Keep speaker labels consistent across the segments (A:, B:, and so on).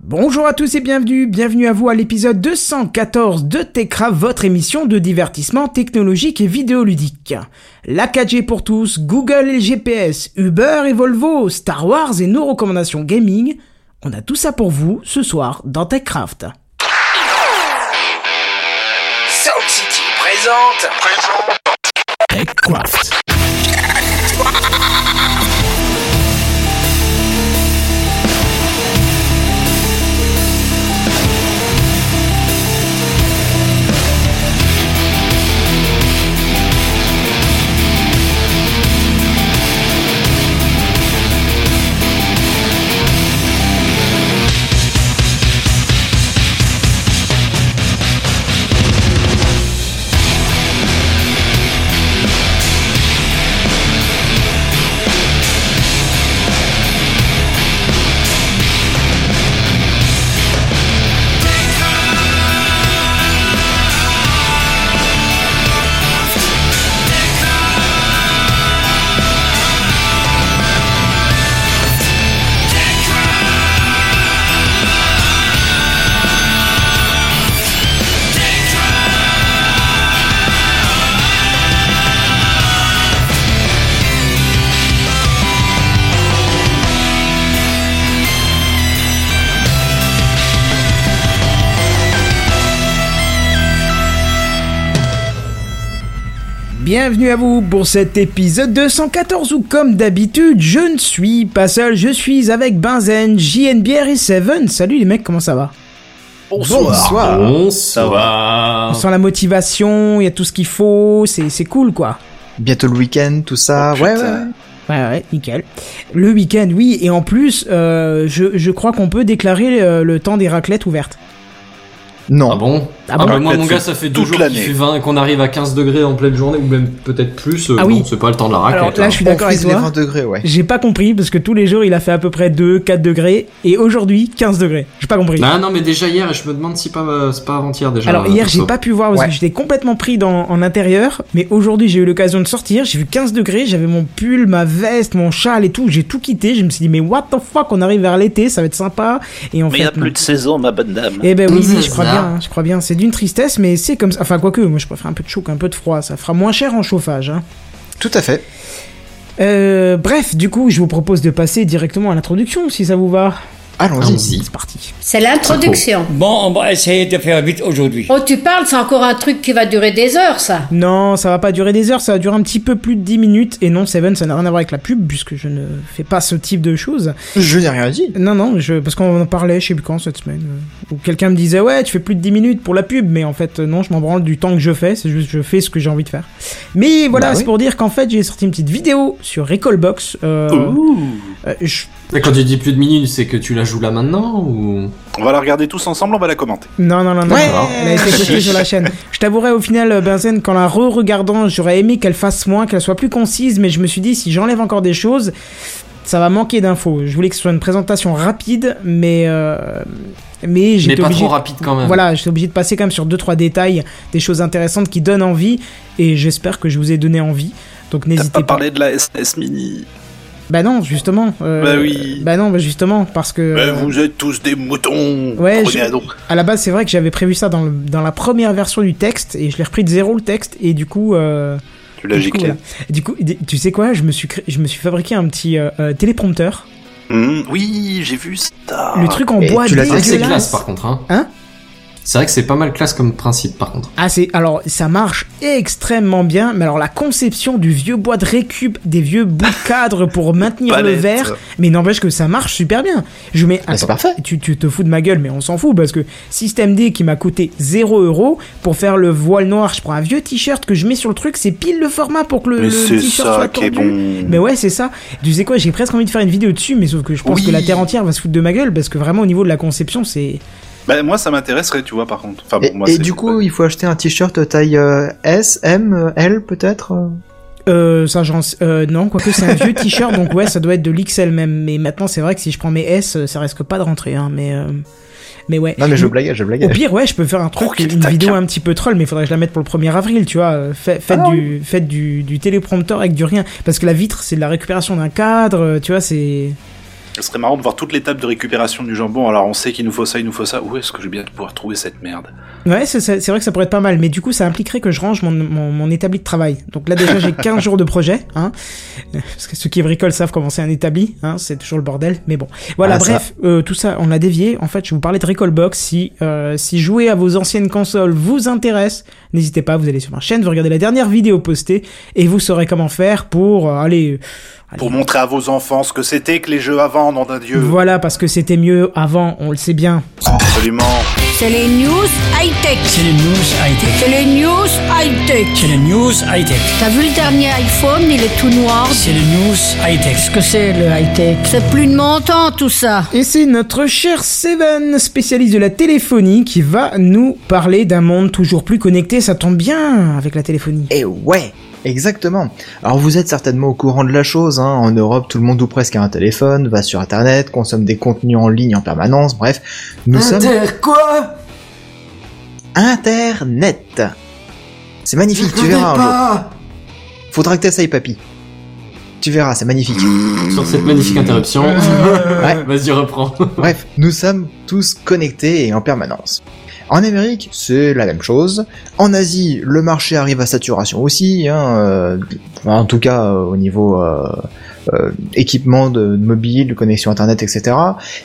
A: Bonjour à tous et bienvenue, bienvenue à vous à l'épisode 214 de Techra, votre émission de divertissement technologique et vidéoludique. La 4G pour tous, Google et le GPS, Uber et Volvo, Star Wars et nos recommandations gaming, on a tout ça pour vous ce soir dans Techcraft.
B: Sound City présente.
C: TechCraft.
A: Bienvenue à vous pour cet épisode 214 où comme d'habitude je ne suis pas seul, je suis avec Benzen, JNBR et Seven. Salut les mecs, comment ça va
D: Bonsoir.
E: Ça va.
A: On sent la motivation, il y a tout ce qu'il faut, c'est c'est cool quoi.
D: Bientôt le week-end, tout ça.
E: Oh,
D: ouais, ouais,
E: putain.
D: ouais.
A: Ouais, ouais, nickel. Le week-end, oui, et en plus, euh, je, je crois qu'on peut déclarer euh, le temps des raclettes ouvertes.
D: Non.
E: Ah bon
A: Ah
E: Ah,
A: bon
E: bah moi, mon
F: Peut-être
E: gars,
F: fait
E: ça fait deux
F: toute
E: jours qu'il
F: l'année.
E: fait 20 et qu'on arrive à 15 degrés en pleine journée, ou même peut-être plus. euh,
A: Ah oui.
E: Non, c'est pas le temps de la
A: Alors
E: raquette.
A: là,
E: hein.
A: je suis
D: On
A: d'accord avec
D: frise les
A: toi.
D: 20 degrés, ouais.
A: J'ai pas compris parce que tous les jours il a fait à peu près 2, 4 degrés et aujourd'hui 15 degrés. J'ai pas compris.
E: Non, non, mais déjà hier, et je me demande si pas, euh, c'est pas avant-hier déjà.
A: Alors
E: euh,
A: hier j'ai
E: perso.
A: pas pu voir parce
D: Ouais.
A: que j'étais complètement pris dans, en intérieur, mais aujourd'hui j'ai eu l'occasion de sortir, j'ai vu 15 degrés, j'avais mon pull, ma veste, mon châle et tout, j'ai tout quitté, je me suis dit mais what the fuck on arrive vers l'été, ça va être sympa et en
F: Mais il
A: fait
F: n'y a plus de saison, ma bonne dame.
A: Eh ben oui,
E: C'est
A: oui, je crois
E: ça.
A: bien, hein, je crois bien. C'est d'une tristesse, mais c'est comme ça. Enfin, quoique, moi je préfère un peu de chouk, un peu de froid. Ça fera moins cher en chauffage. Hein.
D: Tout à fait.
A: Euh, bref, du coup, je vous propose de passer directement à l'introduction, si ça vous va.
D: Allons-y.
E: Allons-y.
A: C'est parti.
G: C'est l'introduction.
H: Bon, on va essayer de faire vite aujourd'hui.
G: Oh, tu parles, c'est encore un truc qui va durer des heures, ça.
A: Non, ça va pas durer des heures, ça va durer un petit peu plus de 10 minutes. Et non, Seven, ça n'a rien à voir avec la pub, puisque je ne fais pas ce type de choses.
D: Je n'ai rien dit.
A: Non, non, je, parce qu'on en parlait, je sais plus quand cette semaine, euh, où quelqu'un me disait ouais, tu fais plus de 10 minutes pour la pub, mais en fait euh, non, je m'en branle du temps que je fais, c'est juste je fais ce que j'ai envie de faire. Mais voilà,
D: Bah
A: c'est
D: oui.
A: pour dire qu'en fait j'ai sorti une petite vidéo sur Recallbox. Euh, euh, je-
E: Et quand tu dis plus de minutes, c'est que tu la joues là maintenant ou
F: On va la regarder tous ensemble, on va la commenter.
A: Non, non, non, non.
D: Ouais.
A: Elle a été postée sur la chaîne. Je t'avouerai au final, euh, Benzen, qu'en la re-regardant, j'aurais aimé qu'elle fasse moins, qu'elle soit plus concise, mais je me suis dit, si j'enlève encore des choses, ça va manquer d'infos. Je voulais que ce soit une présentation rapide, mais. euh, mais
E: Mais
A: j'étais
E: pas
A: obligé.
E: trop rapide quand même.
A: Voilà, j'étais obligé de passer quand même sur deux trois détails, des choses intéressantes qui donnent envie, et j'espère que je vous ai donné envie. Donc
F: T'as pas
A: n'hésitez pas.
F: parlé de la SNES Mini.
A: Bah non, justement. euh,
F: Bah oui.
A: Bah non, bah justement, parce que.
F: Mais
A: euh,
F: vous êtes tous des moutons.
A: Ouais,
F: Prenez
A: je-
F: un don.
A: À la base, c'est vrai que j'avais prévu ça dans, le- dans la première version du texte et je l'ai repris de zéro le texte et du coup, euh,
F: Tu l'as
A: du, coup
F: giclé.
A: voilà. du coup, d- tu sais quoi, je me suis cré- je me suis fabriqué un petit euh, euh, téléprompteur,
F: Mmh, oui, j'ai vu ça.
A: le truc en
D: et
A: bois
D: tu l'as
E: C'est vrai que c'est
A: dégueulasse.
E: classe par contre. Hein,
A: Hein
E: C'est vrai que c'est pas mal classe comme principe par contre.
A: Ah c'est alors ça marche extrêmement bien, mais alors la conception du vieux bois de récup, des vieux bouts de cadre pour maintenir le
F: Palette.
A: verre, mais n'empêche que ça marche super bien. Je mets
D: Bah, c'est
A: Attends,
D: parfait.
A: tu, tu te fous de ma gueule, mais on s'en fout parce que Système D qui m'a coûté 0 euro pour faire le voile noir, je prends un vieux t-shirt que je mets sur le truc, c'est pile le format pour que le,
F: Mais
A: le
F: c'est
A: t-shirt
F: ça
A: soit
F: qui est
A: tordu.
F: bon.
A: Mais ouais, c'est ça. Tu sais quoi, j'ai presque envie de faire une vidéo dessus, mais sauf que je pense
F: Oui.
A: que la terre entière va se foutre de ma gueule parce que vraiment au niveau de la conception, c'est
F: Bah, moi, ça m'intéresserait, tu vois, par contre. Enfin,
D: Et,
F: pour moi,
D: et
F: c'est-
D: du coup, il faut acheter un t-shirt taille euh, S, M, euh, L peut-être euh
A: euh, ça j'en sais- euh, non, quoique c'est un vieux t-shirt, donc ouais, ça doit être de l'XL même. Mais maintenant, c'est vrai que si je prends mes S, euh, ça risque pas de rentrer, hein. Mais euh, mais ouais.
D: Non mais je blague, je
A: Au
D: blague.
A: pire, ouais, je peux faire un truc,
F: Oh, quel
A: une
F: taquin.
A: vidéo un petit peu troll, mais il faudrait que je la mette pour le 1er avril, tu vois. euh, fait- Faites,
D: Ah
A: du, faites du, du téléprompteur avec du rien. Parce que la vitre, c'est de la récupération d'un cadre, euh, tu vois, c'est.
F: Ce serait marrant de voir toutes les tables de récupération du jambon. Alors on sait qu'il nous faut ça, il nous faut ça. Où est-ce que je vais bien pouvoir trouver cette merde
A: Ouais, c'est- c'est c'est vrai que ça pourrait être pas mal, mais du coup, ça impliquerait que je range mon, mon, mon établi de travail. Donc là, déjà, j'ai 15 jours de projet, hein. Euh, Parce que ceux qui bricolent savent comment c'est un établi, hein. C'est toujours le bordel, mais bon. Voilà,
D: Ah, ça.
A: bref, euh, tout ça, on l'a dévié. En fait, je vous parlais de Recallbox. Si, euh, si jouer à vos anciennes consoles vous intéresse, n'hésitez pas, vous allez sur ma chaîne, vous regardez la dernière vidéo postée, et vous saurez comment faire pour, euh, aller,
F: Pour montrer à vos enfants ce que c'était que les jeux avant, nom d'un dieu.
A: voilà, parce que c'était mieux avant, on le sait bien.
F: Absolument.
C: C'est les news high-tech.
H: C'est les news high-tech.
C: C'est les news high-tech.
H: C'est les news high-tech.
C: T'as vu le dernier iPhone, il est tout noir.
H: C'est les news high-tech.
C: Qu'est-ce que c'est le high-tech C'est plus de mon temps tout ça.
A: Et c'est notre cher Seven, spécialiste de la téléphonie, qui va nous parler d'un monde toujours plus connecté. Ça tombe bien avec la téléphonie.
D: Et Eh ouais Exactement. Alors vous êtes certainement au courant de la chose, hein. en Europe tout le monde ou presque a un téléphone, va sur internet, consomme des contenus en ligne en permanence, bref, nous sommes
I: quoi
D: internet. C'est magnifique, tu
I: Je
D: verras un
I: connais
D: jour.
I: pas.
D: Faudra que t'essayes papy. Tu verras, c'est magnifique.
E: Sur
F: Hum.
E: cette magnifique interruption. Vas-y, reprends.
D: Bref, nous sommes tous connectés et en permanence. En Amérique, c'est la même chose. En Asie, le marché arrive à saturation aussi. hein, euh, enfin, en tout cas, euh, au niveau euh, euh, équipement de, de mobile, de connexion internet, etc.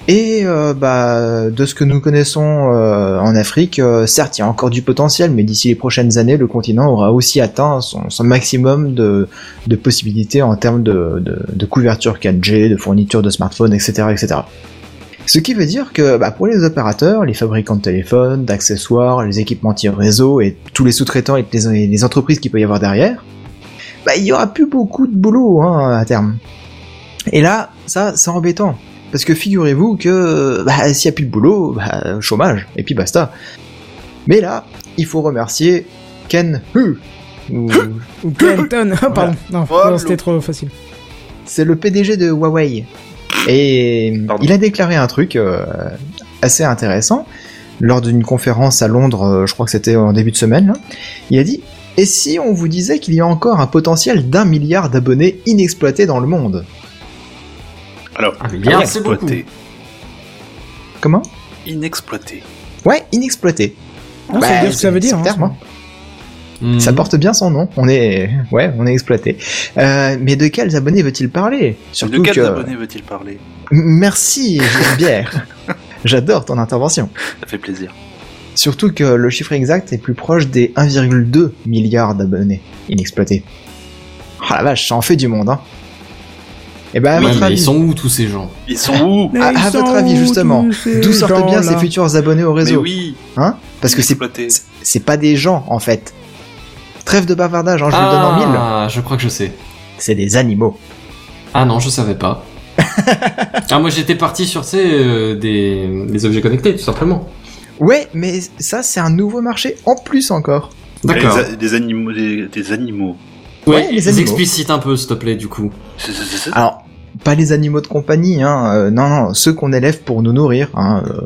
D: Et euh, bah, de ce que nous connaissons euh, en Afrique, euh, certes, il y a encore du potentiel, mais d'ici les prochaines années, le continent aura aussi atteint son, son maximum de, de possibilités en termes de, de- de couverture 4G, de fourniture de smartphones, etc., etc. Ce qui veut dire que bah, pour les opérateurs, les fabricants de téléphones, d'accessoires, les équipementiers réseau et tous les sous-traitants et les, et les entreprises qu'il peut y avoir derrière, bah, il y aura plus beaucoup de boulot hein, à terme. Et là, ça, c'est embêtant. Parce que figurez-vous que bah, s'il n'y a plus de boulot, bah, chômage, et puis basta. Mais là, il faut remercier Ken Hu. Ou-
A: Ou Clinton. Oh, pardon. Non,
F: Voilà.
A: non, c'était trop facile.
D: C'est le PDG de Huawei. Et
F: Pardon.
D: il a déclaré un truc euh, assez intéressant lors d'une conférence à Londres, euh, je crois que c'était en début de semaine. là. Il a dit Et si on vous disait qu'il y a encore un potentiel d'un milliard d'abonnés inexploités dans le monde
F: Alors,
D: Ah,
E: Un milliard, c'est beaucoup.
F: inexploité.
D: Comment
F: Inexploité.
D: Ouais, inexploité.
A: Non,
D: Bah,
A: ça veut dire ce que ça veut dire, hein.
E: Mhm.
F: Hmm.
D: Ça porte bien son nom. On est, ouais, on est exploité. Euh, mais de quels abonnés veut-il parler
F: De
D: Surtout
F: quel
D: que.
F: abonné veut-il parler
D: Merci, Gilles Bière. J'adore ton intervention.
F: Ça fait plaisir.
D: Surtout que le chiffre exact est plus proche des 1,2 milliard d'abonnés inexploités. Ah la vache, ça en fait du monde, hein. Et ben, à
E: Ouais,
D: votre
E: mais
D: avis,
E: ils sont où tous ces gens
F: Ils sont où
D: à,
A: Mais
D: à
A: ils
D: votre
A: sont
D: avis
A: où
D: justement,
A: tous ces
D: d'où sortent bien
A: gens-là
D: ces futurs abonnés au
F: Mais
D: réseau
F: oui,
D: Hein Parce que c'est
F: Inexploité.
D: c'est- c'est pas des gens en fait. Trêve de bavardage, hein, je vous le donne en mille.
E: Ah, je crois que je sais.
D: C'est des animaux.
E: Ah non, je savais pas. ah, moi j'étais parti sur ces euh, des, des objets connectés, tout simplement.
D: Ouais, mais ça c'est un nouveau marché en plus encore.
F: des,
E: D'accord.
F: a- des animaux. Des, des animaux.
E: Ouais,
D: Ouais, les
E: ils
D: animaux.
E: explicitent un peu, s'il te plaît, du coup.
F: C'est- c'est- c'est-
D: Alors, pas les animaux de compagnie, hein, euh, non, non, ceux qu'on élève pour nous nourrir. Hein, euh,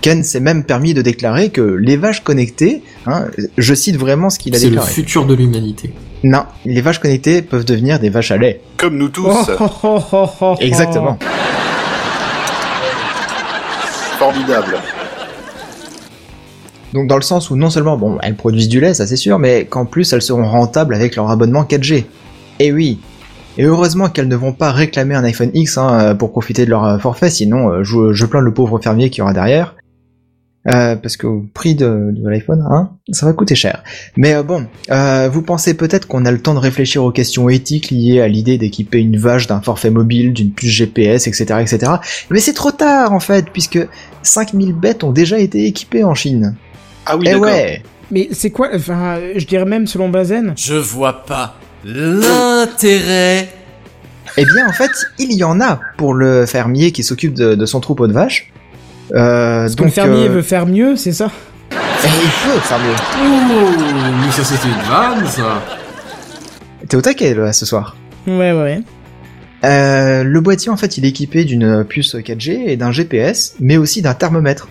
D: Ken s'est même permis de déclarer que les vaches connectées, hein, je cite vraiment ce qu'il a
E: C'est le
D: déclaré.
E: futur de l'humanité.
D: Non, les vaches connectées peuvent devenir des vaches à lait.
F: Comme nous tous.
A: Oh, oh, oh, oh, oh, oh.
D: Exactement.
F: Formidable.
D: Donc dans le sens où non seulement bon, elles produisent du lait, ça c'est sûr, mais qu'en plus elles seront rentables avec leur abonnement 4G. Et oui. Et heureusement qu'elles ne vont pas réclamer un iPhone X hein, euh, pour profiter de leur euh, forfait, sinon euh, je, je plains le pauvre fermier qui aura derrière. Euh, parce qu'au prix de, de l'iPhone, hein, ça va coûter cher. Mais euh, bon, euh, vous pensez peut-être qu'on a le temps de réfléchir aux questions éthiques liées à l'idée d'équiper une vache d'un forfait mobile, d'une puce GPS, etc. etc. Mais c'est trop tard en fait, puisque 5000 bêtes ont déjà été équipées en Chine.
F: Ah oui,
D: Eh
F: d'accord.
D: ouais
A: Mais c'est quoi, enfin, euh, je dirais même selon Bazen.
I: Je vois pas l'intérêt.
D: Eh bien, en fait, il y en a pour le fermier qui s'occupe de, de son troupeau de vaches. Euh,
A: Parce que
D: donc,
A: le fermier
D: euh,
A: veut faire mieux, c'est ça
D: eh, il peut faire mieux.
E: Oh, mais ça c'était une vanne, ça.
D: T'es au taquet là, ce soir.
A: Ouais, ouais, ouais.
D: Euh, le boîtier, en fait, il est équipé d'une puce 4G et d'un GPS, mais aussi d'un thermomètre.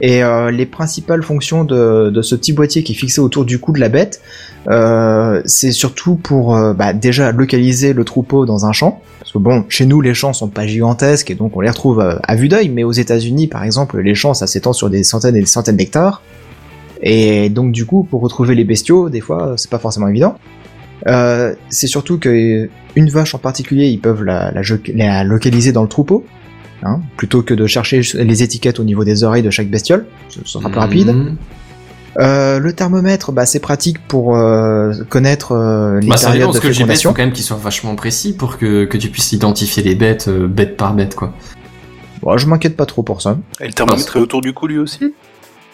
D: Et euh, les principales fonctions de, de ce petit boîtier qui est fixé autour du cou de la bête, Euh, c'est surtout pour euh, bah, déjà localiser le troupeau dans un champ. Parce que bon, chez nous, les champs sont pas gigantesques et donc on les retrouve euh, à vue d'œil. Mais aux États-Unis, par exemple, les champs, ça s'étend sur des centaines et des centaines d'hectares. Et donc du coup, pour retrouver les bestiaux, des fois, euh, c'est pas forcément évident. Euh, c'est surtout que euh, une vache en particulier, ils peuvent la, la jo- la localiser dans le troupeau, hein, plutôt que de chercher les étiquettes au niveau des oreilles de chaque bestiole. Ce ce sera plus rapide.
E: Mhm.
D: Euh, le thermomètre, bah, c'est pratique pour euh, connaître euh, les
E: Bah, ça dépend,
D: périodes de
E: parce que le GPS, faut
D: fécondation.
E: quand même qu'il soit vachement précis pour que, que tu puisses identifier les bêtes, euh, bête par bête, quoi.
D: Bon, je m'inquiète pas trop pour ça.
F: Et le thermomètre est autour du cou lui aussi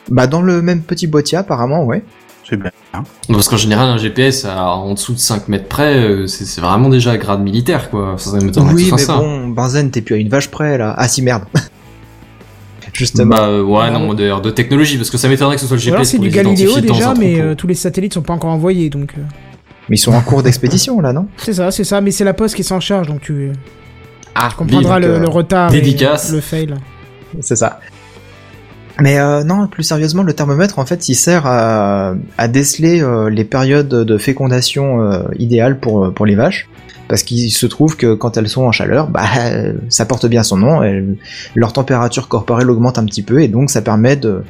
D: Bah, dans le même petit boîtier, apparemment, ouais.
F: C'est bien.
E: Non, Parce qu'en général, un GPS, à- en dessous de 5 mètres près, euh, c'est c'est vraiment déjà à grade militaire, quoi. Ça, ça m'étonnerait que
D: oui,
E: ce soit
D: mais
E: ça.
D: bon, Benzen, t'es plus à une vache près, là. Ah, si, merde. Justement.
E: Bah, euh, ouais,
D: Non.
E: non, d'ailleurs, de technologie, parce que ça m'étonnerait que ce soit le
A: Ou alors
E: GPS
A: c'est
E: pour
A: du
E: les identifier
A: Galiléo
E: dans
A: déjà,
E: un
A: mais
E: troupeau.
A: euh, tous les satellites sont pas encore envoyés, donc euh,
D: Mais ils sont en cours d'expédition, là, non
A: c'est ça, c'est ça. Mais c'est la poste qui s'en charge, donc tu euh,
E: Ah,
A: comprendras
D: oui, donc,
A: le,
D: euh,
A: le retard, et
E: dédicace.
A: le fail.
D: C'est ça. Mais euh, non, plus sérieusement, le thermomètre, en fait, il sert à, à déceler euh, les périodes de fécondation euh, idéales pour, euh, pour les vaches. Parce qu'il se trouve que quand elles sont en chaleur, bah, euh, ça porte bien son nom, elles- leur température corporelle augmente un petit peu et donc ça permet de,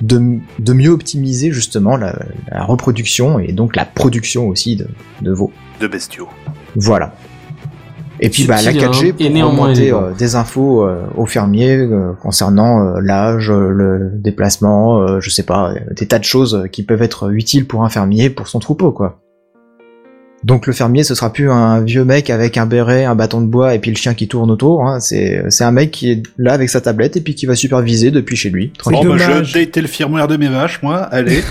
D: de, de mieux optimiser justement la, la reproduction et donc la production aussi de, de veaux.
F: De bestiaux.
D: Voilà. Et puis bah, la
E: Subtil, hein,
D: 4G
E: et
D: pour
E: néanmoins
D: remonter
E: élégant.
D: euh, des infos euh, aux fermiers euh, concernant euh, l'âge, euh, le déplacement, euh, je sais pas, euh, des tas de choses euh, qui peuvent être utiles pour un fermier, pour son troupeau quoi. Donc le fermier ce sera plus un vieux mec avec un béret, un bâton de bois et puis le chien qui tourne autour. hein. C'est c'est un mec qui est là avec sa tablette et puis qui va superviser depuis chez lui.
A: C'est
F: Oh bah je
A: dommage.
F: update le firmware de mes vaches, moi, allez.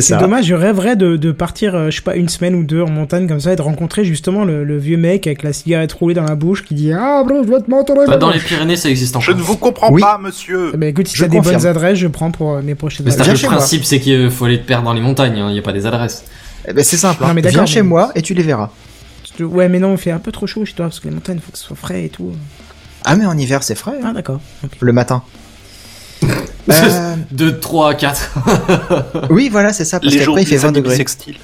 A: C'est
D: ça.
A: dommage, je rêverais de, de partir, euh, je sais pas, une semaine ou deux en montagne comme ça et de rencontrer justement le, le vieux mec avec la cigarette roulée dans la bouche qui dit Ah, bro, je vais te mentir.
E: Bah, dans les Pyrénées, ça existe encore.
F: je ne vous comprends
D: Oui.
F: pas, monsieur
A: Bah écoute, si
D: Je
A: t'as des bonnes
D: confirme.
A: adresses, je prends pour euh, mes prochaines
E: Mais c'est-à-dire
D: Viens
E: que
D: chez
E: le
D: moi.
E: principe, c'est qu'il faut aller te perdre dans les montagnes, hein, il n'y a pas des adresses.
D: Eh ben, c'est simple.
A: Non,
D: hein.
A: mais d'accord,
D: Viens chez
A: mais-
D: moi et tu les verras.
A: Tu- Ouais, mais non, il fait un peu trop chaud chez toi parce que les montagnes, faut que ce soit frais et tout.
D: Ah mais en hiver c'est frais hein,
A: Ah, d'accord. ok.
D: le matin. Euh,
E: 2, 3, 4.
D: Oui, voilà, c'est ça, parce
F: Les jours
D: qu'après il fait 20
F: du
D: degrés.
F: sextile.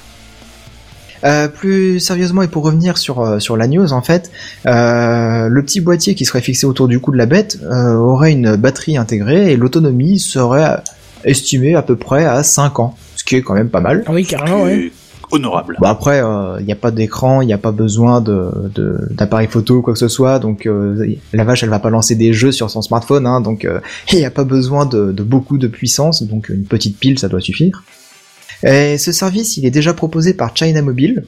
D: Euh, plus sérieusement, et pour revenir sur, euh, sur la news, en fait, euh, le petit boîtier qui serait fixé autour du cou de la bête euh, aurait une batterie intégrée et l'autonomie serait estimée à peu près à 5 ans, ce qui est quand même pas mal.
A: Ah, oui, carrément, ouais.
F: Et Honorable.
D: Bon Bah après, il n'y a pas d'écran, il n'y a pas besoin de de- d'appareil photo ou quoi que ce soit, donc euh, la vache, elle va pas lancer des jeux sur son smartphone, hein, donc il n'y a pas besoin de, de beaucoup de puissance, donc une petite pile, ça doit suffire. Et ce service, il est déjà proposé par China Mobile,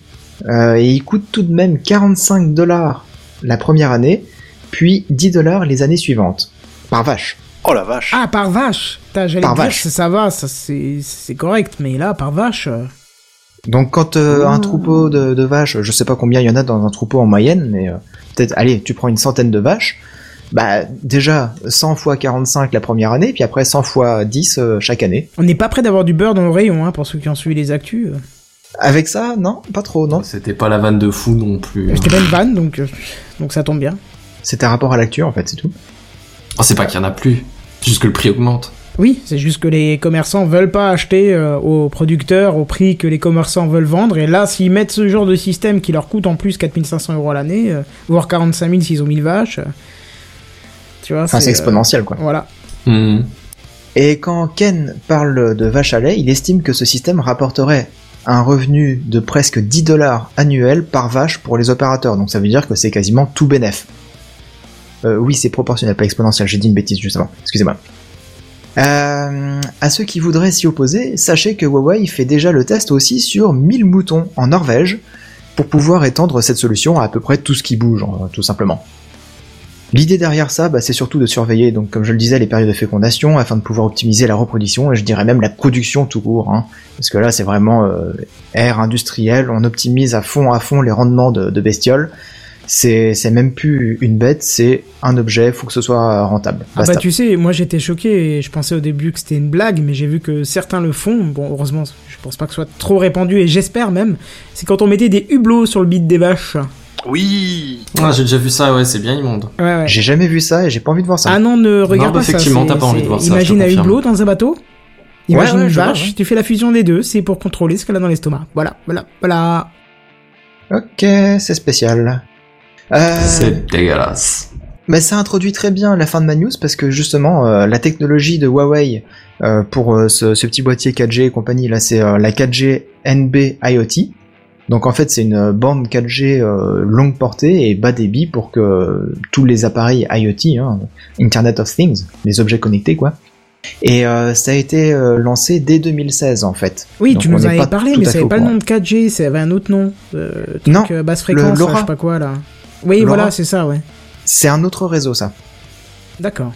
D: euh, et il coûte tout de même 45 dollars la première année, puis 10 dollars les années suivantes, par vache.
F: Oh la vache.
A: Ah, par vache Putain, J'allais
D: Par
A: te dire,
D: vache.
A: ça, ça va, ça, c'est c'est correct, mais là, par vache. euh,
D: Donc quand euh, un troupeau de, de vaches, je sais pas combien il y en a dans un troupeau en moyenne, mais euh, peut-être, allez, tu prends une centaine de vaches, bah déjà 100 fois 45 la première année, puis après 100 fois 10 euh, chaque année.
A: On n'est pas près d'avoir du beurre dans le rayon, hein, pour ceux qui ont suivi les actus. euh.
D: Avec ça, non, pas trop, non.
E: Oh, C'était pas la vanne de fou non plus. hein.
A: C'était pas une vanne, donc, euh, donc ça tombe bien.
D: C'était un rapport à l'actu en fait, c'est tout.
E: Oh, c'est pas qu'il y en a plus, c'est juste que le prix augmente.
A: Oui, c'est juste que les commerçants veulent pas acheter euh, aux producteurs au prix que les commerçants veulent vendre. Et là, s'ils mettent ce genre de système qui leur coûte en plus 4500 euros à l'année, euh, voire 45 000 s'ils ont 1000 vaches, euh, tu vois,
D: Enfin, c'est
A: euh,
D: exponentiel quoi.
A: voilà.
E: Hmm.
D: Et quand Ken parle de vache à lait, il estime que ce système rapporterait un revenu de presque 10 dollars annuels par vache pour les opérateurs. Donc ça veut dire que c'est quasiment tout bénéf. Euh, oui, c'est proportionnel, pas exponentiel. J'ai dit une bêtise juste avant. Excusez-moi. Euh, à ceux qui voudraient s'y opposer, sachez que Huawei fait déjà le test aussi sur 1000 moutons en Norvège pour pouvoir étendre cette solution à à peu près tout ce qui bouge, hein, tout simplement. L'idée derrière ça, bah, c'est surtout de surveiller, donc comme je le disais, les périodes de fécondation afin de pouvoir optimiser la reproduction et je dirais même la production tout court, hein. parce que là c'est vraiment euh, air industriel, on optimise à fond à fond les rendements de, de bestioles. C'est c'est même plus une bête, c'est un objet, faut que ce soit rentable.
A: Ah bah
D: Basta.
A: tu sais, moi j'étais choqué et je pensais au début que c'était une blague, mais j'ai vu que certains le font. Bon, heureusement, je pense pas que ce soit trop répandu et j'espère même. C'est quand on mettait des hublots sur le bide des vaches.
F: Oui
E: Ah, j'ai déjà vu ça, ouais, c'est bien immonde.
A: Ouais, ouais.
D: J'ai jamais vu ça et j'ai pas envie de voir ça.
A: Ah non, ne regarde
E: bah,
A: pas ça.
E: effectivement,
A: c'est-
E: t'as pas envie de
A: c'est-
E: voir ça, je te
A: Imagine un
E: confirme.
A: hublot dans un bateau Imagine
D: ouais,
A: une
D: je vois,
A: vache,
D: ouais.
A: tu fais la fusion des deux, c'est pour contrôler ce qu'elle a dans l'estomac. Voilà, voilà, voilà.
D: Ok, c'est spécial. Euh,
E: C'est dégueulasse.
D: Mais ça introduit très bien la fin de ma news parce que justement euh, la technologie de Huawei euh, pour euh, ce, ce petit boîtier 4G et compagnie là c'est euh, la 4G NB IoT. Donc en fait c'est une euh, bande 4G euh, longue portée et bas débit pour que tous les appareils IoT, hein, Internet of Things, les objets connectés quoi. Et euh, ça a été euh, lancé dès 2016 en fait.
A: Oui,
D: Donc
A: tu
D: on
A: nous en
D: n'est
A: avais
D: pas
A: parlé,
D: tout
A: mais
D: à
A: ça
D: fait
A: avait
D: au
A: pas le
D: courant.
A: nom de 4G, ça avait un autre nom. Euh, truc
D: Non,
A: euh, basse fréquence,
D: LoRa.
A: je sais pas quoi là. Oui,
D: LoRa.
A: voilà, c'est ça, ouais.
D: C'est un autre réseau ça.
A: D'accord.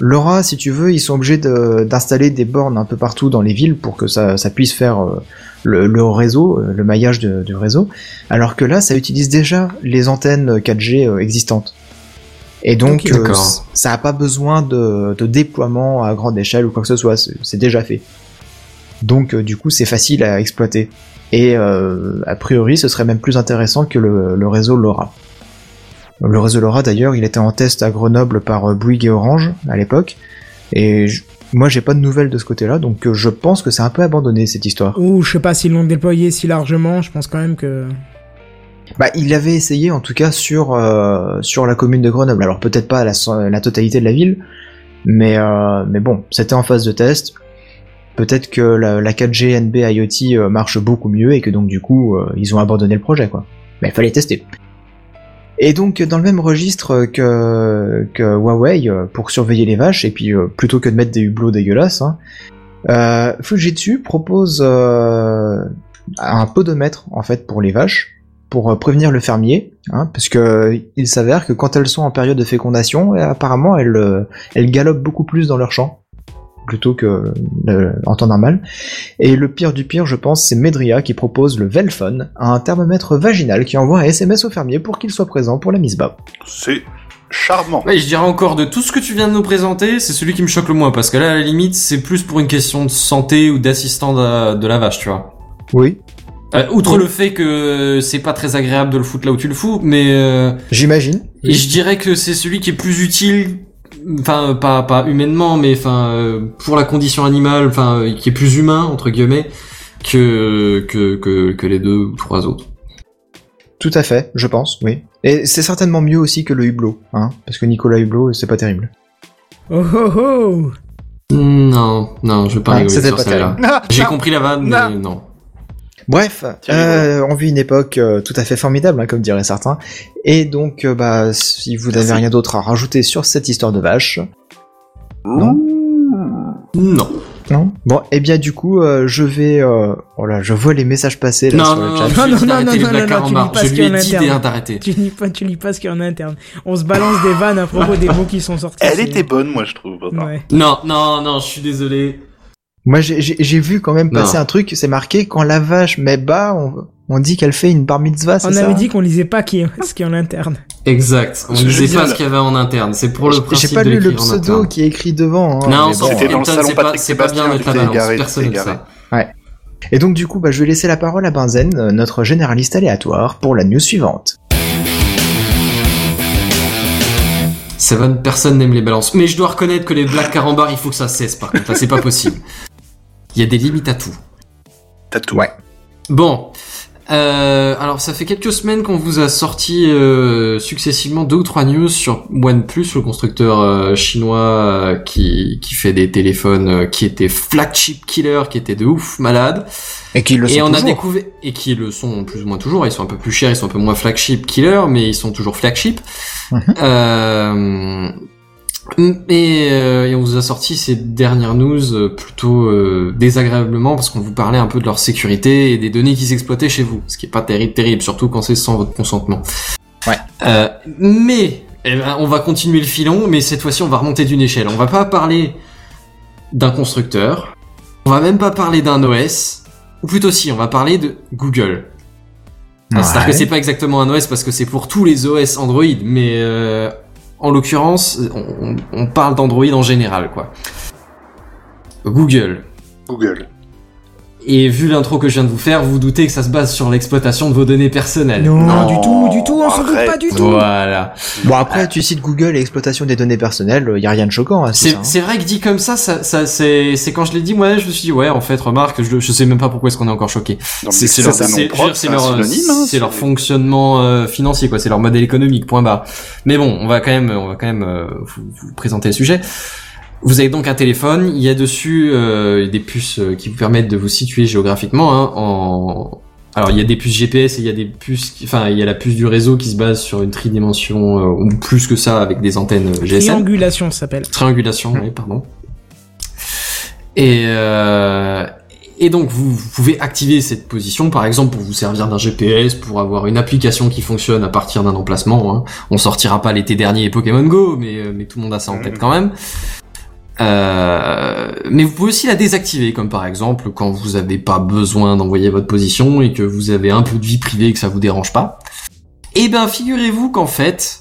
D: Laura, si tu veux, ils sont obligés de- d'installer des bornes un peu partout dans les villes pour que ça, ça puisse faire euh, le, le réseau, euh, le maillage de- du réseau. Alors que là, ça utilise déjà les antennes 4G euh, existantes. Et donc,
A: Ok,
D: euh,
E: d'accord.
D: c- ça n'a pas besoin de, de déploiement à grande échelle ou quoi que ce soit. C'est c'est déjà fait. Donc, euh, du coup, c'est facile à exploiter. Et euh, a priori, ce serait même plus intéressant que le, le réseau LoRa. Le réseau LoRa, d'ailleurs, il était en test à Grenoble par euh, Bouygues et Orange à l'époque. Et je- moi, j'ai pas de nouvelles de ce côté-là, donc euh, je pense que c'est un peu abandonné cette histoire.
A: Ou je sais pas s'ils l'ont déployé si largement, je pense quand même que.
D: Bah, il avait essayé en tout cas sur euh, sur la commune de Grenoble. Alors peut-être pas la, la totalité de la ville, mais euh, mais bon, c'était en phase de test. Peut-être que la, la 4G NB IoT euh, marche beaucoup mieux et que donc du coup euh, ils ont abandonné le projet quoi. Mais il fallait tester. Et donc dans le même registre que que Huawei euh, pour surveiller les vaches et puis euh, plutôt que de mettre des hublots dégueulasses, hein, euh, Fujitsu propose euh, un podomètre en fait pour les vaches pour euh, prévenir le fermier, hein, parce que euh, il s'avère que quand elles sont en période de fécondation, euh, apparemment elles, euh, elles galopent beaucoup plus dans leur champ plutôt que euh, en temps normal. Et le pire du pire, je pense, c'est Medria qui propose le Velphone, un thermomètre vaginal qui envoie un SMS au fermier pour qu'il soit présent pour la mise bas.
F: C'est charmant.
E: Ouais, je dirais encore de tout ce que tu viens de nous présenter, c'est celui qui me choque le moins parce que là, à la limite, c'est plus pour une question de santé ou d'assistant de, de la vache, tu vois.
D: Oui,
E: Euh, outre le fait que c'est pas très agréable de le foutre là où tu le fous, mais euh,
D: j'imagine.
E: et je dirais que c'est celui qui est plus utile, enfin euh, pas pas humainement, mais enfin euh, pour la condition animale, enfin euh, qui est plus humain entre guillemets que que que, que les deux ou trois autres.
D: Tout à fait, je pense, oui. Et c'est certainement mieux aussi que le hublot, hein, parce que Nicolas Hublot, c'est pas terrible.
A: Oh oh oh
E: Non, non, je veux pas
D: Ah,
E: rigoler
D: c'était
E: sur
D: pas
E: celle-là. J'ai compris la vanne,
A: Non.
E: mais non.
D: Bref,
E: Ah,
F: Thierry
D: euh, on vit une époque euh, tout à fait formidable, hein, comme diraient certains. Et donc, euh, bah, si vous n'avez rien d'autre à rajouter sur cette histoire de vache, Non.
E: Non.
D: non Bon, eh bien, du coup, euh, je vais. Euh... Oh là, je vois les messages passer là,
E: Non,
D: sur
E: non,
D: le
E: non,
D: chat.
E: je lui ai
A: Non,
E: dit
A: non,
E: d'arrêter
A: non,
E: les
A: non, non, non,
E: Black
A: tu
E: Carambar.
A: dis pas
E: Je
A: ce
E: lui
A: qu'il y
E: ai
A: en a
E: dit
A: interne.
E: d'ar- d'arrêter.
A: Tu lis pas, tu lis pas ce qu'il y en a interne. On se balance des vannes à propos des mots qui sont sortis.
F: Elle
A: c'est-
F: était bonne, moi, je trouve. Attends.
A: Ouais.
E: Non, non, non, je suis désolé.
D: Moi, j'ai- j'ai j'ai vu quand même
E: Non.
D: passer un truc, c'est marqué quand la vache met bas, on, on dit qu'elle fait une bar mitzvah, c'est
A: On
D: ça
A: avait dit qu'on lisait pas qui, ce qu'il y en a interne.
E: Exact. On
F: Je-
E: ne
F: je
E: disait
F: dis
E: pas
F: là.
E: ce qu'il y avait en interne. C'est pour le
D: J'ai
E: principe
D: pas
E: de
D: lu le
E: l'écrire en
D: pseudo
E: interne.
D: qui est écrit devant. hein,
E: Non, on
D: mais
E: s'en
D: bon.
E: fout.
F: C'était dans le
E: Elton,
F: salon
E: c'est pas-
F: Patrick
E: c'est pas bien
F: Sébastien,
E: de
F: tu
E: ta
F: t'es
E: balance.
F: égaré, tu
E: Personne
F: t'es
E: ne le
F: égaré.
E: sait.
D: Et donc, du coup, bah, je vais laisser la parole à Benzen, euh, notre généraliste aléatoire, pour la news suivante.
E: Ces vannes, personne n'aime les balances. Mais je dois reconnaître que les blagues carambars, il faut que ça cesse par contre. Là, c'est pas possible. Il y a des limites à tout.
F: T'as tout.
D: Ouais.
E: Bon. Euh, alors, ça fait quelques semaines qu'on vous a sorti euh, successivement deux ou trois news sur OnePlus, le constructeur euh, chinois euh, qui, qui fait des téléphones euh, qui étaient flagship killer, qui étaient de ouf malade.
D: Et qu'ils le
E: et on
D: sont
E: a
D: toujours.
E: découvert et qui le sont plus ou moins toujours. Ils sont un peu plus chers, ils sont un peu moins flagship killer, mais ils sont toujours flagship.
D: Mhm.
E: Euh, et, euh, et on vous a sorti ces dernières news euh, plutôt euh, désagréablement parce qu'on vous parlait un peu de leur sécurité et des données qu'ils exploitaient chez vous, ce qui est pas terrible, terrible, surtout quand c'est sans votre consentement.
D: Ouais.
E: Euh, mais eh ben, on va continuer le filon, mais cette fois-ci on va remonter d'une échelle. On va pas parler d'un constructeur, on va même pas parler d'un OS, ou plutôt si, on va parler de Google. Ah, C'est-à-dire que
D: Ouais.
E: c'est pas exactement un OS parce que c'est pour tous les OS Android, mais euh, en l'occurrence, on, on- on parle d'Android en général, quoi. Google.
F: Google.
E: Et vu l'intro que je viens de vous faire, vous, vous doutez que ça se base sur l'exploitation de vos données personnelles.
A: Non,
F: Non,
A: du tout, du tout, on s'en doute
F: arrête.
A: pas du tout.
E: Voilà.
D: Bon après, tu cites Google et exploitation des données personnelles, il y a rien de choquant. Hein,
E: C'est c'est vrai que dit comme ça, ça, ça c'est c'est quand je l'ai dit moi, je me suis dit ouais, en fait, remarque, je, je sais même pas pourquoi est-ce qu'on est encore choqué.
F: Non, mais
E: C'est c'est
F: ça,
E: leur,
F: c'est un nom
E: c'est- je veux
F: propre,
E: dire, c'est
F: c'est un
E: leur, euh,
F: synonyme, hein,
E: c'est leur
F: c'est-
E: fonctionnement euh, financier, quoi. C'est leur modèle économique. Point barre. Mais bon, on va quand même, on va quand même euh, vous, vous présenter le sujet. Vous avez donc un téléphone. Il y a dessus euh, des puces euh, qui vous permettent de vous situer géographiquement. hein, en... Alors il y a des puces GPS et il y a des puces, qui- enfin il y a la puce du réseau qui se base sur une tridimension euh, ou plus que ça avec des antennes euh, GSM.
A: Triangulation ça s'appelle.
E: Triangulation, oui, pardon. Et, euh, et donc, vous, vous pouvez activer cette position, par exemple, pour vous servir d'un GPS, pour avoir une application qui fonctionne à partir d'un emplacement. hein. On sortira pas l'été dernier Pokémon Go, mais, euh, mais tout le monde a ça en tête quand même. Euh, mais vous pouvez aussi la désactiver, comme par exemple quand vous n'avez pas besoin d'envoyer votre position et que vous avez un peu de vie privée et que ça vous dérange pas. Eh ben, figurez-vous qu'en fait,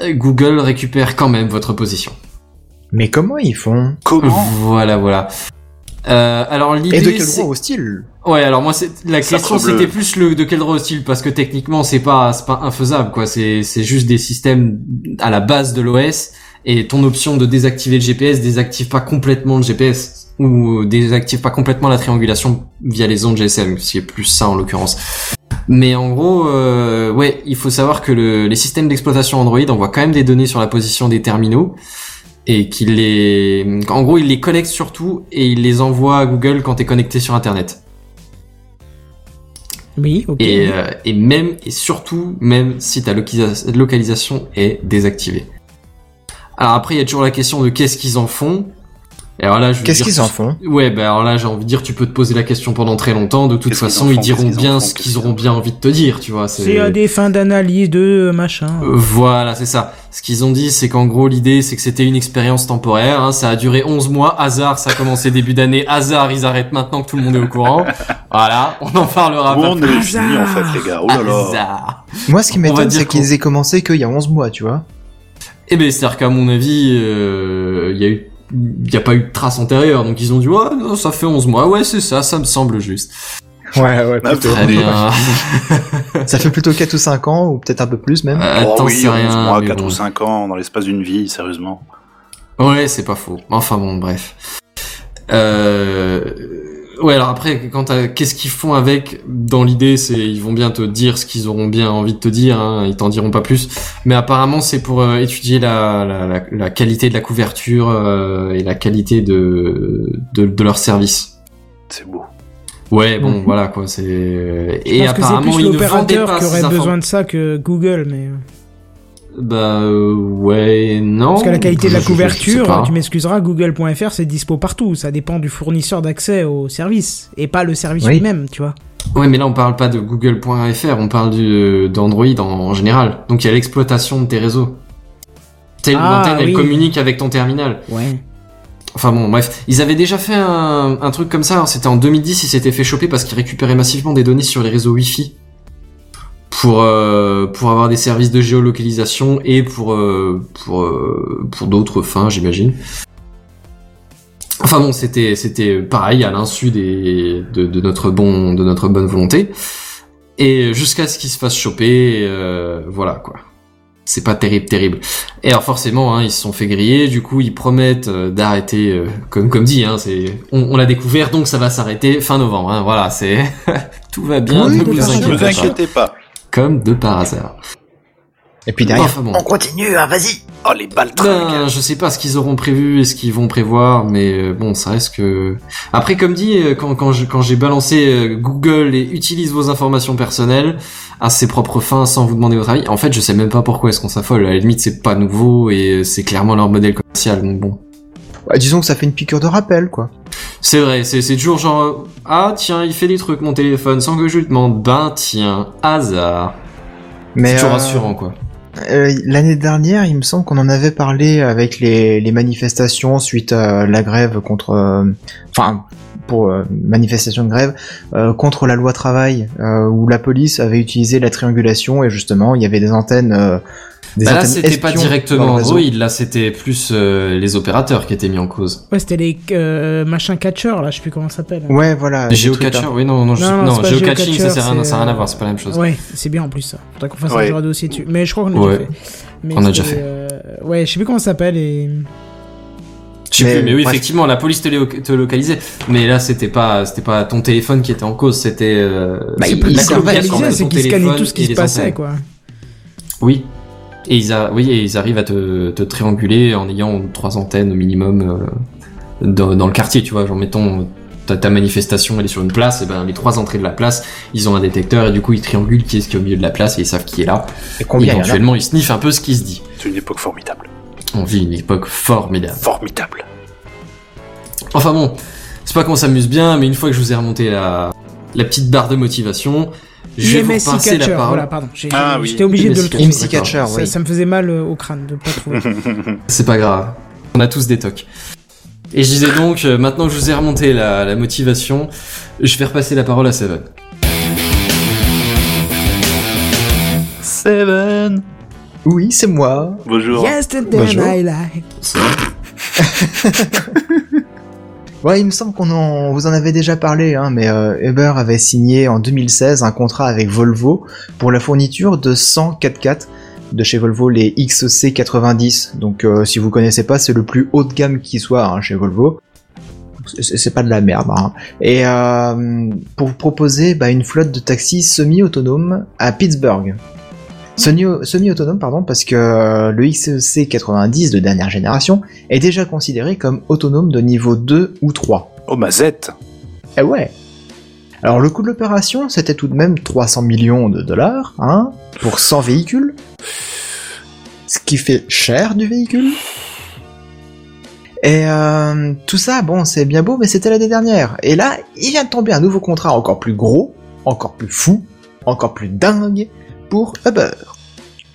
E: euh, Google récupère quand même votre position.
D: Mais comment ils font
F: Comment
E: Voilà, voilà. Euh, alors l'idée,
D: Et de quel
E: c'est-
D: droit hostile
E: ouais, alors moi, c'est la
F: Ça
E: question,
F: trouble.
E: c'était plus le de quel droit hostile, parce que techniquement, c'est pas, c'est pas infaisable, quoi. C'est, c'est juste des systèmes à la base de l'OS, et ton option de désactiver le GPS désactive pas complètement le GPS ou désactive pas complètement la triangulation via les ondes GSM, ce qui est plus ça en l'occurrence. Mais en gros, euh, ouais, il faut savoir que le- les systèmes d'exploitation Android envoient quand même des données sur la position des terminaux et qu'il les, en gros, il les collecte surtout et il les envoie à Google quand t'es connecté sur Internet.
A: Oui, ok.
E: Et, euh, et même et surtout même si ta localisa- localisation est désactivée. Alors après, il y a toujours la question de qu'est-ce qu'ils en font. Et alors là, je veux
D: Qu'est-ce
E: dire-
D: qu'ils en font
E: Ouais, ben alors là, j'ai envie de dire, tu peux te poser la question pendant très longtemps. De toute
F: Qu'est-ce qu'ils
E: façon,
F: en
E: ils
F: font,
E: diront
F: qu'est-ce qu'ils en
E: bien
F: font,
E: ce
F: qu'est-ce
E: qu'ils
F: qu'ils
E: auront
F: en
E: bien envie de te dire, tu vois.
A: C'est à des fins d'analyse de euh, machin.
E: Euh, Voilà, c'est ça. Ce qu'ils ont dit, c'est qu'en gros, l'idée, c'est que c'était une expérience temporaire. hein. Ça a duré 11 mois. Hasard, ça a commencé début d'année. Hasard, ils arrêtent maintenant que tout le monde est au courant. Voilà, on en
D: Ah,
E: parlera
F: Où
D: bah,
E: pas
F: on
E: plus.
F: est fini en fait, les gars Oh là là
E: Hasard.
D: Moi, ce qui
E: On va
D: m'étonne,
E: dire
D: c'est
E: qu'on-
D: qu'ils aient commencé qu'il y a 11 mois, tu vois.
E: Eh ben, c'est-à-dire qu'à mon avis, euh, il y a eu il n'y a pas eu de trace antérieure, donc ils ont dit, ouais, non, ça fait 11 mois, ouais, c'est ça, ça me semble juste.
D: Ouais, ouais,
F: plutôt.
E: Très bien.
D: Ça fait plutôt 4 ou 5 ans, ou peut-être un peu plus même.
E: Euh,
F: Oh
E: t'en
F: oui,
E: sais
F: 11
E: rien,
F: mois,
E: mais
F: 4
E: bon.
F: ou 5 ans dans l'espace d'une vie, sérieusement.
E: Ouais, c'est pas faux. Enfin bon, bref. Euh... Ouais, alors après, quant à qu'est-ce qu'ils font avec, dans l'idée, c'est ils vont bien te dire ce qu'ils auront bien envie de te dire. Hein, ils t'en diront pas plus. Mais apparemment, c'est pour euh, étudier la, la, la, la qualité de la couverture euh, et la qualité de de, de leur service.
F: C'est beau.
E: Ouais, bon,
A: Mhm.
E: voilà quoi. C'est
A: Je
E: et
A: pense que c'est
E: apparemment
A: plus
E: ils ne vendaient
A: l'opérateur
E: pas
A: qui aurait
E: ces inform-
A: besoin de ça que Google, mais euh,
E: Bah euh, ouais, non.
A: parce que la qualité de la
E: Oh, Je- je- je sais pas.
A: couverture, tu m'excuseras, Google.fr c'est dispo partout. Ça dépend du fournisseur d'accès au service et pas le service
D: Oui.
A: lui-même, tu vois.
E: Ouais, mais là on parle pas de Google.fr, on parle du- euh, d'Android en, en général. Donc il y a l'exploitation de tes réseaux. Telle
A: Ah,
E: l'antenne, elle
A: oui.
E: communique avec ton terminal.
A: Ouais.
E: Enfin bon, bref, ils avaient déjà fait un, un truc comme ça. hein. C'était en 2010, ils s'étaient fait choper parce qu'ils récupéraient massivement des données sur les réseaux Wi-Fi pour euh, pour avoir des services de géolocalisation et pour euh, pour euh, pour d'autres fins, j'imagine. Enfin bon, c'était c'était pareil à l'insu des de, de notre bon de notre bonne volonté et jusqu'à ce qu'ils se fassent choper, euh, voilà quoi. C'est pas terrible, terrible. Et alors forcément, hein, ils se sont fait griller. Du coup, ils promettent euh, d'arrêter, euh, comme comme dit. Hein, c'est on, on l'a découvert, donc ça va s'arrêter fin novembre. Hein, voilà, c'est tout va bien.
D: Oui,
E: ne
D: de
E: vous
D: toute façon,
F: Ne
E: inquiétez
F: vous
E: pas.
F: inquiétez pas.
E: Comme de par hasard.
D: Et puis derrière,
E: Enfin bon.
B: continue, hein, vas-y. Oh, les balles
E: Ben, je sais pas ce qu'ils auront prévu et ce qu'ils vont prévoir, mais euh, bon, ça reste que. Après, comme dit, euh, quand quand je- quand j'ai balancé euh, Google et utilise vos informations personnelles à ses propres fins sans vous demander votre avis. En fait, je sais même pas pourquoi est-ce qu'on s'affole. À la limite, c'est pas nouveau et euh, c'est clairement leur modèle commercial. Donc bon.
D: bah, disons que ça fait une piqûre de rappel, quoi.
E: C'est vrai, c'est c'est toujours genre euh, ah tiens il fait des trucs mon téléphone sans que je lui demande ben tiens hasard. C'est
D: Mais
E: toujours
D: euh,
E: rassurant quoi.
D: euh, l'année dernière, il me semble qu'on en avait parlé avec les, les manifestations suite à la grève contre, euh, enfin pour euh, manifestation de grève euh, contre la loi travail euh, où la police avait utilisé la triangulation et justement il y avait des antennes euh, Des
E: Bah là,
D: antennes
E: c'était pas
D: espions
E: directement
D: dans le réseau.
E: Android, là, c'était plus euh, les opérateurs qui étaient mis en cause.
A: Ouais, c'était les euh, machins catcheurs, là, je sais plus comment ça s'appelle.
D: Ouais, voilà.
E: Les
D: des trucs, hein.
E: géocacheurs, oui, non, non, je-
A: Non, non, c'est
E: non,
A: pas
E: géocaching, ça sert à rien,
A: géocacheur,
E: ça a rien à
A: c'est-
E: voir, c'est pas la même chose.
A: Ouais, c'est bien en plus ça. Faudrait qu'on fasse un
F: Ouais.
A: jour à deux aussi dessus. Mais je crois qu'on l'a
E: Ouais.
A: déjà fait. Mais
E: On a déjà
A: c'était,
E: fait.
A: euh, Ouais, je sais plus comment ça s'appelle et.
E: Je sais
D: Mais-
E: plus, mais oui,
D: bref.
E: effectivement, la police te, léo- te localisait. Mais là, c'était pas, c'était pas ton téléphone qui était en cause, c'était. Euh,
D: Bah,
E: c'est
D: ils-
E: pas-
D: ils
E: la
A: Ce qu'on
D: savent
A: réalisait,
E: colocation entre
A: c'est
E: ton
A: qu'ils scannaient
E: téléphone
A: tout ce
E: et
A: qui se
E: les
A: passait,
E: antennes.
A: quoi.
E: Oui. Et ils, a, oui, et ils arrivent à te, te trianguler en ayant trois antennes au minimum euh, dans, dans le quartier, tu vois. Genre, mettons, ta, ta manifestation, elle est sur une place, et ben les trois entrées de la place, ils ont un détecteur, et du coup, ils triangulent qui est-ce qui est au milieu de la place, et ils savent qui est
A: Oh,
E: là.
D: Et combien il y en a
E: Éventuellement, ils sniffent un peu ce qui se dit.
F: C'est une époque formidable.
E: On vit une époque formidable.
F: Formidable.
E: Enfin bon, c'est pas qu'on s'amuse bien, mais une fois que je vous ai remonté la, la petite barre de motivation, je vais vous
A: MSI
E: passer la
A: catcher,
E: parole.
A: voilà, pardon. J'ai-
F: Ah oui.
A: J'étais obligé de le
E: MSI
A: trouver.
D: MC Catcher,
A: Ça,
D: oui.
A: ça me faisait mal euh, au crâne de pas trouver.
E: C'est pas grave. On a tous des tocs. Et je disais donc, euh, maintenant que je vous ai remonté la, la motivation, je vais repasser la parole à Seven.
D: Seven. Oui, c'est moi.
F: Bonjour.
A: Yesterday
D: Bonjour.
A: I like.
D: Ouais, il me semble qu'on en, vous en avait déjà parlé, hein, mais euh, Uber avait signé en 2016 un contrat avec Volvo pour la fourniture de 100 4x4 de chez Volvo, les XC 90. Donc, euh, si vous connaissez pas, c'est le plus haut de gamme qui soit hein, chez Volvo. C'est c'est pas de la merde. hein. Et euh, pour vous proposer bah, une flotte de taxis semi-autonomes à Pittsburgh. Semi- Semi-autonome, pardon, parce que euh, le XC 90 de dernière génération est déjà considéré comme autonome de niveau 2 ou 3.
F: Oh, Mazette.
D: Eh ouais Alors le coût de l'opération, c'était tout de même 300 millions de dollars, hein, pour 100 véhicules. Ce qui fait cher du véhicule. Et euh, tout ça, bon, c'est bien beau, mais c'était l'année dernière. Et là, il vient de tomber un nouveau contrat encore plus gros, encore plus fou, encore plus dingue, pour Uber.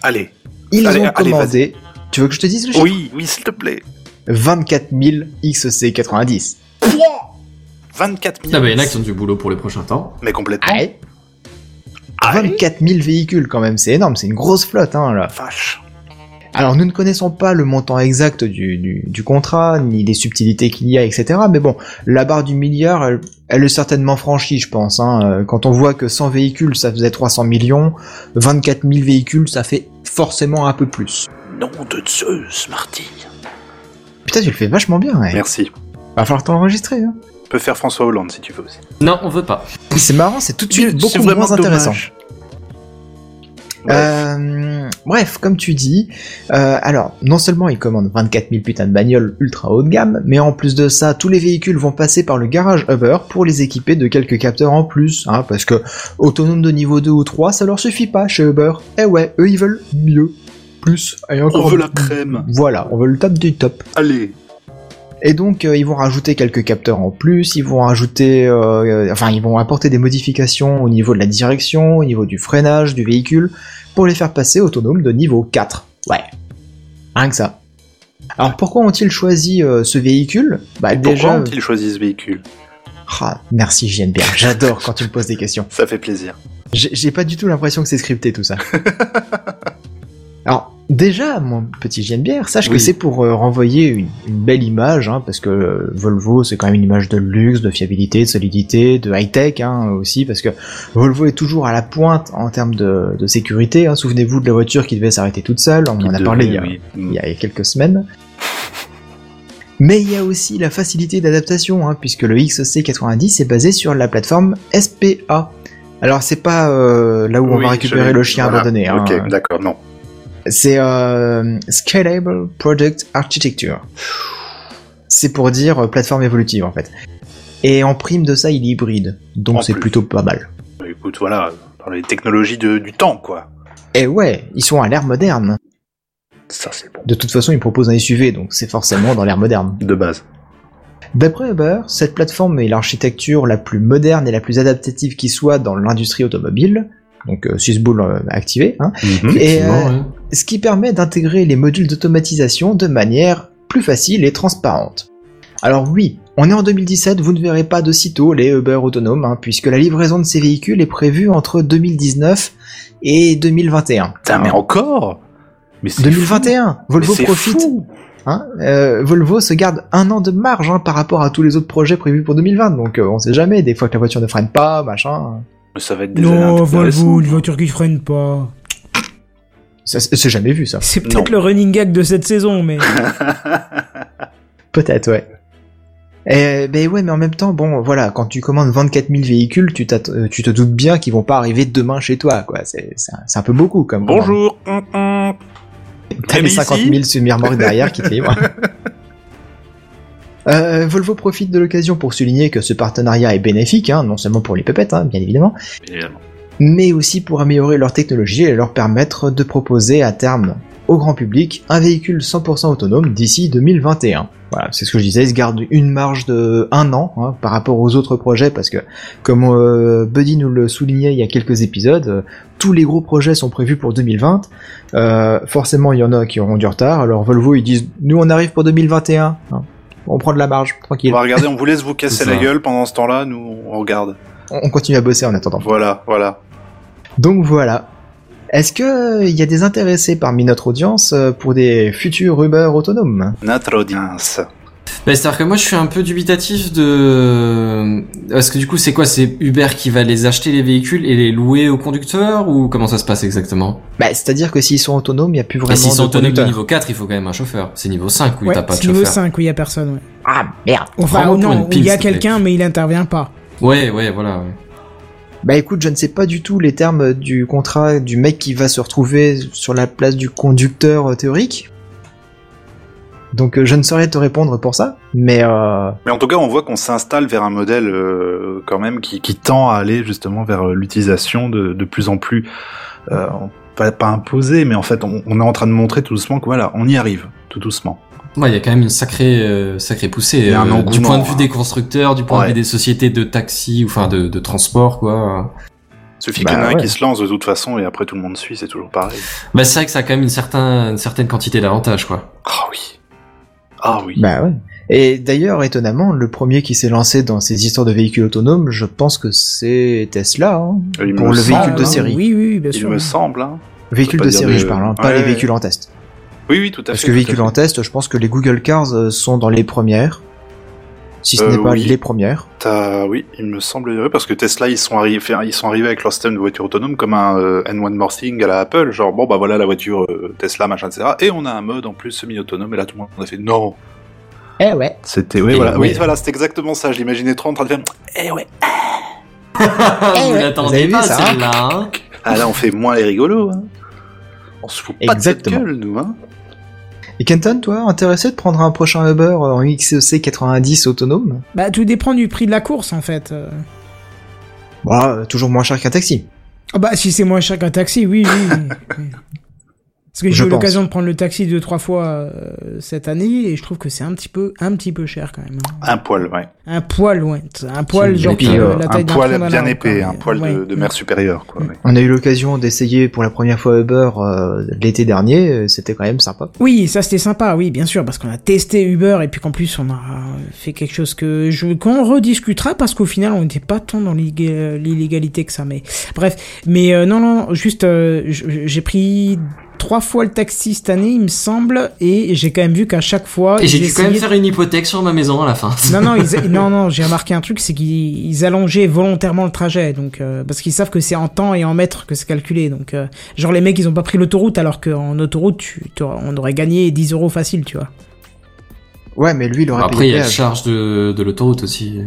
F: Allez.
D: Ils
F: Allez,
D: ont
F: allez, vas-y.
D: commandé... tu veux que je te dise le chiffre
F: Oui, oui, s'il te plaît.
D: 24 000 XC 90.
F: Pouah 24 000.
E: Ah bah, il y en a qui ont du boulot pour les prochains temps.
F: Mais complètement.
D: Ouais. 24 000 véhicules quand même, c'est énorme, c'est une grosse flotte. Hein, là.
F: Vache. Ah.
D: Alors nous ne connaissons pas le montant exact du, du- du contrat, ni les subtilités qu'il y a, etc. Mais bon, la barre du milliard, elle, elle est certainement franchie, je pense. hein. Euh, Quand on voit que 100 véhicules, ça faisait 300 millions, 24 000 véhicules, ça fait forcément un peu plus.
F: Nom de Zeus, Marty.
D: Putain, tu le fais vachement bien, ouais.
F: Merci.
D: Va falloir t'enregistrer. Hein.
F: Peut faire François Hollande si tu veux aussi.
E: Non, on veut pas.
D: C'est marrant, c'est tout de suite
F: C'est
D: beaucoup
F: vraiment
D: moins intéressant.
F: dommage.
D: Euh, bref, comme tu dis, euh, alors non seulement ils commandent 24 000 putains de bagnoles ultra haut de gamme, mais en plus de ça, tous les véhicules vont passer par le garage Uber pour les équiper de quelques capteurs en plus, hein, parce que autonome de niveau 2 ou 3, ça leur suffit pas chez Uber. Eh ouais, eux ils veulent mieux, plus, et encore.
F: On veut la crème.
D: Voilà, on veut le top du top.
F: Allez.
D: Et donc euh, ils vont rajouter quelques capteurs en plus, ils vont rajouter, euh, euh, enfin ils vont apporter des modifications au niveau de la direction, au niveau du freinage du véhicule, pour les faire passer autonomes de niveau 4. Ouais, rien que ça. Alors pourquoi ont-ils choisi euh, ce véhicule Bah
F: Pourquoi
D: déjà,
F: ont-ils choisi ce véhicule
D: Ah, merci JNBR, j'adore quand tu me poses des questions.
F: Ça fait plaisir.
D: J'ai j'ai pas du tout l'impression que c'est scripté tout ça. Alors, déjà, mon petit JNBR, sache que
E: Oui.
D: c'est pour euh, renvoyer une, une belle image, hein, parce que euh, Volvo, c'est quand même une image de luxe, de fiabilité, de solidité, de high-tech hein, aussi, parce que Volvo est toujours à la pointe en termes de, de sécurité. hein. Souvenez-vous de la voiture qui devait s'arrêter toute seule, on en a
F: Qui
D: parlé il y
F: devait,
D: a,
F: oui.
D: il y a quelques semaines. Mais il y a aussi la facilité d'adaptation, hein, puisque le XC90 est basé sur la plateforme SPA. Alors c'est pas euh, là où on
F: Oui,
D: va récupérer
F: j'avais-
D: le chien
F: voilà.
D: abandonné. hein.
F: Ok, d'accord, non.
D: C'est euh, Scalable Product Architecture. C'est pour dire euh, plateforme évolutive en fait. Et en prime de ça, il est hybride,
F: En
D: donc c'est
F: plus.
D: plutôt pas mal.
B: Bah,
F: Écoute, voilà, dans les technologies de- du temps, quoi.
D: Et ouais, ils sont à l'ère moderne.
F: Ça, c'est bon.
D: De toute façon, ils proposent un SUV, donc c'est forcément dans l'ère moderne.
F: De base.
D: D'après Uber, cette plateforme est l'architecture la plus moderne et la plus adaptative qui soit dans l'industrie automobile, donc euh, Sysbull euh, activé, hein, et,
E: Effectivement,
D: euh,
E: ouais.
D: ce qui permet d'intégrer les modules d'automatisation de manière plus facile et transparente. Alors oui, on est en 2017, vous ne verrez pas de sitôt les Uber autonomes, hein, puisque la livraison de ces véhicules est prévue entre 2019 et 2021.
F: Ah. Putain, mais encore
B: Mais c'est
D: 2021,
B: fou. Mais
D: Volvo
B: c'est
D: profite.
B: fou.
D: hein. Euh, Volvo se garde un an de marge hein, par rapport à tous les autres projets prévus pour 2020. Donc euh, on sait jamais. Des fois que la voiture ne freine pas, machin.
B: Mais ça va être des années
A: Non,
B: intéressantes.
A: Volvo, une voiture qui freine pas.
D: Ça, C'est c'est jamais vu ça.
A: C'est peut-être le running gag de cette saison, mais.
D: Peut-être, ouais. Euh, ben ouais, mais en même temps, bon, voilà, quand tu commandes 24 000 véhicules, tu, t'att- euh, tu te doutes bien qu'ils vont pas arriver demain chez toi, quoi. C'est c'est un, c'est un peu beaucoup, comme.
B: Bonjour. hum, hum.
D: T'as
B: Eh
D: les
B: bien,
D: 50
B: ici.
D: 000 semi-remorques derrière qui te livrent. Euh, Volvo profite de l'occasion pour souligner que ce partenariat est bénéfique, hein, non seulement pour les pépettes, hein, bien évidemment,
B: Évidemment.
D: mais aussi pour améliorer leur technologie et leur permettre de proposer à terme au grand public un véhicule 100% autonome d'ici 2021. Voilà, c'est ce que je disais, ils se gardent une marge de un an hein, par rapport aux autres projets parce que, comme euh, Buddy nous le soulignait il y a quelques épisodes, euh, tous les gros projets sont prévus pour 2020. Euh, forcément, il y en a qui auront du retard. Alors Volvo, ils disent, nous on arrive pour 2021. hein. On prend de la marge,
B: On
D: tranquille.
B: va regarder, on vous laisse vous
E: C'est
B: casser
E: ça.
B: la gueule pendant ce temps-là, nous on regarde.
D: On on continue à bosser en attendant.
B: Voilà, voilà.
D: Donc voilà. Est-ce que euh, il y a des intéressés parmi notre audience euh, pour des futurs Uber autonomes
B: Notre audience.
E: Bah, c'est-à-dire que moi, je suis un peu dubitatif de... Parce que du coup, c'est quoi C'est Uber qui va les acheter, les véhicules, et les louer aux conducteurs Ou comment ça se passe exactement
D: Bah, c'est-à-dire que s'ils sont autonomes, il n'y a plus
E: Et
D: vraiment
E: Bah, Ah, s'ils sont
D: de
E: autonomes de
D: conducteur.
E: niveau 4, il faut quand même un chauffeur. C'est niveau 5 où
A: ouais,
E: t'as pas de
A: c'est niveau
E: chauffeur.
A: 5, oui, y a personne, ouais.
D: Ah merde.
A: Enfin,
E: Prends-moi pour
A: non,
E: une
A: il y a
E: piste, mais-
A: quelqu'un, mais il intervient pas.
E: Ouais, ouais, voilà. ouais.
D: Bah écoute, je ne sais pas du tout les termes du contrat du mec qui va se retrouver sur la place du conducteur euh, théorique. Donc euh, je ne saurais te répondre pour ça, mais euh,
B: Mais en tout cas, on voit qu'on s'installe vers un modèle euh, quand même qui, qui tend à aller justement vers euh, l'utilisation de, de plus en plus, euh, pas, pas imposée, mais en fait, on, on est en train de montrer tout doucement que voilà, on y arrive, tout doucement.
E: Ouais, il y a quand même une sacrée, euh, sacrée poussée.
B: Il y a un
E: du
B: engouement,
E: point de vue
B: hein.
E: des constructeurs, du point de
B: Ouais.
E: vue des sociétés de taxi, ou enfin de, de transport, quoi.
B: Il suffit
D: Bah
B: qu'il y en ait un
D: ouais.
B: qui se lance de toute façon et après tout le monde suit, c'est toujours pareil.
E: Bah, c'est vrai que ça a quand même une, certain, une certaine quantité d'avantages, quoi.
B: Ah oui. Ah oui.
D: bah ouais. Et d'ailleurs, étonnamment, le premier qui s'est lancé dans ces histoires de véhicules autonomes, je pense que c'est Tesla, hein,
B: Il
D: pour
B: me
D: le
B: semble,
D: véhicule de
A: Ah,
B: hein.
D: série.
A: Oui, oui, bien
B: Il
A: sûr.
B: me semble. Hein.
D: Véhicules
B: Faut
D: de
B: pas dire
D: série,
B: de-
D: je parle, hein, pas
B: Ouais,
D: les
B: ouais.
D: véhicules en test.
B: Oui, oui, tout à fait.
D: Parce
B: tout
D: que
B: à
D: véhicules
B: fait.
D: en test, je pense que les Google Cars euh, sont dans les premières, si ce
B: Euh,
D: n'est pas
B: oui.
D: les premières.
B: T'as- oui, il me semble oui, parce que Tesla ils sont arrivés, enfin, ils sont arrivés avec leur système de voiture autonome comme un euh, and one more thing à la Apple, genre bon bah voilà la voiture euh, Tesla machin etc. Et on a un mode en plus semi-autonome et là tout le monde a fait non.
D: Eh ouais.
B: C'était oui
E: Et
B: voilà,
E: ouais.
B: oui voilà c'est exactement ça. Je l'imaginais trop en train de faire. Eh ouais.
E: vous
D: ouais, vous avez
E: l'attendiez
D: vu
E: Ah, pas,
D: ça, hein
E: celle-là, hein
B: Ah là on fait moins les rigolos. Hein. On se fout pas
D: Exactement.
B: de cette gueule nous hein.
D: Et Kenton, toi, intéressé de prendre un prochain Uber euh, en XC 90 autonome
A: Bah, tout dépend du prix de la course, en fait. euh.
D: Bah, euh, toujours moins cher qu'un taxi.
A: Ah bah, si c'est moins cher qu'un taxi, oui, oui. oui. Parce que
D: Je
A: j'ai eu
D: pense.
A: l'occasion de prendre le taxi deux, trois fois euh, cette année, et je trouve que c'est un petit peu, un petit peu cher, quand même.
B: Un poil ouais.
A: Un poil, ouais. Un poil,
E: Et
A: genre,
E: puis,
A: euh,
E: euh,
A: la taille
B: Un
A: d'un
B: poil
A: trou d'un
B: bien
A: arbre,
B: épais,
A: quoi,
B: un
A: mais-
B: poil de,
A: ouais, Mm.
B: de
A: ouais.
B: mer supérieure quoi. ouais.
D: On a eu l'occasion d'essayer pour la première fois Uber euh, l'été dernier, euh, c'était quand même sympa.
A: Oui, ça c'était sympa, oui, bien sûr, parce qu'on a testé Uber et puis qu'en plus on a fait quelque chose que je qu'on rediscutera parce qu'au final on n'était pas tant dans l'illég- l'illégalité que ça, mais bref. Mais euh, non, non, juste euh, j- j'ai pris trois fois le taxi cette année, il me semble, et j'ai quand même vu qu'à chaque fois
E: Et j'ai
A: ils
E: dû quand même
A: essayaient-
E: faire une hypothèque sur ma maison à la fin.
A: non non, ils- non non, j'ai remarqué un truc, c'est qu'ils ils allongeaient volontairement le trajet, donc euh, parce qu'ils savent que c'est en temps et en mètres que c'est calculé, donc euh, genre les mecs ils ont pas pris l'autoroute alors qu'en autoroute tu, t'aurais- on aurait gagné 10 euros facile, tu vois.
D: Ouais, mais lui, il aurait
E: Après, il
D: payé
E: y a
D: le
E: la
D: péage.
E: charge de, de l'autoroute aussi.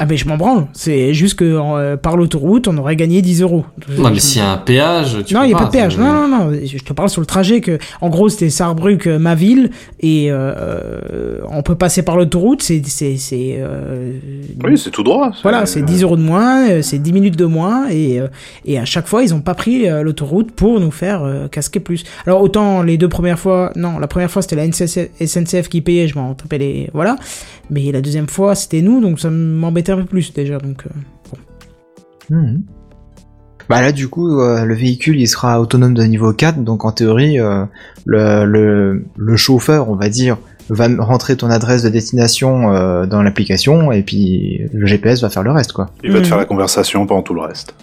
A: Ah ben je m'en branle, c'est juste que euh, par l'autoroute on aurait gagné 10 euros.
E: Non, mais s'il y a un péage, tu
A: Non,
E: peux
A: il n'y a pas de péage.
E: c'est-
A: Non, non, non. Je te parle sur le trajet que, en gros, c'était Sarrebruck, euh, ma ville, et euh, euh, on peut passer par l'autoroute. C'est, c'est, c'est. euh,
B: Oui c'est tout droit.
A: voilà, c'est 10 euros de moins, euh, c'est 10 minutes de moins, et, euh, et à chaque fois, ils n'ont pas pris euh, l'autoroute pour nous faire euh, casquer plus. Alors, autant les deux premières fois, non, la première fois, c'était la NCC SNCF qui payait, je m'en tapais les. Voilà. Mais la deuxième fois, c'était nous, donc ça m'embêtait un peu plus déjà. Donc, euh,
D: Mhm. Bah là, du coup, euh, le véhicule, il sera autonome de niveau 4, donc en théorie, euh, le, le, le chauffeur, on va dire, va m- rentrer ton adresse de destination euh, dans l'application, et puis le GPS va faire le reste, quoi.
B: Il va te
A: Mhm.
B: faire la conversation pendant tout le reste.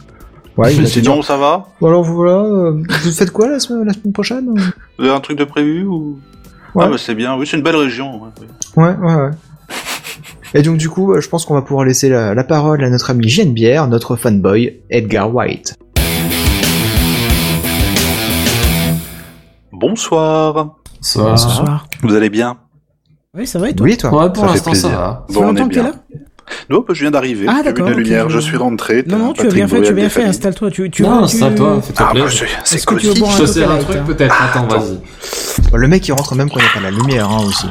D: Ouais, il va te
B: Sinon,
D: dire,
B: ça va
D: Bon, alors voilà, euh, vous faites quoi la semaine, la semaine prochaine
B: Vous avez un truc de prévu ou...
D: Ouais.
B: Ah, bah c'est bien, oui, c'est une belle région. ouais.
D: Ouais, ouais, ouais. Et donc du coup, euh, je pense qu'on va pouvoir laisser la, la parole à notre ami Bière, notre fanboy Edgar White.
B: Bonsoir,
E: Ça
A: ce soir.
B: vous allez bien
A: Oui, ça va et toi
D: Oui, toi
E: Ouais, pour
B: Ça fait
E: l'instant, ça
B: plaisir.
E: va.
A: Ça fait longtemps que t'es là
B: Non, bah, je viens d'arriver,
A: Ah,
B: j'ai vu
A: d'accord,
B: la
A: ok,
B: lumière,
A: je-
B: je suis rentré.
A: Non, non,
B: t'as
A: tu as bien fait, tu
B: Patrick
A: as
B: Bruel,
A: bien fait,
B: Stéphanie.
A: installe-toi. Tu, tu,
E: Non,
A: tu-
E: installe-toi, fais-toi
B: Ah, bah,
E: plaisir.
B: c'est- c'est
A: Est-ce que tu veux
B: cosy.
A: boire
E: Je
A: un
E: te
A: coca
E: sers un
A: light,
E: truc
A: hein.
E: peut-être, attends, vas-y.
D: Le mec il rentre même quand il n'y a pas la lumière hein, aussi.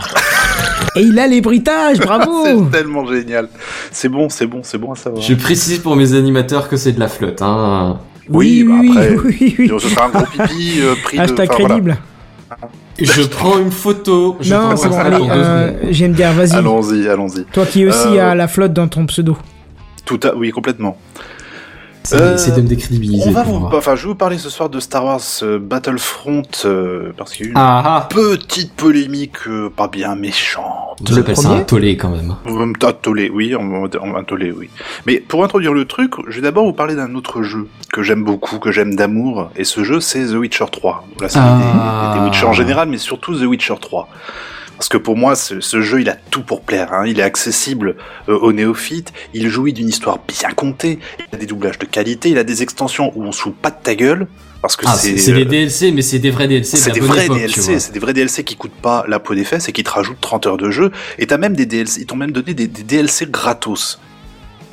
A: Et il a les britages, bravo
B: C'est tellement génial. C'est bon, c'est bon, c'est bon à savoir.
E: Je précise pour mes animateurs que c'est de la flotte, hein.
B: Oui, bah, après,
A: oui, oui,
B: Puis on se fera un gros pipi euh, pris de...
A: Hashtag
B: enfin, voilà.
A: crédible.
E: Je prends une photo, je
A: Non,
E: t'envoie
A: c'est bon,
E: ça
A: allez,
E: dans deux secondes.
A: euh, j'aime bien, vas-y.
B: Allons-y, allons-y.
A: Toi qui aussi
B: Euh,
A: a la flotte dans ton pseudo.
B: Tout à... Oui, complètement.
E: C'est
B: euh,
E: c'est de me décrédibiliser
B: On va
E: pour
B: vous...
E: moi.
B: Enfin, je vais vous parler ce soir de Star Wars euh, Battlefront, euh, parce qu'il y a eu une
E: Ah ah
B: petite polémique euh, pas bien méchante.
E: On appelle ça
D: premier
E: un tollé quand même.
B: On va toller, oui, on va- on va toller, oui. Mais pour introduire le truc, je vais d'abord vous parler d'un autre jeu que j'aime beaucoup, que j'aime d'amour, et ce jeu c'est The Witcher 3. La série
E: Ah.
B: des, des Witcher en général, mais surtout The Witcher 3. Parce que pour moi, ce, ce jeu, il a tout pour plaire. hein. Il est accessible euh, aux néophytes, il jouit d'une histoire bien comptée, il a des doublages de qualité, il a des extensions où on se fout pas de ta gueule, parce que
E: Ah,
B: c'est...
E: c'est c'est
B: euh,
E: des DLC, mais c'est des vrais DLC de
B: c'est
E: la
B: des
E: bonne
B: vrais
E: époque, tu vois.
B: DLC, c'est des vrais DLC qui coûtent pas la peau des fesses et qui te rajoutent 30 heures de jeu. Et t'as même des DLC, ils t'ont même donné des, des DLC gratos.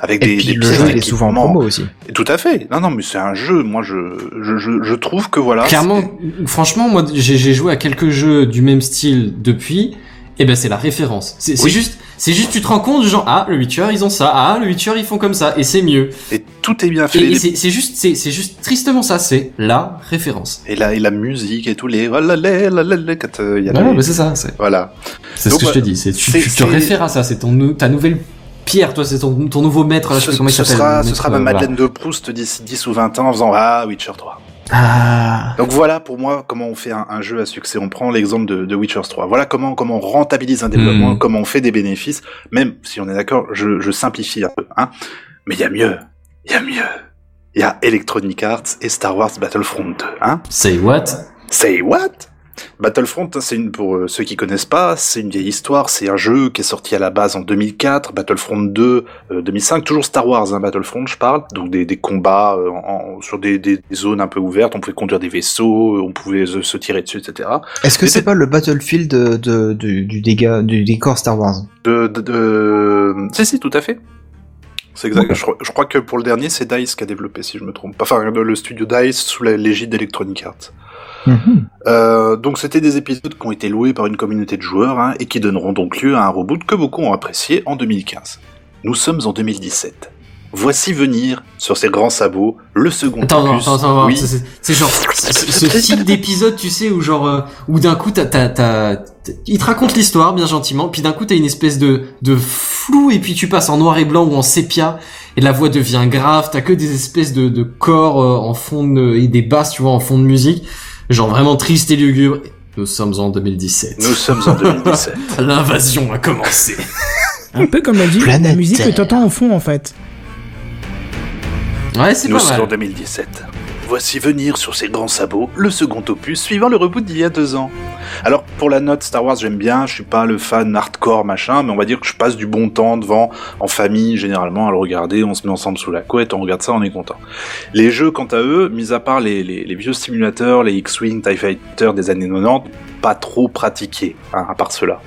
B: Avec
D: Et
B: des,
D: puis
B: des
D: le
B: pièces
D: jeu il est souvent en
B: d'équipement.
D: promo aussi.
B: Tout à fait. Non, non, mais c'est un jeu. Moi, je, je, je, je trouve que voilà.
E: Clairement,
B: c'est-
E: franchement, moi, j'ai j'ai joué à quelques jeux du même style depuis. Et ben, c'est la référence. C'est c'est
B: Oui.
E: juste, c'est juste, tu te rends compte, genre, ah, le Witcher, ils ont ça. Ah, le Witcher, ils font comme ça. Et c'est mieux.
B: Et tout est bien fait.
E: Et, et
B: Les-
E: c'est c'est juste, c'est c'est juste tristement ça. C'est la référence.
B: Et, la, et la musique et tout les. oh là là là là là, quand, euh, il y a
E: Ouais,
B: les-
E: bah, c'est ça. C'est
B: Voilà.
E: c'est ce
B: Donc,
E: que je te
B: bah,
E: dis. C'est tu,
B: c'est-
E: tu te
B: c'est-
E: réfères à ça. C'est ton, nou- ta nouvelle pierre. Toi, c'est ton, ton nouveau maître. Là, Ah, je sais
B: Ce,
E: plus comment il
B: ce
E: s'appelle.
B: sera,
E: le
B: ce
E: maître,
B: sera ma
E: euh, voilà.
B: Madeleine de Proust d'ici 10 ou 20 ans en faisant Ah, Witcher 3.
E: Ah.
B: Donc voilà pour moi comment on fait un, un jeu à succès. On prend l'exemple de, de Witcher 3. Voilà comment comment on rentabilise un développement,
E: Mm.
B: comment on fait des bénéfices. Même si on est d'accord, je, je simplifie un peu, hein. Mais il y a mieux. Il y a mieux. Il y a Electronic Arts et Star Wars Battlefront 2, hein.
E: Say what?
B: Say what Battlefront, c'est une pour euh, ceux qui connaissent pas, c'est une vieille histoire, c'est un jeu qui est sorti à la base en 2004, Battlefront 2 euh, 2005, toujours Star Wars, hein, Battlefront je parle, donc des, des combats euh, en- en- sur des, des zones un peu ouvertes, on pouvait conduire des vaisseaux, on pouvait se, se tirer dessus, etc.
D: Est-ce que
B: Mais
D: c'est
B: c'est-
D: pas le Battlefield de, de- du, du dégât du décor Star Wars
B: De, de, de- Si si, tout à fait. C'est exact. Je, crois- je crois que pour le dernier, c'est Dice qui a développé, si je me trompe. pas. Enfin, le studio Dice sous la- l'égide d'Electronic Arts.
E: Mhm.
B: Euh, donc c'était des épisodes qui ont été loués par une communauté de joueurs hein, et qui donneront donc lieu à un reboot que beaucoup ont apprécié en 2015. Nous sommes en 2017. Voici venir, sur ses grands sabots, le second
E: Attends,
B: opus.
E: attends, attends, attends,
B: Oui.
E: c'est- c'est- c'est genre c'est- c'est- ce type d'épisode, tu sais, où genre euh, où d'un coup t'as t'as t'as t'as- il te raconte l'histoire bien gentiment, puis d'un coup t'as une espèce de de flou et puis tu passes en noir et blanc ou en sépia et la voix devient grave, t'as que des espèces de de corps euh, en fond de, et des basses, tu vois, en fond de musique, genre vraiment triste et lugubre. Nous sommes en 2017.
B: Nous sommes en 2017.
E: L'invasion a commencé.
A: Un peu comme elle dit, la
D: Planète
A: musique que t'entends en fond en fait.
E: Ouais, c'est
B: Nous
E: pas
B: sommes en
E: mal.
B: 2017. Voici venir sur ses grands sabots le second opus suivant le reboot d'il y a deux ans. Alors pour la note Star Wars j'aime bien, je suis pas le fan hardcore machin, mais on va dire que je passe du bon temps devant en famille généralement à le regarder, on se met ensemble sous la couette, on regarde ça, on est content. Les jeux quant à eux, mis à part les, les- les vieux simulateurs, les X-Wing, TIE Fighter des années 90, pas trop pratiqués, hein, à part cela.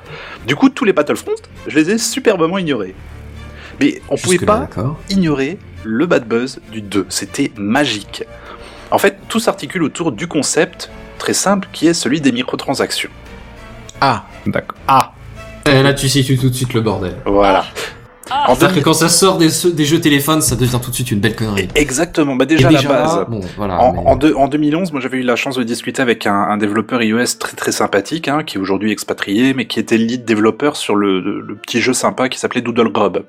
B: Du coup tous les Battlefront, je les ai superbement ignorés. Mais on pouvait
E: Jusque-là,
B: pas
E: d'accord.
B: ignorer le bad buzz du 2. C'était magique. En fait, tout s'articule autour du concept très simple qui est celui des microtransactions. Ah, d'accord. Ah,
E: Et Eh, là, tu situes tout de suite le bordel.
B: voilà. En
E: C'est-à-dire que
B: 2000
E: quand ça sort des, des jeux téléphones, ça devient tout de suite une belle connerie.
B: Exactement, bah déjà, à
E: Ah. Et
B: la base.
E: bon, voilà,
B: En,
E: Ah, mais- euh.
B: en deux- en 2011, moi j'avais eu la chance de discuter avec un, un développeur iOS très très sympathique, hein, qui est aujourd'hui expatrié, mais qui était lead développeur sur le, le- le petit jeu sympa qui s'appelait Doodle Grub.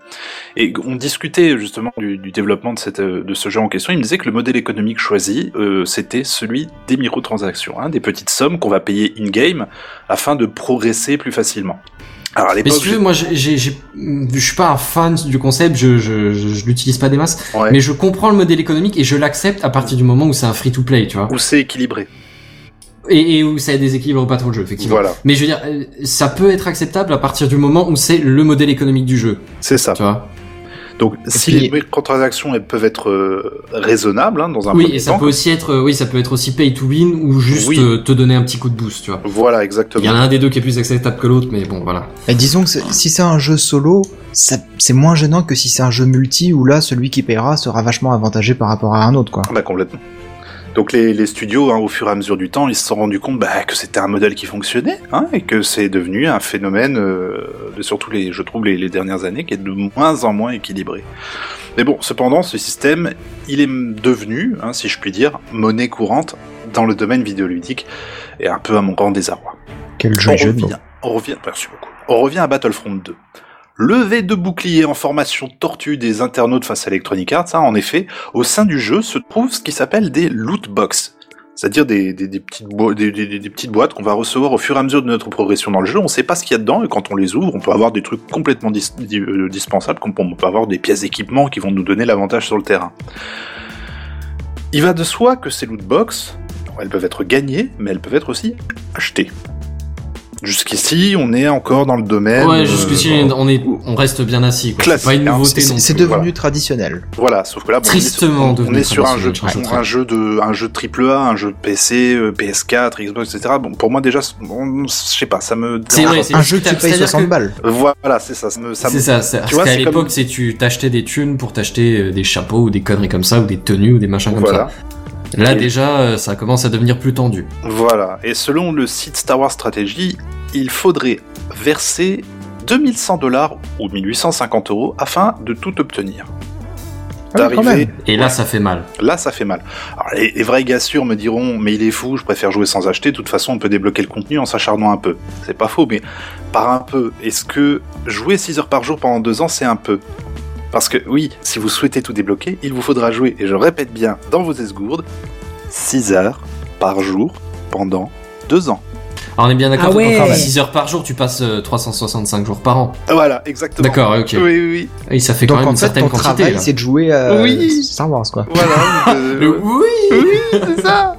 B: Et on discutait justement du, du développement de, cette, euh, de ce jeu en question. Il me disait que le modèle économique choisi, euh, c'était celui des microtransactions, hein, des petites sommes qu'on va payer in-game afin de progresser plus facilement. Alors à
E: Mais si
B: l'époque,
E: tu veux, moi, j'ai- j'ai- j'ai- je suis pas un fan du concept, je, je, je, je l'utilise pas des masses,
B: j'ai- ouais,
E: mais je comprends le modèle économique et je l'accepte à partir du moment où c'est un free-to-play, tu vois,
B: où c'est équilibré.
E: et, et où ça déséquilibre pas trop le jeu, effectivement.
B: Voilà,
E: Mais je veux dire, euh, ça peut être acceptable à partir du moment où c'est le modèle économique du jeu,
B: c'est ça.
E: tu vois.
B: Donc si
D: puis-
B: les microtransactions elles peuvent être euh, raisonnables hein, dans un
E: Oui,
B: premier
E: et ça
B: temps.
E: peut aussi être, euh, oui, ça peut être aussi pay to win ou juste
B: Oui.
E: euh, te donner un petit coup de boost, tu vois.
B: Voilà,
E: Il y
B: exactement.
E: en a un des deux qui est plus acceptable que l'autre, mais bon, voilà.
D: Et disons que c'est- si c'est un jeu solo, ça- c'est moins gênant que si c'est un jeu multi où là, celui qui paiera sera vachement avantagé par rapport à un autre, quoi.
B: Bah, complètement. Donc les, les studios, hein, au fur et à mesure du temps, ils se sont rendus compte bah, que c'était un modèle qui fonctionnait hein, et que c'est devenu un phénomène, euh, de- surtout les, je trouve les, les dernières années, qui est de moins en moins équilibré. Mais bon, cependant, ce système, il est devenu, hein, si je puis dire, monnaie courante dans le domaine vidéoludique et un peu à mon grand désarroi.
D: Quel jeu est
B: on
D: hein. jeu de mots.
B: revient, on revient, merci beaucoup. On revient à Battlefront 2. Levée de bouclier en formation tortue des internautes face à Electronic Arts, hein, en effet, au sein du jeu se trouve ce qui s'appelle des loot box. C'est-à-dire des, des- des petites boi- des, des- des- des petites boîtes qu'on va recevoir au fur et à mesure de notre progression dans le jeu. On sait pas ce qu'il y a dedans et quand on les ouvre, on peut avoir des trucs complètement dis- di- euh, dispensables, comme on peut avoir des pièces d'équipement qui vont nous donner l'avantage sur le terrain. Il va de soi que ces loot box, elles peuvent être gagnées, mais elles peuvent être aussi achetées. Jusqu'ici, on est encore dans le domaine.
E: ouais, jusqu'ici,
B: euh,
E: on est, on reste bien assis, quoi. C'est
B: Classique,
E: pas une
B: hein,
E: nouveauté
D: C'est
E: non
D: c'est- c'est
E: plus.
D: devenu
B: voilà.
D: traditionnel.
B: Voilà, sauf que là, bon, on est sur-
E: Tristement
B: on
E: devenu
B: est sur un jeu,
E: traditionnel, je
B: un jeu de, un jeu triple A, un jeu de PC, euh, PS4, Xbox, etc. Bon, pour moi déjà, bon, je sais pas, ça me.
E: C'est vrai, c'est
D: Un jeu qui
E: c'est-à-dire
D: paye
E: que-
D: 60 balles.
B: Voilà, c'est ça, ça me. ça me-
E: C'est ça, c'est- parce
B: vois,
E: qu'à
B: c'est
E: l'époque,
B: comme-
E: c'est tu t'achetais des thunes pour t'acheter euh, des chapeaux ou des conneries comme ça, ou des tenues ou des machins comme ça.
B: Voilà,
E: Là,
B: Et-
E: déjà, euh, ça commence à devenir plus tendu.
B: voilà. Et selon le site Star Wars Strategy, il faudrait verser 2100 dollars ou 1850 euros afin de tout obtenir.
D: Ah oui, quand
B: D'arriver-
E: Et là, ça fait mal.
B: Là, ça fait mal. Alors, les, les vrais gars sûrs me diront, mais il est fou, je préfère jouer sans acheter. De toute façon, on peut débloquer le contenu en s'acharnant un peu. C'est pas faux, mais par un peu. Est-ce que jouer 6 heures par jour pendant 2 ans, c'est un peu Parce que oui, si vous souhaitez tout débloquer, il vous faudra jouer, et je répète bien, dans vos esgourdes, 6 heures par jour pendant 2 ans.
E: Alors, on est bien d'accord
A: Ah
E: que
A: ouais.
E: quand tu 6 heures par jour, tu passes euh, 365 jours par an.
B: Voilà, exactement.
E: D'accord, ouais, ok.
B: Oui, oui, oui.
E: Et ça fait quand
D: Donc
E: même
D: en
E: une
D: fait,
E: certaine
D: ton
E: quantité.
D: travail,
E: là.
D: c'est de jouer à
B: Oui.
D: Star Wars, quoi.
B: Voilà. euh,
E: Le- oui
B: Oui, c'est ça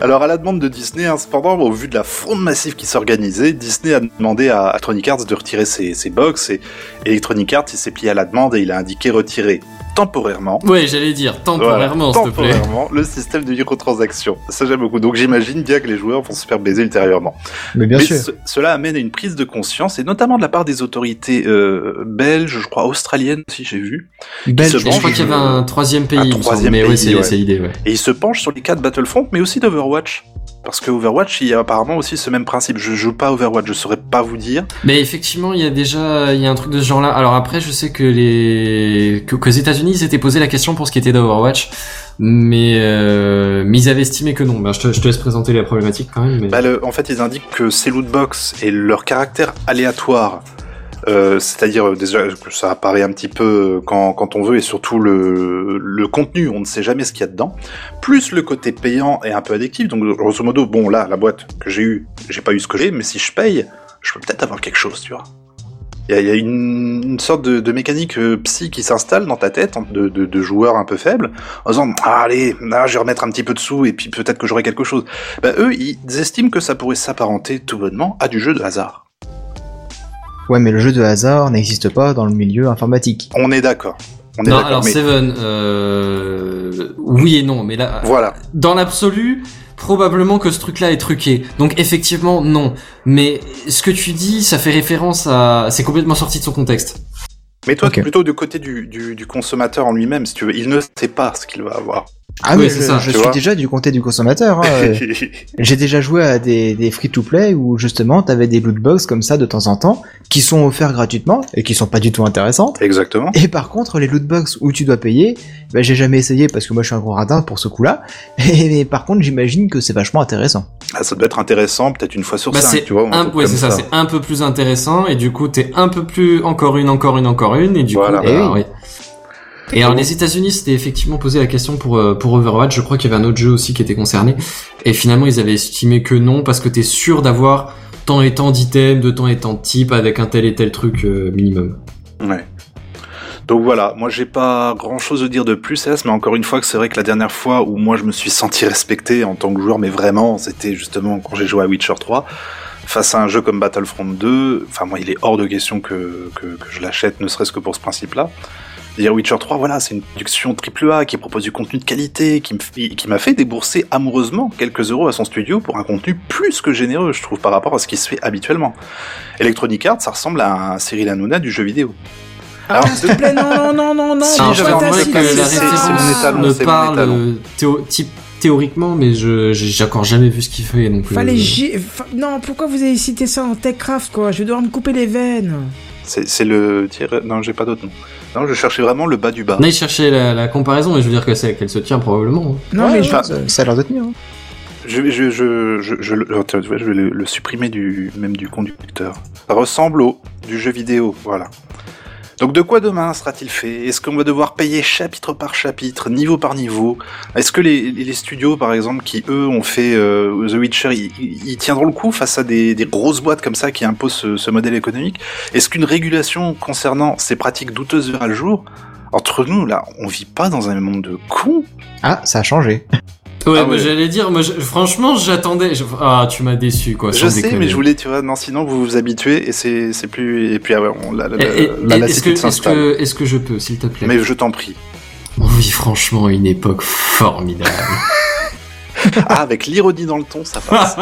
B: Alors, à la demande de Disney, hein, cependant, au vu de la fronde massive qui s'organisait, Disney a demandé à Electronic Arts de retirer ses, ses box et Electronic Arts il s'est plié à la demande et il a indiqué retirer temporairement.
E: Ouais, j'allais dire, temporairement,
B: Voilà,
E: s'il te plaît.
B: temporairement, le système de microtransactions. Ça, j'aime beaucoup. Donc, j'imagine bien que les joueurs vont se faire baiser ultérieurement.
D: Mais bien
B: Mais
D: sûr.
B: ce- cela amène à une prise de conscience, et notamment de la part des autorités euh, belges, je crois australiennes, si j'ai vu,
D: Belge,
B: se
E: Et je crois
B: je-
E: qu'il y avait un troisième pays,
B: un
E: il me semble,
B: troisième
E: mais
B: pays,
E: ouais, c'est
B: ouais.
E: c'est l'idée, ouais.
B: Et il se penche sur les cas de Battlefront, mais aussi d'Overwatch. Parce que Overwatch, il y a apparemment aussi ce même principe. Je joue pas à Overwatch, je saurais pas vous dire.
E: Mais effectivement, il y a déjà il y a un truc de ce genre-là. Alors après, je sais que les que, qu'aux États-Unis, ils s'étaient posé la question pour ce qui était d'Overwatch, mais euh, mais ils avaient estimé que non. Bah, je, te, je te laisse présenter la problématique quand même. Mais...
B: Bah, le- en fait, ils indiquent que ces lootbox et leur caractère aléatoire, euh, c'est-à-dire euh, déjà que ça apparaît un petit peu euh, quand, quand on veut, et surtout le, le contenu, on ne sait jamais ce qu'il y a dedans, plus le côté payant est un peu addictif. Donc, grosso modo, bon, là, la boîte que j'ai eue, j'ai pas eu ce que j'ai, mais si je paye, je peux peut-être avoir quelque chose, tu vois. Il y a, il y a une, une sorte de, de mécanique euh, psy qui s'installe dans ta tête, en- de, de, de joueur un peu faible, en disant ah, allez, là, je vais remettre un petit peu de sous et puis peut-être que j'aurai quelque chose. Bah, eux, ils estiment que ça pourrait s'apparenter tout bonnement à du jeu de hasard.
D: Ouais, mais le jeu de hasard n'existe pas dans le milieu informatique.
B: On est d'accord. On est
E: non,
B: d'accord.
E: alors
B: Mais
E: Seven, euh, oui et non, mais là,
B: voilà,
E: dans l'absolu, probablement que ce truc-là est truqué. Donc effectivement, non. Mais ce que tu dis, ça fait référence à, c'est complètement sorti de son contexte.
B: mais toi,
D: Ok.
B: t'es plutôt du côté du, du, du consommateur en lui-même, si tu veux, il ne sait pas ce qu'il va avoir.
D: Ah
E: Oui,
D: mais
E: c'est
D: je,
E: ça,
D: je
B: tu
D: suis
B: vois.
D: déjà du comté du consommateur. hein, euh, J'ai déjà joué à des, des free-to-play où justement t'avais des loot box comme ça de temps en temps qui sont offerts gratuitement et qui sont pas du tout intéressantes.
B: Exactement.
D: Et par contre, les loot box où tu dois payer, bah, j'ai jamais essayé parce que moi je suis un gros radin pour ce coup-là. Et, mais par contre, j'imagine que c'est vachement intéressant.
B: Ah, ça doit être intéressant, peut-être une fois sur
E: Bah,
B: cinq,
E: c'est
B: tu vois. ou un
E: un,
B: truc
E: ouais,
B: comme
E: c'est ça, c'est un peu plus intéressant et du coup t'es un peu plus encore une, encore une, encore une et du
B: Voilà.
E: coup.
D: Eh
E: bah, ouais. Et alors les États-Unis s'étaient effectivement posé la question pour euh, pour Overwatch. Je crois qu'il y avait un autre jeu aussi qui était concerné et finalement ils avaient estimé que non parce que t'es sûr d'avoir tant et tant d'items, de tant et tant de types, avec un tel et tel truc euh, minimum.
B: Ouais. Donc voilà, moi j'ai pas grand chose à dire de plus, hélas, mais encore une fois que c'est vrai que la dernière fois où moi je me suis senti respecté en tant que joueur, mais vraiment, c'était justement quand j'ai joué à Witcher 3, face à un jeu comme Battlefront 2, enfin moi il est hors de question que, que, que je l'achète, ne serait-ce que pour ce principe-là. Dire Witcher 3, voilà, c'est une production AAA qui propose du contenu de qualité, qui me fait- qui m'a fait débourser amoureusement quelques euros à son studio pour un contenu plus que généreux, je trouve, par rapport à ce qui se fait habituellement. Electronic Arts, ça ressemble à un Cyril Hanouna du jeu vidéo. Alors,
A: S'il te plaît, non, non, non, non, non.
E: Si,
A: non,
E: je
A: pas
E: j'aimerais
A: t'assis,
E: que la
A: c'est
E: référence
A: ça.
B: c'est mon étalon,
E: ne
B: c'est mon
E: parle
B: étalon.
E: euh, théo- type- théoriquement, mais je j'ai encore jamais vu ce qu'il fait. Donc, euh,
A: Fallait gé- fa- Non, pourquoi vous avez cité ça en Techcraft, quoi Je vais devoir me couper les veines.
B: C'est c'est le tir. Non, j'ai pas d'autre nom. Non, je cherchais vraiment le bas du bas.
E: On aille chercher la, la comparaison, mais je veux dire que c'est qu'elle se tient probablement. hein.
A: Non,
D: Ouais,
A: mais
D: ouais,
A: je-
B: enfin,
D: ça, ça a l'air de tenir. hein.
B: Je, je, je, je, je, le- attends, tu vois, je vais le, le supprimer du même du conducteur. Ça ressemble au du jeu vidéo, voilà. Donc de quoi demain sera-t-il fait Est-ce qu'on va devoir payer chapitre par chapitre, niveau par niveau Est-ce que les, les studios, par exemple, qui eux ont fait euh, The Witcher, ils, ils- ils tiendront le coup face à des, des grosses boîtes comme ça qui imposent ce, ce modèle économique Est-ce qu'une régulation concernant ces pratiques douteuses verra le jour entre nous, là, on vit pas dans un monde de cons.
D: Ah, ça a changé.
E: Ouais,
B: Ah
E: mais
B: ouais.
E: j'allais dire, moi, je- franchement, j'attendais. je- Ah, tu m'as déçu, quoi.
B: Je
E: sans
B: sais,
E: déconner.
B: mais je voulais, tu vois, non, sinon vous vous habituez et c'est c'est plus. Et puis, ah ouais, on, la, la,
E: Eh, eh,
B: bah, la
E: Est-ce que,
B: lassitude
E: est-ce
B: s'installe.
E: que, est-ce que je peux, s'il te plaît
B: Mais je t'en prie.
E: On vit franchement une époque formidable.
B: Ah, avec l'ironie dans le ton, ça passe.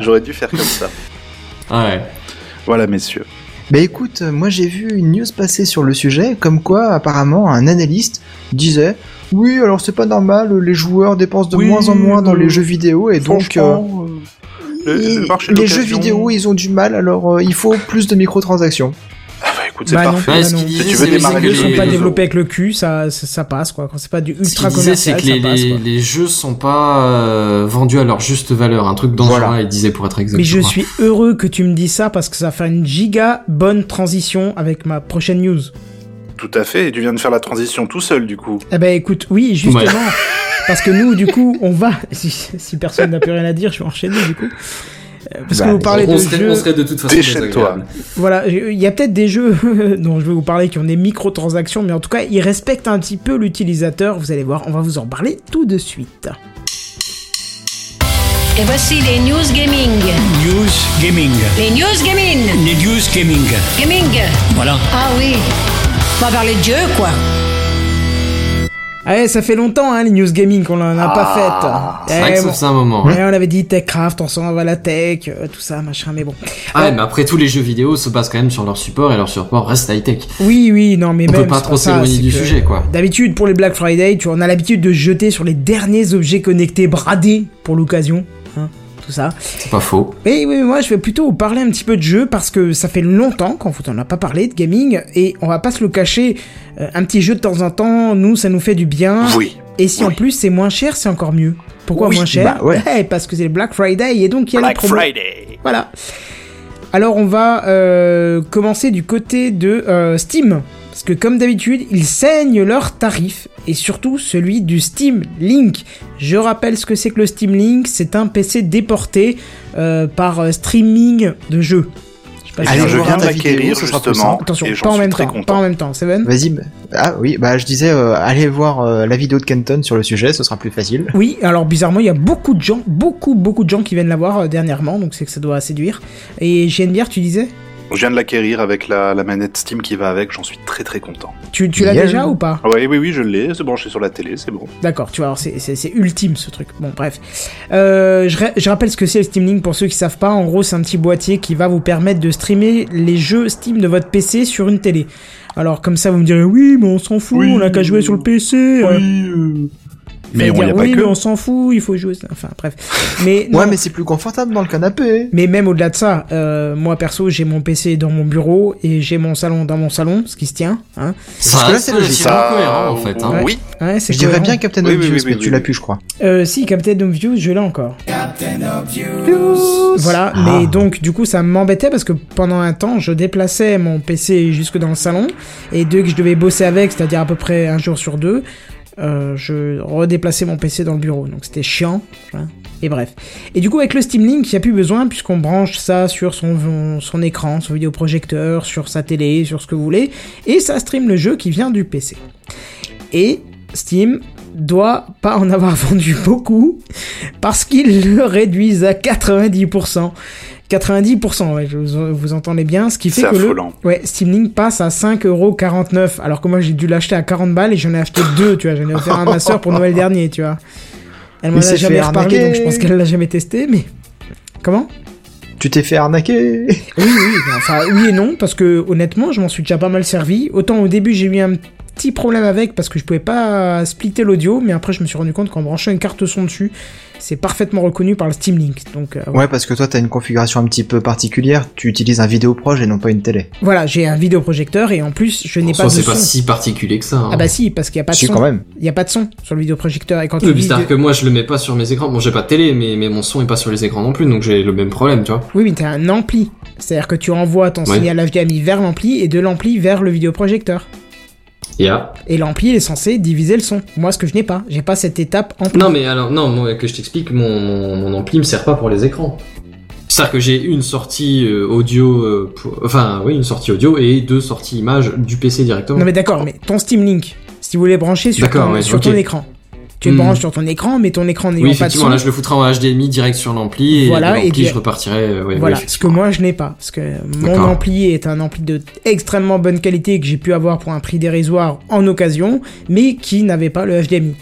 B: J'aurais dû faire comme ça.
E: Ah ouais.
B: Voilà, messieurs.
D: Bah écoute, euh, moi j'ai vu une news passer sur le sujet, comme quoi apparemment un analyste disait oui, alors c'est pas normal, les joueurs dépensent de
B: Oui,
D: moins en moins dans
B: mais
D: les jeux vidéo et donc euh,
B: Franchement, euh, le- le
D: ils-
B: marché
D: les
B: d'occasion-
D: jeux vidéo ils ont du mal, alors euh, il faut plus de microtransactions.
B: Ah, bah écoute, c'est
A: Bah non.
B: parfait.
E: Ouais, ce
A: non.
E: qu'il
B: Si
E: disait,
B: tu veux
E: c'est
A: Les
E: c'est
B: démarrer
E: que
A: jeux
B: les
A: sont
B: jeux
A: pas
B: vidéo.
A: développés avec le cul, ça, ça, ça passe, quoi. Quand c'est pas du
E: Ce qu'il
A: ultra
E: disait, c'est
A: commercial,
E: que
A: ça
E: les,
A: passe,
E: les-
A: quoi.
E: les jeux sont pas euh, vendus à leur juste valeur. Un truc dans ce
D: Voilà.
E: genre-là, il disait pour être exact.
A: Mais je
E: crois.
A: suis heureux que tu me dis ça parce que ça fait une giga bonne transition avec ma prochaine news.
B: Tout à fait, et tu viens de faire la transition tout seul, du coup.
A: Eh ben écoute, oui, justement.
E: Ouais.
A: Parce que nous, du coup, on va. Si, si personne n'a plus rien à dire, je vais enchaîner, du coup. Euh, Parce
D: Bah,
A: que vous parlez de
E: on, serait,
A: jeux.
E: on serait de toute façon.
B: Déchaîne-toi.
E: désagréable.
A: Voilà, il y a peut-être des jeux dont je vais vous parler qui ont des microtransactions, mais en tout cas, ils respectent un petit peu l'utilisateur. Vous allez voir, on va vous en parler tout de suite.
C: Et voici les news gaming.
H: News Gaming.
C: Les news gaming.
H: Les News Gaming.
C: Gaming.
H: Voilà.
C: Ah oui. On va parler de Dieu, quoi.
A: Ah ouais, ça fait longtemps, hein, les news gaming qu'on en a pas faites.
E: Ah, C'est vrai que
A: Eh,
E: ça
A: bon.
E: faisait un moment. hein.
A: Eh, on avait dit Techcraft, on s'en va à la tech, euh, tout ça, machin, mais bon.
E: Ah ouais, mais après, tous les jeux vidéo se basent quand même sur leur support et leur support reste high-tech.
A: Oui, oui, non, mais
E: On
A: même.
E: peut pas
A: Eh ben, c'est
E: trop
A: ça,
E: s'éloigner
A: c'est
E: du
A: que
E: sujet, quoi.
A: D'habitude, pour les Black Friday, tu vois, on a l'habitude de jeter sur les derniers objets connectés bradés pour l'occasion, hein, tout ça.
E: C'est pas faux.
A: Et oui, moi je vais plutôt vous parler un petit peu de jeu parce que ça fait longtemps qu'on vous en a pas parlé de gaming et on va pas se le cacher, euh, un petit jeu de temps en temps, nous ça nous fait du bien.
B: Oui.
A: Et si en
B: oui.
A: plus c'est moins cher, c'est encore mieux. Pourquoi
D: Oui,
A: moins cher
D: bah ouais.
A: Eh, Parce que c'est le Black Friday et donc il y a les
J: Black
A: promos.
J: Friday.
A: Voilà. Alors on va euh, commencer du côté de euh, Steam. Parce que comme d'habitude, ils saignent leurs tarifs et surtout celui du Steam Link. Je rappelle ce que c'est que le Steam Link, c'est un PC déporté euh, par euh, streaming de jeux. Je sais pas
B: Eh
A: si
D: Allez
B: bien,
A: vous-
B: je
D: voir
B: viens
D: ta vidéo,
B: d'acquérir,
D: ce sera plus
B: justement.
D: simple.
A: Attention,
B: et
A: pas
B: j'en
A: en
B: suis
A: même
B: très
A: temps, pas en
B: content.
A: même temps, Seven.
D: Vas-y, bah- ah oui, bah je disais, euh, allez voir euh, la vidéo de Kenton sur le sujet, ce sera plus facile.
A: Oui, alors bizarrement, il y a beaucoup de gens, beaucoup, beaucoup de gens qui viennent la voir euh, dernièrement, donc c'est que ça doit séduire. Et JNBR, tu disais
B: Je viens de l'acquérir avec la, la manette Steam qui va avec, j'en suis très très content.
A: Tu, tu l'as
D: Bien.
A: déjà ou pas
B: Ah Ouais, oui, oui, je l'ai, c'est branché sur la télé, c'est bon.
A: D'accord, tu vois, alors c'est- c'est c'est ultime ce truc. Bon, bref. Euh, je, ra- je rappelle ce que c'est le Steam Link pour ceux qui savent pas. En gros, c'est un petit boîtier qui va vous permettre de streamer les jeux Steam de votre PC sur une télé. Alors, comme ça, vous me direz, oui, mais on s'en fout,
B: Oui,
A: on a qu'à jouer sur le PC. euh. Vous
B: Mais
A: allez
B: on
A: dire,
B: y a pas
A: oui,
B: que.
A: mais on s'en fout, il faut jouer. Enfin, bref. Mais, non,
D: Ouais, mais c'est plus confortable dans le canapé.
A: mais même au-delà de ça, euh, moi perso, j'ai mon PC dans mon bureau et j'ai mon salon dans mon salon, ce qui se tient. Hein.
E: Ça
D: que là,
E: reste
D: c'est logique.
E: relativement cohérent, en fait. hein.
B: Oui,
A: Ouais, c'est
D: Je dirais
A: cohérent.
D: bien Captain
B: Oui, oui,
D: Obvious,
B: oui, oui,
D: mais
B: oui,
D: tu l'as
B: oui.
D: plus, je crois.
A: Euh, si, Captain Obvious, je l'ai encore. Voilà,
D: Ah.
A: mais donc du coup ça m'embêtait parce que pendant un temps je déplaçais mon PC jusque dans le salon et dès que je devais bosser avec, c'est-à-dire à peu près un jour sur deux, euh, je redéplaçais mon PC dans le bureau. Donc c'était chiant. hein. Et bref. Et du coup, avec le Steam Link, il n'y a plus besoin, puisqu'on branche ça sur son, son écran, son vidéoprojecteur, sur sa télé, sur ce que vous voulez, et ça stream le jeu qui vient du PC. Et Steam doit pas en avoir vendu beaucoup, parce qu'ils le réduisent à 90%. 90%, ouais, je vous, vous entendez bien, ce qui fait
F: C'est
A: que le,
F: affolant.
A: ouais, Steam Link passe à 5,49€, alors que moi j'ai dû l'acheter à 40 balles et j'en ai acheté deux, tu vois, j'en ai offert un à ma soeur pour Noël dernier, tu vois. Elle m'en
D: Il
A: a
D: s'est
A: jamais
D: fait
A: reparlé, donc
D: arnaquer.
A: je pense qu'elle l'a jamais testé, mais... Comment
D: Tu t'es fait arnaquer
A: oui, oui, ben, enfin, oui et non, parce que honnêtement, je m'en suis déjà pas mal servi. Autant au début, j'ai eu un petit problème avec parce que je pouvais pas splitter l'audio, mais après, je me suis rendu compte qu'en branchant une carte son dessus, c'est parfaitement reconnu par le Steam Link. Donc euh,
D: Ouais, parce que toi, t'as une configuration un petit peu particulière. Tu utilises un vidéoproche et non pas une télé.
A: voilà, j'ai un vidéoprojecteur et en plus, je n'ai
E: En
A: pas
E: soi,
A: de
E: c'est
A: son.
E: pas si particulier que ça. hein.
A: Ah bah si, parce qu'il y a pas de
D: Si,
A: son.
D: quand même.
A: Il y a pas de son sur le vidéoprojecteur et quand
E: Oui,
A: tu
E: mais
A: dis
E: c'est-à-dire
A: de-
E: que moi je le mets pas sur mes écrans. Bon, j'ai pas de télé, mais, mais mon son est pas sur les écrans non plus, donc j'ai le même problème, tu vois.
A: oui, mais t'as un ampli. C'est-à-dire que tu envoies ton
E: Ouais.
A: signal HDMI vers l'ampli et de l'ampli vers le vidéoprojecteur.
E: Yeah.
A: Et l'ampli il est censé diviser le son. Moi, ce que je n'ai pas, j'ai pas cette étape ampli.
E: Non, mais alors, non, moi, que je t'explique, mon, mon, mon ampli me sert pas pour les écrans. C'est-à-dire que j'ai une sortie euh, audio, euh, pour- enfin, oui, une sortie audio et deux sorties images du PC directement.
A: Non mais d'accord, mais ton Steam Link, si vous voulez brancher sur,
E: D'accord,
A: ton,
E: ouais,
A: sur
E: ok.
A: ton écran. Tu le
E: Hmm.
A: branches sur ton écran, mais ton écran n'ayant
E: oui,
A: pas de
E: effectivement,
A: son.
E: là je le foutrai en HDMI direct sur l'ampli et
A: Voilà,
E: de l'ampli
A: et
E: je repartirai. euh, ouais,
A: voilà,
E: oui,
A: ce que moi je n'ai pas. Parce que mon
E: D'accord.
A: ampli est un ampli de extrêmement bonne qualité que j'ai pu avoir pour un prix dérisoire en occasion, mais qui n'avait pas le HDMI.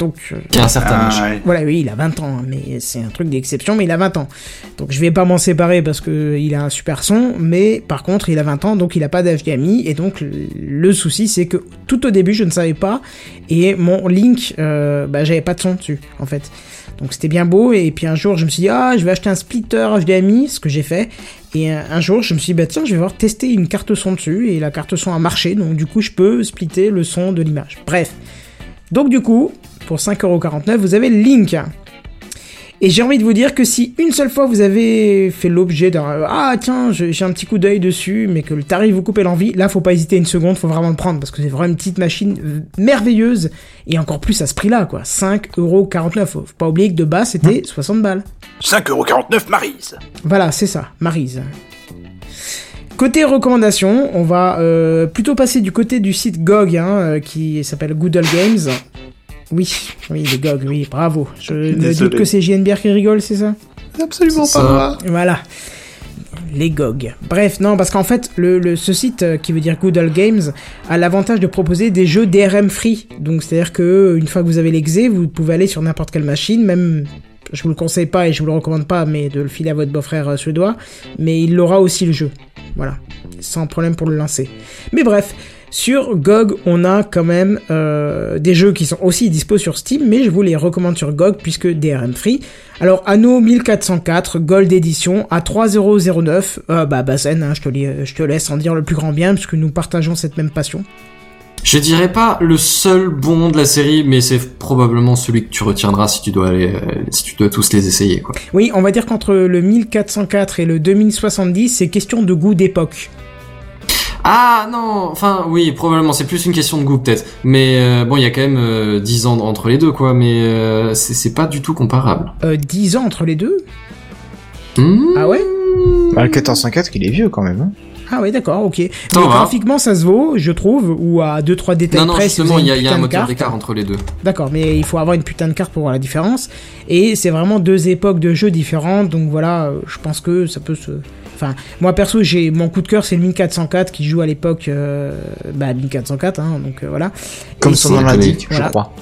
A: Donc euh,
E: Qui a un certain âge.
F: ouais.
A: voilà, oui, il a 20 ans, hein, mais c'est un truc d'exception, mais il a 20 ans. Donc je vais pas m'en séparer parce que il a un super son, mais par contre il a 20 ans, donc il a pas d'HDMI, et donc le- le souci c'est que tout au début je ne savais pas, et mon link, euh, bah, j'avais pas de son dessus, en fait. Donc c'était bien beau, et puis un jour je me suis dit, ah, je vais acheter un splitter HDMI, ce que j'ai fait, et un un jour je me suis dit, bah tiens, je vais voir tester une carte son dessus, et la carte son a marché, donc du coup je peux splitter le son de l'image. Bref. Donc du coup, pour 5,49€, vous avez le link. Et j'ai envie de vous dire que si une seule fois vous avez fait l'objet d'un ah tiens je- j'ai un petit coup d'œil dessus mais que le tarif vous coupe l'envie, là faut pas hésiter une seconde, faut vraiment le prendre parce que c'est vraiment une petite machine euh, merveilleuse et encore plus à ce prix-là quoi, 5,49€. Faut faut pas oublier que de base c'était 60 balles.
B: 5,49€ Maryse.
A: Voilà, c'est ça, Marise. Côté recommandations, on va euh, plutôt passer du côté du site GOG hein, euh, qui s'appelle Good Old Games. Oui, oui, le GOG, oui, bravo. Je me doute
F: Désolé.
A: que c'est JNBR qui rigole, c'est ça
F: Absolument
E: C'est
F: pas
E: ça.
F: moi.
A: Voilà. Les GOG. Bref, non, parce qu'en fait, le, le- ce site euh, qui veut dire Good Old Games a l'avantage de proposer des jeux DRM free. Donc, c'est-à-dire que euh, une fois que vous avez l'exé, vous pouvez aller sur n'importe quelle machine, même. Je vous le conseille pas et je vous le recommande pas, mais de le filer à votre beau-frère euh, suédois. Mais il l'aura aussi le jeu. Voilà. Sans problème pour le lancer. Mais bref, sur GOG, on a quand même euh, des jeux qui sont aussi dispo sur Steam, mais je vous les recommande sur GOG puisque DRM free. Alors, Anno 1404, Gold Edition, à 3009. Euh, bah, Bazen, hein, je, te li- je te laisse en dire le plus grand bien puisque nous partageons cette même passion.
E: Je dirais pas le seul bon de la série, mais c'est probablement celui que tu retiendras si tu dois aller, euh, si tu dois tous les essayer, quoi.
A: Oui, on va dire qu'entre le 1404 et le 2070, c'est question de goût d'époque.
E: Ah non, enfin oui, probablement, c'est plus une question de goût peut-être. Mais euh, bon, il y a quand même euh, 10 ans entre les deux, quoi, mais euh, c'est- c'est pas du tout comparable.
A: Euh, 10 ans entre les deux
E: Hmm
A: Ah ouais
D: Bah, le 1404, il est vieux quand même. hein.
A: Ah ouais, d'accord, ok.
E: Ça
A: Mais
E: va.
A: graphiquement, ça se vaut, je trouve, ou à 2-3 détails
E: non, non,
A: près, si vous
E: justement,
A: avez
E: il y a,
A: une
E: il y a un
A: putain de
E: moteur
A: carte.
E: d'écart entre les deux.
A: D'accord, mais il faut avoir une putain de carte pour voir la différence. Et c'est vraiment deux époques de jeux différentes, donc voilà, euh, je pense que ça peut se. Enfin, moi perso, j'ai mon coup de cœur, c'est le 1404 qui joue à l'époque, euh, bah 1404, hein, donc euh, voilà.
D: Comme
A: Et
D: son
E: c'est
D: nom
E: étonné.
D: l'indique, je
A: Voilà.
D: crois.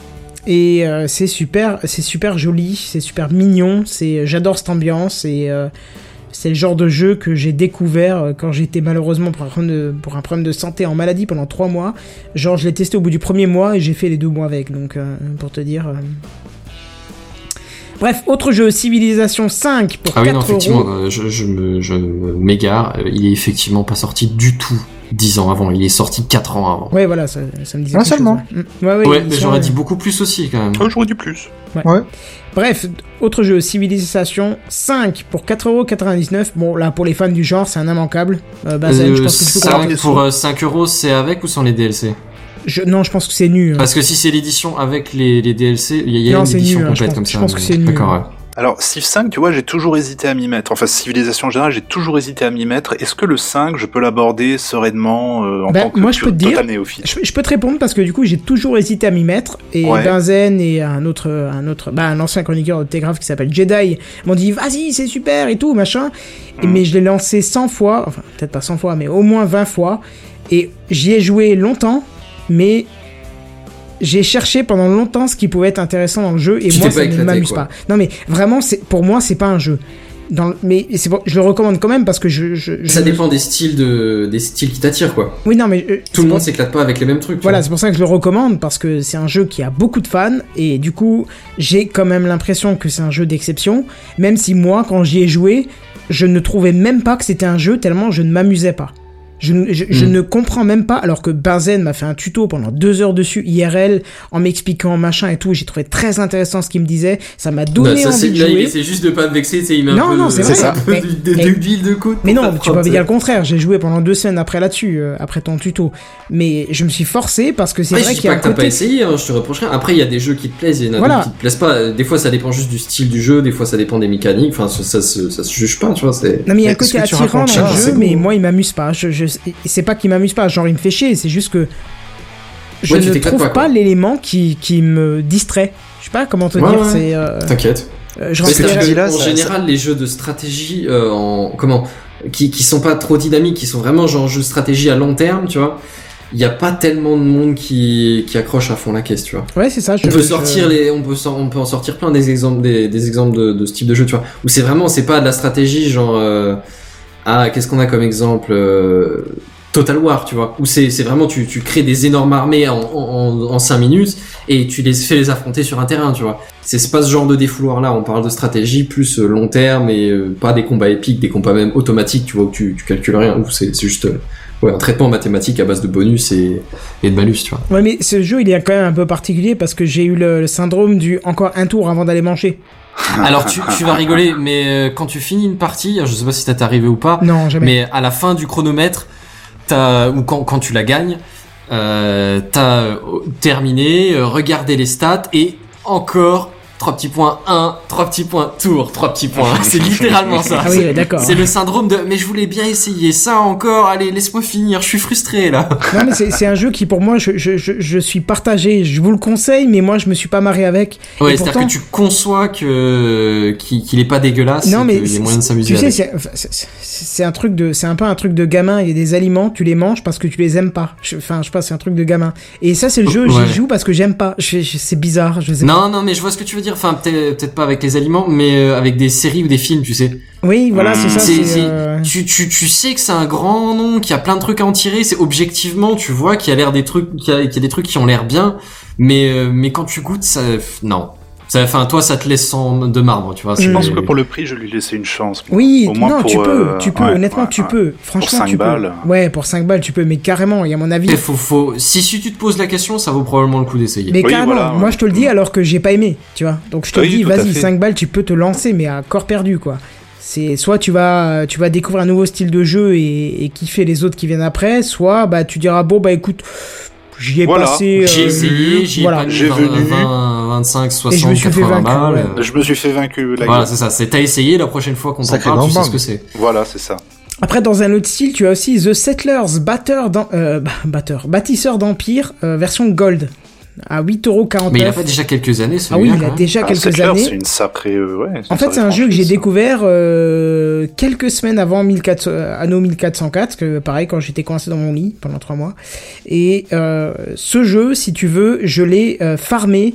A: Et euh, c'est super, c'est super joli, c'est super mignon. C'est, j'adore cette ambiance et euh, c'est le genre de jeu que j'ai découvert euh, quand j'étais malheureusement pour un, problème de, pour un problème de santé en maladie pendant trois mois. Genre, je l'ai testé au bout du premier mois et j'ai fait les deux mois avec. Donc, euh, pour te dire. euh. Bref, autre jeu, Civilisation 5 pour
E: Ah oui,
A: 4
E: non,
A: euros.
E: effectivement, euh, je, je me- je me- m'égare. euh, Il est effectivement pas sorti du tout 10 ans avant. Il est sorti 4 ans avant.
A: Ouais, voilà, ça, ça me disait.
D: Ah,
A: quelque chose,
D: seulement.
A: ouais. Mm. Ouais, ouais,
E: Ouais,
A: ils
E: mais
A: sont,
E: j'aurais
A: euh,
E: dit beaucoup plus aussi quand même.
F: Oh, j'aurais du plus.
A: Bref, autre jeu, Civilisation 5 pour 4,99€. Bon, là, pour les fans du genre, c'est un immanquable. Euh, Bazen, je
E: Euh,
A: pense que tu peux Mm.
E: ça,
A: comprendre.
E: pour euh, 5 euros, c'est avec ou sans les DLC
A: Je- non, je pense que c'est nu. hein.
E: Parce que si c'est l'édition avec les, les DLC, il y a, il y a
A: Non,
E: une
A: c'est
E: édition
A: nul, hein, je
E: complète
A: pense-
E: comme
A: je
E: ça.
A: pense que
E: mais-
A: c'est nul.
E: D'accord, ouais.
F: Alors, Civ 5, tu vois, j'ai toujours hésité à m'y mettre. Enfin, Civilisation en général, j'ai toujours hésité à m'y mettre. Est-ce que le 5, je peux l'aborder sereinement euh, en
A: Ben,
F: tant que
A: moi, je peux te
F: total
A: dire-
F: néophyte
A: Je, je peux te répondre parce que du coup j'ai toujours hésité à m'y mettre et
F: Ouais.
A: Benzen et un autre un autre bah un ancien chroniqueur de Télégraphe qui s'appelle Jedi m'ont dit vas-y c'est super et tout machin
E: Mm.
A: Et- mais je l'ai lancé 100 fois enfin peut-être pas 100 fois mais au moins 20 fois et j'y ai joué longtemps mais j'ai cherché pendant longtemps ce qui pouvait être intéressant dans le jeu et
E: Tu
A: moi
E: t'es pas
A: ça ne
E: éclaté,
A: m'amuse
E: quoi.
A: pas. Non mais vraiment c'est pour moi c'est pas un jeu. Dans le- mais c'est pour- je le recommande quand même parce que je, je, je-
E: Ça dépend des styles de des styles qui t'attirent quoi.
A: Oui non mais euh,
E: Tout le
A: c'est
E: monde s'éclate pas avec les mêmes trucs. tu
A: voilà,
E: vois.
A: c'est pour ça que je le recommande parce que c'est un jeu qui a beaucoup de fans et du coup, j'ai quand même l'impression que c'est un jeu d'exception, même si moi, quand j'y ai joué, je ne trouvais même pas que c'était un jeu tellement je ne m'amusais pas. Je, ne- je- je
E: Mm.
A: ne comprends même pas, alors que Benzen m'a fait un tuto pendant deux heures dessus, IRL, en m'expliquant machin et tout, j'ai trouvé très intéressant ce qu'il me disait, ça m'a
E: Bah,
A: donné
E: ça,
A: envie
E: c'est
A: de
E: là, il
A: jouer.
E: essaie juste de pas me vexer, tu sais, il met
A: Non,
E: un peu,
A: non, c'est
E: euh,
A: vrai.
E: un peu
A: Mais-
E: de- de-
A: mais-
E: de l'huile de côte.
A: Mais
E: pour
A: non,
E: ta
A: tu peux pas
E: prod.
A: dire le contraire, j'ai joué pendant deux semaines après là-dessus, euh, après ton tuto. Mais je me suis forcé parce que c'est
E: Ouais,
A: vrai
E: je dis
A: qu'il y a un
E: pas que t'as pas
A: côté
E: essayé, hein, je te reproche rien. Après, il y a des jeux qui te plaisent et il y en a
A: Voilà.
E: d'autres qui te plaisent pas. Des fois, ça dépend juste du style du jeu, des fois, ça dépend des mécaniques. Enfin, ça, ça, se- ça se juge pas, tu vois. C'est.
A: Non mais il y a
F: Mais
A: un
F: ce
A: côté
F: que tu
A: attirant
F: racontes,
A: dans le
F: Charles,
A: jeu,
F: c'est beau.
A: mais moi il m'amuse pas. Je, je, c'est pas qu'il m'amuse pas, genre il me fait chier, c'est juste que je
E: Ouais, tu
A: ne
E: t'éclates
A: trouve
E: pas,
A: pas,
E: quoi.
A: l'élément qui, qui me distrait. Je sais pas comment te
E: Ouais,
A: dire,
E: ouais.
A: c'est... euh,
E: T'inquiète.
A: euh, je
E: Mais c'est
A: rentrerai-
E: parce
D: tu
E: que,
D: dis là,
E: en
D: ça-
E: général, les jeux de stratégie, euh, en comment, qui, qui sont pas trop dynamiques, qui sont vraiment genre jeux de stratégie à long terme, tu vois. Il y a pas tellement de monde qui, qui accroche à fond la caisse, tu vois.
A: Ouais, c'est ça. je- euh,
E: On peut
A: je-
E: sortir les, on peut, sor- on peut en sortir plein des exemples, des, des exemples de, de ce type de jeu, tu vois. Où c'est vraiment, c'est pas de la stratégie, genre, euh, ah, qu'est-ce qu'on a comme exemple euh, Total War, tu vois. Où c'est, c'est vraiment, tu, tu crées des énormes armées en, en, en 5 minutes et tu les fais les affronter sur un terrain, tu vois. C'est c'est pas ce genre de défouloir-là. On parle de stratégie plus euh, long terme et euh, pas des combats épiques, des combats même automatiques, tu vois, où tu, tu calcules rien. Où c'est, c'est juste, euh, ouais, un traitement mathématique à base de bonus et, et de malus, tu vois.
A: Ouais, mais ce jeu il est quand même un peu particulier parce que j'ai eu le, le syndrome du encore un tour avant d'aller manger.
E: Alors tu, tu vas rigoler, mais euh, quand tu finis une partie, je sais pas si t'as arrivé ou pas,
A: Non, jamais.
E: mais à la fin du chronomètre, t'as ou quand, quand tu la gagnes, euh, t'as euh, terminé, euh, regardé les stats et encore trois petits points 1, trois petits points tour, trois petits points. C'est littéralement ça.
A: Ah oui, ouais, d'accord.
E: C'est le syndrome de mais je voulais bien essayer ça encore. Allez, laisse-moi finir. Je suis frustré là.
A: Non, mais c'est c'est un jeu qui pour moi je, je, je, je suis partagé. Je vous le conseille, mais moi je me suis pas marré avec.
E: Ouais,
A: Et
E: c'est-à-dire
A: pourtant-
E: que tu conçois que qu'il qu'il est pas dégueulasse.
A: Non
E: et
A: mais
E: qu'il y a
A: c'est-
E: moyen de s'amuser.
A: tu sais,
E: avec.
A: c'est- enfin, c'est- c'est c'est un truc de, c'est un peu un truc de gamin. Il y a des aliments, tu les manges parce que tu les aimes pas. Je- Enfin, je sais pas, c'est un truc de gamin. Et ça, c'est le jeu.
E: Ouais.
A: J'y joue parce que j'aime pas. Je- je- c'est bizarre. Je sais. pas.
E: Non, non, mais je vois ce que tu veux dire. Enfin, peut-être peut-être pas avec les aliments, mais euh, avec des séries ou des films, tu sais.
A: Oui, voilà, c'est ça.
E: C'est-
A: C'est.
E: c'est-
A: euh,
E: Tu, tu, tu sais que c'est un grand nom, qu'il y a plein de trucs à en tirer. C'est objectivement, tu vois qu'il y a l'air des trucs, qu'il y, a qu'il y a des trucs qui ont l'air bien, mais euh, mais quand tu goûtes, ça, non. Ça, enfin, toi, ça te laisse sans de marbre, tu vois.
A: Je
F: Je
E: c'est-
F: pense que pour le prix, je lui laissais une chance. moi.
A: Oui,
F: Au moins
A: non,
F: pour,
A: tu peux,
F: euh,
A: tu peux,
F: ouais,
A: honnêtement,
F: ouais,
A: tu
F: ouais.
A: peux. Franchement,
F: cinq
A: tu peux.
F: balles.
A: Ouais, pour 5 balles, tu peux, mais carrément, il y a mon avis.
E: Mais Eh, faut, faut, si, si tu te poses la question, ça vaut probablement le coup d'essayer.
A: Mais
F: Oui,
A: carrément,
F: voilà, ouais.
A: moi je te le dis alors que j'ai pas aimé, tu vois. Donc je te
F: Oui,
A: dis,
F: tout à
A: vas-y,
F: fait.
A: 5 balles, tu peux te lancer, mais à corps perdu, quoi. C'est soit tu vas, tu vas découvrir un nouveau style de jeu et, et kiffer les autres qui viennent après, soit bah tu diras bon bah écoute, j'y ai
F: Voilà.
A: passé,
E: J'ai
A: euh,
E: essayé, j'ai
A: voilà.
E: pas mis
F: J'ai
E: 20,
F: venu.
E: 20, 25,
A: Et je
E: 60,
A: me suis fait
E: 80
A: vaincre,
E: balles.
A: ouais.
E: euh,
F: Je me suis fait vaincu. La
E: Voilà,
F: gueule.
E: c'est ça. C'est t'as essayé la prochaine fois qu'on t'en
D: Sacré
E: parle, tu sais
D: gangbang.
E: ce que c'est.
F: Voilà, c'est ça.
A: Après dans un autre style, tu as aussi The Settlers, batteur d'en- euh, bah, batteur, bâtisseur d'empire, euh, version gold à 8,49€.
E: Mais il a fait déjà hein. quelques années, celui-là.
A: ah oui, il
E: quand
A: a
E: même.
A: déjà
F: Ah,
A: quelques
F: Settlers,
A: années.
F: C'est une sacrée. euh, ouais,
A: En fait,
F: une
A: c'est un
F: sacrée
A: jeu que j'ai
F: franchise,
A: découvert euh, quelques semaines avant 1400, euh, Anno 1404, que pareil quand j'étais coincé dans mon lit pendant trois mois. Et euh, ce jeu, si tu veux, je l'ai euh, farmé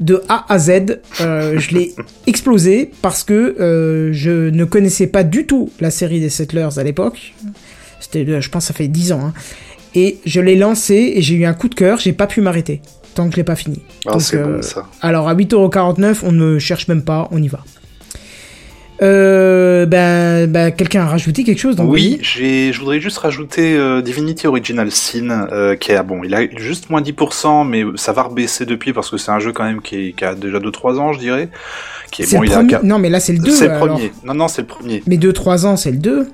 A: de A à Z. Euh, je l'ai explosé parce que euh, je ne connaissais pas du tout la série des Settlers à l'époque. C'était, euh, je pense, que ça fait 10 ans. hein. Et je l'ai lancé et j'ai eu un coup de cœur. J'ai pas pu m'arrêter tant que je l'ai pas fini.
F: hein. Ah,
A: Donc,
F: c'est
A: euh,
F: bon ça.
A: alors à 8,49€, on ne cherche même pas, on y va. Euh, ben, ben, quelqu'un a rajouté quelque chose donc
F: Oui, j'ai, je voudrais juste rajouter euh, Divinity Original Sin, euh, qui a, bon, il a juste moins 10%, mais ça va rebaisser depuis parce que c'est un jeu quand même qui, est- qui a déjà 2-3 ans, je dirais. Qui est,
A: C'est
F: bon,
A: le
F: il
A: premier.
F: a,
A: Non, mais là c'est le 2.
F: c'est le
A: alors.
F: premier. Non, non, c'est le premier.
A: Mais 2-3 ans, c'est le 2.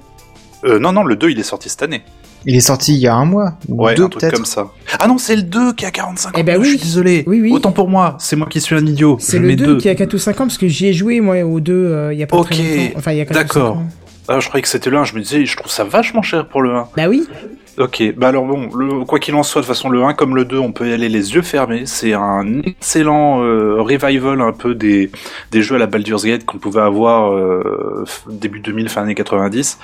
F: Euh, non, non, le 2, il est sorti cette année.
D: Il est sorti il y a un mois, ou
B: Ouais,
D: deux
B: un truc
D: peut-être.
B: comme ça. Ah non, c'est le 2 qui a 45 ans.
A: Eh ben
B: Je
A: oui.
B: suis désolé.
A: Oui, oui.
B: Autant pour moi, c'est moi qui suis un idiot.
A: C'est
B: Je
A: le
B: mets
A: 2
B: deux.
A: qui a 4 ou 5 ans, parce que j'y ai joué, moi, au 2, euh, il y a pas
B: Ok,
A: très longtemps. Enfin, il y a 4
B: d'accord.
A: ou 5 ans.
B: Ah, je croyais que c'était le 1, je me disais, je trouve ça vachement cher pour le 1.
A: Bah oui,
B: Ok, bah alors bon, le, quoi qu'il en soit, de toute façon, le 1 comme le 2, on peut y aller les yeux fermés. C'est un excellent euh, revival un peu des, des jeux à la Baldur's Gate qu'on pouvait avoir euh, f- début 2000, fin années 90,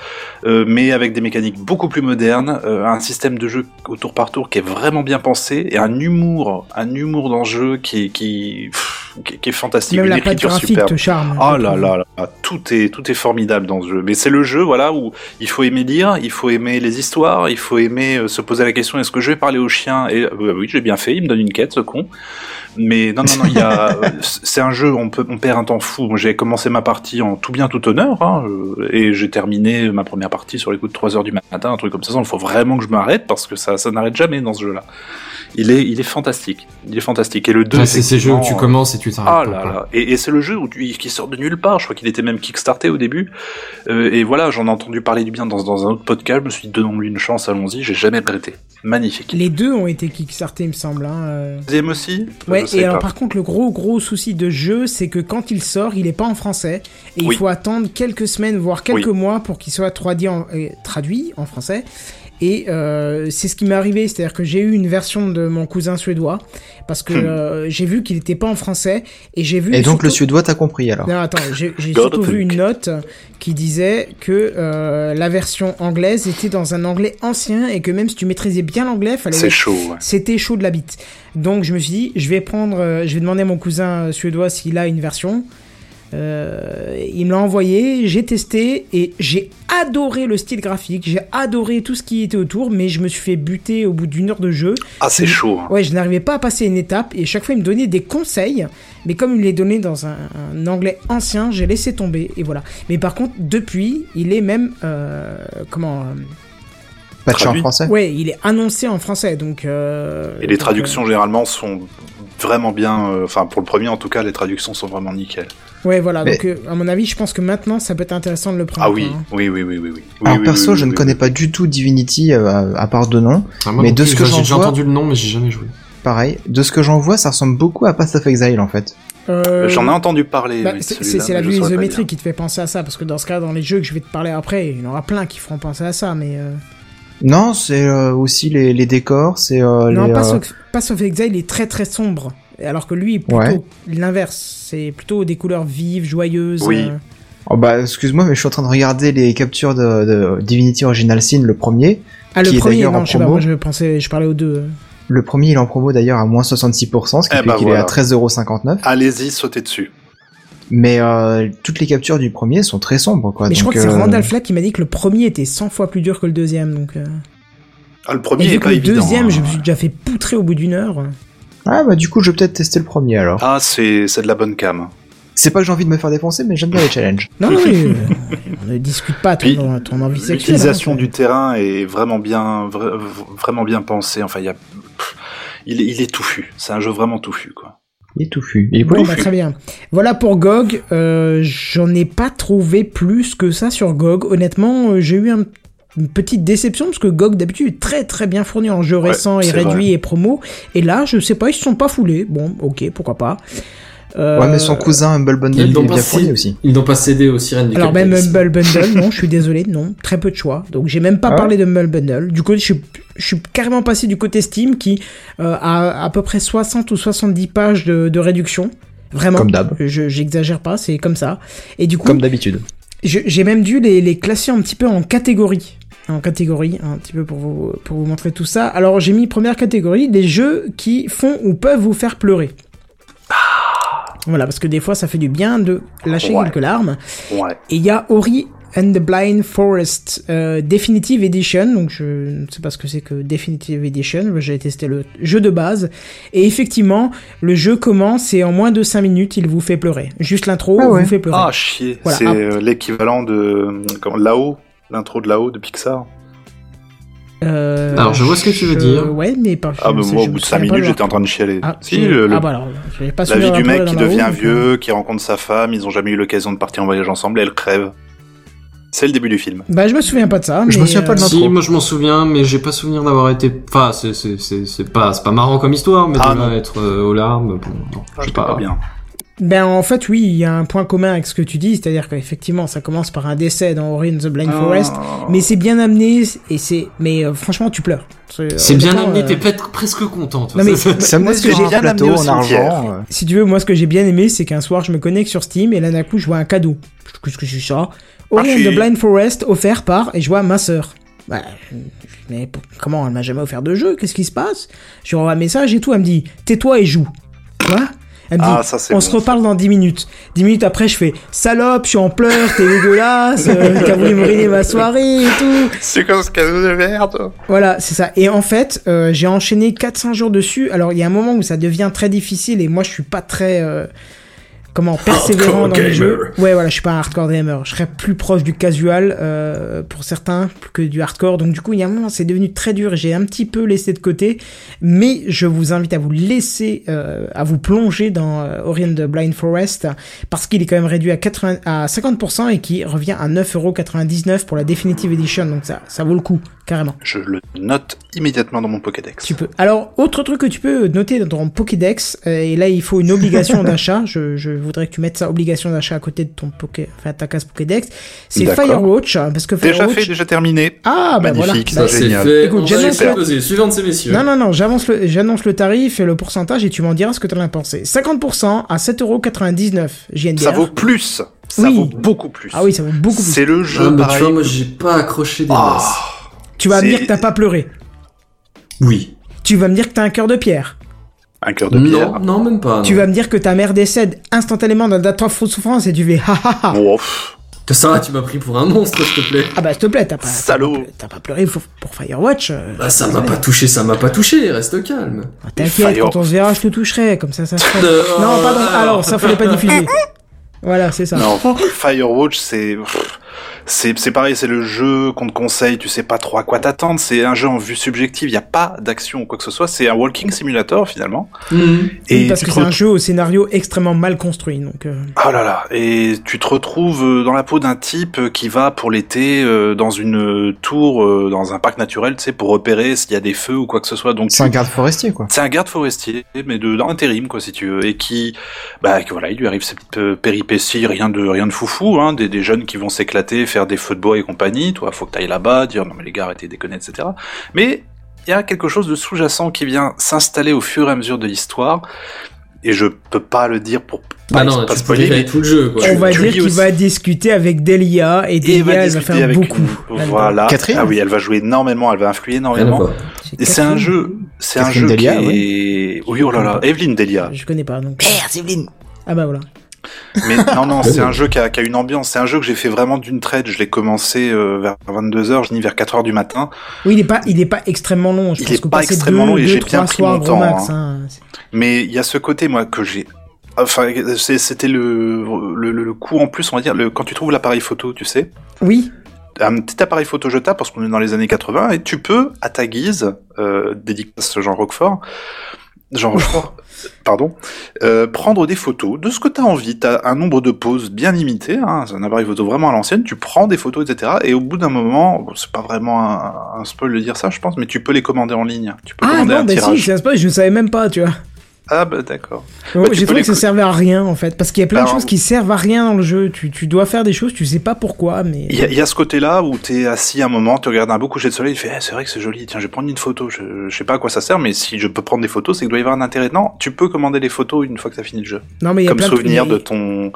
B: euh, mais avec des mécaniques beaucoup plus modernes, euh, un système de jeu au tour par tour qui est vraiment bien pensé, et un humour, un humour dans le jeu qui, est- qui, pff, qui, est- qui est fantastique,
A: même
B: une
A: la pâte
B: écriture
A: graphique
B: superbe.
A: te charme.
B: Oh
A: je
B: là
A: trouve.
B: là là, tout est tout est formidable dans ce jeu. Mais c'est le jeu, voilà, où il faut aimer lire, il faut aimer les histoires, il faut aimer euh, se poser la question est-ce que je vais parler au chien Et euh, oui, j'ai bien fait, il me donne une quête, ce con. Mais non, non, non, il y a, euh, c'est un jeu, on peut, on perd un temps fou. Moi, J'ai commencé ma partie en tout bien tout honneur, hein, euh, et j'ai terminé ma première partie sur les coups de 3 heures du matin, un truc comme ça. Il faut vraiment que je m'arrête parce que ça, ça n'arrête jamais dans ce jeu-là. Il est, il est fantastique, il est fantastique. Et le 2
E: Ouais, Bah, c'est ces jeux où tu
B: effectivement,
E: commences et tu t'arrêtes.
B: ah
E: pas,
B: là
E: quoi.
B: là, et, et c'est le jeu où tu- qui sort de nulle part. Je crois qu'il était même kickstarté au début. Euh, et voilà, j'en ai entendu parler du bien dans, dans un autre podcast. Je me suis dit donnons-lui une chance, allons-y. J'ai jamais regretté. Magnifique.
A: Les deux ont été kickstartés, il me semble. Hein. euh.
B: Deuxième aussi.
A: Ouais,
B: Je sais
A: et alors
B: pas.
A: par contre, le gros gros souci de jeu, c'est que quand il sort, il est pas en français. Et
B: Oui.
A: il faut attendre quelques semaines, voire quelques
B: Oui.
A: mois pour qu'il soit 3D en- euh, traduit en français. Et euh, c'est ce qui m'est arrivé, c'est-à-dire que j'ai eu une version de mon cousin suédois, parce que
B: Hmm.
A: euh, j'ai vu qu'il n'était pas en français, et j'ai vu...
D: Et donc le
A: surtout-
D: suédois t'as compris alors.
A: Non, attends, j'ai j'ai
B: God
A: surtout
B: of
A: vu
B: Luck.
A: une note qui disait que euh, la version anglaise était dans un anglais ancien et que même si tu maîtrisais bien l'anglais, fallait
B: C'est chaud. ouais.
A: c'était chaud de la bite. Donc je me suis dit, je vais prendre, euh, je vais demander à mon cousin euh, suédois s'il a une version. Euh, il me l'a envoyé, j'ai testé et j'ai adoré le style graphique, j'ai adoré tout ce qui était autour, mais je me suis fait buter au bout d'une heure de jeu.
B: Ah c'est chaud. hein.
A: Ouais, je n'arrivais pas à passer une étape et chaque fois il me donnait des conseils, mais comme il me les donnait dans un, un anglais ancien, j'ai laissé tomber et voilà. Mais par contre, depuis, il est même euh, comment euh,
D: Patché en
B: traduit.
D: français.
A: Ouais, il est annoncé en français, donc. euh,
B: Et les
A: donc,
B: traductions généralement sont vraiment bien. euh, Enfin pour le premier en tout cas, les traductions sont vraiment nickel.
A: euh, Ouais, voilà.
D: Mais-
A: Donc, euh, à mon avis, je pense que maintenant, ça peut être intéressant de le prendre.
B: Ah oui,
A: hein.
B: oui, oui, oui, oui. oui.
D: alors
B: Oui, oui,
D: Ah, perso,
B: oui,
D: je
B: oui,
D: ne
B: oui.
D: connais pas du tout Divinity euh, à part de nom.
E: Ah, moi
D: Mais
E: non
D: de
E: plus,
D: ce que
E: j'ai-
D: j'en
E: J'ai
D: vois-
E: entendu le nom, mais j'ai jamais joué.
D: Pareil. De ce que j'en vois, ça ressemble beaucoup à Path of Exile en fait.
A: Euh,
B: J'en ai entendu parler.
A: bah,
B: oui,
A: c'est- c'est
B: celui-là,
A: c'est la
B: mais
A: vue
B: je saurais pas
A: isométrique qui te fait penser à ça, parce que dans ce cas, dans les jeux que je vais te parler après, il y en aura plein qui feront penser à ça, mais. euh,
D: Non, c'est euh, aussi les, les décors, c'est euh,
A: Non,
D: les,
A: Pass
D: euh,
A: of, Pass of Exile est très très sombre, alors que lui, est plutôt
D: Ouais.
A: l'inverse. C'est plutôt des couleurs vives, joyeuses.
B: Oui.
A: euh,
D: Oh bah excuse-moi, mais je suis en train de regarder les captures de, de Divinity Original Sin, le premier.
A: Ah, le
D: Qui est
A: premier,
D: d'ailleurs
A: non,
D: en
A: je sais pas,
D: promo.
A: moi je pensais, je parlais aux deux. euh.
D: Le premier, il est en promo d'ailleurs à moins 66%, ce qui
B: Eh
D: fait
B: bah
D: qu'il est
B: voilà.
D: à 13,59€.
B: dire. Allez-y, sautez dessus.
D: Mais euh, toutes les captures du premier sont très sombres, quoi.
A: Mais je
D: donc,
A: crois que c'est
D: euh,
A: Randall Flack qui m'a dit que le premier était 100 fois plus dur que le deuxième, donc. euh,
B: Ah, le
A: Et
B: premier
A: vu
B: est
A: que
B: pas
A: le
B: évident.
A: deuxième,
B: hein.
A: je me suis déjà fait poutrer au bout d'une heure.
D: Ah bah du coup, je vais peut-être tester le premier alors.
B: Ah, c'est c'est de la bonne cam.
D: C'est pas que j'ai envie de me faire défoncer, mais j'aime bien les challenges.
A: Non, non, mais, euh, on ne discute pas ton,
B: Puis,
A: ton, envie sexuelle.
B: L'utilisation
A: hein,
B: du terrain est vraiment bien, vra- v- vraiment bien pensée. Enfin, il y a, pff, il, est- il est touffu. C'est un jeu vraiment touffu, quoi.
D: Il est touffu. Il est
A: Bon,
D: poilu.
A: bah, très bien. Voilà pour GOG. Euh, J'en ai pas trouvé plus que ça sur GOG. Honnêtement, euh, j'ai eu un- une petite déception parce que GOG d'habitude est très très bien fourni en jeux
B: Ouais,
A: récents et
B: c'est
A: réduits et promos. Et là, je sais pas, ils se sont pas foulés. Bon, ok, pourquoi pas. Euh,
D: Ouais, mais son cousin Humble Bundle,
E: Ils
D: il
E: n'ont
D: est
E: pas,
D: bien fourni
E: cédé-
D: aussi.
E: ils n'ont pas cédé aux sirènes du
A: Alors même
E: capitalisme.
A: Humble Bundle, non, je suis désolé, non, très peu de choix. Donc j'ai même pas
D: Ah ouais.
A: parlé de Humble Bundle. Du coup, je suis, je suis carrément passé du côté Steam qui euh, a à peu près 60 ou 70 pages de, de réduction. Vraiment.
D: Comme d'hab.
A: Je- J'exagère pas, c'est comme ça. Et du coup,
D: Comme d'habitude.
A: je- j'ai même dû les, les classer un petit peu en catégories. En catégories, un petit peu pour vous, pour vous montrer tout ça. Alors j'ai mis première catégorie, des jeux qui font ou peuvent vous faire pleurer. Voilà, parce que des fois ça fait du bien de lâcher
B: Ouais.
A: quelques larmes.
B: Ouais.
A: Et il y a Ori and the Blind Forest euh, Definitive Edition. Donc je ne sais pas ce que c'est que Definitive Edition. J'ai testé le jeu de base. Et effectivement, le jeu commence et en moins de 5 minutes, il vous fait pleurer. Juste l'intro
D: Ah ouais.
A: vous fait pleurer.
B: Ah, chier.
A: Voilà,
B: c'est
A: ah.
B: euh, l'équivalent de euh, comment, là-haut, l'intro de là-haut de Pixar.
A: Euh,
E: Alors, je vois ce que tu veux dire.
A: Ouais, mais pas.
B: Ah, bah,
A: je-
B: moi, au
A: je me
B: bout de
A: souviens
B: 5
A: pas
B: minutes,
A: de
B: j'étais en
A: l'avoir-
B: train de chialer.
A: Ah,
B: si,
A: j'ai-
B: le- le-
A: ah, bah alors, je vais pas
B: la
A: souvenir
B: vie du
A: d'avoir
B: mec qui
A: trouvé dans euh. la
B: devient
A: roue, donc,
B: vieux, qui rencontre sa femme, ils ont jamais eu l'occasion de partir en voyage ensemble, elle crève. C'est le début du film.
A: Bah, je me souviens pas de ça.
D: Je me
A: mais,
D: souviens pas de
A: euh,
D: l'intro.
E: Si, moi je m'en souviens, mais j'ai pas souvenir d'avoir été. Enfin, c'est c'est c'est c'est pas c'est pas marrant comme histoire, mais
B: Ah,
E: de là
B: non.
E: à être euh, aux larmes, bon, non, je sais
B: C'était
E: Ah, pas.
B: bien.
A: Ben, en fait, oui, il y a un point commun avec ce que tu dis, c'est-à-dire qu'effectivement, ça commence par un décès dans Ori and the
D: Ah.
A: Blind Forest,
B: Ah.
A: mais c'est bien amené, et c'est, mais euh, franchement, tu pleures.
E: C'est bien
A: honnêtement,
E: amené,
A: euh,
E: t'es peut-être presque contente.
A: Non, mais-
D: Ça me
A: moi, ce que
D: sur
A: j'ai
D: un
A: bien
D: plateau
B: amené au
D: en argent.
B: cimetière.
D: euh,
A: Si tu veux, moi, ce que j'ai bien aimé, c'est qu'un soir, je me connecte sur Steam, et là, d'un coup, je vois un cadeau. Qu'est-ce que c'est
E: Ah,
A: ça? Ori and
B: Archie.
A: the Blind Forest, offert par, et je vois ma sœur. Bah, je- mais pour- comment elle m'a jamais offert de jeu? Qu'est-ce qui se passe? Je lui envoie un message et tout, elle me dit, tais-toi et joue. Quoi? Elle me dit,
B: Ah, ça, c'est
A: on
B: bon,
A: se reparle dans 10 minutes. 10 minutes après, je fais, salope, je suis en pleurs, t'es dégueulasse, euh, t'as voulu me ruiner ma soirée et tout.
B: C'est comme ce cadeau de merde.
A: Voilà, c'est ça. Et en fait, euh, j'ai enchaîné 400 jours dessus. Alors, il y a un moment où ça devient très difficile et moi, je suis pas très euh, comment persévérant dans les jeux. Ouais, voilà, je suis pas un hardcore gamer. Je serais plus proche du casual euh, pour certains que du hardcore. Donc, du coup, il y a un moment, c'est devenu très dur. et J'ai un petit peu laissé de côté, mais je vous invite à vous laisser, euh, à vous plonger dans euh, Ori and the Blind Forest parce qu'il est quand même réduit à 80, à 50% et qui revient à 9,99€ pour la Definitive Edition. Donc, ça, ça vaut le coup carrément.
B: Je le note immédiatement dans mon Pokédex.
A: Tu peux. Alors, autre truc que tu peux noter dans ton Pokédex, euh, et là il faut une obligation d'achat, je, je voudrais que tu mettes ça, obligation d'achat à côté de ton Poké, enfin ta case Pokédex, c'est
B: D'accord.
A: Firewatch, hein, parce que
B: Déjà
A: Firewatch...
B: fait, déjà terminé.
A: Ah, bah voilà.
B: Magnifique,
A: Bah,
E: Ça
B: c'est
E: c'est
B: génial.
E: fait.
A: Écoute,
E: on
A: j'aime
E: va
A: bien
E: les
A: ça.
E: proposer. Suivante, ces messieurs.
A: non, non, non, j'avance le- j'annonce le tarif et le pourcentage et tu m'en diras ce que t'en as pensé. 50% à 7,99€ JNDR.
B: Ça vaut plus. Ça
A: Oui.
B: vaut beaucoup plus.
A: Ah oui, ça vaut beaucoup plus.
B: C'est le
E: Ah,
B: jeu
E: mais tu
B: pareil.
E: vois, moi j'ai pas accroché des
B: Ah.
E: masses.
A: Tu vas me
B: c'est-
A: dire que t'as pas pleuré.
E: Oui.
A: Tu vas me dire que t'as un cœur de pierre.
B: Un cœur de pierre.
E: Non, non, même pas.
A: Tu
E: non.
A: vas me dire que ta mère décède instantanément dans la trop souffrance et tu fais ha ha ha.
B: Bon, Oh, pff,
E: Sarah, tu m'as pris pour un monstre, s'il te plaît.
A: Ah bah s'il te plaît, t'as pas, t'as
B: Salaud.
A: pas- t'as pas pleuré pour, pour Firewatch. euh,
E: Bah ça m'a pas touché, ça m'a pas touché, reste calme.
A: Ah, T'inquiète,
B: Firewatch.
A: quand on se verra, je te toucherai, comme ça, ça se fera.
E: Euh,
A: Non, pardon,
E: alors.
A: alors, ça fallait pas diffuser. Voilà, c'est ça.
B: euh, non, Firewatch, c'est. pff, C'est c'est pareil, c'est le jeu qu'on te conseille, tu sais pas trop à quoi t'attendre, c'est un jeu en vue subjective, il n'y a pas d'action ou quoi que ce soit, c'est un walking simulator finalement.
E: Mmh.
A: Oui, parce
B: tu
A: que
B: te
A: c'est un
B: retrouves-
A: jeu au scénario extrêmement mal construit, donc... euh,
B: Ah là là, et tu te retrouves euh, dans la peau d'un type euh, qui va pour l'été euh, dans une euh, tour, euh, dans un parc naturel, tu sais, pour repérer s'il y a des feux ou quoi que ce soit. Donc tu-
D: C'est un garde forestier, quoi.
B: c'est un garde forestier, mais de dans l'intérim quoi, si tu veux, et qui, bah que voilà, il lui arrive ses petites euh, péripéties, rien de rien de foufou, hein, des, des jeunes qui vont s'éclater, faire des feux de bois et compagnie. Toi, faut que t'ailles là-bas, dire non mais les gars, arrêtez de déconner, etc. Mais il y a quelque chose de sous-jacent qui vient s'installer au fur et à mesure de l'histoire, et je peux pas le dire pour
E: Bah
B: pas,
E: non,
B: pas
E: tu peux
B: spoiler,
E: lire
B: mais
E: tout le jeu, quoi.
B: Tu-
A: on va
B: tu
A: dire
B: lis
A: qu'il
B: aussi.
A: va discuter avec Delia, et
B: Et il va
A: Delia, elle va
B: discuter
A: faire
B: avec
A: beaucoup.
B: une-
A: là-dedans.
B: Voilà.
D: Catherine
B: Ah oui, elle va jouer énormément, elle va influer
E: Rien à
B: énormément.
E: voir.
B: Et c'est un
A: Catherine.
B: jeu, c'est un
D: Catherine
B: jeu
D: Delia,
B: qui
D: ouais.
B: est... Oui, oh là là, Evelyne Delia.
A: Je connais pas, donc... Merde, Ah bah voilà.
B: Mais non, non, c'est un jeu qui a, qui a une ambiance. C'est un jeu que j'ai fait vraiment d'une traite. Je l'ai commencé euh, vers 22h, je n'y vers 4h du matin.
A: Oui, il est pas, il est pas extrêmement long, je
B: Il
A: pense
B: est
A: qu'on
B: pas
A: passait
B: extrêmement
A: deux-
B: long et
A: deux,
B: j'ai
A: trois
B: bien pris
A: soirs,
B: mon
A: gros
B: temps,
A: max, hein.
B: Mais il y a ce côté, moi, que j'ai... Enfin, c'est- c'était le, le, le- le coup en plus, on va dire, le, quand tu trouves l'appareil photo, tu sais,
A: Oui,
B: un petit appareil photo jetable parce qu'on est dans les années 80 et tu peux, à ta guise, euh, dédicace Jean Roquefort, Jean Roquefort, pardon, euh, prendre des photos de ce que tu as envie. Tu as un nombre de poses bien limité, hein, c'est un appareil photo vraiment à l'ancienne, tu prends des photos, etc. Et au bout d'un moment, bon, c'est pas vraiment un, un spoil de dire ça, je pense, mais tu peux les commander en ligne. Tu peux
A: ah
B: commander
A: non,
B: un
A: bah si,
B: tirage.
A: ça se passe, je ne savais même pas, tu vois.
B: ah bah d'accord.
A: Oh,
B: Bah, tu
A: J'ai
B: peux
A: trouvé
B: les
A: que ça
B: cou-
A: servait à rien en fait, parce qu'il y a plein de
B: Bah,
A: choses qui servent à rien dans le jeu. Tu, tu dois faire des choses, tu sais pas pourquoi, mais.
B: Il y, a- il y a ce côté-là où t'es assis un moment, tu regardes un beau coucher de soleil, tu fais Eh, c'est vrai que c'est joli, tiens, je vais prendre une photo. Je, je sais pas à quoi ça sert, mais si je peux prendre des photos, c'est qu'il doit y avoir un intérêt. Non, tu peux commander les photos une fois que t'as fini le jeu,
A: non mais il y a
B: comme
A: plein
B: souvenir
A: de,
B: de ton.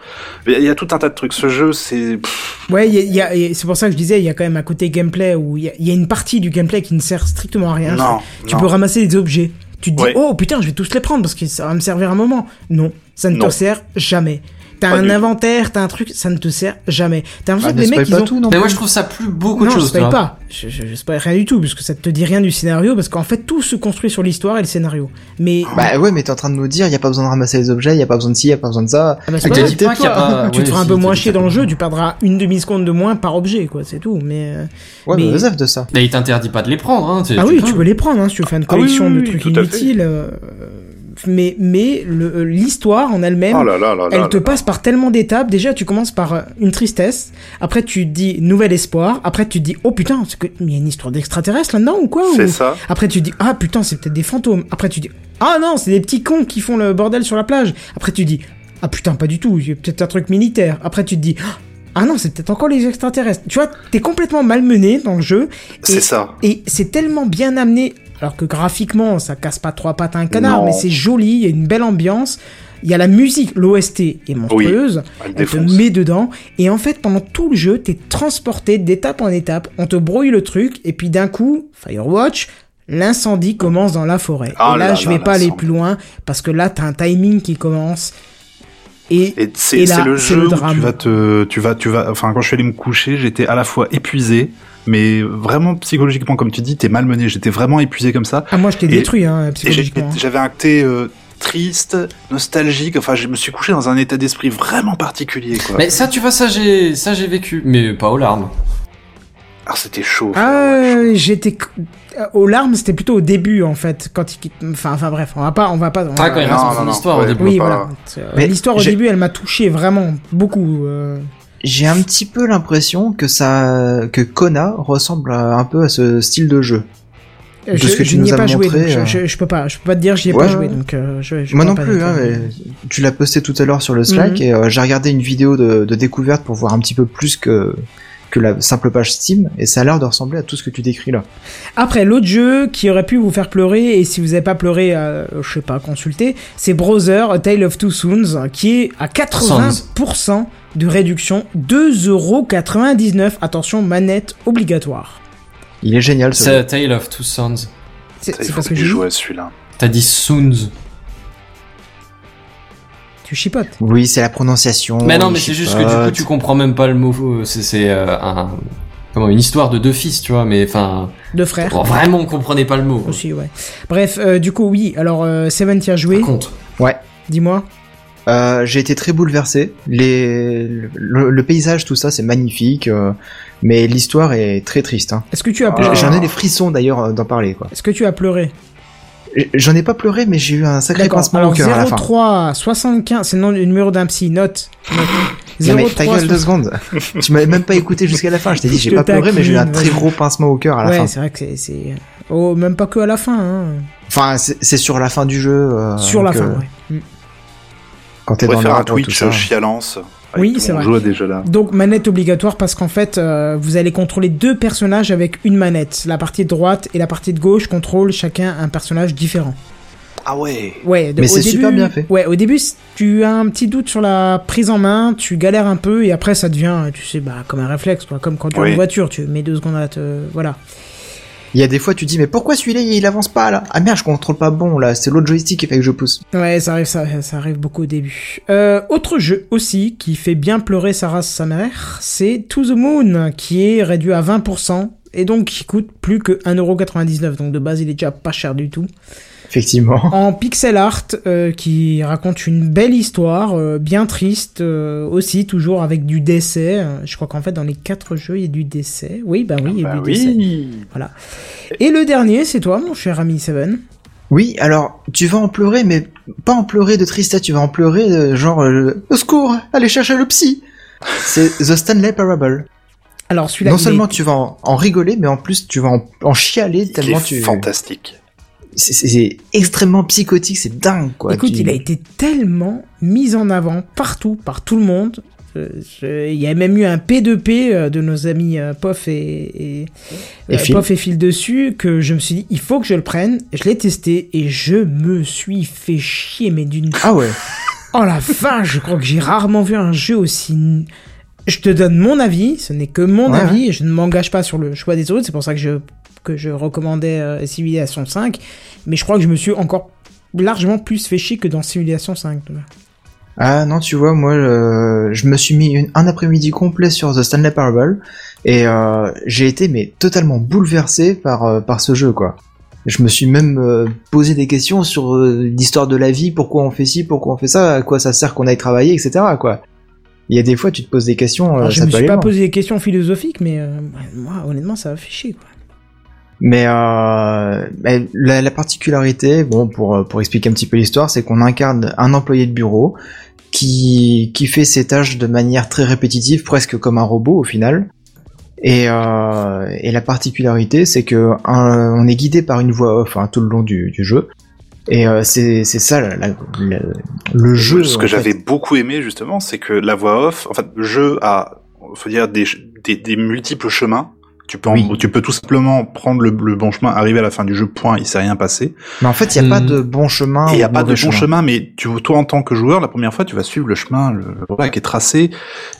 B: Il y a tout un tas de trucs. Ce jeu, c'est pff,
A: Ouais, il y a- il y a- et c'est pour ça que je disais, il y a quand même un côté gameplay où il y, a- il y a une partie du gameplay qui ne sert strictement à rien.
B: non.
A: tu
B: non.
A: peux ramasser des objets. Tu te dis,
B: Ouais.
A: oh putain, je vais tous les prendre parce que ça va me servir un moment. Non, ça ne
B: Non.
A: te sert jamais. T'as
B: Pas
A: un
B: du tout.
A: inventaire, t'as un truc, ça ne te sert jamais. T'as
D: Ah,
A: l'impression que
D: ne
A: les mecs,
D: spoil
A: ils
D: pas
A: ont
D: tout, non
E: Mais moi je trouve ça plus beaucoup de
A: non,
E: choses.
A: je spoil
E: tu vois.
A: pas. Je, je, je spoil rien du tout, parce que ça te dit rien du scénario, parce qu'en fait, tout se construit sur l'histoire et le scénario. Mais.
D: Bah ouais, mais t'es en train de nous dire, y a pas besoin de ramasser les objets, y a pas besoin de ci, y a pas besoin de ça.
A: Ah bah, c'est pas
E: T'as
A: grave.
E: dit pas qu'il y a pas-
A: tu
E: ouais,
A: te feras un
E: si,
A: peu
E: t'as
A: moins
E: dit
A: chier
E: ça.
A: dans le jeu, tu perdras une demi-seconde de moins par objet, quoi, c'est tout. Mais euh,
D: Ouais,
A: Mais-
D: mais vas de ça.
E: Mais il t'interdit pas de les prendre, hein. tu-
A: ah
E: tu
A: oui,
E: peux.
A: tu peux les prendre hein, si tu veux faire une
B: Ah oui,
A: collection
B: oui,
A: de
B: oui,
A: trucs
B: tout à fait.
A: inutiles. euh, mais mais le- euh, l'histoire en elle-même
B: Oh là là là là
A: elle te
B: là.
A: passe par tellement d'étapes. Déjà, tu commences par euh, une tristesse. Après, tu te dis nouvel espoir. Après, tu te dis oh putain, c'est que- il y a une histoire d'extraterrestre là-dedans ou quoi
B: C'est
A: Ou-
B: ça.
A: Après, tu te dis ah putain, c'est peut-être des fantômes. Après, tu te dis ah non, c'est des petits cons qui font le bordel sur la plage. Après, tu te dis ah putain, pas du tout. Il y a peut-être un truc militaire. Après, tu te dis ah non, c'est peut-être encore les extraterrestres. Tu vois, t'es complètement malmené dans le jeu. Et-
B: C'est ça.
A: et c'est tellement bien amené, alors que graphiquement, ça casse pas trois pattes à un canard,
B: Non.
A: mais c'est joli, il y a une belle ambiance. Il y a la musique, l'OST est monstrueuse,
B: Elle
A: elle te
B: défonce.
A: met dedans, et en fait, pendant tout le jeu, t'es transporté d'étape en étape, on te brouille le truc, et puis d'un coup, Firewatch, l'incendie commence dans la forêt.
B: Ah
A: et là,
B: là
A: je
B: là,
A: vais pas aller
B: l'incendie.
A: plus loin, parce que là, t'as un timing qui commence, et,
B: Et
A: Et
B: c'est
A: là,
B: c'est le
A: c'est
B: jeu
A: le
B: où
A: drame.
B: tu vas te, tu vas, tu vas. Enfin, quand je suis allé me coucher, j'étais à la fois épuisé, mais vraiment psychologiquement, comme tu dis, t'es malmené. J'étais vraiment épuisé comme ça.
A: ah, moi, je t'ai
B: et-
A: détruit, hein,
B: Et j'ai-
A: psychologiquement.
B: j'avais un thé euh, triste, nostalgique. Enfin, je me suis couché dans un état d'esprit vraiment particulier. Quoi.
E: Mais ça, tu vois, ça j'ai, ça j'ai vécu, mais pas aux larmes.
B: Ah, c'était chaud.
A: Ah,
B: Firewatch.
A: euh, j'étais euh, aux larmes, c'était plutôt au début en fait, quand il quitte. Enfin, enfin bref, on va pas, on va pas. on
E: Ah,
A: va-
E: quand il
B: Non,
E: reste
B: non,
E: son
B: non,
E: histoire au
B: ouais.
E: début.
A: oui,
B: pas-
A: voilà. Euh,
D: Mais
A: L'histoire au
D: j'ai-
A: début, elle m'a touché vraiment beaucoup. euh,
D: J'ai un petit peu l'impression que ça, que Kona ressemble à- un peu à ce style de jeu. De
A: je
D: ce que
A: je
D: tu
A: n'y ai
D: nous as
A: pas joué,
D: montré,
A: donc je,
D: euh,
A: je- je peux pas, je peux pas te dire, j'y ai
D: Ouais,
A: pas joué,
D: ouais.
A: donc euh, je. je
D: Moi non
A: pourrais pas
D: plus,
A: dire.
D: hein, mais tu l'as posté tout à l'heure sur le Slack
A: Mhm.
D: et euh, j'ai regardé une vidéo de, de découverte pour voir un petit peu plus que que la simple page Steam et ça a l'air de ressembler à tout ce que tu décris là.
A: Après, l'autre jeu qui aurait pu vous faire pleurer, et si vous n'avez pas pleuré, euh, je sais pas, consultez, c'est Brother, A Tale of Two Soons, qui est à 80% de réduction, 2,99€, attention, manette obligatoire.
D: Il est génial ce
E: C'est
D: jeu.
E: A Tale of Two Sons.
A: C'est
B: Il
A: c'est
B: faut
A: parce que
B: que tu
A: j'ai dit,
B: joues à celui-là.
E: T'as dit Soons.
A: tu chipotes.
D: Oui, c'est la prononciation.
E: mais non, mais
D: je
E: c'est
D: sais
E: juste
D: pas.
E: que du coup, tu comprends même pas le mot. euh, C'est, c'est euh, un, comment, une histoire de deux fils, tu vois, mais enfin,
A: Deux frères.
E: bon, vraiment, on comprenait pas le mot.
A: Aussi, ouais. Bref, euh, du coup, oui, alors euh, Seven, t'y as joué,
E: Compte.
A: dis-moi.
D: Euh, j'ai été très bouleversé. Les, le, le paysage, tout ça, c'est magnifique, euh, mais l'histoire est très triste. hein.
A: Est-ce que tu as
B: Ah.
A: pleuré
D: J'en ai des frissons d'ailleurs euh, d'en parler. quoi.
A: Est-ce que tu as pleuré
D: J'en ai pas pleuré, mais j'ai eu un sacré
A: D'accord.
D: pincement au
A: Alors
D: cœur à la fin.
A: 03 75, c'est le nom- le numéro d'un psy, note. note.
D: Non mais ta
A: 03,
D: gueule deux secondes. tu m'avais même pas écouté jusqu'à la fin. Je t'ai dit j'ai
A: Je te
D: pas pleuré mais j'ai eu un
A: taquine,
D: très
A: vas-y.
D: gros pincement au cœur à la
A: ouais,
D: fin.
A: c'est vrai que c'est- c'est. Oh, même pas que à la fin, hein.
D: Enfin c'est c'est sur la fin du jeu. euh,
A: Sur la
D: que-
A: fin, ouais. Mm.
D: Quand t'es
B: On
D: dans
B: pourrait
D: le
B: faire un
D: rapport, tout
B: Twitch
D: ça.
B: euh, chialance. avec
A: Oui,
B: tout le
A: c'est
B: monde
A: vrai.
B: joue à des jeux là.
A: Donc, manette obligatoire parce qu'en fait, euh, vous allez contrôler deux personnages avec une manette. La partie de droite et la partie de gauche contrôlent chacun un personnage différent.
B: Ah ouais.
A: Ouais, de-
D: Mais
A: au
D: c'est
A: début-
D: super bien fait.
A: Ouais, au début, c- tu as un petit doute sur la prise en main, tu galères un peu, et après, ça devient, tu sais, bah, comme un réflexe, quoi. Comme quand tu as
B: Oui.
A: une voiture, tu mets deux secondes à te. Voilà.
D: Il y a des fois tu dis mais pourquoi celui-là il avance pas là Ah merde je contrôle pas bon là c'est l'autre joystick qu'il fallait que je pousse.
A: Ouais, ça arrive, ça, ça arrive beaucoup au début. Euh, autre jeu aussi qui fait bien pleurer sa race, sa mère, c'est To the Moon, qui est réduit à 20%, et donc qui coûte plus que 1,99€, donc de base, il est déjà pas cher du tout.
D: Effectivement.
A: en pixel art euh, qui raconte une belle histoire, euh, bien triste euh, aussi, toujours avec du décès. Euh, Je crois qu'en fait dans les quatre jeux il y a du décès. Oui, bah oui, il y a
B: Bah
A: du décès.
B: oui.
A: Et le dernier, c'est toi, mon cher ami Seven.
D: Oui alors tu vas en pleurer mais pas en pleurer de tristesse tu vas en pleurer de genre euh, au secours allez chercher le psy. C'est The Stanley Parable.
A: Alors celui-là,
D: Non
A: il
D: seulement
A: est-
D: tu vas en, en rigoler, mais en plus tu vas en, en chialer
B: Il
D: tellement
B: est
D: tu.
B: fantastique.
D: c'est- c'est c'est extrêmement psychotique, c'est dingue quoi.
A: écoute,
D: Tu-
A: il a été tellement mis en avant partout par tout le monde. Euh, je- Il y a même eu un P2P euh, de nos amis euh, Poff et, et,
D: Et Phil.
A: Poff et Phil dessus que je me suis dit il faut que je le prenne. Je l'ai testé et je me suis fait chier mais d'une
D: Ah ouais.
A: Oh la vache, je crois que j'ai rarement vu un jeu aussi. n- Je te donne mon avis, ce n'est que mon
D: Ouais,
A: avis, et je ne m'engage pas sur le choix des autres, c'est pour ça que je, que je recommandais euh, Civilization 5, mais je crois que je me suis encore largement plus fait chier que dans Civilization 5. tu vois.
D: Ah non, tu vois, moi, euh, je me suis mis une- un après-midi complet sur The Stanley Parable et euh, j'ai été mais totalement bouleversé par euh, par ce jeu quoi. Je me suis même euh, posé des questions sur euh, l'histoire de la vie, pourquoi on fait ci, pourquoi on fait ça, à quoi ça sert qu'on aille travailler, etc. quoi. Il y a des fois, tu te poses des questions. euh,
A: Alors, Ah, je
D: ça
A: me suis
D: peut aller
A: pas
D: loin.
A: posé des questions philosophiques, mais euh, moi, honnêtement, ça m'a fait chier. Quoi.
D: Mais, euh, mais la, la particularité, bon, pour, euh, pour expliquer un petit peu l'histoire, c'est qu'on incarne un employé de bureau qui, qui fait ses tâches de manière très répétitive, presque comme un robot au final. Et, euh, et la particularité, c'est que un- on est guidé par une voix off hein, tout le long du, du jeu. Et euh, c'est c'est ça la- la- la- le jeu.
B: Ce
D: en
B: que
D: fait.
B: j'avais beaucoup aimé justement, c'est que la voix off, en fait, le jeu a, faut dire des, ch- des, des multiples chemins. Tu peux, en-
D: Oui.
B: tu peux tout simplement prendre le, le bon chemin, arriver à la fin du jeu, point, il s'est rien passé.
D: Mais en fait, il n'y a
E: Hmm.
D: pas de bon chemin.
B: et il
D: ou
B: n'y a pas de bon
D: Ah, mauvais
B: chemin. mais tu, toi en tant que joueur, la première fois, tu vas suivre le chemin, le, le voilà, qui est tracé.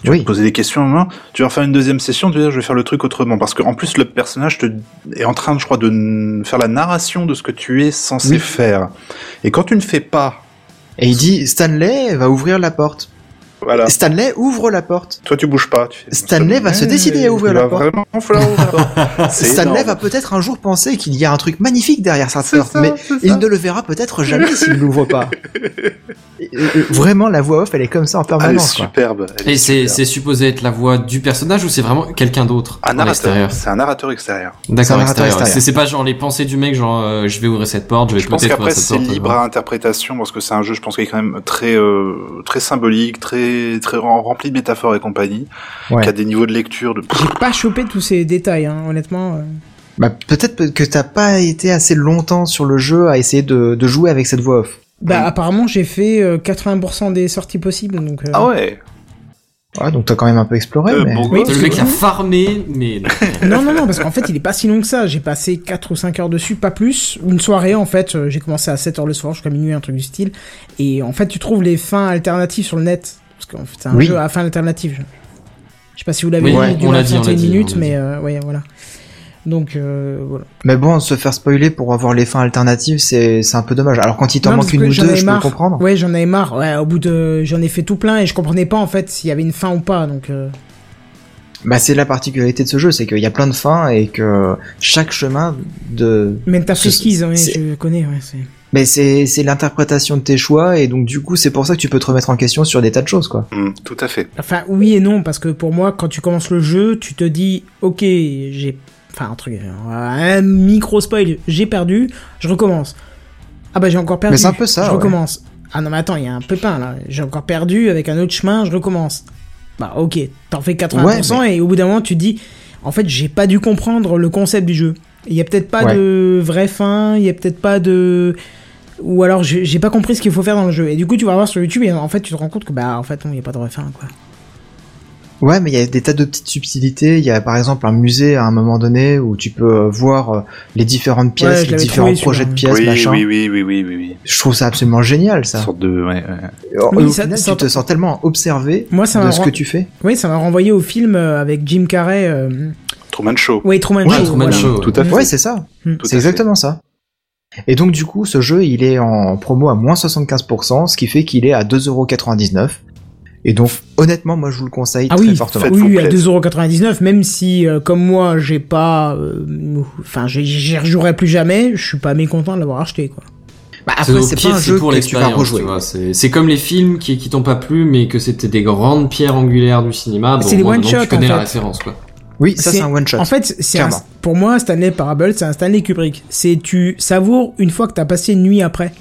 B: Tu vas
D: Oui.
B: te poser des questions, hein. tu vas faire une deuxième session, tu vas dire je vais faire le truc autrement, parce que en plus le personnage te est en train, je crois, de n- faire la narration de ce que tu es censé
D: Oui.
B: faire. Et quand tu ne fais pas,
D: Et il dit Stanley va ouvrir la porte.
B: voilà,
D: Stanley ouvre la porte.
B: toi tu bouges pas. tu fais-
D: Stanley va se décider à ouvrir
B: Il
D: la
B: va
D: porte.
B: Vraiment falloir ouvrir la porte. C'est
D: Stanley
B: énorme.
D: va peut-être un jour penser qu'il y a un truc magnifique derrière sa
B: C'est
D: porte,
B: ça,
D: mais
B: c'est ça.
D: il ne le verra peut-être jamais s'il l'ouvre pas. Et- et- vraiment, la voix off, elle est comme ça en
B: Ah, elle est
D: permanence. quoi.
B: superbe. elle est
E: Et c'est
B: superbe.
E: c'est supposé être la voix du personnage ou c'est vraiment quelqu'un d'autre
B: un
E: à
B: narrateur.
E: l'extérieur
B: C'est un narrateur extérieur.
D: C'est un
E: D'accord,
D: narrateur
E: extérieur.
D: extérieur.
E: C'est c'est pas genre les pensées du mec, genre euh, je vais ouvrir cette porte, je vais
B: Je pense
E: peut-être ouvrir
B: qu'après
E: cette
B: c'est
E: porte. euh.
B: libre à interprétation parce que c'est un jeu, je pense, qui est quand même très euh, très symbolique, très très rem- rempli de métaphores et compagnie,
D: Ouais.
B: qui a des niveaux de lecture. De...
A: J'ai pas chopé tous ces détails, hein, honnêtement. euh.
D: Bah, peut-être que t'as pas été assez longtemps sur le jeu à essayer de, de jouer avec cette voix off.
A: Bah, apparemment, j'ai fait euh, 80% des sorties possibles, donc. euh,
B: Ah ouais.
D: Ouais, donc t'as quand même un peu exploré.
B: Euh,
D: mais...
B: bon,
A: Oui,
B: euh,
E: Le mec a farmé, mais non.
A: Non, non, non, parce qu'en fait, il est pas si long que ça. J'ai passé 4 ou 5 heures dessus, pas plus. Une soirée, en fait, euh, j'ai commencé à 7 heures le soir jusqu'à minuit, un truc du style. Et en fait, tu trouves les fins alternatives sur le net. Parce qu'en fait, c'est un
D: Oui.
A: jeu à fin alternative. Je- Je sais pas si vous l'avez
E: Oui,
A: vu,
E: ouais,
A: il dure
E: on l'a
A: 21
E: dit, on l'a dit,
A: minutes,
E: on l'a
A: mais
E: dit.
A: euh, ouais, voilà. Donc, euh, voilà.
D: mais bon, se faire spoiler pour avoir les fins alternatives, c'est c'est un peu dommage. Alors quand il t'en
A: Non,
D: manque
A: parce
D: une
A: que
D: ou
A: j'en
D: deux,
A: avais
D: je peux
A: marre.
D: le comprendre.
A: Ouais, j'en avais marre. Ouais, au bout de, j'en ai fait tout plein et je comprenais pas en fait s'il y avait une fin ou pas. Donc, euh,
D: Bah, c'est la particularité de ce jeu, c'est qu'il y a plein de fins et que chaque chemin de,
A: même ta
D: C'est-
A: frisquise, ouais,
D: c'est-
A: je connais. Ouais, c'est...
D: Mais Ben, c'est c'est l'interprétation de tes choix et donc du coup c'est pour ça que tu peux te remettre en question sur des tas de choses quoi.
B: hum, tout à fait.
A: Enfin, oui et non parce que pour moi, quand tu commences le jeu, tu te dis, ok, j'ai, enfin un truc, un micro spoil, j'ai perdu, je recommence. Ah bah j'ai encore perdu.
D: Mais c'est un peu ça,
A: Je
D: ouais.
A: recommence. Ah non mais attends, il y a un pépin là. J'ai encore perdu avec un autre chemin, je recommence. Bah ok, t'en fais 80% et au bout d'un moment tu te dis, en fait j'ai pas dû comprendre le concept du jeu. Il y a peut-être pas
D: Ouais.
A: de vraie fin, il y a peut-être pas de ou alors j'ai j'ai pas compris ce qu'il faut faire dans le jeu. Et du coup tu vas voir sur YouTube et en fait tu te rends compte que bah en fait non, il y a pas de vraie fin quoi.
D: Ouais mais il y a des tas de petites subtilités, il y a par exemple un musée à un moment donné où tu peux euh, voir euh, les différentes
A: Ouais,
D: pièces,
A: je
D: les
A: l'avais
D: différents
A: trouvé,
D: projets de
A: celui-là.
D: pièces,
B: oui,
D: machin.
B: oui, oui, oui, oui, oui, oui.
D: Je trouve ça absolument génial
B: Une
D: ça.
B: sorte de. Ouais, ouais.
D: Au-
A: Oui,
D: au
A: ça-
D: final,
A: ça-
D: tu te sens tellement observé
A: Moi, ça
D: de
A: m'a
D: ce que
A: rend-
D: tu fais.
A: Oui, ça m'a renvoyé au film euh, avec Jim Carrey. Euh...
B: Truman Show.
A: Ouais, Truman
E: Ouais,
A: Show.
E: Truman
A: voilà.
E: Show.
B: Tout à fait.
D: Ouais c'est ça,
B: Tout à
D: c'est
B: fait.
D: exactement ça. Et donc du coup ce jeu il est en promo à moins 75%, ce qui fait qu'il est à 2,99€. Et donc honnêtement moi je vous le conseille
A: Ah
D: très
A: oui,
D: fortement.
B: Faites-vous
A: oui, à
B: plaisir.
A: 2,99€, même si, euh, comme moi, j'ai pas. euh, Enfin, j'ai- j'y rejouerai plus jamais, je suis pas mécontent de l'avoir acheté, quoi.
D: Bah,
E: C'est
D: après
E: au
D: c'est
E: pire,
D: pas un
E: c'est
D: jeu
E: pour
D: que tu vas
E: l'expérience,
D: rejouer.
E: tu vois. C'est c'est comme les films qui, qui t'ont pas plu, mais que c'était des grandes pierres angulaires du cinéma. Bon,
A: C'est les
E: moi,
A: one
E: maintenant,
A: shot,
E: Tu connais
A: en
E: la
A: fait.
E: référence, quoi.
D: Oui, ça
A: C'est-
D: c'est un one shot.
A: En fait, c'est un-
D: Clairement.
A: pour moi, Stanley Parable, c'est un Stanley Kubrick. C'est tu savoures une fois que t'as passé une nuit après.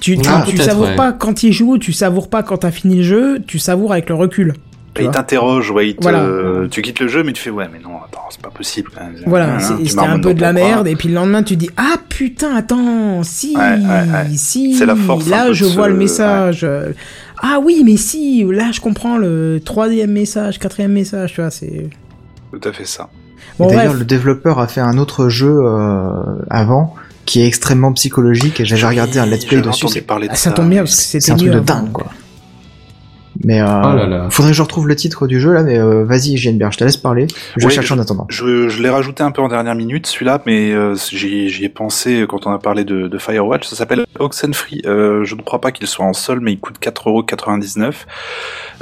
A: Tu, tu,
E: Ah,
A: tu
E: peut-être,
A: savoures
E: ouais.
A: pas quand il joue, tu savoures pas quand t'as fini le jeu, tu savoures avec le recul. tu
B: Et il
A: vois.
B: t'interroge, ouais, il te-
A: Voilà.
B: euh, tu quittes le jeu, mais tu fais ouais, mais non, attends, c'est pas possible. quand même.
A: Voilà,
B: Hein,
A: c'est-
B: tu
A: c'était un
B: marmonnes
A: peu de
B: dans
A: la
B: ton coin.
A: merde. Et puis le lendemain, tu dis Ah putain, attends, si,
B: Ouais, ouais, ouais.
A: si,
B: C'est la force, un
A: là
B: peu,
A: je
B: de
A: vois
B: ce-
A: le message. Euh, Ah oui, mais si, là je comprends le troisième message, quatrième message, tu vois, c'est.
B: Tout à fait ça.
A: Bon,
D: D'ailleurs,
A: bref.
D: le développeur a fait un autre jeu euh, avant qui est extrêmement psychologique et j'avais regardé un let's play
B: J'avais
D: dessus.
B: entendu
D: C'est
B: parler de
A: Ah, ça tombe bien parce que
D: c'est
A: c'était
D: un
A: mieux.
D: truc de
A: avant.
D: dingue quoi. Mais euh,
E: Oh là là.
D: faudrait que je retrouve le titre du jeu là, mais euh, vas-y JNBR, je te laisse parler. Je
B: Oui,
D: cherche
B: je-
D: en attendant.
B: Je, je l'ai rajouté un peu en dernière minute, celui-là, mais euh, j'y j'y ai pensé quand on a parlé de, de Firewatch. Ça s'appelle Oxenfree. Euh, je ne crois pas qu'il soit en sol, mais il coûte 4,99€.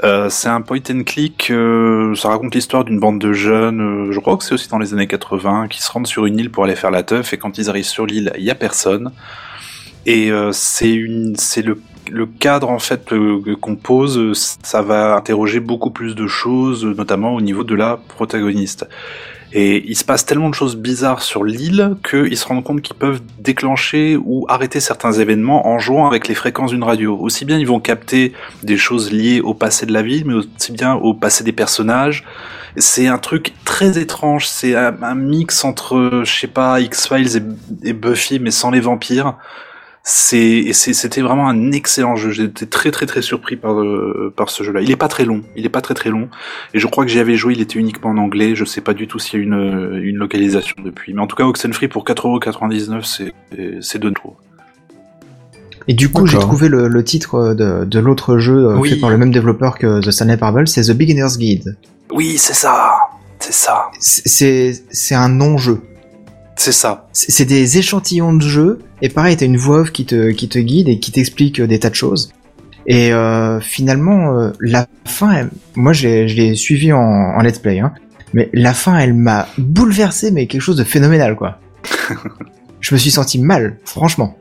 B: Euh, c'est un point and click. euh, ça raconte l'histoire d'une bande de jeunes. euh, je crois que c'est aussi dans les années 80 qui se rendent sur une île pour aller faire la teuf. Et quand ils arrivent sur l'île, il y a personne. Et euh, c'est une, c'est le le cadre en fait euh, que- qu'on pose, euh, ça va interroger beaucoup plus de choses, euh, notamment au niveau de la protagoniste. Et il se passe tellement de choses bizarres sur l'île qu'ils se rendent compte qu'ils peuvent déclencher ou arrêter certains événements en jouant avec les fréquences d'une radio. Aussi bien ils vont capter des choses liées au passé de la ville, mais aussi bien au passé des personnages. C'est un truc très étrange, c'est un, un mix entre, je sais pas, X-Files et- et Buffy, mais sans les vampires. C'est et c'est- c'était vraiment un excellent jeu. J'étais très très très surpris par euh, par ce jeu-là. Il est pas très long. Il est pas très très long. Et je crois que j'y avais joué. Il était uniquement en anglais. Je sais pas du tout s'il y a une euh, une localisation depuis. Mais en tout cas, Oxenfree pour 4,99€, c'est euh, c'est de trop.
D: Et du coup, j'ai
E: D'accord.
D: trouvé le, le titre de, de l'autre jeu euh,
B: Oui.
D: fait par le même développeur que The Stanley Parable, c'est The Beginner's Guide.
B: Oui, c'est ça. C'est ça.
D: C'est- C'est c'est un non-jeu.
B: C'est ça.
D: C'est c'est des échantillons de jeux, et pareil, t'as une voix off qui te, qui te guide et qui t'explique euh, des tas de choses. Et euh, finalement, euh, la fin, elle- moi je l'ai- je l'ai suivi en, en let's play, hein, mais la fin, elle m'a bouleversé, mais quelque chose de phénoménal, quoi. je me suis senti mal, franchement.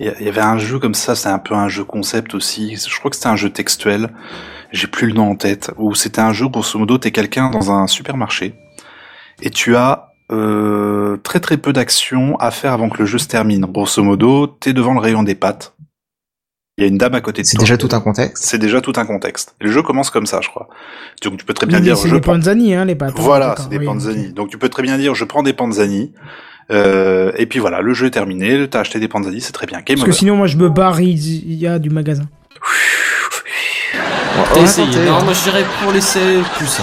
B: Il y a- il y avait un jeu comme ça, c'est un peu un jeu concept aussi. Je crois que c'était un jeu textuel. J'ai plus le nom en tête. Où c'était un jeu, grosso modo, t'es quelqu'un dans un supermarché et tu as euh, très très peu d'actions à faire avant que le jeu se termine. Grosso modo, t'es devant le rayon des pâtes. Il y a une dame à côté de
D: C'est
B: toi.
D: déjà tout un contexte.
B: C'est déjà tout un contexte. Et le jeu commence comme ça, je crois. Donc tu peux très bien
A: Oui, mais
B: dire.
A: c'est
B: je
A: des
B: prends-
A: Panzani, hein, les pâtes.
B: voilà,
A: D'accord,
B: c'est des
A: oui,
B: panzani.
A: ok.
B: Donc tu peux très bien dire, je prends des panzani. Euh, et puis voilà, le jeu est terminé, t'as acheté des panzani, c'est très bien. Game
A: Parce que
B: over.
A: sinon, moi, je me barre il il y a du magasin.
E: T'as essayé. Non, moi je dirais pour laisser plus ça.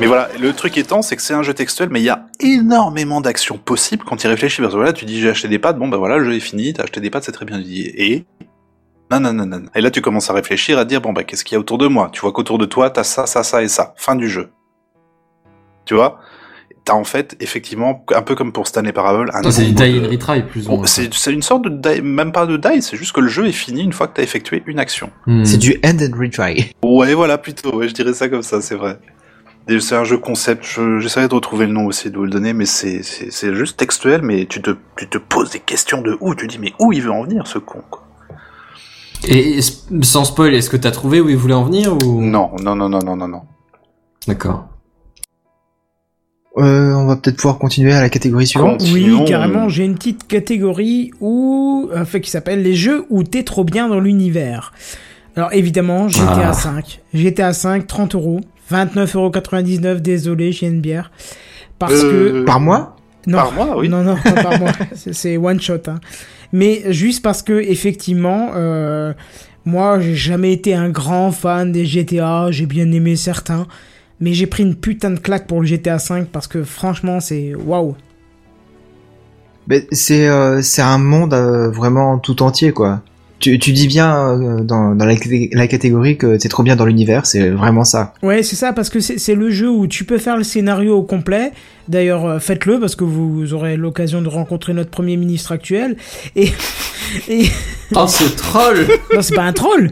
B: Mais voilà, le truc étant, c'est que c'est un jeu textuel, mais il y a énormément d'actions possibles quand tu y réfléchis. Parce que voilà, tu dis j'ai acheté des pâtes, bon ben voilà, le jeu est fini, t'as acheté des pâtes, c'est très bien. Tu dis, Et non, non, non, non. non. Et là, tu commences à réfléchir, à te dire bon ben qu'est-ce qu'il y a autour de moi Tu vois qu'autour de toi, t'as ça, ça, ça et ça. Fin du jeu. Tu vois T'as en fait, effectivement, un peu comme pour Stanley Parable, un
E: Toi, c'est Oh, du
B: nombre
E: die
B: de-
E: and retry plus ou
B: Bon,
E: moins.
B: c'est c'est une sorte de die, même pas de die, c'est juste que le jeu est fini une fois que t'as effectué une action.
E: Hmm.
D: C'est du end and retry.
B: Ouais, voilà, plutôt. Ouais, je dirais ça comme ça, c'est vrai. Et C'est un jeu concept. je- J'essaierai de retrouver le nom aussi, de vous le donner, mais c'est- c'est c'est juste textuel, mais tu te, tu te poses des questions de où, tu dis, mais où il veut en venir, ce con, quoi.
E: Et et sp- sans spoil, est-ce que t'as trouvé où il voulait en venir ou
B: Non, non, non, non, non, non, non.
E: D'accord.
D: Euh, on va peut-être pouvoir continuer à la catégorie suivante.
B: Continuons.
A: Oui,
B: euh,
A: carrément, j'ai une petite catégorie où, en fait, qui s'appelle les jeux où t'es trop bien dans l'univers. Alors évidemment, GTA
E: Ah.
A: 5. GTA 5, 30 euros. 29,99€, désolé, j'ai une bière. Parce que...
B: Euh,
D: Par mois
A: Non,
B: par mois, oui.
A: Non, non, pas par mois. C'est- C'est one shot. hein. Mais juste parce que, effectivement, euh, moi, j'ai jamais été un grand fan des GTA. J'ai bien aimé certains. Mais j'ai pris une putain de claque pour le GTA 5 parce que, franchement, c'est waouh.
D: Mais c'est euh, c'est un monde euh, vraiment tout entier quoi. Tu, tu dis bien euh, dans, dans la, catég- la catégorie que t'es trop bien dans l'univers, c'est vraiment ça.
A: Ouais, c'est ça, parce que c'est c'est le jeu où tu peux faire le scénario au complet. D'ailleurs, euh, faites-le, parce que vous aurez l'occasion de rencontrer notre Premier ministre actuel. Et... et...
E: Oh, ce troll
A: Non, c'est pas un troll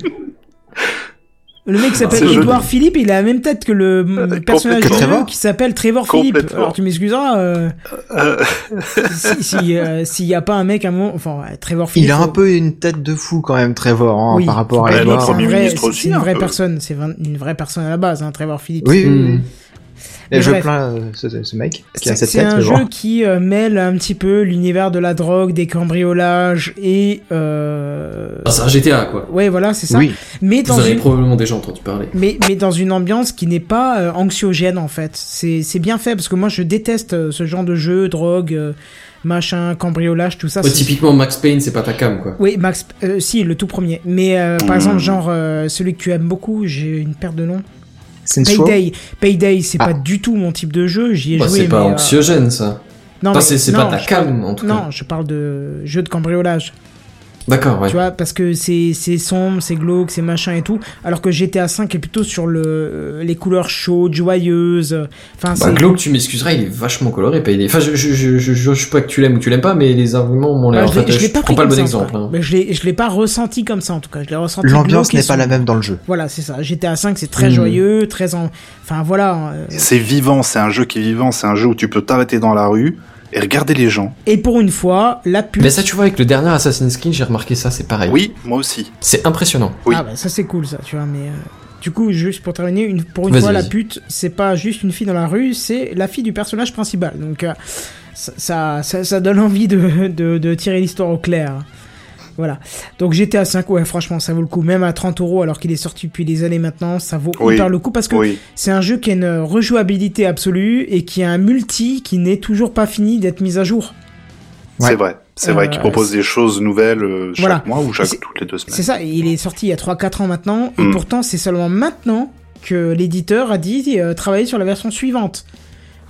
A: Le mec s'appelle
B: Bah, C'est joli. Euh,
A: Edouard Philippe, il a la même tête que le mm, personnage du
D: complètement.
A: jeu qui s'appelle Trevor Philippe.
B: Complètement.
A: Alors tu m'excuseras, euh,
B: Euh,
A: si- si, euh, s'il y a pas un mec à un moment... Enfin, ouais, Trevor Philippe...
D: Il a un
A: faut-
D: peu une tête de fou quand même Trevor hein,
A: oui,
D: par rapport
A: faut pas
D: à
B: Ouais,
A: oublier
B: le
A: que
D: Edward.
A: c'est un
B: Premier
A: vrai-
B: ministre aussi,
A: C'est
B: hein.
A: une
B: un
A: vraie
B: peu.
A: personne, c'est vin- une vraie personne à la base, hein, Trevor Philippe.
D: Oui, oui, oui.
E: Hmm.
A: Mais
D: Et je
A: bref.
D: plains euh, ce, ce mec qui a
A: C'est
D: cette
A: c'est
D: tête.
A: un
D: mais bon.
A: jeu qui euh, mêle un petit peu l'univers de la drogue, des cambriolages et... Euh...
E: Ah, C'est un GTA quoi.
A: Ouais, voilà, c'est ça.
D: Oui,
A: Mais
E: Vous
A: dans
E: en avez
A: une-
E: probablement déjà entendu parler.
A: mais, mais dans une ambiance qui n'est pas euh, anxiogène en fait. C'est c'est bien fait parce que moi je déteste euh, ce genre de jeu, drogue, euh, machin, cambriolage, tout ça.
E: Ouais,
A: C'est-
E: typiquement, Max Payne, c'est pas ta cam quoi.
A: Oui, Max, euh, si, le tout premier. Mais euh, par
B: Mm.
D: Hmm.
A: exemple, genre euh, celui que tu aimes beaucoup, j'ai une paire de noms.
D: c'est une soirée.
A: Payday. Payday, c'est
D: Ah.
A: pas du tout mon type de jeu, j'y ai
E: Bah,
A: joué.
E: c'est pas
A: mais, euh,
E: anxiogène ça.
A: non,
E: Enfin,
A: mais-
E: c'est- c'est
A: non,
E: pas ta
A: je parle-
E: cam en tout cas.
A: Non, je parle de jeu de cambriolage.
E: D'accord, ouais.
A: Tu vois, parce que c'est c'est sombre, c'est glauque, c'est machin et tout. Alors que GTA 5 est plutôt sur le, euh, les couleurs chaudes, joyeuses. Enfin,
E: Bah,
A: c'est-
E: Glauque, tu m'excuseras, il est vachement coloré, Payday. Enfin, je, je, je, je, je sais pas que tu l'aimes ou tu l'aimes pas, mais les arguments m'ont l'air.
A: Bah,
E: en
A: je l'ai-
E: fait,
A: je l'ai
E: je
A: pas
E: prends
A: pris
E: pas le
A: comme
E: bon
A: ça, en
E: exemple.
A: tout cas.
E: hein.
A: Mais je l'ai- je l'ai pas ressenti comme ça en tout cas. Je l'ai ressenti.
D: L'ambiance
A: glauque et
D: n'est pas la
A: sombre.
D: même dans le jeu.
A: Voilà, c'est ça. GTA 5 c'est très
E: Mm.
A: joyeux, très en. Enfin voilà. euh,
B: c'est vivant, c'est un jeu qui est vivant, c'est un jeu où tu peux t'arrêter dans la rue et regarder les gens.
A: Et pour une fois, la pub.
E: hein. Mais ça, tu vois, avec le dernier Assassin's Creed, j'ai remarqué ça, c'est pareil.
B: Oui, moi aussi.
E: C'est impressionnant.
B: oui.
A: Ah bah ça c'est cool ça, tu vois. Mais euh, Du coup, juste pour terminer, une, pour une
E: Vas-y,
A: fois, la
E: vas-y.
A: pute, c'est pas juste une fille dans la rue, c'est la fille du personnage principal. Donc, euh, ça, ça, ça- ça donne envie de, de, de tirer l'histoire au clair. Voilà. Donc, GTA 5, ouais, franchement, ça vaut le coup. Même à 30 euros, alors qu'il est sorti depuis des années maintenant, ça vaut
B: Oui.
A: hyper le coup parce que
B: Oui.
A: c'est un jeu qui a une rejouabilité absolue et qui a un multi qui n'est toujours pas fini d'être mis à jour.
D: Ouais.
B: C'est vrai. C'est vrai qu'ils
A: Euh,
B: proposent des choses nouvelles euh, chaque
A: Voilà.
B: mois ou
A: C'est-
B: chaque toutes les deux semaines.
A: C'est ça, et il est sorti il y a 3-4 ans maintenant, et
B: Mm.
A: pourtant c'est seulement maintenant que l'éditeur a dit euh, travailler sur la version suivante.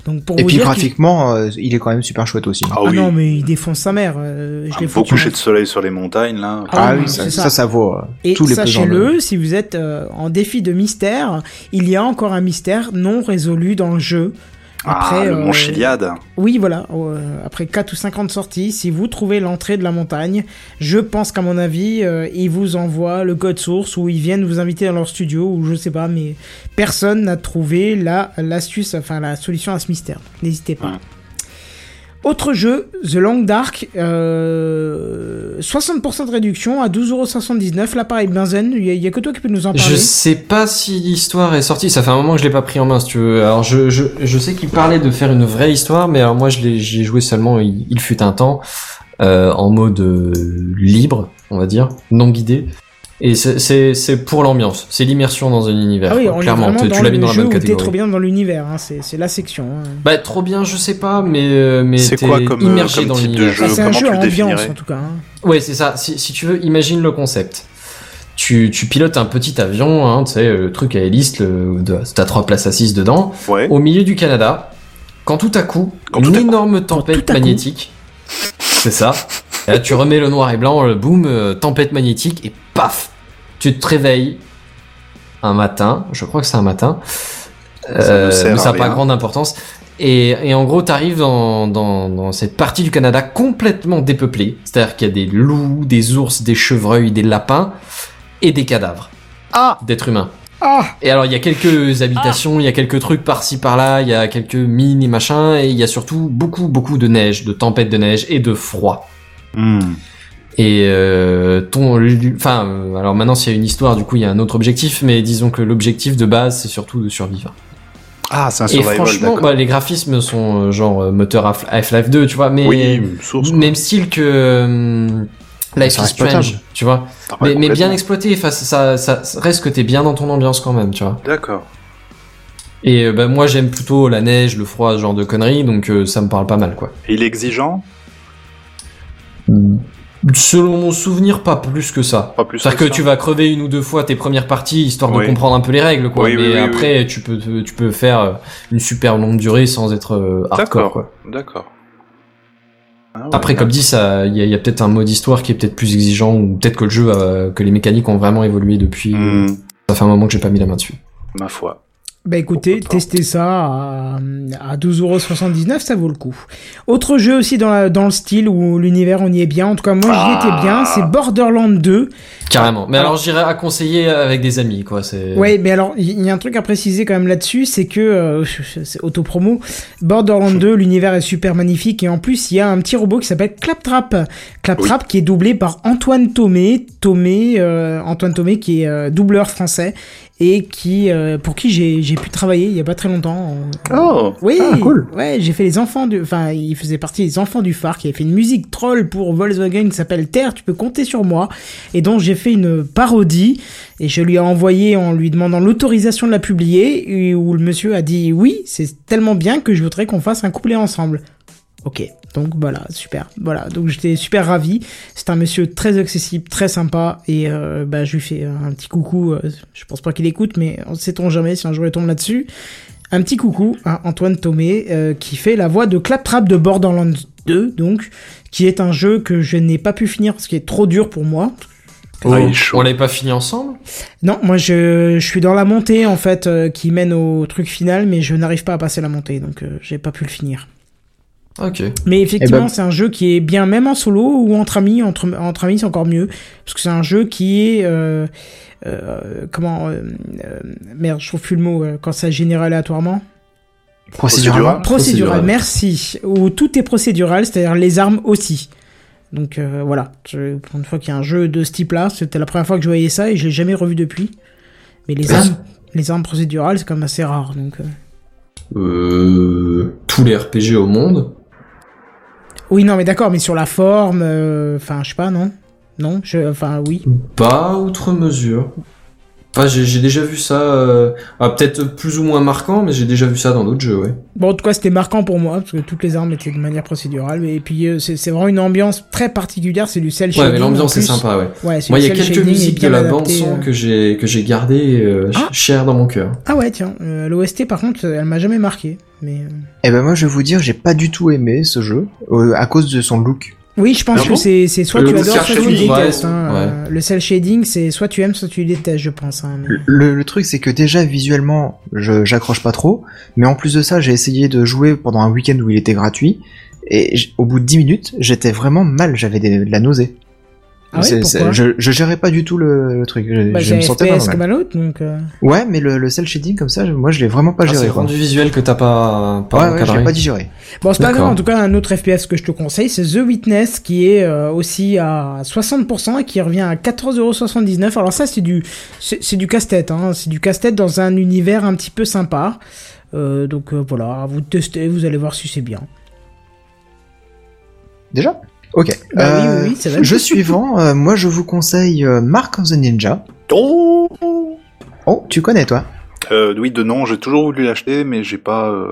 A: Donc pour
D: Et
A: vous
D: puis
A: dire
D: graphiquement, euh, il est quand même super chouette aussi. hein.
B: Ah
A: qu'il- Ah
B: oui. Ah,
A: non, mais il défonce sa mère. euh, je
B: Un
A: l'ai
B: beau
A: foutu en-
B: coucher de soleil sur les montagnes là.
A: Ah
D: Ah,
A: oui,
D: oui, ça,
A: c'est ça.
D: ça, ça vaut euh,
A: Et
D: tous les pesants de-
A: sachez-le, si vous êtes euh, en défi de mystère, il y a encore un mystère non résolu dans le jeu. Après,
B: ah, le
A: euh,
B: mont Chiliade.
A: Oui, voilà. euh, après 4 ou 50 sorties, si vous trouvez l'entrée de la montagne, je pense qu'à mon avis, euh, ils vous envoient le code source ou ils viennent vous inviter dans leur studio ou je sais pas, mais personne n'a trouvé la l'astuce, enfin la solution à ce mystère. N'hésitez pas.
B: Ouais.
A: Autre jeu, The Long Dark, euh, 60% de réduction à 12,79€. Là, pareil, Benzen, il y, a- il y a que toi qui peux nous en
E: Je
A: parler.
E: sais pas si l'histoire est sortie. Ça fait un moment que je l'ai pas pris en main, si tu veux. Alors, je, je, je sais qu'il parlait de faire une vraie histoire, mais alors moi, je l'ai, j'y ai joué seulement. Il, il fut un temps euh, en mode euh, libre, on va dire, non guidé. Et c'est, c'est, c'est pour l'ambiance. C'est l'immersion dans un univers.
A: Ah oui,
E: quoi.
A: on
E: clairement,
A: est vraiment
E: tu-
A: dans
E: tu l'as mis
A: le
E: dans la
A: jeu
E: bonne
A: où t'es
E: catégorie.
A: trop bien dans l'univers. hein, c'est c'est la section. hein.
E: Bah, trop bien, je sais pas, mais euh, mais
B: C'est
E: t'es
B: quoi comme, euh,
E: immergé
B: comme
E: dans
B: type de
E: l'univers.
B: jeu
A: Enfin, Ah, c'est un
B: comment
A: jeu
B: tu
A: à
B: le
A: ambiance
B: définirais
A: en tout cas. hein.
E: Ouais, c'est ça. Si, si tu veux, imagine le concept. Tu, tu pilotes un petit avion, hein, tu sais, le truc à hélice, le, de- t'as trois places assises dedans,
B: Ouais.
E: au milieu du Canada, quand tout à coup,
B: Quand
E: une
B: tout à coup.
E: énorme
A: tout
E: tempête
A: à coup.
E: magnétique, c'est ça, et là tu remets le noir et blanc, le boom, euh, tempête magnétique, et paf, tu te réveilles un matin, je crois que c'est un matin,
B: ne sert
E: Euh, mais
B: à
E: ça n'a pas
B: rien.
E: grande importance, et, et en gros t'arrives dans, dans, dans cette partie du Canada complètement dépeuplée, c'est-à-dire qu'il y a des loups, des ours, des chevreuils, des lapins, et des cadavres
A: Ah
E: d'êtres humains.
A: Ah
E: Et alors, il y a quelques habitations, il y a quelques trucs par-ci par-là, il y a quelques mines et machin, et il y a surtout beaucoup, beaucoup de neige, de tempêtes de neige et de froid.
F: Hmm.
E: Et euh, ton, enfin, euh, alors maintenant s'il y a une histoire, du coup il y a un autre objectif, mais disons que l'objectif de base c'est surtout de survivre.
B: Ah, c'est un
E: Et
B: survival.
E: franchement,
B: d'accord.
E: bah, les graphismes sont euh, genre euh, moteur Half- Half-Life 2, tu vois, mais
B: oui, une source. quoi.
E: même style que euh, Life
D: Ça
E: is
D: reste potable.
E: Strange, tu vois,
B: Ah, ouais,
E: mais, mais bien
B: complètement.
E: exploité. Enfin, ça, ça ça reste que t'es bien dans ton ambiance quand même, tu vois.
B: D'accord.
E: Et euh, bah, moi j'aime plutôt la neige, le froid, ce genre de conneries, donc euh, ça me parle pas mal quoi.
B: Et Il est exigeant,
E: Selon mon souvenir, pas plus que ça.
B: pas plus.
E: C'est-à-dire que
B: que ça.
E: tu vas crever une ou deux fois tes premières parties histoire de
B: Oui.
E: comprendre un peu les règles quoi.
B: Oui,
E: mais
B: oui, oui,
E: après tu peux tu peux faire euh, une super longue durée sans être euh, hardcore
B: D'accord.
E: quoi.
B: D'accord. Ah ouais.
E: Après comme dit ça, il y a, il y a peut-être un mode histoire qui est peut-être plus exigeant ou peut-être que le jeu euh, que les mécaniques ont vraiment évolué depuis.
B: Hmm,
E: Ça fait un moment que j'ai pas mis la main dessus.
B: ma foi.
A: Bah écoutez,
B: Pourquoi pas.
A: testez ça à, à 12,79€, ça vaut le coup. Autre jeu aussi dans, la- dans le style où l'univers on y est bien, en tout cas moi j'y étais
B: Ah.
A: bien, c'est Borderland 2.
E: Carrément. Mais
A: Alors-
E: alors, j'irais à conseiller avec des amis quoi.
B: Euh.
E: C'est.
A: Ouais, mais alors il y, y a un truc à préciser quand même là-dessus, c'est que, euh, c'est autopromo, Borderland 2, l'univers est super magnifique et en plus il y a un petit robot qui s'appelle Claptrap. Claptrap qui est doublé par Antoine Tomé, Tomé, euh, Antoine Tomé qui est euh, doubleur français et qui, euh, pour qui j'ai j'ai pu travailler il y a pas très longtemps. Euh, en-
B: Oh.
A: Oui,
D: Ah, cool.
A: ouais, j'ai fait les enfants du, enfin, il faisait partie des enfants du phare qui avait fait une musique troll pour Volkswagen qui s'appelle Terre, tu peux compter sur moi, et dont j'ai fait une parodie et je lui ai envoyé en lui demandant l'autorisation de la publier et où le monsieur a dit oui, c'est tellement bien que je voudrais qu'on fasse un couplet ensemble. Ok, donc voilà, super, voilà, donc j'étais super ravi. C'est un monsieur très accessible, très sympa et euh, bah je lui fais un petit coucou. euh, je pense pas qu'il écoute, mais on sait-on jamais si un jour il tombe là-dessus. Un petit coucou à Antoine Tomé euh, qui fait la voix de Claptrap de Borderlands 2, donc, qui est un jeu que je n'ai pas pu finir parce qu'il est trop dur pour moi.
B: Ah, il est chaud.
E: Oh, on l'avait pas fini ensemble.
A: Non, moi je, je suis dans la montée en fait euh, qui mène au truc final, mais je n'arrive pas à passer la montée, donc euh, j'ai pas pu le finir.
E: Ok.
A: Mais effectivement,
D: Eh ben-
A: c'est un jeu qui est bien, même en solo ou entre amis. Entre, entre amis, c'est encore mieux. Parce que c'est un jeu qui est. euh, euh, comment. euh, euh, merde, je trouve plus le mot euh, quand ça génère aléatoirement.
D: Procédural.
A: Procédural,
E: Procédural.
A: merci. Où tout est procédural, c'est-à-dire les armes aussi. Donc euh, voilà, Je- pour une fois qu'il y a un jeu de ce type-là, c'était la première fois que je voyais ça et je l'ai jamais revu depuis. Mais les
E: Ah.
A: armes, les armes procédurales, c'est quand même assez rare. Donc, euh.
E: Euh, tous les RPG au monde.
A: Oui, non, mais d'accord, mais sur la forme, euh, enfin, je sais pas, non Non, je, enfin, oui.
E: Pas outre mesure. Enfin, j'ai j'ai déjà vu ça. euh, ah, Peut-être plus ou moins marquant, mais j'ai déjà vu ça dans d'autres jeux, ouais.
A: Bon, en tout cas, c'était marquant pour moi, parce que toutes les armes étaient de manière procédurale. Et puis, euh, c'est c'est vraiment une ambiance très particulière, c'est du cel shading.
E: Ouais, mais l'ambiance
A: en
E: est
A: plus.
E: sympa, ouais.
A: Ouais, c'est
E: Moi,
A: du
E: il y a
A: cel
E: quelques
A: shading et
E: musiques de
A: bien
E: la
A: adapté,
E: bande son
A: euh.
E: que j'ai que j'ai gardées euh, ch-
A: Ah.
E: chères dans mon cœur.
A: Ah ouais, tiens, euh, l'OST, par contre, elle m'a jamais marqué. Mais... euh,
D: Eh ben moi je vais vous dire, j'ai pas du tout aimé ce jeu euh, à cause de son look.
A: Oui, je pense
B: Ah
A: que
B: bon
A: c'est c'est soit
E: Le
A: tu
E: cel
A: adores, soit tu
E: shading, ouais,
A: détestes. hein,
E: ouais.
A: euh, Le cel shading, c'est soit tu aimes, soit tu détestes, je pense. hein, mais-
D: Le, le truc c'est que déjà visuellement, je j'accroche pas trop, mais en plus de ça, j'ai essayé de jouer pendant un week-end où il était gratuit et j- au bout de 10 minutes, j'étais vraiment mal, j'avais des- de la nausée.
A: Ah ouais,
D: C'est-
A: pourquoi
D: c'est- je, je gérais pas du tout le, le truc, je,
A: Bah,
D: je
A: c'est
D: me sentais pas
A: FPS comme
D: mal.
A: à l'autre, donc... euh,
D: Ouais, mais le, le cel shading comme ça, je- moi je l'ai vraiment pas
E: Ah, c'est
D: géré.
E: le
D: quoi.
E: rendu visuel que t'as pas, pas
D: Ouais, ouais, je
E: encadré.
D: l'ai pas digéré.
A: Bon, c'est pas
E: D'accord.
A: grave, en tout cas, un autre FPS que je te conseille, c'est The Witness, qui est euh, aussi à 60% et qui revient à 14,79€. Alors ça, c'est du, c'est c'est du casse-tête, hein. c'est du casse-tête dans un univers un petit peu sympa. Euh, donc euh, voilà, vous testez, vous allez voir si c'est bien.
D: Déjà Ok. Euh,
A: Bah oui, oui, oui, c'est vrai.
D: Jeu suivant, euh, moi je vous conseille euh, Mark of the Ninja.
B: Oh
D: Oh, tu connais toi
B: Euh, oui, de non, j'ai toujours voulu l'acheter, mais j'ai pas. euh,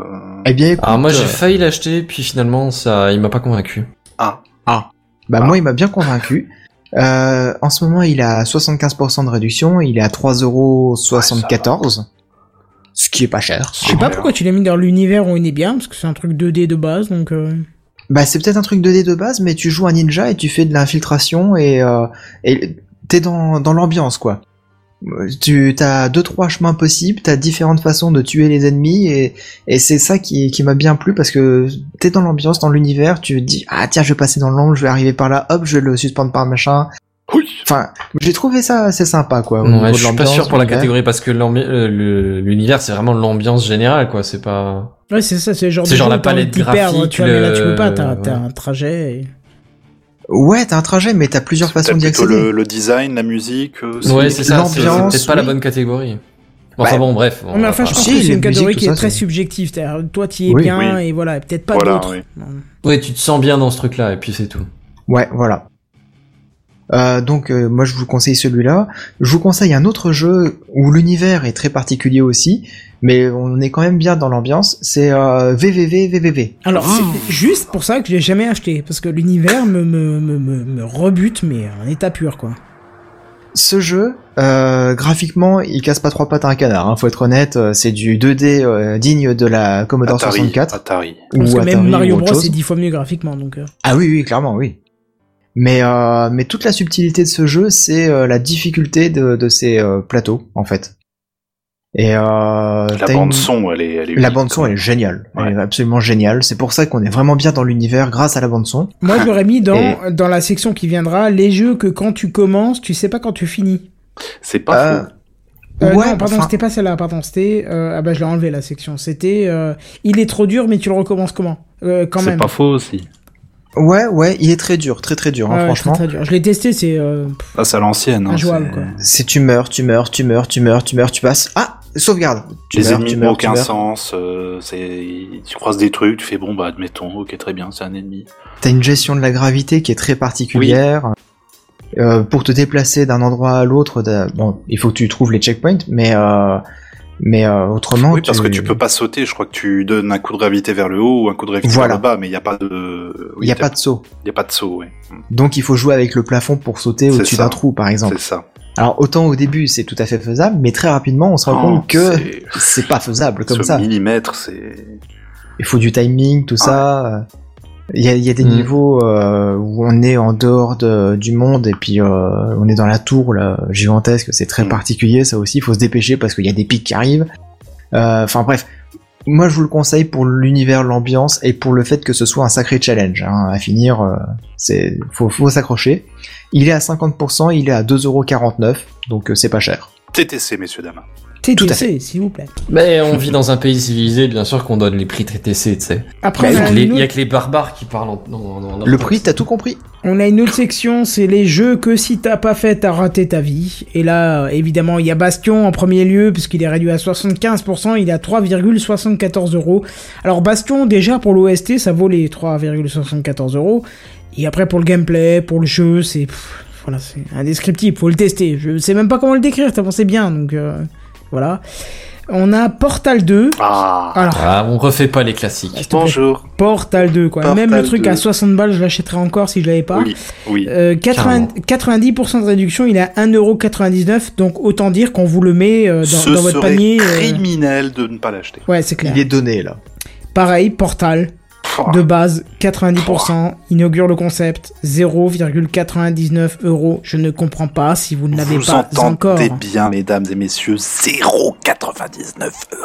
D: Eh bien, écoute,
E: Alors Ah, moi j'ai
D: euh,
E: failli l'acheter puis finalement ça il m'a pas convaincu.
D: bah moi il m'a bien convaincu. Euh, en ce moment, il a 75% de réduction, il est à 3,74€, ce qui est pas cher.
A: Je sais pas pourquoi tu l'as mis dans l'univers où il est bien, parce que c'est un truc 2D de base, donc... euh,
D: Bah c'est peut-être un truc 2D de base, mais tu joues un ninja et tu fais de l'infiltration et euh, et t'es dans dans l'ambiance quoi. Euh, Tu as deux trois chemins possibles, t'as différentes façons de tuer les ennemis et, et c'est ça qui, qui m'a bien plu parce que t'es dans l'ambiance, dans l'univers, tu te dis ah tiens je vais passer dans l'ombre, je vais arriver par là, hop je vais le suspendre par machin.
B: Oui.
D: Enfin j'ai trouvé ça assez sympa quoi. Bah, au
E: Ouais,
D: niveau de
E: je suis pas
D: l'ambiance,
E: sûr pour la
D: du univers.
E: catégorie parce que l'ambi- euh, le- l'univers c'est vraiment l'ambiance générale quoi, c'est pas
A: Ouais, c'est ça, c'est le genre
E: C'est
A: de
E: genre
A: jeu où
E: la
A: t'as
E: palette
A: envie d'y perdre,
E: graphique,
A: tu vois, mais là, tu
E: le-
A: peux pas, t'as
E: ouais.
A: t'as un trajet... et-
D: Ouais t'as un trajet mais t'as plusieurs façons d'y
B: plutôt
D: accéder.
B: le, le design, la musique. euh,
E: Ouais, c'est ça, c'est c'est
D: l'ambiance,
E: peut-être pas la
D: oui.
E: bonne catégorie. Enfin
D: Bah,
E: bon, bref. on
A: Ouais, mais
E: va
A: enfin, je
E: pas-
A: pense
D: Si,
A: que c'est
D: les
A: une catégorie
D: musiques,
A: qui
D: tout
A: est
D: ça,
A: très
D: c'est-
A: subjective. C'est-à-dire, toi, t'y es
D: Oui.
A: bien,
B: Oui.
A: et voilà, et peut-être pas
B: Voilà,
A: d'autres.
B: oui.
E: Ouais, tu te sens bien dans ce truc là et puis c'est tout.
D: Ouais, voilà. Euh, donc euh, moi je vous conseille celui-là. Je vous conseille un autre jeu où l'univers est très particulier aussi, mais on est quand même bien dans l'ambiance. C'est euh, VVV VVV.
A: Alors, c'est juste pour ça que je l'ai jamais acheté, parce que l'univers me, me, me, me, me rebute, mais en état pur, quoi.
D: Ce jeu, euh, graphiquement, il casse pas trois pattes à un canard. Hein, faut être honnête, euh, c'est du 2D euh, digne de la Commodore
B: Atari.
D: 64
B: Atari.
A: Parce que même
D: Atari
A: Mario
D: ou autre
A: Bros,
D: chose.
A: c'est dix fois mieux graphiquement, donc. euh.
D: Ah oui, oui, clairement, oui. Mais, euh, mais toute la subtilité de ce jeu, c'est euh, la difficulté de, de ces euh, plateaux, en fait. Et euh,
B: La
D: t'as
B: bande
D: une-
B: son, elle est. Elle est
D: La
B: unique,
D: bande son,
B: quand
D: elle est
B: même.
D: géniale. Elle
B: Ouais.
D: est absolument géniale. C'est pour ça qu'on est vraiment bien dans l'univers grâce à la bande son.
A: Moi, je l'aurais mis dans, dans la section qui viendra, les jeux que quand tu commences, tu sais pas quand tu finis.
B: C'est pas
D: Euh,
B: faux.
A: Euh,
D: ouais,
A: non, pardon,
D: enfin,
A: c'était pas celle-là, pardon, c'était... euh, ah bah, je l'ai enlevé, la section. C'était... euh, il est trop dur, mais tu le recommences comment Euh, Quand
F: C'est
A: même.
F: pas faux aussi.
D: ouais, ouais, il est très dur, très très dur,
A: Ah
D: hein,
A: Ouais, ouais,
D: franchement.
A: très, très dur. Je l'ai testé, c'est euh, pff,
B: Ah, c'est à l'ancienne. hein,
A: injouable,
B: c'est-
A: quoi.
D: C'est tu meurs, tu meurs, tu meurs, tu meurs, tu meurs, tu passes. Ah, sauvegarde. Tu
B: Les
D: meurs,
B: ennemis
D: tu
B: n'ont
D: meurs, tu
B: aucun
D: meurs.
B: sens. euh, c'est... Tu croises des trucs, tu fais bon, bah admettons, ok, très bien, c'est un ennemi.
D: T'as une gestion de la gravité qui est très particulière. Euh, pour te déplacer d'un endroit à l'autre, d'un- bon, il faut que tu trouves les checkpoints, mais euh, mais euh, autrement,
B: oui, parce que tu peux pas sauter. Je crois que tu donnes un coup de gravité vers le haut ou un coup de gravité
D: Voilà.
B: vers le bas, mais il n'y a pas de.
D: Il n'y a pas de saut,
B: Il a pas de saut, oui. Mm,
D: donc il faut jouer avec le plafond pour sauter
B: C'est
D: au-dessus
B: ça.
D: d'un trou, par exemple.
B: C'est ça.
D: Alors autant au début c'est tout à fait faisable, mais très rapidement on se rend
B: Oh,
D: compte que
B: c'est-
D: c'est pas faisable comme
B: Ce
D: ça.
B: millimètre, c'est.
D: Il faut du timing, tout ça. Il y a, il y a des
E: Mm.
D: niveaux euh, où on est en dehors de- du monde et puis euh, on est dans la tour là, gigantesque. C'est très
B: Mm.
D: particulier ça aussi. Il faut se dépêcher parce qu'il y a des pics qui arrivent. Euh, Enfin bref, moi je vous le conseille pour l'univers, l'ambiance et pour le fait que ce soit un sacré challenge hein, à finir. euh, c'est faut, faut s'accrocher. Il est à 50%, il est à 2,49€, donc euh, c'est pas cher.
B: TTC, messieurs, dames.
A: TTC, s'il vous plaît.
E: Mais on vit dans un pays civilisé, bien sûr qu'on donne les prix TTC, tu sais. Bah, Il
A: Après,
E: y
A: on
E: a
A: a,
E: que les-
A: une
E: y a
A: autre,
E: que les barbares qui parlent en... non, non, non,
D: Le
E: non.
D: prix, t'as tout compris.
A: on a une autre section, c'est les jeux que si t'as pas fait, t'as raté ta vie. Et là, euh, évidemment, il y a Bastion en premier lieu, puisqu'il est réduit à 75%, il est à 3,74 euros. Alors Bastion, déjà pour l'OST, ça vaut les 3,74 euros. Et après, pour le gameplay, pour le jeu, c'est... pff, Voilà, c'est indescriptible, faut le tester. Je sais même pas comment le décrire, t'as pensé bien, donc... euh, voilà. On a Portal 2.
B: Ah,
A: Alors,
E: Ah, on refait pas les classiques.
A: s'il te plaît,
B: bonjour.
A: Portal 2, quoi.
B: Portal
A: Même le truc
B: 2.
A: à 60 balles, je l'achèterais encore si je l'avais pas.
B: Oui, oui.
A: Euh, 80 90% de réduction, il est à 1,99€, donc autant dire qu'on vous le met euh,
B: Ce
A: dans, dans votre
B: serait
A: panier. euh,
B: criminel de ne pas l'acheter.
A: Ouais, c'est clair.
D: Il est donné, là.
A: Pareil, Portal,
B: Pouah.
A: de base, 90%, inaugure le concept, 0,99€. euros. Je ne comprends pas si vous ne l'avez
B: Vous
A: pas encore.
B: entendez bien, mesdames et messieurs, 0,99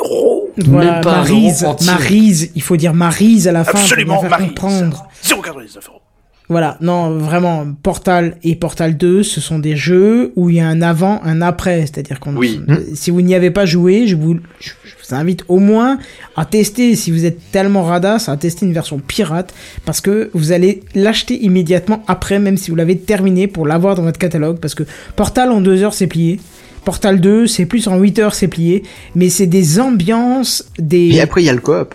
B: euros.
A: Voilà,
E: Même pas un
A: Maryse,
E: euro entier.
A: Maryse, il faut dire Maryse à la fin pour
B: Absolument,
A: bien faire
B: Maryse.
A: comprendre.
B: 0,99 euros.
A: Voilà, non, vraiment, Portal et Portal 2, ce sont des jeux où il y a un avant, un après. C'est-à-dire qu'on,
B: Oui.
A: si vous n'y avez pas joué, je vous, je je vous invite au moins à tester, si vous êtes tellement radasse, à tester une version pirate, parce que vous allez l'acheter immédiatement après, même si vous l'avez terminé, pour l'avoir dans votre catalogue, parce que Portal en deux heures, c'est plié. Portal 2, c'est plus en 8 heures, c'est plié. Mais c'est des ambiances, des...
D: Et après, il y a le coop.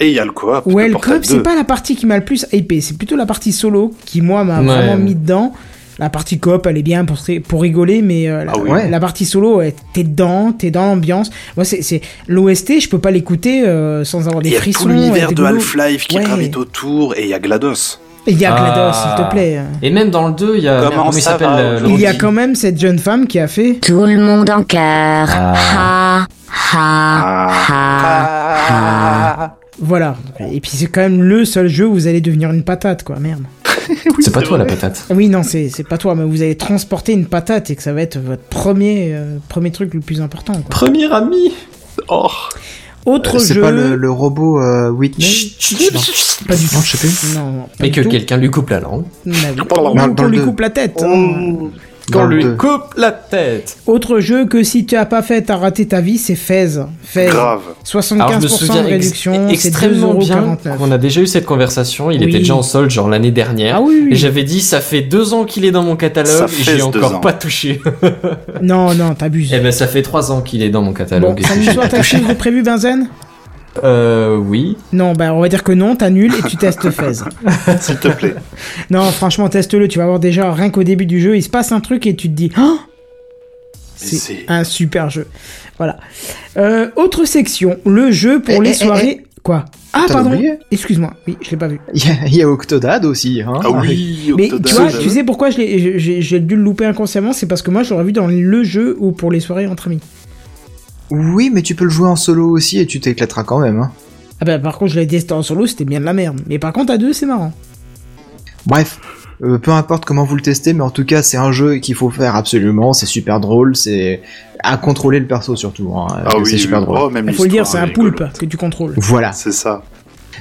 B: Et il y a le coop.
A: Ouais,
B: de
A: le
B: Portal
A: coop, c'est
B: 2.
A: pas la partie qui m'a le plus hypé, c'est plutôt la partie solo qui, moi, m'a
E: Ouais.
A: vraiment mis dedans. La partie coop, elle est bien pour, pour rigoler, mais euh, la,
B: Ah oui.
D: Ouais.
A: la partie solo, ouais, t'es dedans, t'es dans l'ambiance. Moi, c'est- c'est l'OST, je peux pas l'écouter euh, sans avoir des
B: Il y a
A: frissons.
B: tout l'univers
A: et
B: de
A: des goulots.
B: Half-Life qui
A: Ouais.
B: gravite autour et il y a GLaDOS.
A: Il y a GLaDOS,
E: Ah.
A: s'il te plaît.
E: Et même dans le 2, il y a...
B: Comment
E: merde, il
B: ça
E: s'appelle
B: va,
E: euh, le
A: Il y a
E: Rocky
A: quand même cette jeune femme qui a fait.
K: Tout le monde en quart.
E: Ah.
K: Ha, ha, ha.
A: Ah.
B: Ah.
A: Voilà. Et puis, c'est quand même le seul jeu où vous allez devenir une patate, quoi, merde.
E: C'est pas toi la patate.
A: Oui, non, c'est c'est pas toi, mais vous allez transporter une patate et que ça va être votre premier, euh, premier truc le plus important, quoi.
E: Premier ami
B: Oh,
A: Autre
D: Euh,
A: jeu.
D: C'est pas le, le robot euh, Witch.
A: Pas du tout.
D: Non, je sais plus. Ah,
A: Non, non, pas
E: Mais
A: du
E: que
A: tout.
E: quelqu'un lui coupe la langue.
A: Non, non,
B: Dans-
A: non,
D: dans
A: qu'on
D: le
A: lui
D: deux. Oh.
A: coupe la tête. hein.
D: Dans
E: Qu'on
D: le
E: lui
D: deux.
E: coupe la tête
A: Autre jeu que si tu as pas fait, t'as raté ta vie, c'est Fez.
B: Ah.
A: Fez.
B: grave.
A: 75%
E: Alors je me souviens
A: de
E: ex-
A: réduction, c'est
E: extrêmement bien
A: 2,49.
E: qu'on a déjà eu cette conversation. Il
A: Oui.
E: était déjà en solde genre l'année dernière.
A: Ah oui,
E: Et
A: oui.
E: j'avais dit ça fait deux ans qu'il est dans mon
B: Ça
E: catalogue et
B: fait
E: j'ai
B: deux
E: encore
B: ans.
E: pas touché.
A: Non, non, t'abuses.
E: Eh ben ça fait trois ans qu'il est dans mon
A: Bon,
E: catalogue. et
A: ça
E: que
A: nous
E: j'ai
A: soit
E: pas
A: ta
E: touché.
A: chiffre prévu, Benzen
E: Euh oui.
A: Non, bah on va dire que non, t'annules et tu testes Fez.
B: S'il te plaît.
A: Non, franchement, teste-le, tu vas voir déjà, rien qu'au début du jeu, il se passe un truc et tu te dis... Ah c'est
B: c'est-
A: un super jeu. Voilà. Euh, autre section, le jeu pour
D: Eh,
A: les
D: eh, eh,
A: soirées... Quoi Ah,
D: T'as
A: pardon
D: oublié
A: Excuse-moi, oui, je l'ai pas vu.
D: Il y a- il y, a Octodad aussi. Hein,
B: Ah oui,
A: Mais
B: Octodad.
A: tu vois, tu sais pourquoi je l'ai- je- j'ai j'ai dû le louper inconsciemment, c'est parce que moi je l'aurais vu dans le jeu ou pour les soirées entre amis.
D: Oui, mais tu peux le jouer en solo aussi et tu t'éclateras quand même. hein.
A: Ah bah par contre je l'ai testé en solo, c'était bien de la merde. Mais par contre à deux c'est marrant.
D: Bref, euh, peu importe comment vous le testez, mais en tout cas, c'est un jeu qu'il faut faire absolument. C'est super drôle. C'est à contrôler le perso surtout. hein, parce
B: Ah
D: que
B: oui,
D: c'est super
B: oui.
D: drôle.
B: Oh, même
A: Il faut le dire, c'est
B: l'histoire
A: un
B: est rigolote.
A: poulpe que tu contrôles.
D: Voilà,
B: C'est ça.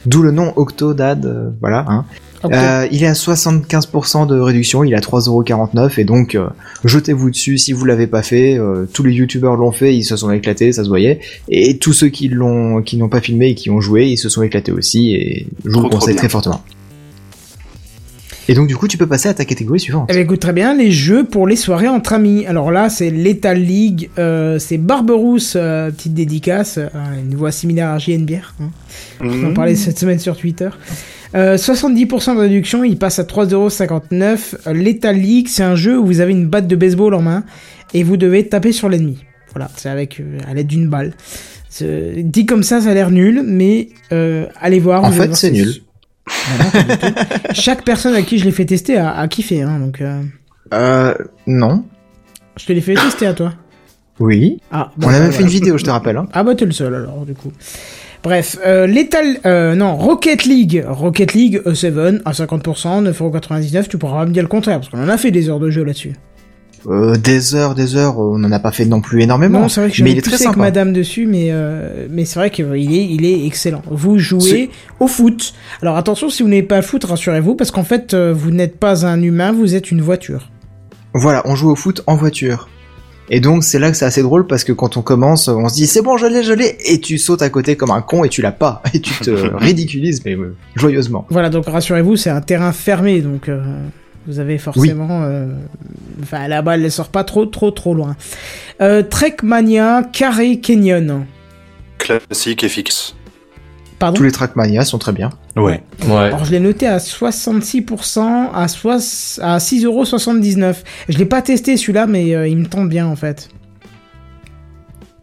D: d'où le nom Octodad. euh, voilà. hein.
A: Ok.
D: Euh, il est à 75% de réduction, il est à 3,49€ et donc euh, jetez-vous dessus si vous l'avez pas fait. euh, tous les youtubeurs l'ont fait, ils se sont éclatés, ça se voyait. Et tous ceux qui l'ont, qui n'ont pas filmé et qui ont joué, ils se sont éclatés aussi et je vous
B: Trop,
D: le
B: trop
D: conseille
B: bien.
D: très fortement. Et donc du coup, tu peux passer à ta catégorie suivante.
A: Eh bien, écoute très bien, les jeux pour les soirées entre amis. Alors là, c'est l'Etal League, euh, c'est Barberousse, euh, petite dédicace, euh, une voix similaire à JNBR. hein. On en parlait cette semaine sur Twitter. Euh, 70% de réduction, il passe à 3,59€. Euh, L'État League, c'est un jeu où vous avez une batte de baseball en main et vous devez taper sur l'ennemi. Voilà, c'est avec euh, à l'aide d'une balle. C'est- Dit comme ça, ça a l'air nul, mais euh, allez voir.
D: En
A: vous allez
D: fait,
A: voir
D: c'est
A: si-
D: nul.
A: Ah non, pas du tout. Chaque personne à qui je l'ai fait tester a, a kiffé, hein, donc euh,
D: Euh, non.
A: je te l'ai fait tester à toi.
D: Oui.
A: Ah,
D: On a même
A: bah,
D: fait une vidéo, je te rappelle. hein.
A: Ah bah t'es le seul alors du coup. Bref, euh, Lethal- euh, non, Rocket League, Rocket League E7 à 50%, 9,99€, tu pourras pas me dire le contraire, parce qu'on en a fait des heures de jeu là-dessus.
D: Euh, des heures, des heures, on n'en a pas fait non plus énormément.
A: non, c'est vrai que
D: mais il
A: j'avais
D: est très
A: poussé avec
D: sympa.
A: madame dessus, mais, euh, mais c'est vrai qu'il est, il est excellent. Vous jouez au foot. Alors attention, si vous n'avez pas le foot, rassurez-vous, parce qu'en fait, euh, vous n'êtes pas un humain, vous êtes une voiture.
D: Voilà, on joue au foot en voiture. Et donc c'est là que c'est assez drôle parce que quand on commence, on se dit c'est bon, je l'ai, je l'ai, et tu sautes à côté comme un con et tu l'as pas, et tu te ridiculises mais euh, joyeusement.
A: Voilà, donc rassurez-vous, c'est un terrain fermé, donc euh, vous avez forcément... euh, Enfin, la balle ne sort pas trop, trop, trop loin. Euh, Trekmania Carré Canyon.
B: Classique et fixe.
A: Pardon
D: Tous les Trackmania sont très bien.
F: Ouais.
E: Ouais.
A: Alors je l'ai noté à 66% à, soix- à 6,79€. Je l'ai pas testé celui-là, mais euh, il me tente bien en fait.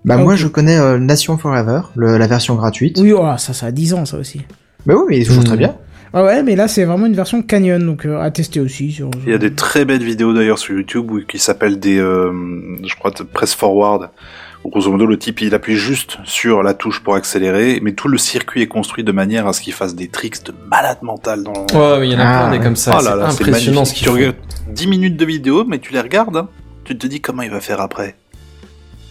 D: Bah
A: Ah,
D: moi
A: ok.
D: je connais euh, Nation Forever, le- la version gratuite.
A: Oui, oh, ça, ça a 10 ans ça aussi.
D: Mais oui, mais il est toujours
E: Mm.
D: très bien.
A: Ah ouais, mais là c'est vraiment une version canyon, donc euh, à tester aussi. Sur...
B: Il y a des très belles vidéos d'ailleurs sur YouTube où- qui s'appellent des, euh, je crois, de press forward. Où, Grosso modo, le type il appuie juste sur la touche pour accélérer, mais tout le circuit est construit de manière à ce qu'il fasse des tricks de malade mental dans.
E: Ouais, mais il y en a
D: Ah,
E: plein des comme ça.
B: Ah
E: c'est
B: là là, c'est
E: impressionnant ce
B: magnifique.
E: qu'ils
B: Tu
E: font.
B: regardes 10 minutes de vidéo, mais tu les regardes, hein, tu te dis comment il va faire après.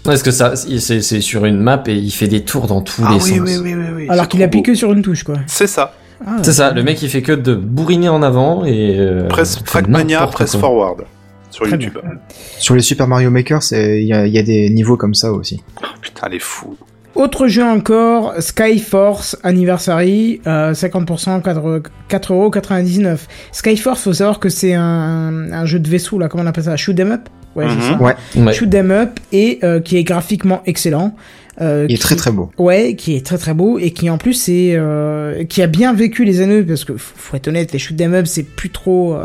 E: Parce que ça, c'est c'est sur une map et il fait des tours dans
A: Ah
E: tous les sens.
B: Ah oui, oui, oui.
A: Alors
B: c'est
A: qu'il
B: trop
A: appuie
B: beau.
A: que sur une touche quoi.
B: C'est ça.
A: Ah,
E: C'est ça, le mec il fait que de bourriner en avant et. euh,
B: Press
E: fait
B: Trackmania,
E: n'importe
B: Press
E: quoi.
B: Forward. Sur
A: Très
B: YouTube.
D: Sur les Super Mario Maker, c'est- il y, a- il y a des niveaux comme ça aussi.
B: Putain, les fous.
A: Autre jeu encore, Skyforce Anniversary, euh, 50%, 4 4,99€. Skyforce, faut savoir que c'est un, un jeu de vaisseau, là, comment on appelle ça Shoot 'em up Ouais,
B: Mhm.
A: c'est ça.
D: Ouais.
E: Ouais.
A: Shoot 'em up, et euh, qui est graphiquement excellent. euh,
D: Il est
A: qui-
D: très très beau.
A: Ouais, qui est très très beau, et qui en plus est, euh, qui a bien vécu les années, parce que f- faut être honnête, les shoot 'em up, c'est plus trop euh,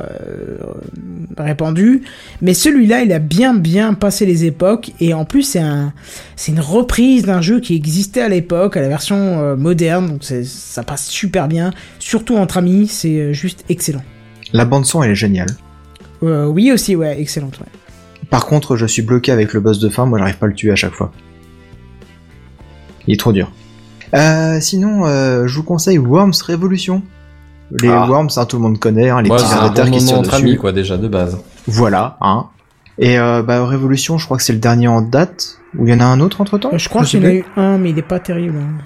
A: répandu. Mais celui-là, il a bien bien passé les époques, et en plus, c'est un c'est une reprise d'un jeu qui existait à l'époque, à la version euh, moderne, donc c'est- ça passe super bien. Surtout entre amis, c'est euh, juste excellent.
D: La bande son elle est géniale.
A: Euh, oui aussi, ouais, excellente. Ouais.
D: Par contre, je suis bloqué avec le boss de fin, moi j'arrive pas à le tuer à chaque fois. Il est trop dur. Euh, sinon, euh, je vous conseille Worms Revolution. Les
B: Ah.
D: Worms, hein, tout le monde connaît, hein, les
E: Ouais,
D: petits
E: c'est
D: vers
E: un
D: de terre
E: bon
D: qui se
E: moment
D: tirent
E: entre
D: dessus.
E: amis, quoi, déjà, de base.
D: Voilà, hein. Et euh, bah, Révolution, je crois que c'est le dernier en date. Ou il y en a un autre entre temps
A: Euh, je crois qu'il y en a eu un, mais il est pas terrible. hein.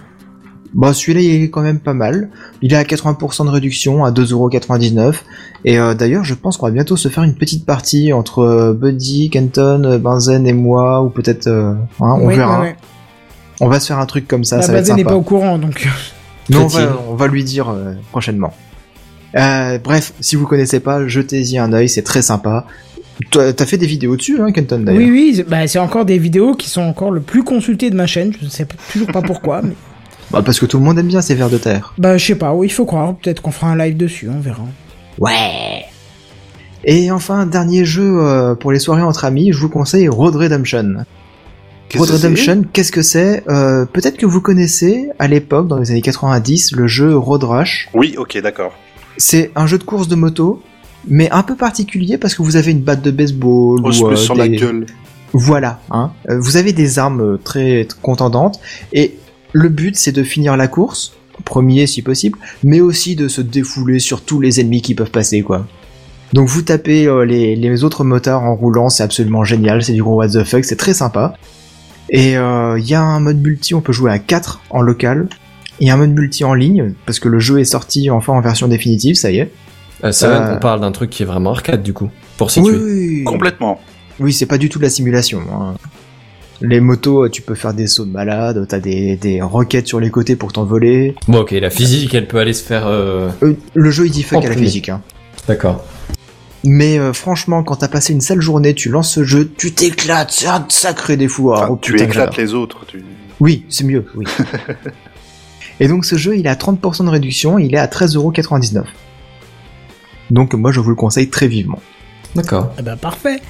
D: Bah, celui-là, il est quand même pas mal. Il est à 80% de réduction, à 2,99€. Et euh, d'ailleurs, je pense qu'on va bientôt se faire une petite partie entre euh, Buddy, Kenton, euh, Benzen et moi, ou peut-être. euh, hein, on
A: Ouais,
D: verra.
A: ouais, ouais.
D: On va se faire un truc comme ça,
A: La
D: ça va être
A: base n'est
D: sympa.
A: Bah, pas au courant, donc. euh,
D: Mais on
E: Fait-il.
D: va, on va lui dire euh, prochainement. Euh, bref, si vous connaissez pas, jetez-y un œil, c'est très sympa. Toi, T'as fait des vidéos dessus, hein, Kenton, d'ailleurs.
A: oui, oui, c'est- bah, c'est encore des vidéos qui sont encore le plus consulté de ma chaîne. Je ne sais p- toujours pas pourquoi, mais
D: Bah, parce que tout le monde aime bien ces vers de terre.
A: bah je sais pas. Oui, il faut croire. Peut-être qu'on fera un live dessus, on verra.
D: Et enfin, dernier jeu euh, pour les soirées entre amis, je vous conseille Road Redemption.
B: Qu'est-ce
D: Road
B: que c'est
D: Redemption, qu'est-ce que c'est Euh, Peut-être que vous connaissez, à l'époque, dans les années 90, le jeu Road Rush.
B: Oui, ok, d'accord.
D: C'est un jeu de course de moto, mais un peu particulier parce que vous avez une batte de baseball
B: On se
D: ou
B: met
D: euh,
B: Oh, sur
D: des-
B: la gueule.
D: Voilà, hein. Euh, Vous avez des armes euh, très contendantes et le but c'est de finir la course, premier si possible, mais aussi de se défouler sur tous les ennemis qui peuvent passer quoi. Donc vous tapez euh, les, les autres motards en roulant, c'est absolument génial, c'est du gros what the fuck, c'est très sympa. Et euh, il y a un mode multi, on peut jouer à 4 en local. Il y a un mode multi en ligne, parce que le jeu est sorti enfin en version définitive, ça y est.
E: Euh, Seven,
D: Euh.
E: on parle d'un truc qui est vraiment arcade, du coup, pour situer.
D: Oui, oui, oui.
B: Complètement.
D: Oui, c'est pas du tout de la simulation. hein. Les motos, euh, tu peux faire des sauts de malade, t'as des, des roquettes sur les côtés pour t'envoler.
E: Bon, ok, la physique, elle peut aller se faire. euh,
D: Euh, le jeu, il dit fuck
E: Oh,
D: à la
E: punaise.
D: physique. hein.
E: D'accord.
D: Mais euh, franchement, quand t'as passé une sale journée, tu lances ce jeu, tu t'éclates, c'est un sacré des fouards.
B: Enfin,
D: Oh,
B: tu
D: putain,
B: éclates
D: j'adore.
B: les autres. tu-
D: Oui, c'est mieux, oui. Et donc ce jeu, il est à 30% de réduction, il est à 13,99€. Donc moi, je vous le conseille très vivement.
E: D'accord.
A: Eh ben parfait.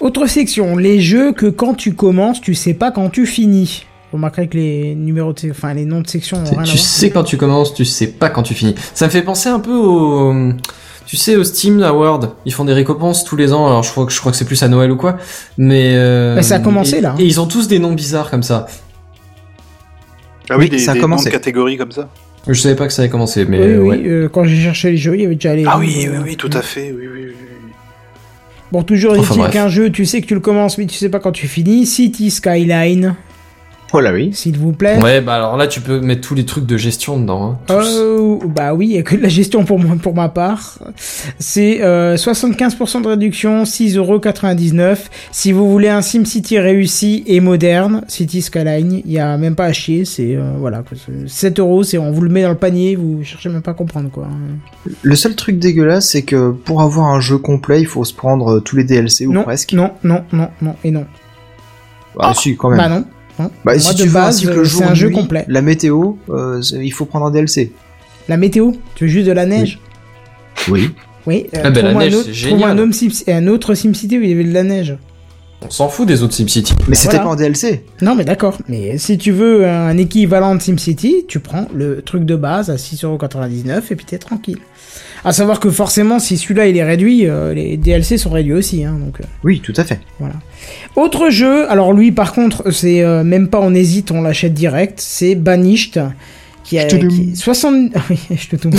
A: Autre section, les jeux que quand tu commences, tu sais pas quand tu finis. Vous remarquerez que les numéros, de, enfin les noms de sections ont rien à
E: Tu
A: voir.
E: sais quand tu commences, tu sais pas quand tu finis. Ça me fait penser un peu au, tu sais, au Steam Award. Ils font des récompenses tous les ans. Alors je crois que je crois que c'est plus à Noël ou quoi. Mais euh,
A: Mais ça a commencé,
E: et-
A: là. hein.
E: Et ils ont tous des noms bizarres comme ça.
B: Ah oui,
D: Oui,
B: des,
D: ça a
B: des noms
D: commencé.
B: de catégories comme ça.
E: Je savais pas que ça avait commencé, mais
A: Oui,
E: euh,
A: oui,
E: ouais.
A: euh, quand j'ai cherché les jeux, il y avait déjà les.
B: Ah oui, oui, oui, tout à fait. Oui, oui, oui, oui.
A: Bon, toujours
E: Enfin,
A: est-il
E: bref.
A: qu'un jeu, tu sais que tu le commences, mais tu sais pas quand tu finis. City Skyline.
D: Voilà, oui.
A: s'il vous plaît.
E: Ouais, bah alors là, tu peux mettre tous les trucs de gestion dedans. hein, tous.
A: Oh, bah oui, il y a que de la gestion pour, moi, pour ma part. C'est euh, 75% de réduction, 6,99€. Si vous voulez un SimCity réussi et moderne, City Skyline, il n'y a même pas à chier, c'est euh, voilà, quoi, c'est 7 euros, c'est on vous le met dans le panier, vous cherchez même pas à comprendre quoi.
D: Le seul truc dégueulasse, c'est que pour avoir un jeu complet, il faut se prendre euh, tous les DLC ou
A: non,
D: presque.
A: non, non, non, non, et non.
D: Ah, si, quand même.
A: Bah non. non.
D: Bah,
A: Moi,
D: si
A: de
D: tu veux un
A: base,
D: cycle
A: euh,
D: jour
A: c'est un jeu
D: nuit,
A: complet.
D: La météo, euh, c'est- il faut prendre un DLC.
A: La météo, tu veux juste de la neige
D: Oui.
A: Oui, euh,
E: Ah, bah, la
A: trouve-moi un
E: neige,
A: autre-
E: c'est
A: trouve-moi
E: génial.
A: Un, homme Sim- un autre SimCity où il y avait de la neige.
E: On s'en fout des autres SimCity.
D: Mais c'était
A: voilà.
D: pas un DLC.
A: Non, mais d'accord. Mais si tu veux un équivalent de SimCity, tu prends le truc de base à 6,99€ et puis t'es tranquille. À savoir que forcément, si celui-là il est réduit, euh, les DLC sont réduits aussi. Hein, donc, euh.
D: Oui, tout à fait.
A: Autre jeu, alors lui par contre, c'est euh, même pas on hésite, on l'achète direct, c'est Banished. Qui a,
D: Ch'toudoum.
A: qui- 60. Ah Oui, je te tourne.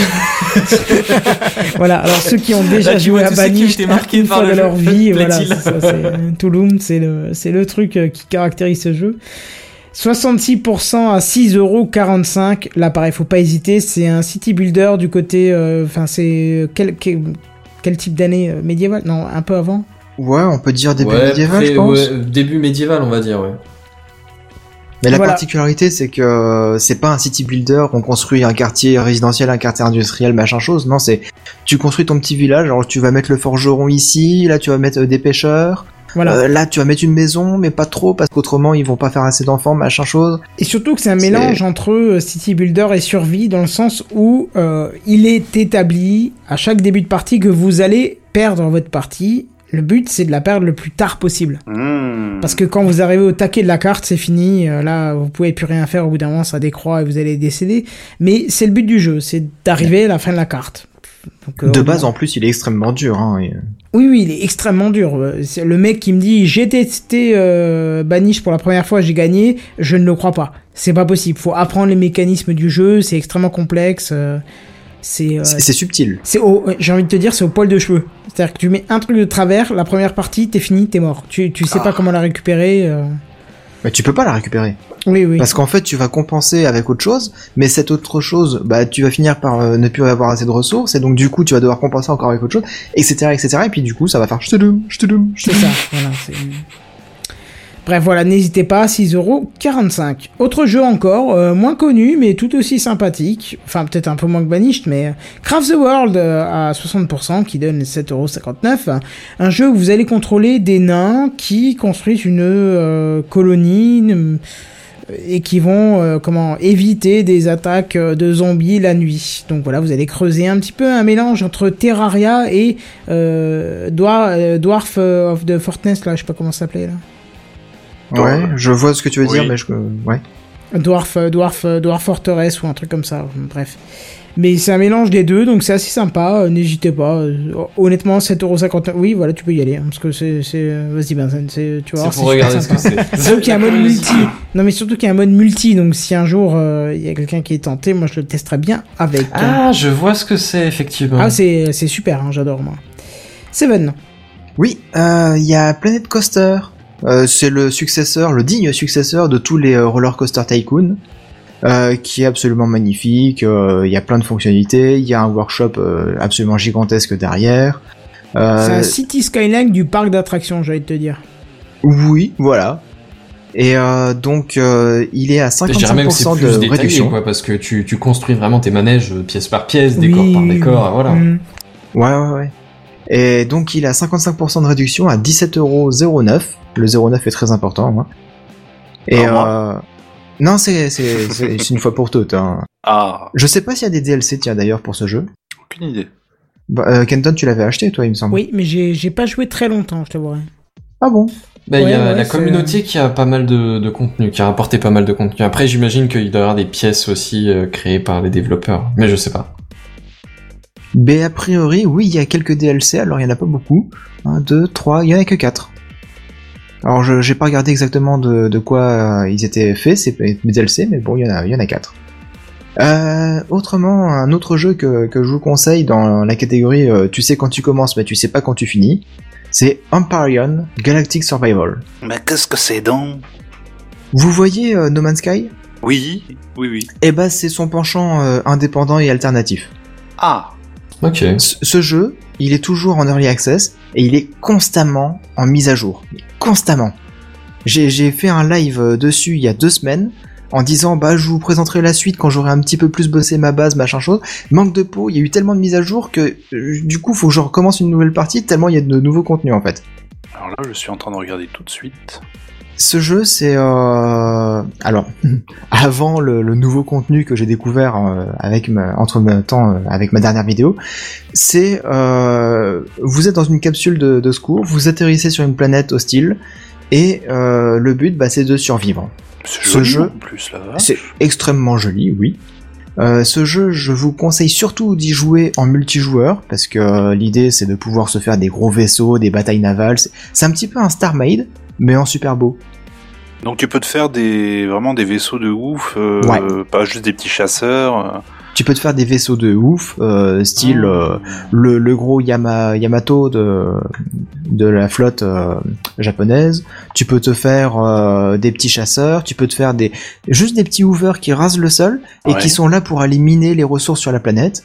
A: voilà, alors ceux qui ont déjà
I: Là, tu
A: joué
I: vois
A: à
I: tous ceux qui ont
A: Banished
I: été marqués
A: une
I: par
A: fois
I: le
A: de leur
I: jeu.
A: vie, voilà,
I: Plaît-il.
A: c'est ça, c'est, euh, Touloum, c'est le, c'est le truc euh, qui caractérise ce jeu. 66% à 6,45€. Là, pareil, faut pas hésiter. C'est un city builder du côté. euh, Enfin, c'est. Quel, quel, quel type d'année euh, médiévale Non, un peu avant
D: Ouais, on peut dire début
E: Ouais,
D: médiéval,
E: pré-
D: je
E: ouais,
D: pense.
E: début médiéval, on va dire, ouais.
A: Oh,
D: Mais la
A: Voilà.
D: particularité, c'est que euh, c'est pas un city builder, on construit un quartier résidentiel, un quartier industriel, machin chose. Non, c'est tu construis ton petit village, alors tu vas mettre le forgeron ici, là tu vas mettre euh, des pêcheurs,
A: Voilà.
D: euh, là tu vas mettre une maison, mais pas trop, parce qu'autrement ils vont pas faire assez d'enfants, machin chose.
A: Et surtout que c'est un
D: C'est-
A: mélange entre euh, City Builder et Survie dans le sens où euh, il est établi à chaque début de partie que vous allez perdre votre partie. Le but c'est de la perdre le plus tard possible.
B: Mmh.
D: Mm.
A: Parce que quand vous arrivez au taquet de la carte, c'est fini. Euh, Là, vous pouvez plus rien faire. Au bout d'un moment, ça décroît et vous allez décéder. Mais c'est le but du jeu, c'est d'arriver à la fin de la carte. Donc, euh,
D: De
A: on-
D: base, en plus, il est extrêmement dur. Hein, et-
A: oui, oui, il est extrêmement dur. Euh, c'est Le mec qui me dit j'ai testé euh, Banish pour la première fois, j'ai gagné, je ne le crois pas. C'est pas possible. Faut apprendre les mécanismes du jeu, c'est extrêmement complexe. euh, c'est euh,
D: c'est- C'est subtil.
A: c'est au, ouais, j'ai envie de te dire, c'est au poil de cheveux. C'est-à-dire que tu mets un truc de travers, la première partie, t'es fini, t'es mort. Tu, tu sais pas comment la récupérer. euh.
D: Mais tu peux pas la récupérer.
A: Oui, oui.
D: Parce qu'en fait, tu vas compenser avec autre chose, mais cette autre chose, bah, tu vas finir par euh, ne plus avoir assez de ressources, et donc du coup, tu vas devoir compenser encore avec autre chose, etc., etc., et puis du coup, ça va faire ch'toudoum, ch'toudoum,
A: C'est ça, voilà. c'est- Bref, voilà, n'hésitez pas, 6,45€. Autre jeu encore, euh, moins connu, mais tout aussi sympathique. Enfin, peut-être un peu moins que Banished, mais euh, Craft the World euh, à 60%, qui donne 7,59€. Un jeu où vous allez contrôler des nains qui construisent une euh, colonie une- et qui vont euh, comment éviter des attaques euh, de zombies la nuit. Donc voilà, vous allez creuser un petit peu un mélange entre Terraria et euh, Dwar- euh, Dwarf euh, of the Fortness, là, je sais pas comment ça s'appelait là.
D: Ouais, je vois ce que tu veux dire,
B: Oui.
D: mais je. euh, Ouais.
A: Dwarf, euh, Dwarf, euh, Dwarf Fortress ou un truc comme ça, bref. Mais c'est un mélange des deux, donc c'est assez sympa, euh, n'hésitez pas. euh, Honnêtement, 7,50€, oui, voilà, tu peux y aller, hein, parce que c'est... c'est, euh, Vas-y, Benzen, c'est- tu vas voir,
E: C'est
A: c'est
E: pour
A: super
E: regarder ce
A: sympa.
E: que c'est.
A: Surtout qu'il y a un mode multi. Non, mais surtout qu'il y a un mode multi, donc si un jour euh, il y a quelqu'un qui est tenté, moi je le testerai bien avec.
E: Ah, je vois ce que c'est, effectivement.
A: Ah, c'est c'est super, hein, j'adore moi. Seven.
D: Oui, euh, il y a Planet Coaster. Euh, c'est le successeur, le digne successeur de tous les euh, Roller Coaster Tycoon, euh, qui est absolument magnifique. Euh, Il y a plein de fonctionnalités, il y a un workshop euh, absolument gigantesque derrière. Euh,
A: C'est un City Skyline du parc d'attractions, j'allais te dire.
D: oui, voilà. Et euh, donc, euh, il est à
E: Je dirais même que c'est
D: 55%
E: plus
D: de
E: détaillé,
D: réduction.
E: quoi, parce que tu, tu construis vraiment tes manèges euh, pièce par pièce, décor par décor, et voilà.
B: Mm.
A: Mhm.
D: Ouais, ouais, ouais. Et donc il a 55% de réduction à 17,09€. Le 0,9 est très important. Hein. Et
B: Par
D: euh... non, c'est c'est- c'est- c'est une fois pour toutes. Hein.
B: Ah,
D: Je sais pas s'il y a des DLC, tiens d'ailleurs pour ce jeu.
B: aucune idée.
D: Bah, euh, Kenton, tu l'avais acheté, toi, il me semble.
A: Oui, mais j'ai j'ai pas joué très longtemps, je t'avouerai.
D: Ah bon
E: Bah, il y a
A: Ouais, ouais,
E: la
A: c'est-
E: communauté qui a pas mal de, de contenu, qui a rapporté pas mal de contenu. Après, j'imagine qu'il doit y avoir des pièces aussi euh, créées par les développeurs, mais je sais pas.
D: Mais a priori, oui, il y a quelques DLC, alors il y en a pas beaucoup. 1, 2, 3, il y en a que 4. Alors je j'ai pas regardé exactement de, de quoi euh, ils étaient faits, ces p- les DLC, mais bon, il y en a, il y en a 4. Euh, autrement, un autre jeu que, que je vous conseille dans la catégorie euh, tu sais quand tu commences mais tu sais pas quand tu finis, c'est Empyrean Galactic Survival.
B: Mais qu'est-ce que c'est donc
D: Vous voyez euh, No Man's Sky
B: Oui, oui, oui.
D: Eh ben, c'est son penchant euh, indépendant et alternatif.
B: Ah,
E: Ok.
D: Ce ce jeu, il est toujours en early access et il est constamment en mise à jour. Constamment. J'ai j'ai fait un live euh, dessus il y a deux semaines en disant bah je vous présenterai la suite quand j'aurai un petit peu plus bossé ma base machin chose. Manque de peau, il y a eu tellement de mises à jour que euh, du coup faut que je recommence une nouvelle partie tellement il y a de nouveaux contenus en fait.
B: alors là, je suis en train de regarder tout de suite.
D: Ce jeu, c'est euh... alors avant le, le nouveau contenu que j'ai découvert euh, avec ma, entre temps euh, avec ma dernière vidéo, c'est euh... vous êtes dans une capsule de, de secours, vous atterrissez sur une planète hostile et euh, le but, bah, c'est de survivre.
B: C'est
D: Ce
B: joli,
D: jeu-
B: en plus là.
D: C'est extrêmement joli, oui. Euh, ce jeu, je vous conseille surtout d'y jouer en multijoueur, parce que euh, l'idée c'est de pouvoir se faire des gros vaisseaux, des batailles navales. C'est c'est un petit peu un Star Maid, mais en super beau.
B: Donc tu peux te faire des vraiment des vaisseaux de ouf, euh,
D: Ouais.
B: pas juste des petits chasseurs. euh.
D: Tu peux te faire des vaisseaux de ouf, euh,
B: Ah.
D: style euh, le, le gros Yama- Yamato de, de la flotte euh, japonaise. Tu peux te faire euh, des petits chasseurs, tu peux te faire des juste des petits hoovers qui rasent le sol et
B: Ouais.
D: qui sont là pour aller miner les ressources sur la planète.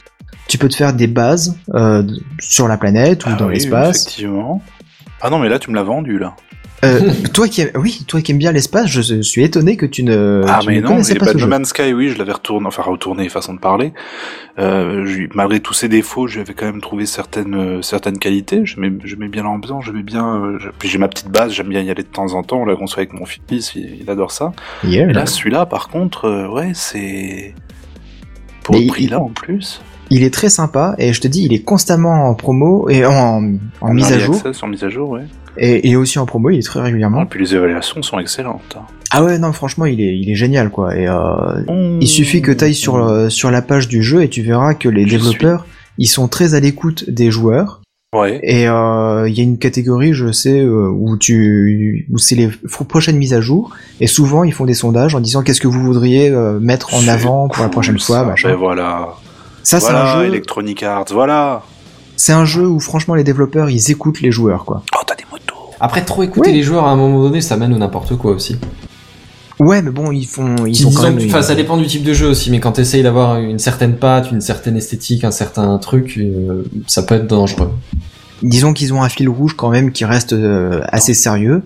D: Tu peux te faire des bases euh, sur la planète ou
B: Ah
D: dans
B: oui,
D: l'espace.
B: Effectivement. Ah non mais là tu me l'as vendu là.
D: Euh, toi qui aimes, oui, toi qui aimes bien l'espace, je suis étonné que tu ne
B: ah
D: Euh, tu
B: mais
D: ne
B: non,
D: connaissais
B: et
D: pas
B: bah,
D: ce
B: No
D: jeu.
B: Man's Sky, oui, je l'avais retourné, enfin retourné façon de parler. Euh, j'ai- malgré tous ses défauts, j'avais quand même trouvé certaines euh, certaines qualités. J'aimais j'aimais bien l'ambiance, j'aimais bien. euh, je- puis j'ai ma petite base, j'aime bien y aller de temps en temps. On l'a construit avec mon fils, il, il adore ça.
D: Yeah.
B: Et là celui-là, par contre, euh, ouais, c'est pour
D: Mais
B: le
D: il-
B: prix là en plus.
D: Il est très sympa et je te dis, il est constamment en promo et en, en mise à
B: Early
D: jour
B: access, en mise à jour, ouais.
D: et, et aussi en promo, il est très
B: Et
D: régulièrement.
B: puis les évaluations sont excellentes. hein.
D: Ah ouais, non, franchement, il est, il est génial quoi. Et euh, il suffit que tu ailles sur euh, sur la page du jeu et tu verras que les
B: J'y
D: développeurs ils sont très à l'écoute des joueurs.
B: Ouais.
D: Et euh, il y a une catégorie, je sais, euh, où tu où c'est les f- prochaines mises à jour. Et souvent, ils font des sondages en disant qu'est-ce que vous voudriez euh, mettre en
B: C'est
D: avant pour la
B: cool,
D: prochaine fois.
B: ça.
D: machin.
B: Ben voilà.
D: Ça, c'est
B: voilà,
D: un jeu.
B: Electronic Arts, voilà.
D: C'est un jeu où franchement les développeurs ils écoutent les joueurs quoi.
B: Oh, t'as des motos.
E: Après, trop écouter
D: Oui.
E: les joueurs à un moment donné, ça mène au n'importe quoi aussi.
D: Ouais mais bon ils font ils ont
E: Disons
D: quand même
E: que-
D: une-
E: enfin, ça dépend du type de jeu aussi, mais quand t'essayes d'avoir une certaine patte, une certaine esthétique, un certain truc, euh, ça peut être dangereux.
D: disons qu'ils ont un fil rouge quand même qui reste euh, assez sérieux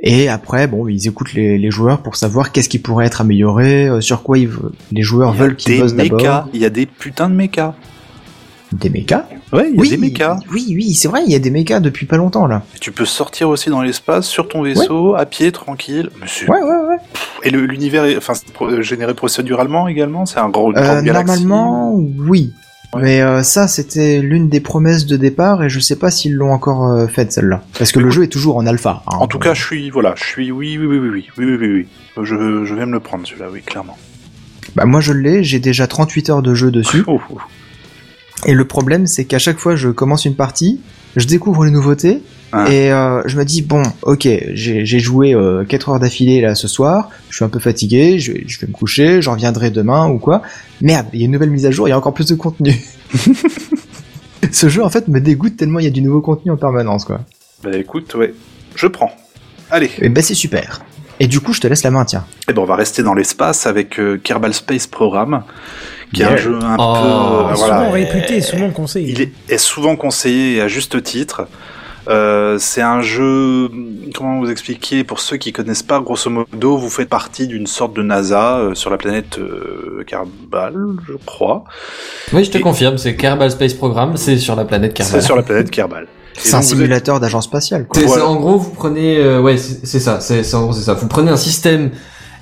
D: et après bon ils écoutent les, les joueurs pour savoir qu'est-ce qui pourrait être amélioré, euh, sur quoi ils ve- les joueurs veulent qu'ils
B: des
D: bossent d'abord.
B: mechas, il y a des putains de mechas.
D: Des mechas
B: Ouais, il y a des mechas.
D: Oui oui, c'est vrai, il y a des mechas depuis pas longtemps là.
B: Et Tu peux sortir aussi dans l'espace sur ton vaisseau, à pied, tranquille. Monsieur.
D: Ouais ouais ouais.
B: Et le- l'univers est enfin, c'est pro- euh, généré procéduralement également C'est un gros
D: Euh,
B: grande galaxie.
D: normalement oui.
B: Oh, Ouais.
D: Mais euh, ça, c'était l'une des promesses de départ, et je sais pas s'ils l'ont encore euh, faite celle-là, parce que le jeu est toujours en alpha. hein.
B: En tout cas, je suis voilà, je suis oui oui oui oui oui oui oui oui. oui. Je, je vais me le prendre celui-là, oui clairement.
D: Bah moi je l'ai, j'ai déjà 38 heures de jeu dessus.
B: Oh, oh.
D: Et le problème c'est qu'à chaque fois je commence une partie, je découvre les nouveautés
B: Ah.
D: et euh, je me dis bon ok j'ai j'ai joué 4 heures d'affilée là ce soir, je suis un peu fatigué, je, vais- je vais me coucher, j'en reviendrai demain ou quoi. Merde, il y a une nouvelle mise à jour, il y a encore plus de contenu. ce jeu en fait me dégoûte tellement il y a du nouveau contenu en permanence quoi.
B: Bah écoute, ouais, je prends. Allez.
D: Et bah c'est super. Et du coup je te laisse la main tiens.
B: Eh ben, on va rester dans l'espace avec euh, Kerbal Space Program, qui est un
D: Yeah.
B: jeu un
E: Oh,
B: peu. euh,
E: souvent
B: voilà,
A: Souvent réputé, souvent conseillé.
B: il est, est souvent conseillé et à juste titre. Euh, c'est un jeu, comment vous expliquer, pour ceux qui connaissent pas, grosso modo, vous faites partie d'une sorte de NASA euh, sur la planète euh, Kerbal, je crois.
E: Oui, je te
B: Et-
E: confirme, c'est Kerbal Space Program, c'est sur la planète
B: C'est
E: Kerbal.
B: sur la planète Kerbal. Et
D: C'est un
B: donc, vous êtes-
D: simulateur d'agence spatiale quoi.
E: C'est-
B: Voilà.
E: c'est- En gros, vous prenez, euh, ouais, c'est c'est ça, c'est c'est- en gros, c'est ça. Vous prenez un système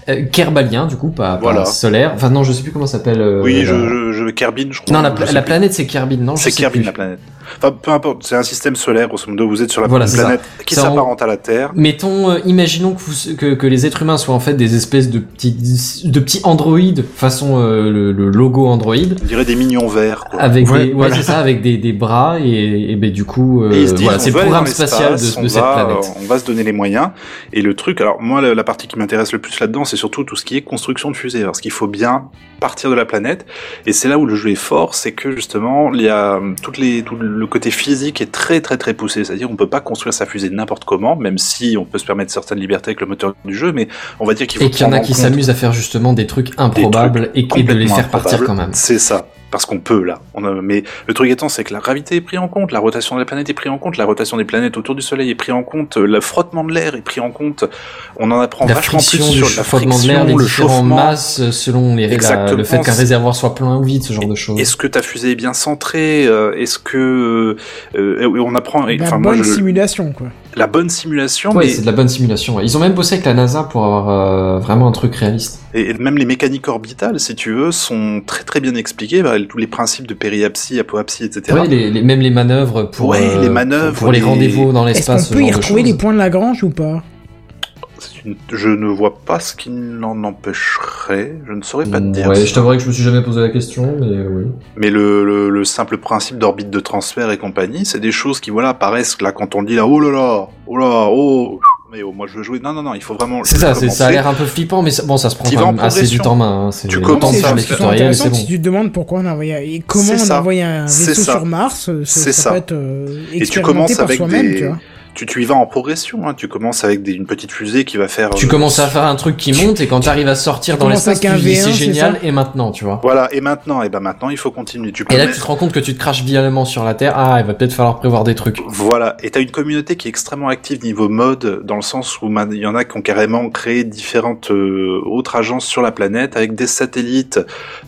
E: euh, kerbalien, du coup, pas, pas
B: Voilà.
E: solaire. Enfin non, je sais plus comment ça s'appelle. euh,
B: Oui,
E: la-
B: je, je, je- Kerbin, je crois.
E: Non, la,
B: je
E: pla-
B: sais
E: la
B: plus.
E: planète c'est Kerbin, non je
B: C'est
E: sais
B: Kerbin
E: plus.
B: la planète. Enfin, peu importe, c'est un système solaire, grosso modo, vous êtes sur la
E: Voilà, c'est ça.
B: planète qui
E: Ça, on-
B: s'apparente à la Terre.
E: Mettons, euh, imaginons que, vous- que, que les êtres humains soient en fait des espèces de petits, de petits androïdes, façon euh, le, le logo androïde,
B: On dirait des mignons verts, quoi.
E: avec
D: Ouais,
E: des, ouais,
D: voilà.
E: c'est ça, avec des, des bras et, et ben du coup, euh,
B: Et ils se disent,
E: voilà,
B: on
E: c'est le
B: va aller
E: programme
B: dans
E: spatial de,
B: l'espace,
E: de
B: on
E: cette
B: va,
E: planète.
B: euh, On va se donner les moyens. Et le truc, alors moi, la, la partie qui m'intéresse le plus là-dedans, c'est surtout tout ce qui est construction de fusée, parce qu'il faut bien partir de la planète. Et c'est là où le jeu est fort, c'est que justement, il y a euh, toutes les, tout le côté physique est très très très poussé. C'est-à-dire, on peut pas construire sa fusée n'importe comment, même si on peut se permettre certaines libertés avec le moteur du jeu, mais on va dire qu'il faut
E: Et qu'il y en a
B: euh, prendre
E: qui
B: compte
E: s'amusent à faire justement des trucs improbables et, et de les
B: complètement
E: faire partir
B: improbable.
E: quand même.
B: C'est ça. Parce qu'on peut là. On a- Mais le truc étant, c'est que la gravité est prise en compte, la rotation de la planète est prise en compte, la rotation des planètes autour du Soleil est prise en compte, euh, le frottement de l'air est pris en compte. On en apprend
E: La
B: vachement plus
E: friction, du
B: sur la
E: frottement de
B: friction,
E: l'air, les
B: le
E: différentes
B: chauffement.
E: masses euh, selon les, la- le
B: Exactement,
E: fait qu'un
B: c'est-
E: réservoir soit plein ou vide, ce genre de choses.
B: Est-ce que ta fusée est bien centrée euh, Est-ce que euh, euh, on apprend et-
A: La
B: Enfin, moi,
A: bonne
B: je-
A: simulation, quoi.
B: la bonne simulation,
E: Ouais,
B: mais
E: c'est de la bonne simulation. ouais. Ils ont même bossé avec la NASA pour avoir euh, vraiment un truc réaliste.
B: Et et même les mécaniques orbitales, si tu veux, sont très très bien expliquées. bah, Tous les principes de périapsie, apoapsie, etc.
E: Ouais, les, les- même les manœuvres pour
B: Ouais,
E: euh,
B: les manœuvres,
E: pour, pour les
B: les-
E: rendez-vous dans
A: Est-ce
E: l'espace.
A: qu'on
E: ce
A: peut y
E: genre de
A: retrouver
E: choses.
A: les points de Lagrange ou pas
B: C'est une- Je ne vois pas ce qui n'en empêcherait. Je ne saurais pas te dire.
E: Ouais,
B: ça.
E: je t'avouerai que je me suis jamais posé la question, mais euh, oui.
B: Mais le, le, le simple principe d'orbite de transfert et compagnie, c'est des choses qui voilà apparaissent là quand on dit là oh là là oh là oh mais oh, moi je veux jouer. Non non non, il faut vraiment.
E: C'est ça, c'est- ça a
B: commencer.
E: l'air un peu flippant, mais ça- bon, ça se prend
B: T'y
E: quand
B: vas en
E: même assez du
B: progression.
E: temps en main. hein. C'est
B: Tu
E: le
B: commences
E: temps de
B: à
E: faire les
B: faire-
E: tutoriels, c'est
A: intéressant
E: bon.
A: si tu te demandes pourquoi on a envoyé et comment
B: C'est
A: on
B: ça.
A: a envoyé un
B: C'est
A: vaisseau
B: ça.
A: sur Mars. euh,
B: C'est
A: ça.
B: ça.
A: peut être, euh,
B: Et tu
A: expérimenté
B: commences
A: par
B: avec
A: soi-même,
B: des.
A: tu vois.
B: Tu, tu y vas en progression. Hein. Tu commences avec des, une petite fusée qui va faire.
E: Tu
B: euh,
E: commences à faire un truc qui monte, et quand tu arrives à sortir dans
A: commences
E: l'espace, tu
A: avec un
E: dis
A: V1,
E: c'est
A: c'est
E: génial,
A: ça
E: et maintenant, tu vois.
B: Voilà. Et maintenant, et ben maintenant, il faut continuer. Tu peux
E: Et là,
B: mettre-
E: tu te rends compte que tu te craches violemment sur la Terre. Ah, il va peut-être falloir prévoir des trucs.
B: Voilà, et t'as une communauté qui est extrêmement active niveau mode, dans le sens où man- il y en a qui ont carrément créé différentes euh, autres agences sur la planète avec des satellites,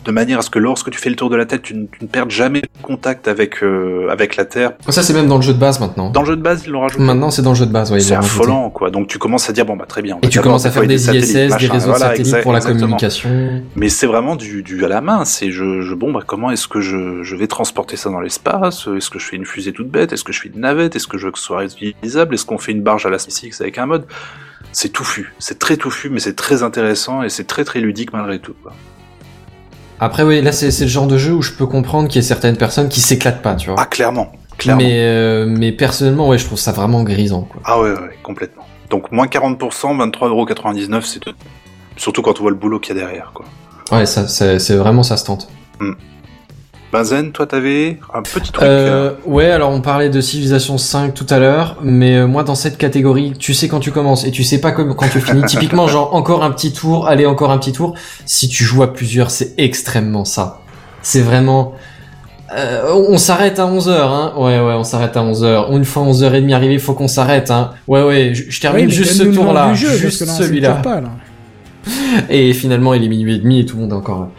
B: de manière à ce que lorsque tu fais le tour de la tête, tu, ne- tu ne perdes jamais le contact avec euh, avec la Terre.
E: Ça, c'est même dans le jeu de base maintenant.
B: Dans le jeu de base, ils l'ont rajouté.
E: Maintenant, c'est dans le jeu de base, ouais. ils
B: c'est
E: l'ont rajouté.
B: affolant, quoi. Donc tu commences à dire bon bah très bien. on
E: Et
B: va
E: tu
B: d'abord
E: commences à faire
B: déployer
E: des ISS,
B: satellites,
E: des
B: machin,
E: réseaux
B: voilà,
E: satellites
B: exact-
E: pour la
B: exactement.
E: communication.
B: Mais c'est vraiment du, du à la main. C'est je, je bon bah comment est-ce que je, je vais transporter ça dans l'espace Est-ce que je fais une fusée toute bête Est-ce que je fais une navette Est-ce que je veux que ce soit utilisable Est-ce qu'on fait une barge à la SpaceX avec un mode C'est touffu, c'est très touffu, mais c'est très intéressant et c'est très très ludique malgré tout. Quoi.
E: Après, oui, là, c'est c'est le genre de jeu où je peux comprendre qu'il y ait certaines personnes qui s'éclatent pas, tu vois.
B: Ah clairement, clairement.
E: mais, euh, mais personnellement, ouais, je trouve ça vraiment grisant, quoi.
B: Ah ouais, ouais, ouais, complètement. Donc moins 40%, 23,99€, c'est tout. Surtout quand on voit le boulot qu'il y a derrière. quoi.
E: Ouais, ça, c'est c'est vraiment, ça se tente.
B: Benzen, toi t'avais un petit truc.
E: Euh, ouais, alors on parlait de Civilization 5 tout à l'heure, mais euh, moi dans cette catégorie, tu sais quand tu commences et tu sais pas comme, quand tu finis. Typiquement, genre encore un petit tour, allez encore un petit tour. Si tu joues à plusieurs, c'est extrêmement ça. C'est vraiment... euh, on on s'arrête à 11h, hein. Ouais, ouais, on s'arrête à 11h. Une fois 11h30 arrivé, faut qu'on s'arrête, hein. Ouais, ouais, je, je termine
A: Oui, mais
E: juste ce
A: donne-nous le nom
E: tour-là.
A: du jeu, parce
E: Juste
A: que là, on s'y
E: celui-là.
A: perd pas, là.
E: Et finalement, il est minuit et demi et tout le monde est encore là.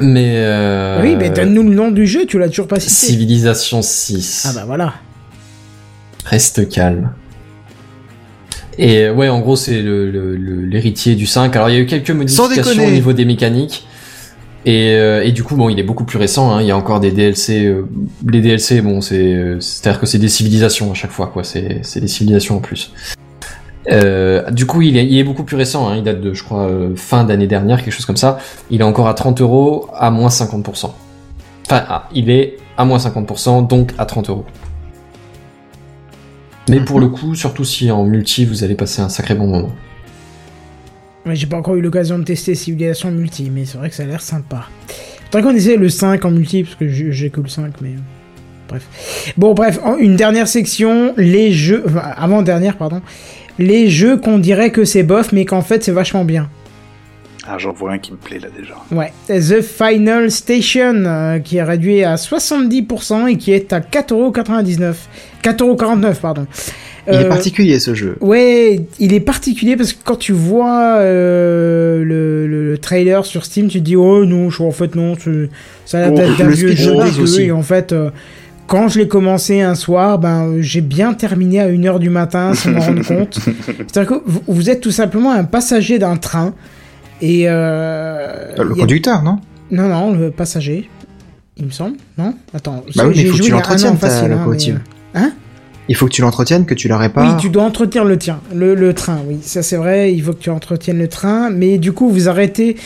E: Mais... Euh...
A: Oui, mais donne-nous le nom du jeu, tu l'as toujours pas cité.
E: Civilisation 6.
A: Ah bah voilà.
E: Reste calme. Et euh, ouais, en gros, c'est le- le- le- l'héritier du 5. Alors, il y a eu quelques modifications au
D: déconner.
E: niveau des mécaniques. Et, euh, et du coup, bon, il est beaucoup plus récent. hein. Il y a encore des DLC. euh, les DLC, bon, c'est euh, c'est-à-dire que c'est des civilisations à chaque fois, quoi. C'est c'est des civilisations en plus. Euh, du coup, il est, il est beaucoup plus récent. hein. Il date de, je crois, euh, fin d'année dernière, quelque chose comme ça. Il est encore à 30 euros à moins 50%. Enfin, ah, il est à moins 50%, donc à 30 euros. Mais pour
A: Mhm.
E: le coup, surtout si en multi, vous allez passer un sacré bon moment.
A: Mais j'ai pas encore eu l'occasion de tester Civilization multi, mais c'est vrai que ça a l'air sympa. Faudrait qu'on essaie le 5 en multi, parce que j'ai j'ai que le 5, mais... euh, Bref. Bon, bref, en- une dernière section, les jeux... enfin, avant-dernière, pardon. Les jeux qu'on dirait que c'est bof, mais qu'en fait c'est vachement bien.
B: Ah j'en vois un qui me plaît là déjà.
A: Ouais, The Final Station, euh, qui est réduit à 70% et qui est à 4,99€. 4,49€, pardon.
D: Il est
A: Euh,
D: particulier ce jeu.
A: Ouais, il est particulier parce que quand tu vois euh, le, le- le trailer sur Steam, tu te dis oh non, je, en fait non, c'est- ça a l'air
D: Oh,
A: d'être d'un
D: le
A: vieux jeu
D: speedrun
A: dégueu.
D: aussi.
A: Et en fait, euh, quand je l'ai commencé un soir, ben euh, j'ai bien terminé à 1h du matin sans m'en rendre compte. C'est-à-dire que vous, vous êtes tout simplement un passager d'un train et euh,
D: Ah, Le
A: il y a-
D: conducteur, non
A: non non le passager, il me semble non attends
D: Bah oui, mais
A: j'ai
D: faut que
A: joué il
D: tu
A: y a un an
D: l'entretiennes, ta
A: facile, hein, mais,
D: locomotive.
A: euh, hein
D: il faut que tu l'entretiennes, que tu la
A: Oui,
D: répares.
A: tu dois entretenir le tien, le, le train, oui, ça c'est vrai, il faut que tu entretiennes le train, mais du coup vous arrêtez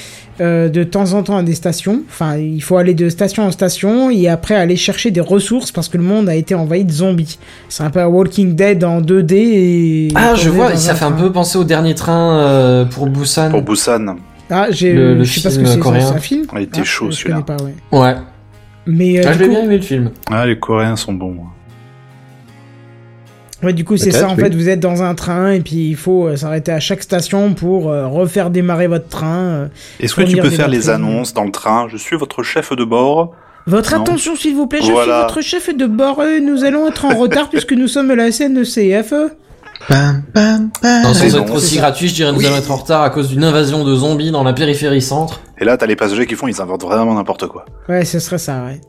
A: euh, de temps en temps à des stations, enfin il faut aller de station en station et après aller chercher des ressources parce que le monde a été envahi de zombies. C'est un peu un Walking Dead en 2D et...
E: Ah, je
A: et
E: vois,
A: dans
E: ça fait un
A: train.
E: peu penser au dernier train euh, pour Busan.
B: Pour Busan,
A: Ah, j'ai,
E: le- le
A: je sais pas ce
E: film
A: que c'est,
E: coréen.
A: c'est un film
B: il était
A: Ah,
B: chaud
A: je
B: celui-là.
A: connais pas, ouais.
E: Ouais.
A: Mais euh,
E: Ah, je
A: du
E: l'ai
A: coup-
E: bien aimé le film.
B: Ah, les Coréens sont bons.
A: Ouais, du coup, c'est
D: Peut-être,
A: ça. En
D: oui.
A: fait, vous êtes dans un train et puis il faut euh, s'arrêter à chaque station pour euh, refaire démarrer votre train. euh.
B: Est-ce que
A: Pour
B: tu
A: lire
B: peux
A: des
B: faire les
A: batteries.
B: annonces dans le train Je suis votre chef de bord.
A: Votre
B: Non.
A: attention, s'il vous plaît, je
B: Voilà.
A: suis votre chef de bord. euh, Nous allons être en retard puisque nous sommes la SNCF.
D: Pam, pam, pam.
A: Ah.
E: Non, sans
B: raison,
E: être aussi
A: c'est ça.
E: gratuit, je dirais nous allons être en retard à cause d'une invasion de zombies dans la périphérie centre.
B: Et là, t'as les passagers qui font, ils inventent vraiment n'importe quoi.
A: Ouais, ce serait ça, ouais.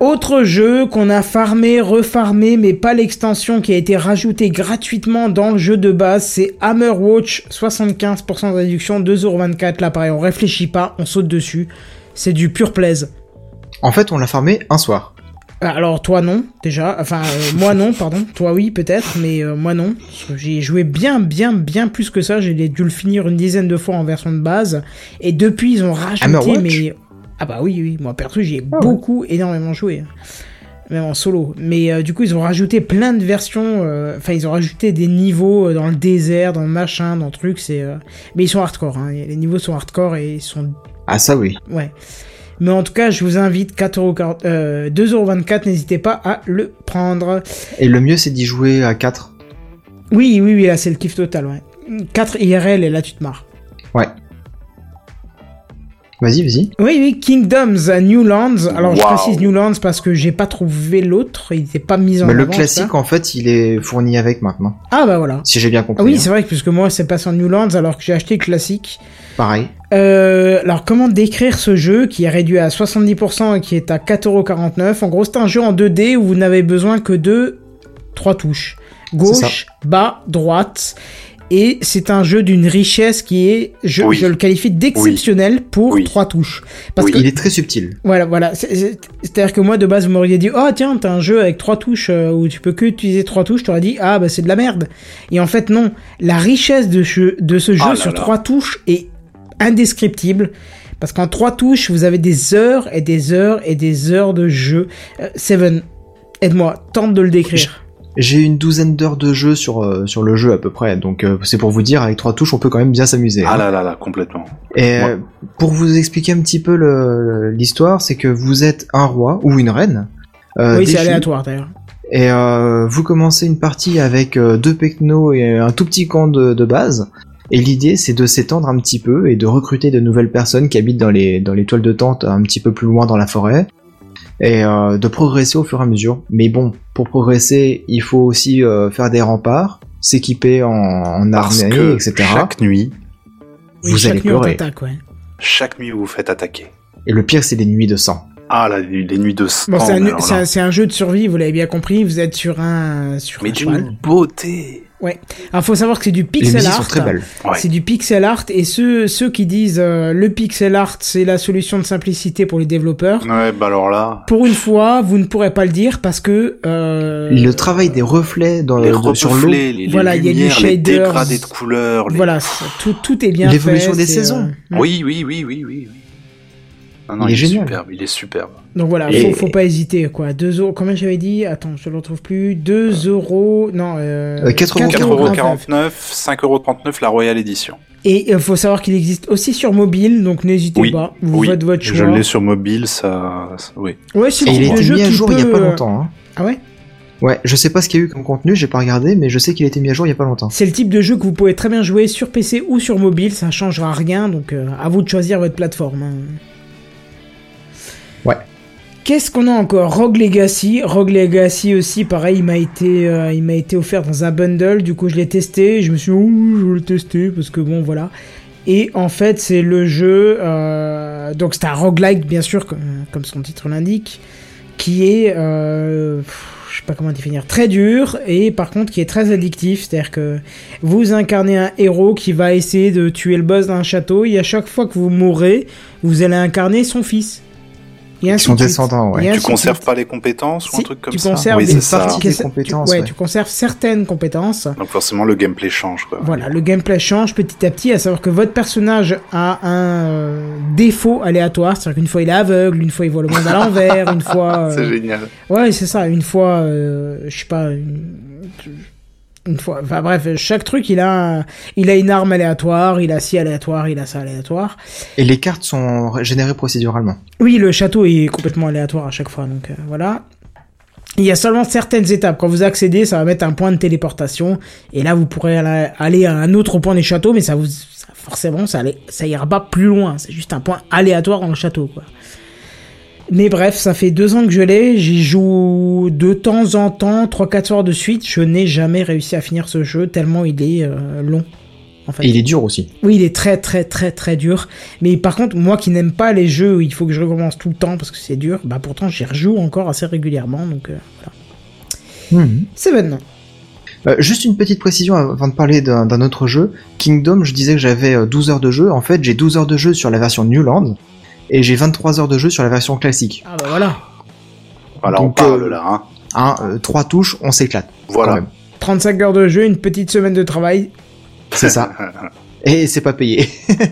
A: Autre jeu qu'on a farmé, refarmé, mais pas l'extension qui a été rajoutée gratuitement dans le jeu de base, c'est Hammer Watch, 75% de réduction, 2,24€. Là, pareil, on réfléchit pas, on saute dessus. C'est du pur plaise.
D: En fait, on l'a farmé un soir.
A: Ah, Alors toi non déjà, enfin euh, moi non pardon, toi oui peut-être, mais euh, moi non. Parce que J'ai joué bien bien bien plus que ça, j'ai dû le finir une dizaine de fois en version de base, et depuis ils ont rajouté
D: Hammerwatch
A: mais ah bah oui oui moi perso j'y ai beaucoup énormément joué, même en solo. Mais euh, du coup ils ont rajouté plein de versions, euh, enfin ils ont rajouté des niveaux euh, dans le désert, dans le machin, dans le truc, c'est euh, mais ils sont hardcore, hein. les niveaux sont hardcore et ils sont
D: Ah, ça oui.
A: Ouais. Mais en tout cas, je vous invite 4,40 euh, 2,24€, n'hésitez pas à le prendre.
D: Et le mieux, c'est d'y jouer à 4.
A: Oui, oui, oui, là c'est le kiff total, ouais. 4 IRL et là tu te marres.
D: Vas-y, vas-y.
A: Oui, oui, Kingdoms à Newlands. Alors je
B: Wow.
A: précise Newlands parce que j'ai pas trouvé l'autre, il n'était pas mis en
D: Mais Bah, le
A: avant,
D: classique,
A: ça.
D: en fait, il est fourni avec maintenant.
A: Ah bah voilà.
D: Si j'ai bien
A: Ah
D: compris.
A: oui,
D: hein.
A: c'est vrai que puisque moi c'est passé en Newlands alors que j'ai acheté le classique.
D: Pareil.
A: Euh, alors comment décrire ce jeu qui est réduit à 70% et qui est à 4,49€ En gros, c'est un jeu en 2D où vous n'avez besoin que de trois touches. Gauche, bas, droite. Et c'est un jeu d'une richesse qui est, je,
B: Oui.
A: je le qualifie d'exceptionnel pour
B: Oui.
A: trois touches. Parce
B: Oui.
A: que
D: Il est très subtil.
A: voilà, voilà. C'est- c'est- C'est-à-dire que moi, de base, vous m'auriez dit, oh tiens, t'as un jeu avec trois touches euh, où tu peux que utiliser trois touches. T'aurais dit, ah bah c'est de la merde. Et en fait, non. La richesse de ce, de ce jeu
B: Ah là
A: sur
B: là.
A: trois touches est indescriptible. Parce qu'en trois touches, vous avez des heures et des heures et des heures de jeu. Euh, Seven, aide-moi, tente de le décrire.
D: J'ai une douzaine d'heures de jeu sur, euh, sur le jeu à peu près, donc euh, c'est pour vous dire, avec trois touches, on peut quand même bien s'amuser.
B: Ah
D: hein.
B: là là là, complètement.
D: Et euh, pour vous expliquer un petit peu le- l'histoire, c'est que vous êtes un roi ou une reine. euh,
A: oui, c'est
D: déchu,
A: aléatoire d'ailleurs.
D: Et euh, vous commencez une partie avec euh, deux pecnos et un tout petit camp de, de base. Et l'idée, c'est de s'étendre un petit peu et de recruter de nouvelles personnes qui habitent dans les, dans les toiles de tente un petit peu plus loin dans la forêt. Et euh, de progresser au fur et à mesure. Mais bon, pour progresser, il faut aussi euh, faire des remparts, s'équiper en, en
B: Parce
D: armée,
B: que
D: etc.
B: chaque nuit,
A: Oui,
D: vous
A: chaque
D: allez
A: nuit, on
D: pleurer.
A: t'attaque, ouais.
B: Oh, chaque nuit, vous vous faites attaquer.
D: Et le pire, c'est des nuits de sang.
B: Ah là, les les nuits de sang.
A: Bon, c'est un-
B: alors là.
A: c'est un, c'est un jeu de survie, vous l'avez bien compris. Vous êtes sur un. Sur
B: Mais
A: un cheval.
B: d'une beauté.
A: Alors, faut savoir que c'est du
D: Les
A: pixel
D: musiques
A: art.
D: sont très belles.
B: Ouais.
A: C'est du pixel art et ceux, ceux qui disent euh, le pixel art c'est la solution de simplicité pour les développeurs.
B: Ouais, bah alors là,
A: Pour une fois, vous ne pourrez pas le dire parce que euh,
D: Le travail des reflets dans,
B: les
D: Euh, de- sur l'eau,
B: reflets, les, les
A: Voilà, il y a des
B: lumières, les
A: shaders.
B: dégradés de couleurs. les-
A: voilà, c'est- tout, tout est bien
D: L'évolution
A: fait,
D: des
A: c'est,
D: saisons.
A: euh,
B: Ah Oui, oui, oui, oui, oui. oui. Non, non,
D: Il
B: il,
D: est
B: est,
D: génial.
B: superbe, il est superbe.
A: Donc voilà,
D: Et-
A: faut, faut pas hésiter quoi. 2 euros, combien j'avais dit Attends, je le retrouve plus. 2 euros, non. Euh,
D: Euh, 4 euros
A: 4,49.
B: 4,49€, 5,39€ la Royal Edition.
A: Et il faut savoir qu'il existe aussi sur mobile, donc n'hésitez
B: Oui,
A: pas. Vous
B: oui,
A: faites votre choix.
B: Je l'ai sur mobile, ça... ça- Oui.
A: Ouais, c'est
D: Et
A: le
D: il a
A: type de
D: été
A: jeu
D: mis à
A: qui
D: jour il y a
A: peut,
D: pas
A: euh,
D: longtemps. hein.
A: Ah ouais
D: Ouais, je sais pas ce qu'il y a eu comme contenu, j'ai pas regardé, mais je sais qu'il a été mis à jour il y a pas longtemps.
A: C'est le type de jeu que vous pouvez très bien jouer sur PC ou sur mobile, ça changera rien, donc euh, à vous de choisir votre plateforme. hein.
D: Ouais.
A: Qu'est-ce qu'on a encore Rogue Legacy. Rogue Legacy aussi, pareil, il m'a été, euh, il m'a été offert dans un bundle, du coup je l'ai testé, je me suis dit, ouh, je vais le tester, parce que bon, voilà. Et en fait, c'est le jeu, euh, donc c'est un roguelike, bien sûr, comme, comme son titre l'indique, qui est, euh, pff, je sais pas comment définir, très dur, et par contre qui est très addictif, c'est-à-dire que vous incarnez un héros qui va essayer de tuer le boss d'un château, et à chaque fois que vous mourrez, vous allez incarner son fils. Et
D: Ils
A: ainsi
D: sont
A: de suite.
D: descendants, ouais.
A: Et ainsi
B: Tu
A: de
B: conserves
A: suite.
B: pas les compétences ou un
A: Si,
B: truc comme
A: tu
B: ça
A: conserves
B: Oui,
A: des
B: c'est ça.
A: parties-
D: Des
A: tu-
D: compétences,
A: ouais,
D: ouais.
A: tu conserves certaines compétences.
B: Donc forcément, le gameplay change. Quoi.
A: Voilà, le gameplay change petit à petit, à savoir que votre personnage a un euh, défaut aléatoire, c'est-à-dire qu'une fois il est aveugle, une fois il voit le monde à l'envers, une fois... euh,
B: C'est génial.
A: Ouais, c'est ça. Une fois, euh, je sais pas, une, une fois. Enfin bref, chaque truc, il a, un- il a une arme aléatoire, il a ci aléatoire, il a ça aléatoire.
D: Et les cartes sont ré- générées procéduralement.
A: Oui, le château est complètement aléatoire à chaque fois, donc euh, voilà. Il y a seulement certaines étapes. Quand vous accédez, ça va mettre un point de téléportation, et là vous pourrez aller- aller à un autre point des châteaux, mais ça vous, ça- forcément, ça, allait- ça ira pas plus loin. C'est juste un point aléatoire dans le château, quoi. Mais bref, ça fait deux ans que je l'ai, j'y joue de temps en temps, trois quatre soirs de suite. Je n'ai jamais réussi à finir ce jeu tellement il est euh, long. En fait.
D: Et il est dur aussi.
A: Oui, il est très très très très dur. Mais par contre, moi qui n'aime pas les jeux où il faut que je recommence tout le temps parce que c'est dur, bah pourtant j'y rejoue encore assez régulièrement. Donc euh, voilà. C'est maintenant.
D: Euh, juste une petite précision avant de parler d'un d'un autre jeu. Kingdom, je disais que j'avais euh, 12 heures de jeu. En fait, j'ai 12 heures de jeu sur la version Newland et j'ai 23 heures de jeu sur la version classique.
A: Ah bah voilà.
B: Voilà, on
D: Donc,
B: parle
D: euh,
B: là. Hein.
D: Hein, euh, trois touches, on s'éclate. quand
B: Voilà.
D: même.
A: 35 heures de jeu, une petite semaine de travail.
D: C'est ça. Et c'est pas payé.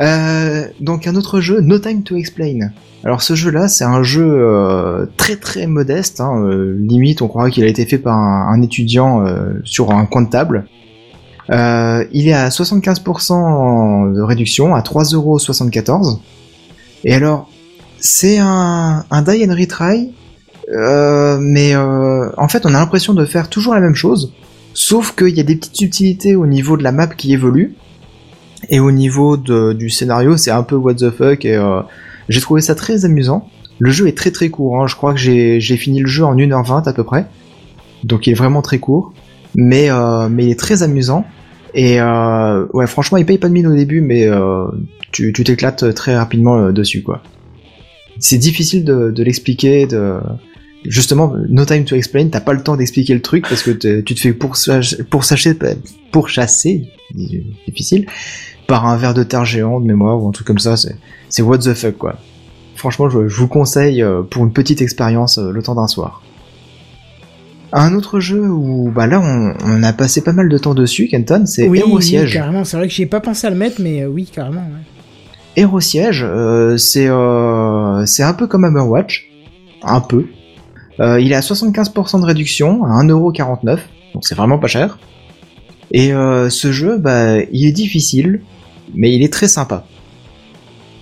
D: Euh, donc un autre jeu, No Time to Explain. Alors ce jeu-là, c'est un jeu euh, très très modeste, hein, euh, limite on croirait qu'il a été fait par un, un étudiant euh, sur un coin de table. Euh, il est à 75% de réduction, à 3,74€. Et alors, c'est un, un die and retry, euh, mais euh, en fait on a l'impression de faire toujours la même chose, sauf qu'il y a des petites subtilités au niveau de la map qui évolue. Et au niveau de- du scénario, c'est un peu what the fuck. Et euh, j'ai trouvé ça très amusant. Le jeu est très très court. hein. Je crois que j'ai j'ai fini le jeu en 1h20 à peu près. Donc il est vraiment très court. Mais, euh, mais il est très amusant. Et euh, ouais, franchement, il paye pas de mine au début, mais euh, tu tu t'éclates très rapidement euh, dessus, quoi. C'est difficile de, de l'expliquer, de... Justement, no time to explain, t'as pas le temps d'expliquer le truc parce que t'es- tu te fais pourchasser, pourchasser, pourchasser, difficile, par un verre de terre géant de mémoire ou un truc comme ça, c'est c'est what the fuck quoi. Franchement, je, je vous conseille euh, pour une petite expérience euh, le temps d'un soir. Un autre jeu où bah là on, on a passé pas mal de temps dessus, Kenton, c'est
A: oui,
D: Hero
A: oui,
D: Siege.
A: carrément. C'est vrai que j'ai pas pensé à le mettre, mais euh, oui, carrément. ouais.
D: Hero Siege, euh, c'est euh, c'est un peu comme Hammerwatch, un peu. Euh, il est à 75% de réduction, à 1,49€, donc c'est vraiment pas cher. Et euh, ce jeu, bah, il est difficile, mais il est très sympa.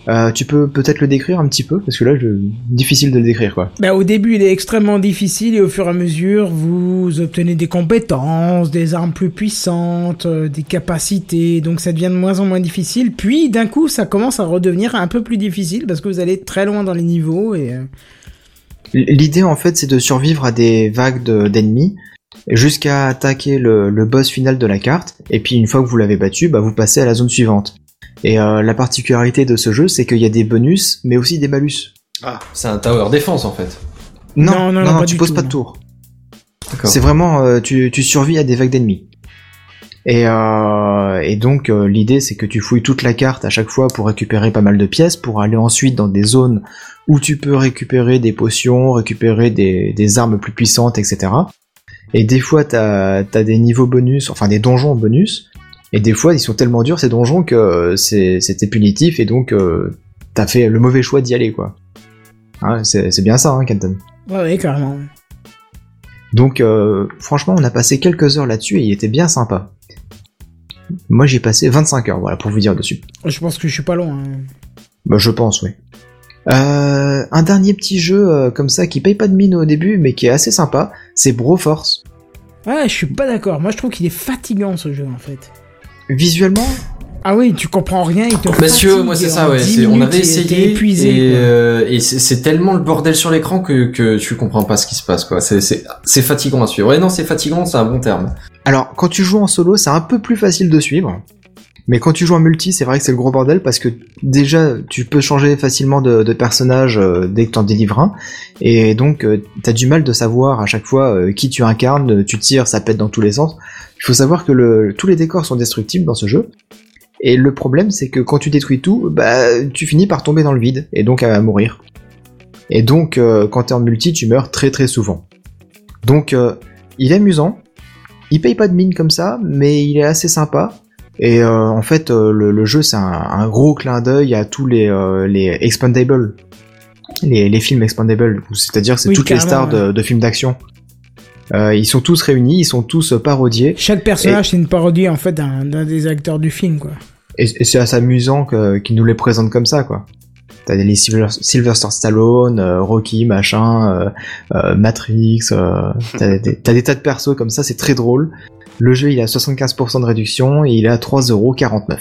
D: Euh, tu peux peut-être le décrire un petit peu, parce que là, je... difficile de le décrire, quoi.
A: Bah, au début, il est extrêmement difficile et au fur et à mesure, vous obtenez des compétences, des armes plus puissantes, euh, des capacités. Donc ça devient de moins en moins difficile. Puis d'un coup, ça commence à redevenir un peu plus difficile parce que vous allez très loin dans les niveaux et. euh,
D: L- L'idée, en fait, c'est de survivre à des vagues de- d'ennemis jusqu'à attaquer le, le boss final de la carte. Et puis, une fois que vous l'avez battu, bah, vous passez à la zone suivante. Et euh, la particularité de ce jeu, c'est qu'il y a des bonus, mais aussi des malus.
E: C'est un tower défense en fait.
A: Non, non, non, pas
D: tu
A: du
D: poses
A: tout,
D: pas de
A: non.
D: tour.
E: D'accord.
D: C'est vraiment, euh, tu, tu survis à des vagues d'ennemis. Et, euh, et donc, euh, l'idée, c'est que tu fouilles toute la carte à chaque fois pour récupérer pas mal de pièces, pour aller ensuite dans des zones où tu peux récupérer des potions, récupérer des, des armes plus puissantes, etc. Et des fois, t'as as des niveaux bonus, enfin des donjons bonus, et des fois, ils sont tellement durs ces donjons que euh, c'est- c'était punitif, et donc euh, t'as fait le mauvais choix d'y aller, quoi. Hein, c'est c'est bien ça, hein, Kenton
A: Ouais, ouais, carrément.
D: donc euh, franchement, on a passé quelques heures là-dessus et il était bien sympa. Moi, j'ai passé 25 heures, voilà, pour vous dire dessus.
A: Je pense que je suis pas loin. hein.
D: Bah, je pense, oui. Euh, un dernier petit jeu euh, comme ça qui paye pas de mine au début, mais qui est assez sympa, c'est Broforce.
A: Ouais, je suis pas d'accord. Moi, je trouve qu'il est fatigant ce jeu en fait.
D: Visuellement,
A: Ah oui, tu comprends rien, il te
E: Monsieur,
A: fatigue
E: moi c'est
A: en
E: ça, ouais.
A: 10
E: c'est- On
A: minutes,
E: avait
A: t'es- t'es
E: essayé
A: épuisé,
E: et,
A: quoi.
E: euh, et c'est- c'est tellement le bordel sur l'écran que, que tu comprends pas ce qui se passe quoi. C'est- C'est c'est fatigant à suivre. Et non, c'est fatigant, c'est un bon terme.
D: alors quand tu joues en solo, c'est un peu plus facile de suivre. Mais quand tu joues en multi, c'est vrai que c'est le gros bordel parce que déjà tu peux changer facilement de, de personnage euh, dès que t'en délivres un, et donc euh, t'as du mal de savoir à chaque fois euh, qui tu incarnes, euh, tu tires, ça pète dans tous les sens. Il faut savoir que le, tous les décors sont destructibles dans ce jeu, et le problème c'est que quand tu détruis tout, bah tu finis par tomber dans le vide et donc à, mourir. Et donc, euh, quand t'es en multi, tu meurs très très souvent. Donc, euh, il est amusant. Il paye pas de mine comme ça, mais il est assez sympa. Et euh, en fait, euh, le, le jeu, c'est un, un gros clin d'œil à tous les, euh, les Expandables. Les, les films Expandables, c'est-à-dire c'est
A: Oui,
D: toutes les
A: carrément,
D: stars de, de films d'action. Euh, ils sont tous réunis, ils sont tous euh, parodiés.
A: Chaque personnage, c'est une parodie en fait d'un d'un des acteurs du film, quoi.
D: Et, et c'est assez amusant que- qu'ils nous les présentent comme ça, quoi. T'as les Silver, Sylvester Stallone, euh, Rocky, machin, euh, euh, Matrix, euh, t'as des, t'as des tas de persos comme ça, c'est très drôle. Le jeu, il a 75% de réduction et il est à 3,49€.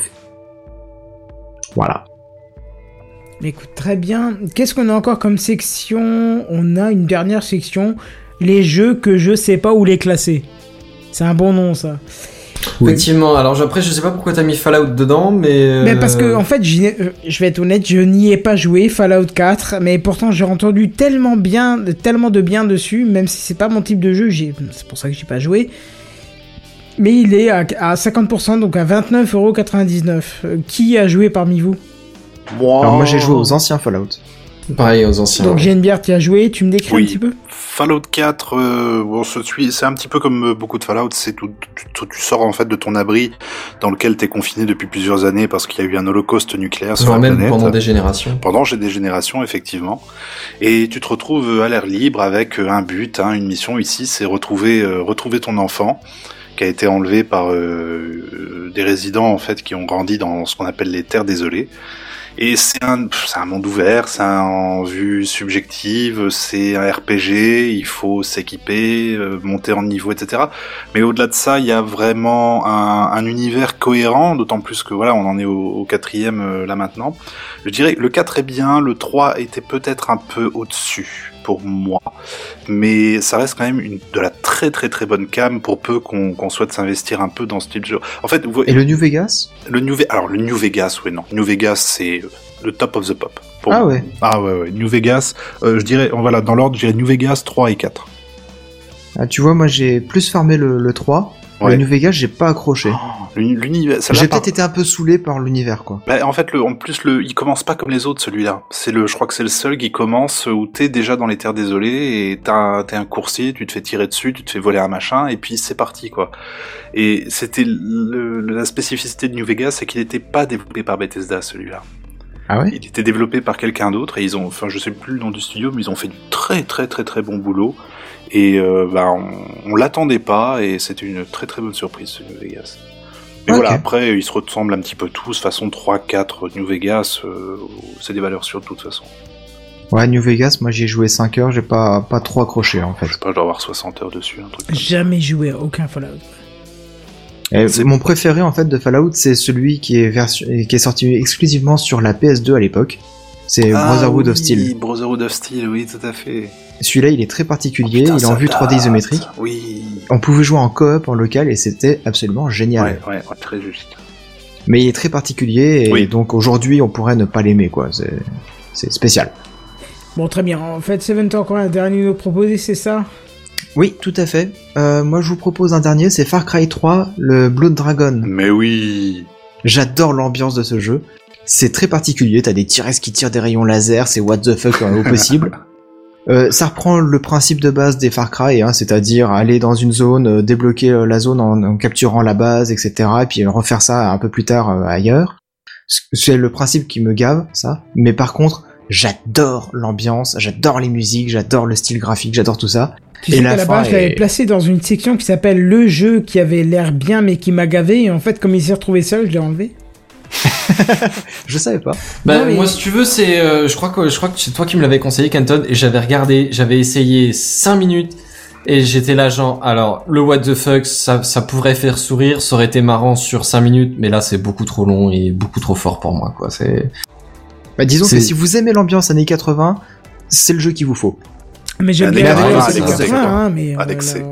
D: Voilà.
A: Écoute, très bien. Qu'est-ce qu'on a encore comme section On a une dernière section, les jeux que je sais pas où les classer. C'est un bon nom ça. Oui.
E: Effectivement. Alors après, je sais pas pourquoi t'as mis Fallout dedans, mais. euh,
A: Mais Ben, parce que en fait, j'y ai- euh, je vais être honnête, je n'y ai pas joué Fallout 4, mais pourtant j'ai entendu tellement bien, tellement de bien dessus, même si c'est pas mon type de jeu, j'ai- c'est pour ça que j'ai pas joué. Mais il est à, à 50%, donc à 29,99€. Euh, Qui a joué parmi vous
D: Alors moi, j'ai
B: Oh.
D: joué aux anciens Fallout.
E: euh, Pareil aux anciens.
D: Ah.
A: Donc j'ai une bière qui a joué, tu me décris
B: Oui.
A: un petit peu
B: Fallout 4, euh, bon, je suis- c'est un petit peu comme euh, beaucoup de Fallout, c'est tout, tu- tu, tu sors en fait de ton abri dans lequel t'es confiné depuis plusieurs années parce qu'il y a eu un holocauste nucléaire sur
E: Voire
B: la
E: même
B: planète.
E: pendant des générations.
B: Pendant j'ai des générations, effectivement. Et tu te retrouves à l'air libre avec euh, un but, hein, une mission ici, c'est retrouver, euh, retrouver ton enfant qui a été enlevé par euh, des résidents en fait qui ont grandi dans ce qu'on appelle les terres désolées. Et c'est un, pff, c'est un monde ouvert, c'est un- en vue subjective, c'est un RPG, il faut s'équiper, euh, monter en niveau, etc. Mais au-delà de ça, il y a vraiment un, un univers cohérent, d'autant plus que voilà, on en est au, au quatrième euh, là maintenant. Je dirais que le 4 est bien, le 3 était peut-être un peu au-dessus pour moi. Mais ça reste quand même une, de la très très très bonne cam pour peu qu'on qu'on souhaite s'investir un peu dans ce type de jeu. En fait, vous voyez-
D: Et le New Vegas
B: le New, Ve- alors, le New Vegas, oui, non. New Vegas, c'est le top of the pop. Pour
D: Ah
B: moi.
D: ouais.
B: Ah ouais, ouais. New Vegas, euh, je dirais, on- voilà, dans l'ordre, je dirais New Vegas 3 et 4.
D: Ah, tu vois, moi, j'ai plus farmé le, le 3.
B: Ouais.
D: Le New Vegas, j'ai pas accroché.
B: L'uni- L'univers, ça
D: Oh. j'ai
B: l'a pas-
D: peut-être été un peu saoulé par l'univers, quoi.
B: Bah, en fait, le, en plus, le, il commence pas comme les autres, celui-là. C'est le, je crois que c'est le seul qui commence où t'es déjà dans les terres désolées et t'as, t'es un coursier, tu te fais tirer dessus, tu te fais voler un machin et puis c'est parti, quoi. Et c'était le- le- la spécificité de New Vegas, c'est qu'il n'était pas développé par Bethesda, celui-là.
D: Ah ouais
B: Il était développé par quelqu'un d'autre et ils ont, enfin, je sais plus le nom du studio, mais ils ont fait du très, très, très, très bon boulot. Et, euh, bah, on, on l'attendait pas et c'était une très, très bonne surprise, ce New Vegas. Mais
D: Ok.
B: voilà, après, ils se ressemblent un petit peu tous. Façon 3, 4, New Vegas, euh, c'est des valeurs sûres de toute façon.
D: Ouais, New Vegas, moi, j'y ai joué 5 heures, j'ai pas, pas trop accroché, en fait.
B: Je sais pas, je dois avoir 60 heures dessus, un truc. comme ça.
A: Jamais joué à aucun Fallout.
D: Et c'est mon préféré en fait de Fallout, c'est celui qui est, version- qui est sorti exclusivement sur la PS2 à l'époque. C'est
B: Ah
D: Brotherhood of
B: oui,
D: Steel.
B: Brotherhood of Steel, oui, tout à fait.
D: Celui-là, il est très particulier,
B: Putain,
D: il est en
B: ça
D: vue 3D
B: date.
D: isométrique.
B: Oui.
D: On pouvait jouer en coop en local et c'était absolument
B: Ouais,
D: génial.
B: ouais, ouais, très juste.
D: Mais il est très particulier et
B: Oui.
D: donc aujourd'hui, on pourrait ne pas l'aimer quoi. C'est- C'est spécial.
A: Bon, très bien. En fait, Seven Talk, on a un dernier nous proposer, c'est ça
D: Oui, tout à fait. Euh, moi, je vous propose un dernier, c'est Far Cry 3, le Blood Dragon.
B: Mais oui.
D: J'adore l'ambiance de ce jeu. C'est très particulier, t'as des tiresses qui tirent des rayons laser, c'est what the fuck au possible. Euh, ça reprend le principe de base des Far Cry, hein, c'est-à-dire aller dans une zone, euh, débloquer euh, la zone en, en capturant la base, etc., et puis refaire ça un peu plus tard euh, ailleurs. C- C'est le principe qui me gave, ça. Mais par contre, j'adore l'ambiance, j'adore les musiques, j'adore le style graphique, j'adore tout ça.
A: Tu
D: Et
A: sais
D: la
A: qu'à la
D: fin
A: base, je l'avais
D: est-
A: placé dans une section qui s'appelle Le jeu qui avait l'air bien mais qui m'a gavé. Et en fait, comme il s'est retrouvé seul, je l'ai enlevé.
D: Je savais pas.
E: Bah,
A: Non, mais-
E: moi, si tu veux, c'est, euh, je crois que, je crois que c'est toi qui me l'avais conseillé, Canton, et j'avais regardé, j'avais essayé 5 minutes, et j'étais là, genre, alors, le what the fuck, ça, ça pourrait faire sourire, ça aurait été marrant sur 5 minutes, mais là, c'est beaucoup trop long et beaucoup trop fort pour moi, quoi, c'est...
D: Bah, disons que
E: C'est-
D: si vous aimez l'ambiance années 80, c'est le jeu qu'il vous faut.
A: Mais j'aime
B: Avec
A: bien
D: Clara,
A: les
D: avec
A: années
D: Clara,
A: 80, hein, mais euh,
B: Avec
A: là,
B: C.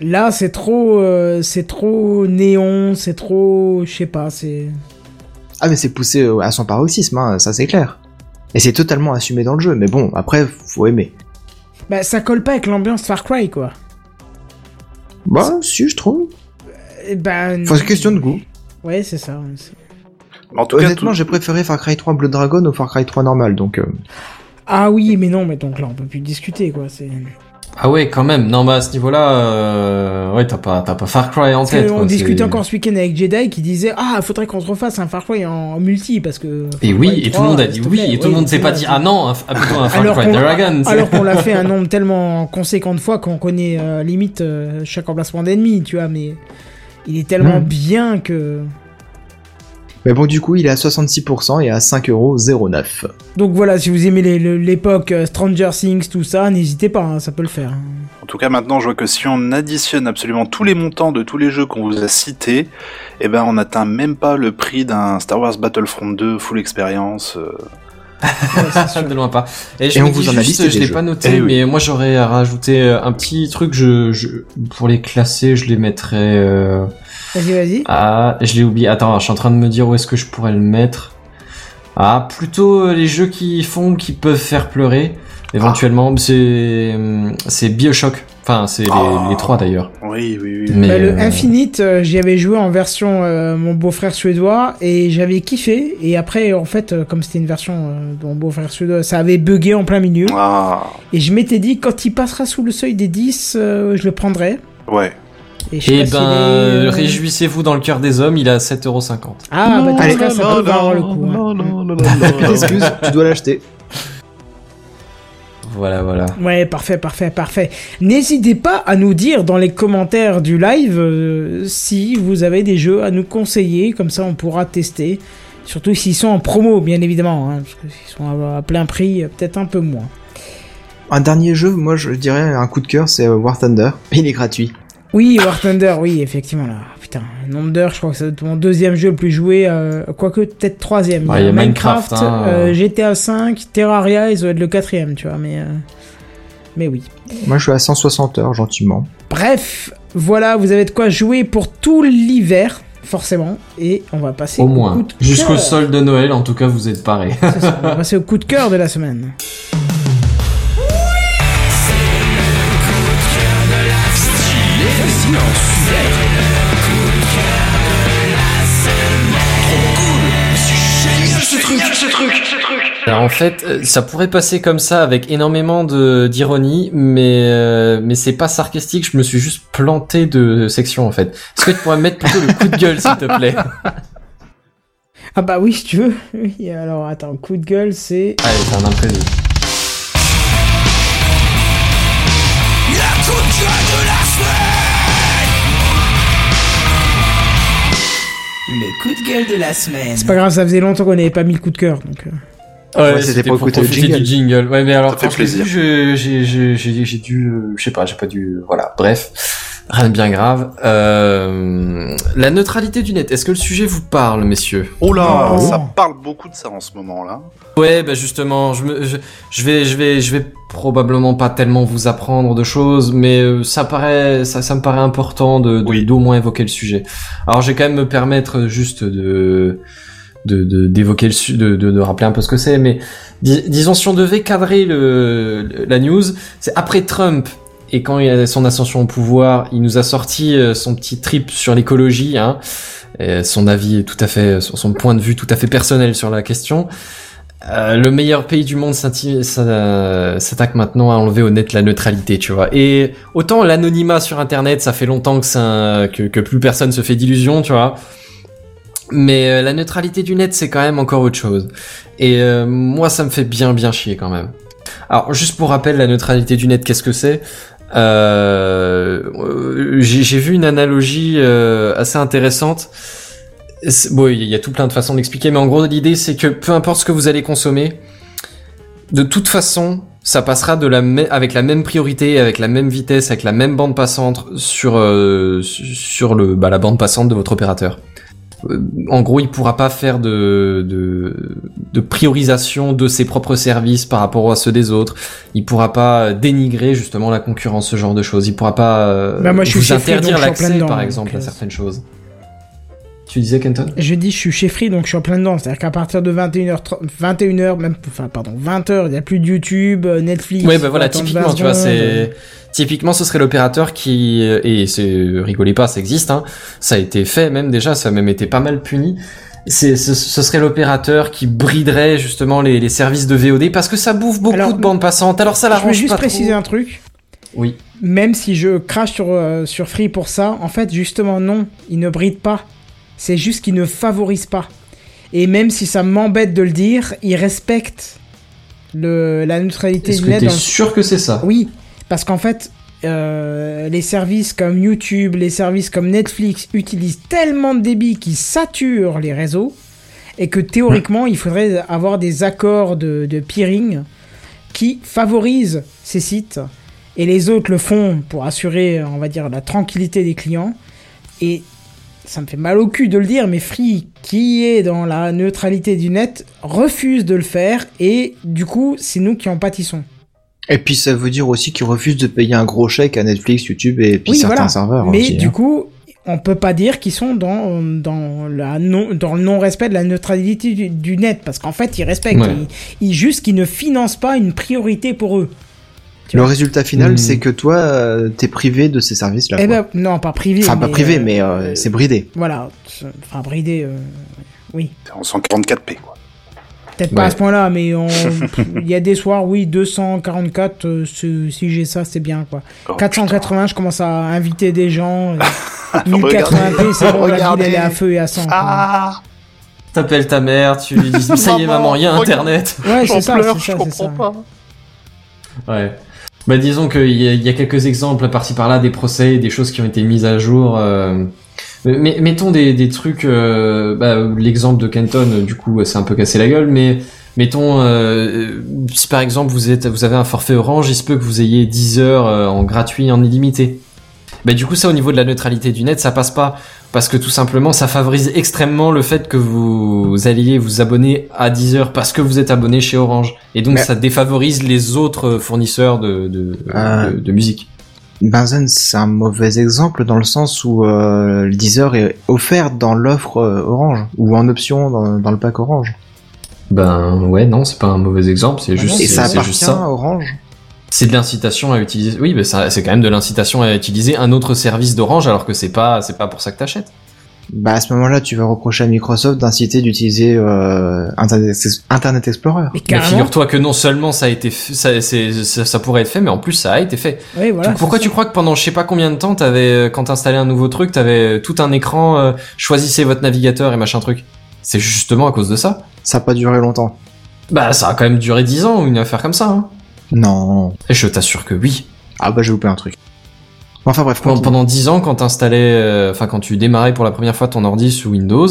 A: là, c'est trop, euh, c'est trop néon, c'est trop, je sais pas, c'est.
D: Ah mais c'est poussé euh, à son paroxysme, hein, ça c'est clair. Et c'est totalement assumé dans le jeu, mais bon, après, faut aimer.
A: Bah, ça colle pas avec l'ambiance Far Cry, quoi.
D: Bah, si, je trouve.
A: Eh Ben.
D: Faut c'est question de goût.
A: Ouais, c'est ça. ouais, c'est-
B: En tout cas,
D: Honnêtement,
B: tout-
D: j'ai préféré Far Cry 3 Blood Dragon au Far Cry 3 normal, donc... euh,
A: Ah oui, mais non, mais donc là, on peut plus discuter, quoi. C'est...
E: Ah ouais, quand même. Non, bah à ce niveau-là, euh, ouais, t'as pas, t'as pas Far Cry en
A: Parce
E: tête.
A: que
E: quoi,
A: on discutait
E: c'est-
A: encore ce week-end avec Jedi qui disait Ah, faudrait qu'on se refasse un Far Cry en multi parce que.
E: Et
A: Far
E: oui,
A: Cry
E: et tout
A: 3,
E: le monde a
A: s'il
E: dit
A: te
E: oui,
A: plaît,
E: et tout le monde s'est pas
A: voilà,
E: dit
A: c'est-
E: ah non, un, ah, plutôt un Far
A: Alors
E: Cry
A: qu'on,
E: Dragon. c'est-
A: alors qu'on l'a fait un nombre tellement conséquent de fois qu'on connaît euh, limite euh, chaque emplacement d'ennemi, tu vois, mais il est tellement
D: Mm.
A: bien que.
D: Mais bon, du coup, il est à 66% et à 5,09€.
A: Donc voilà, si vous aimez les- le- l'époque euh, Stranger Things, tout ça, n'hésitez pas, hein, ça peut le faire.
B: En tout cas, maintenant, je vois que si on additionne absolument tous les montants de tous les jeux qu'on vous a cités, eh ben, on n'atteint même pas le prix d'un Star Wars Battlefront 2 full expérience. euh.
E: de loin pas. Et je
D: Et
E: me
D: on
E: dis
D: vous en a
E: juste,
D: listé
E: je
D: des
E: l'ai
D: jeux.
E: pas noté,
B: Eh oui.
E: mais moi j'aurais rajouté euh, un petit truc. Je, je- pour les classer, je les mettrais. euh,
A: Vas-y, vas-y.
E: Ah, je l'ai oublié. Attends, je suis en train de me dire où est-ce que je pourrais le mettre. Ah, plutôt euh, les jeux qui font, qui peuvent faire pleurer.
A: Ah.
E: Éventuellement, c'est hum, c'est Bioshock. Enfin, c'est les,
B: Ah.
E: les trois d'ailleurs.
B: Oui, oui, oui.
E: Mais
A: Bah, le
E: euh,
A: Infinite, euh, j'y avais joué en version euh, mon beau-frère suédois et j'avais kiffé. Et après, en fait, euh, comme c'était une version euh, de mon beau-frère suédois, ça avait bugué en plein milieu.
B: Ah,
A: Et je m'étais dit, quand il passera sous le seuil des 10, euh, je le prendrai.
B: ouais.
A: Et, je sais
E: Eh
A: pas s'il
E: ben,
A: est, euh,
E: réjouissez-vous dans le cœur des hommes. Il est à 7,50€.
A: Ah, bah, dans
D: Allez.
A: ce cas, ça peut valoir le coup. hein.
B: Oh
D: Tu t'excuses, tu dois l'acheter.
E: Voilà, voilà.
A: Ouais, parfait, parfait, parfait. N'hésitez pas à nous dire dans les commentaires du live euh, si vous avez des jeux à nous conseiller, comme ça on pourra tester. Surtout s'ils sont en promo, bien évidemment, hein, parce que s'ils sont à, à plein prix, euh, peut-être un peu moins.
D: Un dernier jeu, moi, je dirais un coup de cœur, c'est euh, War Thunder. Il est gratuit.
A: Oui, War Thunder, oui, effectivement, là. Putain, nombre d'heures, je crois que c'est mon deuxième jeu le plus joué, euh, quoique peut-être troisième.
E: Ouais, il y a Minecraft, hein,
A: euh,
E: euh.
A: GTA V, Terraria, ils doivent être le quatrième, tu vois, mais... euh, Mais oui.
D: Moi, je suis à 160 heures, gentiment.
A: Bref, voilà, vous avez de quoi jouer pour tout l'hiver, forcément. Et on va passer
E: Au
A: au coup
E: moins.
A: de cœur.
E: Jusqu'au sol de Noël, en tout cas, vous êtes parés.
A: C'est ça, on va passer au coup de cœur de la semaine.
E: Alors en fait, euh, ça pourrait passer comme ça avec énormément de d'ironie, mais euh, mais c'est pas sarcastique. Je me suis juste planté de section en fait. Est-ce que tu pourrais mettre plutôt le coup de gueule, s'il te plaît
A: Ah bah oui, si tu veux. Oui, alors attends, coup de gueule, c'est...
E: Allez, c'est un imprévu.
J: Le coup de gueule de la semaine.
A: C'est pas grave, ça faisait longtemps qu'on n'avait pas mis le coup de cœur, donc... euh,
E: Ouais,
D: c'était pour écouter le
E: profiter
D: jingle.
E: du jingle. Ouais, mais alors
B: Ça fait
E: quand je l'ai
B: plaisir.
E: vu, je- j'ai j'ai j'ai j'ai dû, euh, je sais pas, j'ai pas dû, voilà. Bref, rien de bien grave. Euh, la neutralité du net. Est-ce que le sujet vous parle, messieurs
B: Oh là,
A: Oh.
B: ça parle beaucoup de ça en ce moment-là.
E: Ouais, bah justement, je, me, je, je vais, je vais, je vais probablement pas tellement vous apprendre de choses, mais euh, ça paraît, ça, ça me paraît important de, de- d'au moins évoquer le sujet. Alors, je vais quand même me permettre juste de, de, de- d'évoquer le su- de, de, de rappeler un peu ce que c'est, mais dis- disons si on devait cadrer le, le- la news, c'est après Trump. Et quand il a son ascension au pouvoir, il nous a sorti euh, son petit trip sur l'écologie, hein, et son avis est tout à fait, son son point de vue tout à fait personnel sur la question. Euh, le meilleur pays du monde s'inti- s'a- euh, s'attaque maintenant à enlever au net la neutralité, tu vois. Et autant l'anonymat sur Internet, ça fait longtemps que, c'est un- que, que plus personne se fait d'illusions, tu vois. Mais euh, la neutralité du net, c'est quand même encore autre chose. Et euh, moi, ça me fait bien, bien chier quand même. Alors, juste pour rappel, la neutralité du net, qu'est-ce que c'est Euh, euh, J'ai j'ai vu une analogie euh, assez intéressante. C'est- Bon, il y a tout plein de façons d'expliquer, mais en gros, l'idée, c'est que peu importe ce que vous allez consommer, de toute façon, ça passera de la mê- avec la même priorité, avec la même vitesse, avec la même bande passante sur, euh, sur le, bah, la bande passante de votre opérateur. Euh, En gros, il pourra pas faire de, de, de priorisation de ses propres services par rapport à ceux des autres. Il pourra pas dénigrer justement la concurrence, ce genre de choses. Il pourra pas euh,
A: Bah, moi, je suis
E: vous
A: chez Free,
E: interdire
A: donc je suis en plein
E: l'accès,
A: dedans,
E: par
A: donc,
E: exemple,
A: euh,
E: à certaines choses. Tu disais, Kenton
A: Je dis, je suis chez Free, donc je suis en plein dedans. C'est-à-dire qu'à partir de 21h, 21h, même, enfin, pardon, 20h, il n'y a plus de YouTube, euh, Netflix.
E: Ouais,
A: faut
E: bah voilà,
A: attendre
E: typiquement,
A: 20
E: tu vois,
A: secondes.
E: c'est typiquement, ce serait l'opérateur qui euh, et c'est rigolez pas, ça existe, hein. Ça a été fait même déjà, ça a même été pas mal puni. c'est- ce, ce serait l'opérateur qui briderait justement les, les services de VOD parce que ça bouffe beaucoup
A: Alors,
E: de bandes passantes. Alors ça
A: Je veux
E: l'arrange
A: juste
E: pas trop.
A: préciser un truc.
E: Oui.
A: Même si je crache sur, euh, sur Free pour ça, en fait, justement, non, ils ne brident pas. C'est juste qu'ils ne favorisent pas. Et même si ça m'embête de le dire, ils respectent le, la neutralité
E: Est-ce
A: du
E: que
A: net.
E: t'es
A: dans le-
E: sûr que c'est ça
A: Oui, parce qu'en fait, euh, les services comme YouTube, les services comme Netflix utilisent tellement de débit qui saturent les réseaux et que théoriquement, il faudrait avoir des accords de, de peering qui favorisent ces sites et les autres le font pour assurer, on va dire, la tranquillité des clients. Et ça me fait mal au cul de le dire, mais Free, qui est dans la neutralité du net, refuse de le faire et du coup, c'est nous qui en pâtissons.
D: Et puis ça veut dire aussi qu'ils refusent de payer un gros chèque à Netflix, YouTube et puis certains serveurs.
A: Mais
D: aussi,
A: du
D: hein.
A: coup, on peut pas dire qu'ils sont dans, dans, la non, dans le non-respect de la neutralité du, du net, parce qu'en fait, ils respectent.
D: Ouais.
A: Ils, ils- juste qu'ils ne financent pas une priorité pour eux.
D: le résultat
E: Hmm.
D: final, c'est que toi, euh, t'es privé de ces services-là.
A: eh
D: quoi.
A: ben, non, pas privé.
D: enfin, pas
A: mais,
D: privé,
A: euh,
D: mais euh, c'est bridé.
A: Voilà. Enfin, bridé, euh, oui.
B: En 144p, quoi.
A: Peut-être pas à
B: Ouais.
A: ce point-là, mais on- pff, il y a des soirs, oui, 244, euh, ce- si j'ai ça, c'est bien, quoi.
B: Oh,
A: 480, je commence à inviter des gens. euh, et 1080p,
B: Regardez.
A: c'est bon, la ville,
B: Regardez.
A: elle est à feu et à sang. quoi.
B: Ah,
E: T'appelles ta mère, tu lui dis ça y est maman, il y a internet.
A: Ouais, c'est ça,
B: pleure,
A: c'est ça, c'est ça.
E: Ouais. Bah disons qu'il y, a- il y a quelques exemples par-ci par-là des procès, des choses qui ont été mises à jour. euh, mais mettons des, des trucs, euh, bah, l'exemple de Kenton, euh, du coup, c'est un peu cassé la gueule, mais mettons euh, si par exemple vous êtes, vous avez un forfait Orange, il se peut que vous ayez 10 heures euh, en gratuit, en illimité. Bah du coup ça au niveau de la neutralité du net ça passe pas parce que tout simplement ça favorise extrêmement le fait que vous alliez vous abonner à 10 heures parce que vous êtes abonné chez Orange et donc
D: Mais-
E: ça défavorise les autres fournisseurs de, de,
D: Euh,
E: de, de musique.
D: Benzen, c'est un mauvais exemple dans le sens où euh, le Deezer est offert dans l'offre euh, Orange ou en option dans, dans le pack Orange.
E: Ben ouais non c'est pas un mauvais exemple Ah c'est juste
D: Et
E: c'est-
D: Bah ça
E: c'est
D: appartient
E: juste ça.
D: à Orange.
E: C'est de l'incitation à utiliser. Oui, mais ça- c'est quand même de l'incitation à utiliser un autre service d'Orange alors que c'est pas c'est pas pour ça que t'achètes.
D: Bah à ce moment-là, tu vas reprocher à Microsoft d'inciter d'utiliser euh, Internet, Ex- Internet Explorer.
E: Mais figure-toi que non seulement ça a été f- ça, c'est- ça ça pourrait être fait, mais en plus ça a été fait.
A: Oui, voilà.
E: Tu- pourquoi tu crois que pendant je sais pas combien de temps t'avais euh, quand t'installais un nouveau truc t'avais euh, tout un écran euh, choisissez votre navigateur et machin truc. C'est justement à cause de ça.
D: Ça a pas duré longtemps.
E: Bah ça a quand même duré 10 ans ou une affaire comme ça. Hein.
D: Non.
E: Et je t'assure que oui.
D: Ah bah j'ai loupé un truc. Enfin bref.
E: Pendant, pendant 10 ans, quand t'installais, euh, enfin quand tu démarrais pour la première fois ton ordi sous Windows,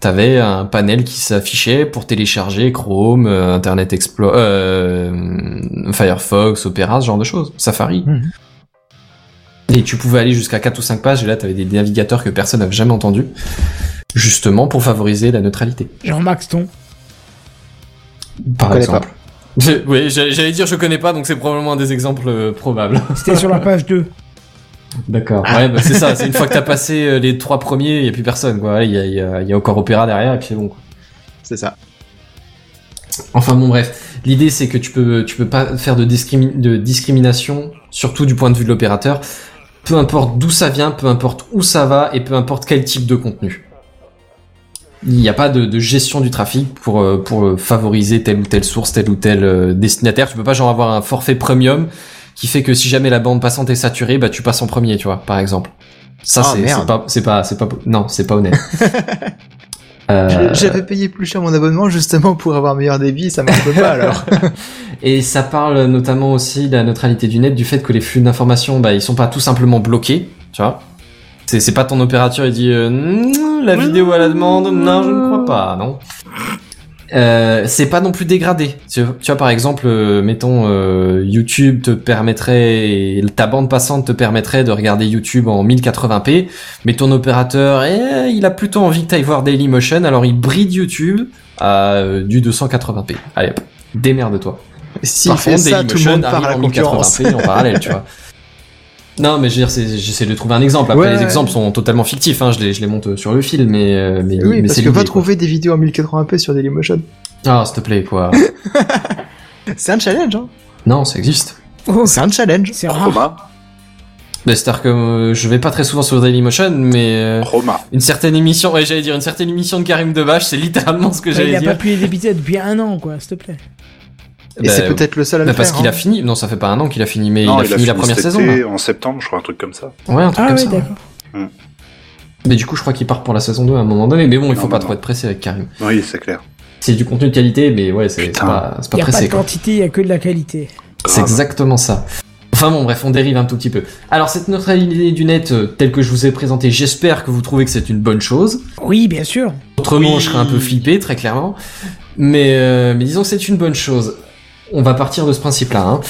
E: t'avais un panel qui s'affichait pour télécharger Chrome, euh, Internet Explorer, euh, Firefox, Opera, ce genre de choses, Safari.
D: Mhm.
E: Et tu pouvais aller jusqu'à 4 ou 5 pages, et là t'avais des navigateurs que personne n'avait jamais entendus, justement pour favoriser la neutralité.
A: Jean-Marc Ston.
E: Par
D: connais
E: exemple. oui, j'allais j'allais dire je connais pas, donc c'est probablement un des exemples euh, probables.
A: C'était sur la page 2.
E: D'accord. Ouais, bah, c'est ça. C'est une fois que t'as passé euh, les trois premiers, il y a plus personne, quoi. Il y a, il y a- il y a encore Opéra derrière, et puis c'est bon. quoi.
D: C'est ça.
E: Enfin bon, bref. L'idée, c'est que tu peux, tu peux pas faire de, discrimi- de discrimination, surtout du point de vue de l'opérateur. Peu importe d'où ça vient, peu importe où ça va, et peu importe quel type de contenu. Il n'y a pas de, de gestion du trafic pour, euh, pour euh, favoriser telle ou telle source, tel ou tel euh, destinataire. Tu peux pas genre avoir un forfait premium qui fait que si jamais la bande passante est saturée, bah tu passes en premier, tu vois, par exemple. Ça,
D: Ah,
E: c'est
D: merde.
E: c'est pas, c'est pas, c'est pas, non, c'est pas honnête. Euh,
D: J'avais payé plus cher mon abonnement justement pour avoir meilleur débit, ça marche pas alors.
E: Et ça parle notamment aussi de la neutralité du net, du fait que les flux d'informations, bah, ils sont pas tout simplement bloqués, tu vois. C'est, c'est pas ton opérateur, il dit euh, Mm, la vidéo à la demande, non, je ne crois pas, non. Euh, c'est pas non plus dégradé. Tu, tu vois, par exemple, euh, mettons, euh, YouTube te permettrait, ta bande passante te permettrait de regarder YouTube en 1080p, mais ton opérateur, eh, il a plutôt envie que t'ailles voir Dailymotion, alors il bride YouTube à euh, du 280p. Allez, hop, démerde-toi.
D: Si
E: Par
D: fait
E: contre,
D: ça, tout le
E: Dailymotion
D: monde part à la
E: arrive en
D: concurrence.
E: 1080p en parallèle, tu vois. Non, mais je veux dire, c'est- j'essaie de trouver un exemple. Après,
D: Ouais,
E: les
D: ouais.
E: exemples sont totalement fictifs, hein, je, les, je les monte sur le fil, mais, euh, mais,
D: Oui,
E: mais
D: parce
E: c'est
D: que
E: l'idée,
D: va
E: quoi.
D: trouver des vidéos en 1080p sur Dailymotion.
E: Ah, s'il te plaît, quoi.
D: C'est un challenge, hein
E: non, ça existe.
A: Oh,
E: Oh,
D: C'est un challenge.
A: C'est rare.
E: Bah, c'est-à-dire que euh, je vais pas très souvent sur Dailymotion, mais euh,
B: Roma.
E: une certaine émission, ouais, j'allais dire une certaine émission de Karim Debache, c'est littéralement ce que
A: Enfin, il
E: j'allais
A: a pas
E: dire.
A: pu les débiter depuis un an, quoi, s'il te plaît.
D: Et c'est
E: Bah,
D: peut-être le seul à le
E: bah, parce
D: faire,
E: qu'il
D: hein.
E: a fini. Non, ça fait pas un an qu'il a fini, mais
B: Non,
E: il a fini la première
B: cet
E: saison.
B: été,
E: là.
B: en septembre, je crois, un truc comme ça.
E: Ouais, un truc
A: Ah
E: comme
A: oui,
E: ça.
A: d'accord.
E: Mais du coup, je crois qu'il part pour la saison 2 à un moment donné. Mais bon, il
B: Non, bah
E: faut pas
B: non,
E: trop
B: non.
E: être pressé avec Karim.
B: Oui, c'est clair.
E: C'est du contenu de qualité, mais ouais, c'est c'est
B: Putain.
E: pas, c'est pas
A: Il n'y a pas
E: pressé.
A: de
E: quoi.
A: quantité, il n'y a que de la qualité.
E: C'est exactement ça. Enfin bon, bref, on dérive un tout petit peu. Alors, cette neutralité du net, euh, telle que je vous ai présentée, j'espère que vous trouvez que c'est une bonne chose.
A: Oui, bien sûr.
E: Autrement, je serais un peu flippé, très clairement. Mais, euh, mais disons que c'est une bonne chose. On va partir de ce principe-là. hein.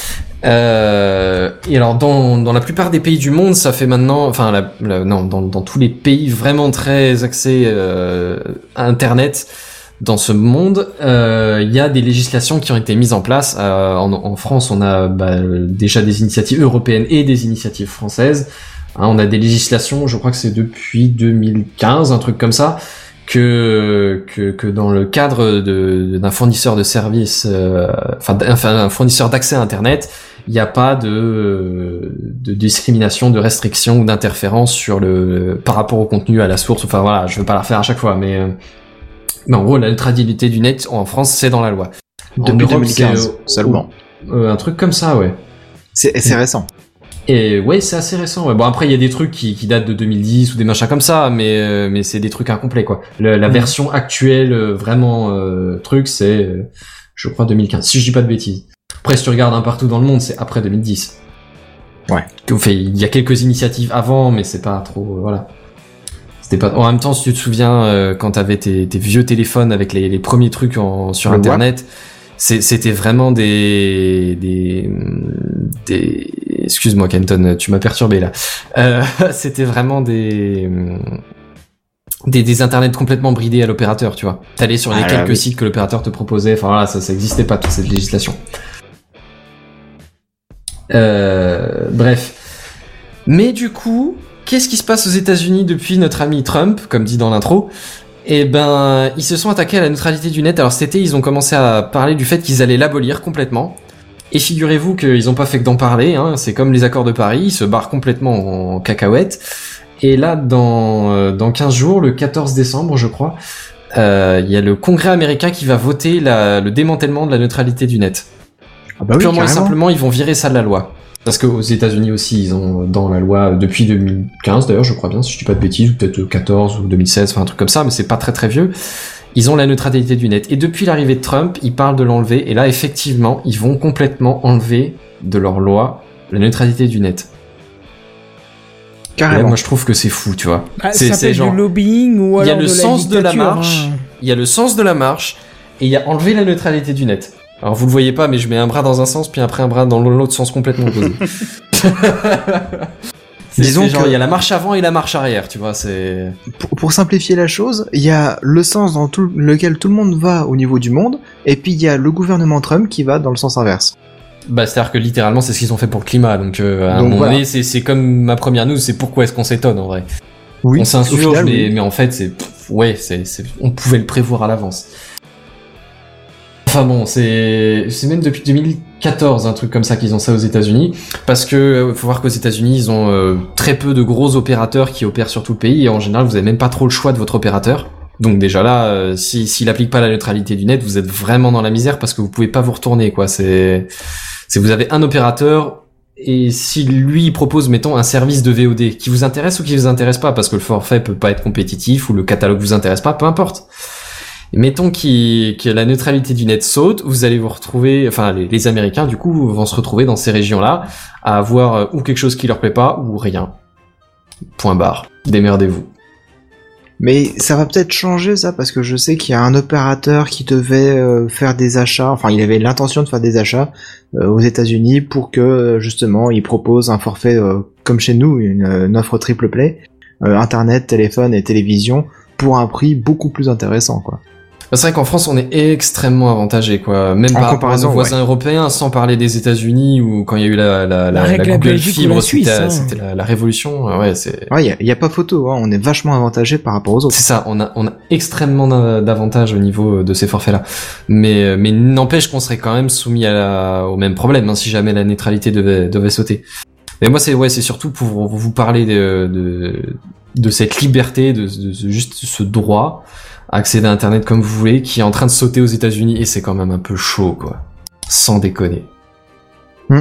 E: Euh, et alors, dans, dans la plupart des pays du monde, ça fait maintenant, enfin, la- la- non, dans, dans tous les pays vraiment très axés euh, à Internet, dans ce monde, euh, il y a des législations qui ont été mises en place. Euh, en, en France, on a bah, déjà des initiatives européennes et des initiatives françaises. Hein, on a des législations, je crois que c'est depuis 2015, un truc comme ça, que que, que dans le cadre de- d'un fournisseur de services, euh, enfin d'un enfin, un fournisseur d'accès à Internet, il n'y a pas de, de discrimination, de restriction ou d'interférence sur le par rapport au contenu à la source. Enfin voilà, je veux pas la refaire à chaque fois, mais euh, mais en gros la neutralité du net en France c'est dans la loi. En
D: Depuis
E: Europe,
D: 2015
E: c'est, euh,
D: seulement.
E: euh, un truc comme ça, ouais.
D: C'est
E: Mm.
D: c'est récent.
E: Et ouais, c'est assez récent. ouais. Bon, après, il y a des trucs qui, qui datent de 2010 ou des machins comme ça, mais, euh, mais c'est des trucs incomplets, quoi. Le- la version actuelle, euh, vraiment, euh, truc, c'est, euh, je crois, 2015, si je dis pas de bêtises. Après, si tu regardes un partout dans le monde, c'est après 2010.
D: Ouais.
E: Enfin, il y a quelques initiatives avant, mais c'est pas trop... euh, voilà. C'était pas... En même temps, si tu te souviens, euh, quand t'avais tes, tes vieux téléphones avec les, les premiers trucs en, sur
D: Le
E: Internet... C'est- C'était vraiment des, des, des, excuse-moi Kenton, tu m'as perturbé là. Euh, C'était vraiment des, des, des internets complètement bridés à l'opérateur, tu vois. T'allais sur les
D: Ah là,
E: quelques
D: oui.
E: sites que l'opérateur te proposait, enfin voilà, ça, ça existait pas toute cette législation. Euh, bref. Mais du coup, qu'est-ce qui se passe aux États-Unis depuis notre ami Trump, comme dit dans l'intro Eh ben, ils se sont attaqués à la neutralité du net. Alors cet été, ils ont commencé à parler du fait qu'ils allaient l'abolir complètement. Et figurez-vous qu'ils n'ont pas fait que d'en parler. Hein. C'est comme les accords de Paris, ils se barrent complètement en cacahuète. Et là, dans euh, dans 15 jours, le 14 décembre, je crois, euh, il y a le Congrès américain qui va voter la- le démantèlement de la neutralité du net.
D: Ah bah oui,
E: Purement et
D: carrément.
E: simplement, ils vont virer ça de la loi. Parce qu'aux États-Unis aussi, ils ont euh, dans la loi euh, depuis 2015, d'ailleurs, je crois bien, si je dis pas de bêtises, ou peut-être euh, 14 ou 2016, enfin un truc comme ça, mais c'est pas très très vieux. Ils ont la neutralité du net. Et depuis l'arrivée de Trump, ils parlent de l'enlever. Et là, effectivement, ils vont complètement enlever de leur loi la neutralité du net. Et là,
D: Carrément.
E: moi, je trouve que c'est fou, tu vois.
A: Bah,
E: c'est
A: ça
E: c'est
A: s'appelle
E: genre-
A: du lobbying ou
E: il y a
A: alors
E: le
A: de
E: sens de la
A: dictature,
E: marche,
A: hein.
E: il y a le sens de la marche, et il y a enlever la neutralité du net. Alors vous le voyez pas, mais je mets un bras dans un sens, puis après un bras dans l'autre sens complètement opposé. C'est-
D: Disons
E: c'est genre,
D: que-
E: il y a la marche avant et la marche arrière, tu vois, c'est...
D: Pour, pour simplifier la chose, il y a le sens dans tout, lequel tout le monde va au niveau du monde, et puis il y a le gouvernement Trump qui va dans le sens inverse.
E: Bah, c'est-à-dire que littéralement, c'est ce qu'ils ont fait pour le climat, donc euh, à un
D: Donc,
E: moment
D: voilà.
E: donné, c'est- c'est comme ma première news, c'est pourquoi est-ce qu'on s'étonne, en vrai.
D: Oui,
E: on
D: au
E: s'insurge,
D: final,
E: mais,
D: oui.
E: mais en fait, c'est pff, ouais, c'est c'est- on pouvait le prévoir à l'avance. Enfin bon, c'est c'est même depuis 2014 un truc comme ça qu'ils ont ça aux États-Unis, parce que euh, faut voir qu'aux États-Unis ils ont euh, très peu de gros opérateurs qui opèrent sur tout le pays et en général vous avez même pas trop le choix de votre opérateur. Donc déjà là, euh, si s'il applique pas la neutralité du net, vous êtes vraiment dans la misère parce que vous pouvez pas vous retourner quoi. C'est c'est vous avez un opérateur et si lui propose, mettons, un service de VOD qui vous intéresse ou qui vous intéresse pas, parce que le forfait peut pas être compétitif ou le catalogue vous intéresse pas, peu importe. Et mettons qu'il- que la neutralité du net saute, vous allez vous retrouver, enfin les, les Américains du coup vont se retrouver dans ces régions-là à avoir euh, ou quelque chose qui leur plaît pas ou rien. Point barre. Démerdez-vous.
D: Mais ça va peut-être changer ça parce que je sais qu'il y a un opérateur qui devait euh, faire des achats, enfin il avait l'intention de faire des achats euh, aux États-Unis pour que euh, justement il propose un forfait euh, comme chez nous, une, euh, une offre triple play, euh, internet, téléphone et télévision pour un prix beaucoup plus intéressant quoi.
E: C'est vrai qu'en France, on est extrêmement avantagé, quoi. Même par
D: En
E: rapport à
D: comparaison,
E: nos voisins européens, sans parler des États-Unis ou quand il y a eu la, la, la,
A: règle
E: la
A: la
E: Google
A: Belgique ou
E: Fibre,
A: la
E: c'était
A: Suisse, hein.
E: c'était la, la révolution. euh, Ouais, c'est
D: Ouais, il y a- il y, a pas photo, hein, on est vachement avantagé par rapport aux autres.
E: C'est ça, on a, on a extrêmement d'a- d'avantages au niveau euh, de ces forfaits-là. Mais, mais n'empêche qu'on serait quand même soumis à la, au même problème hein, si jamais la neutralité devait, devait sauter. Mais moi, c'est ouais, c'est surtout pour vous parler de, de, de cette liberté, de, de ce- juste ce droit à accéder à Internet comme vous voulez, qui est en train de sauter aux États-Unis et c'est quand même un peu chaud, quoi. Sans déconner.
D: Hmm.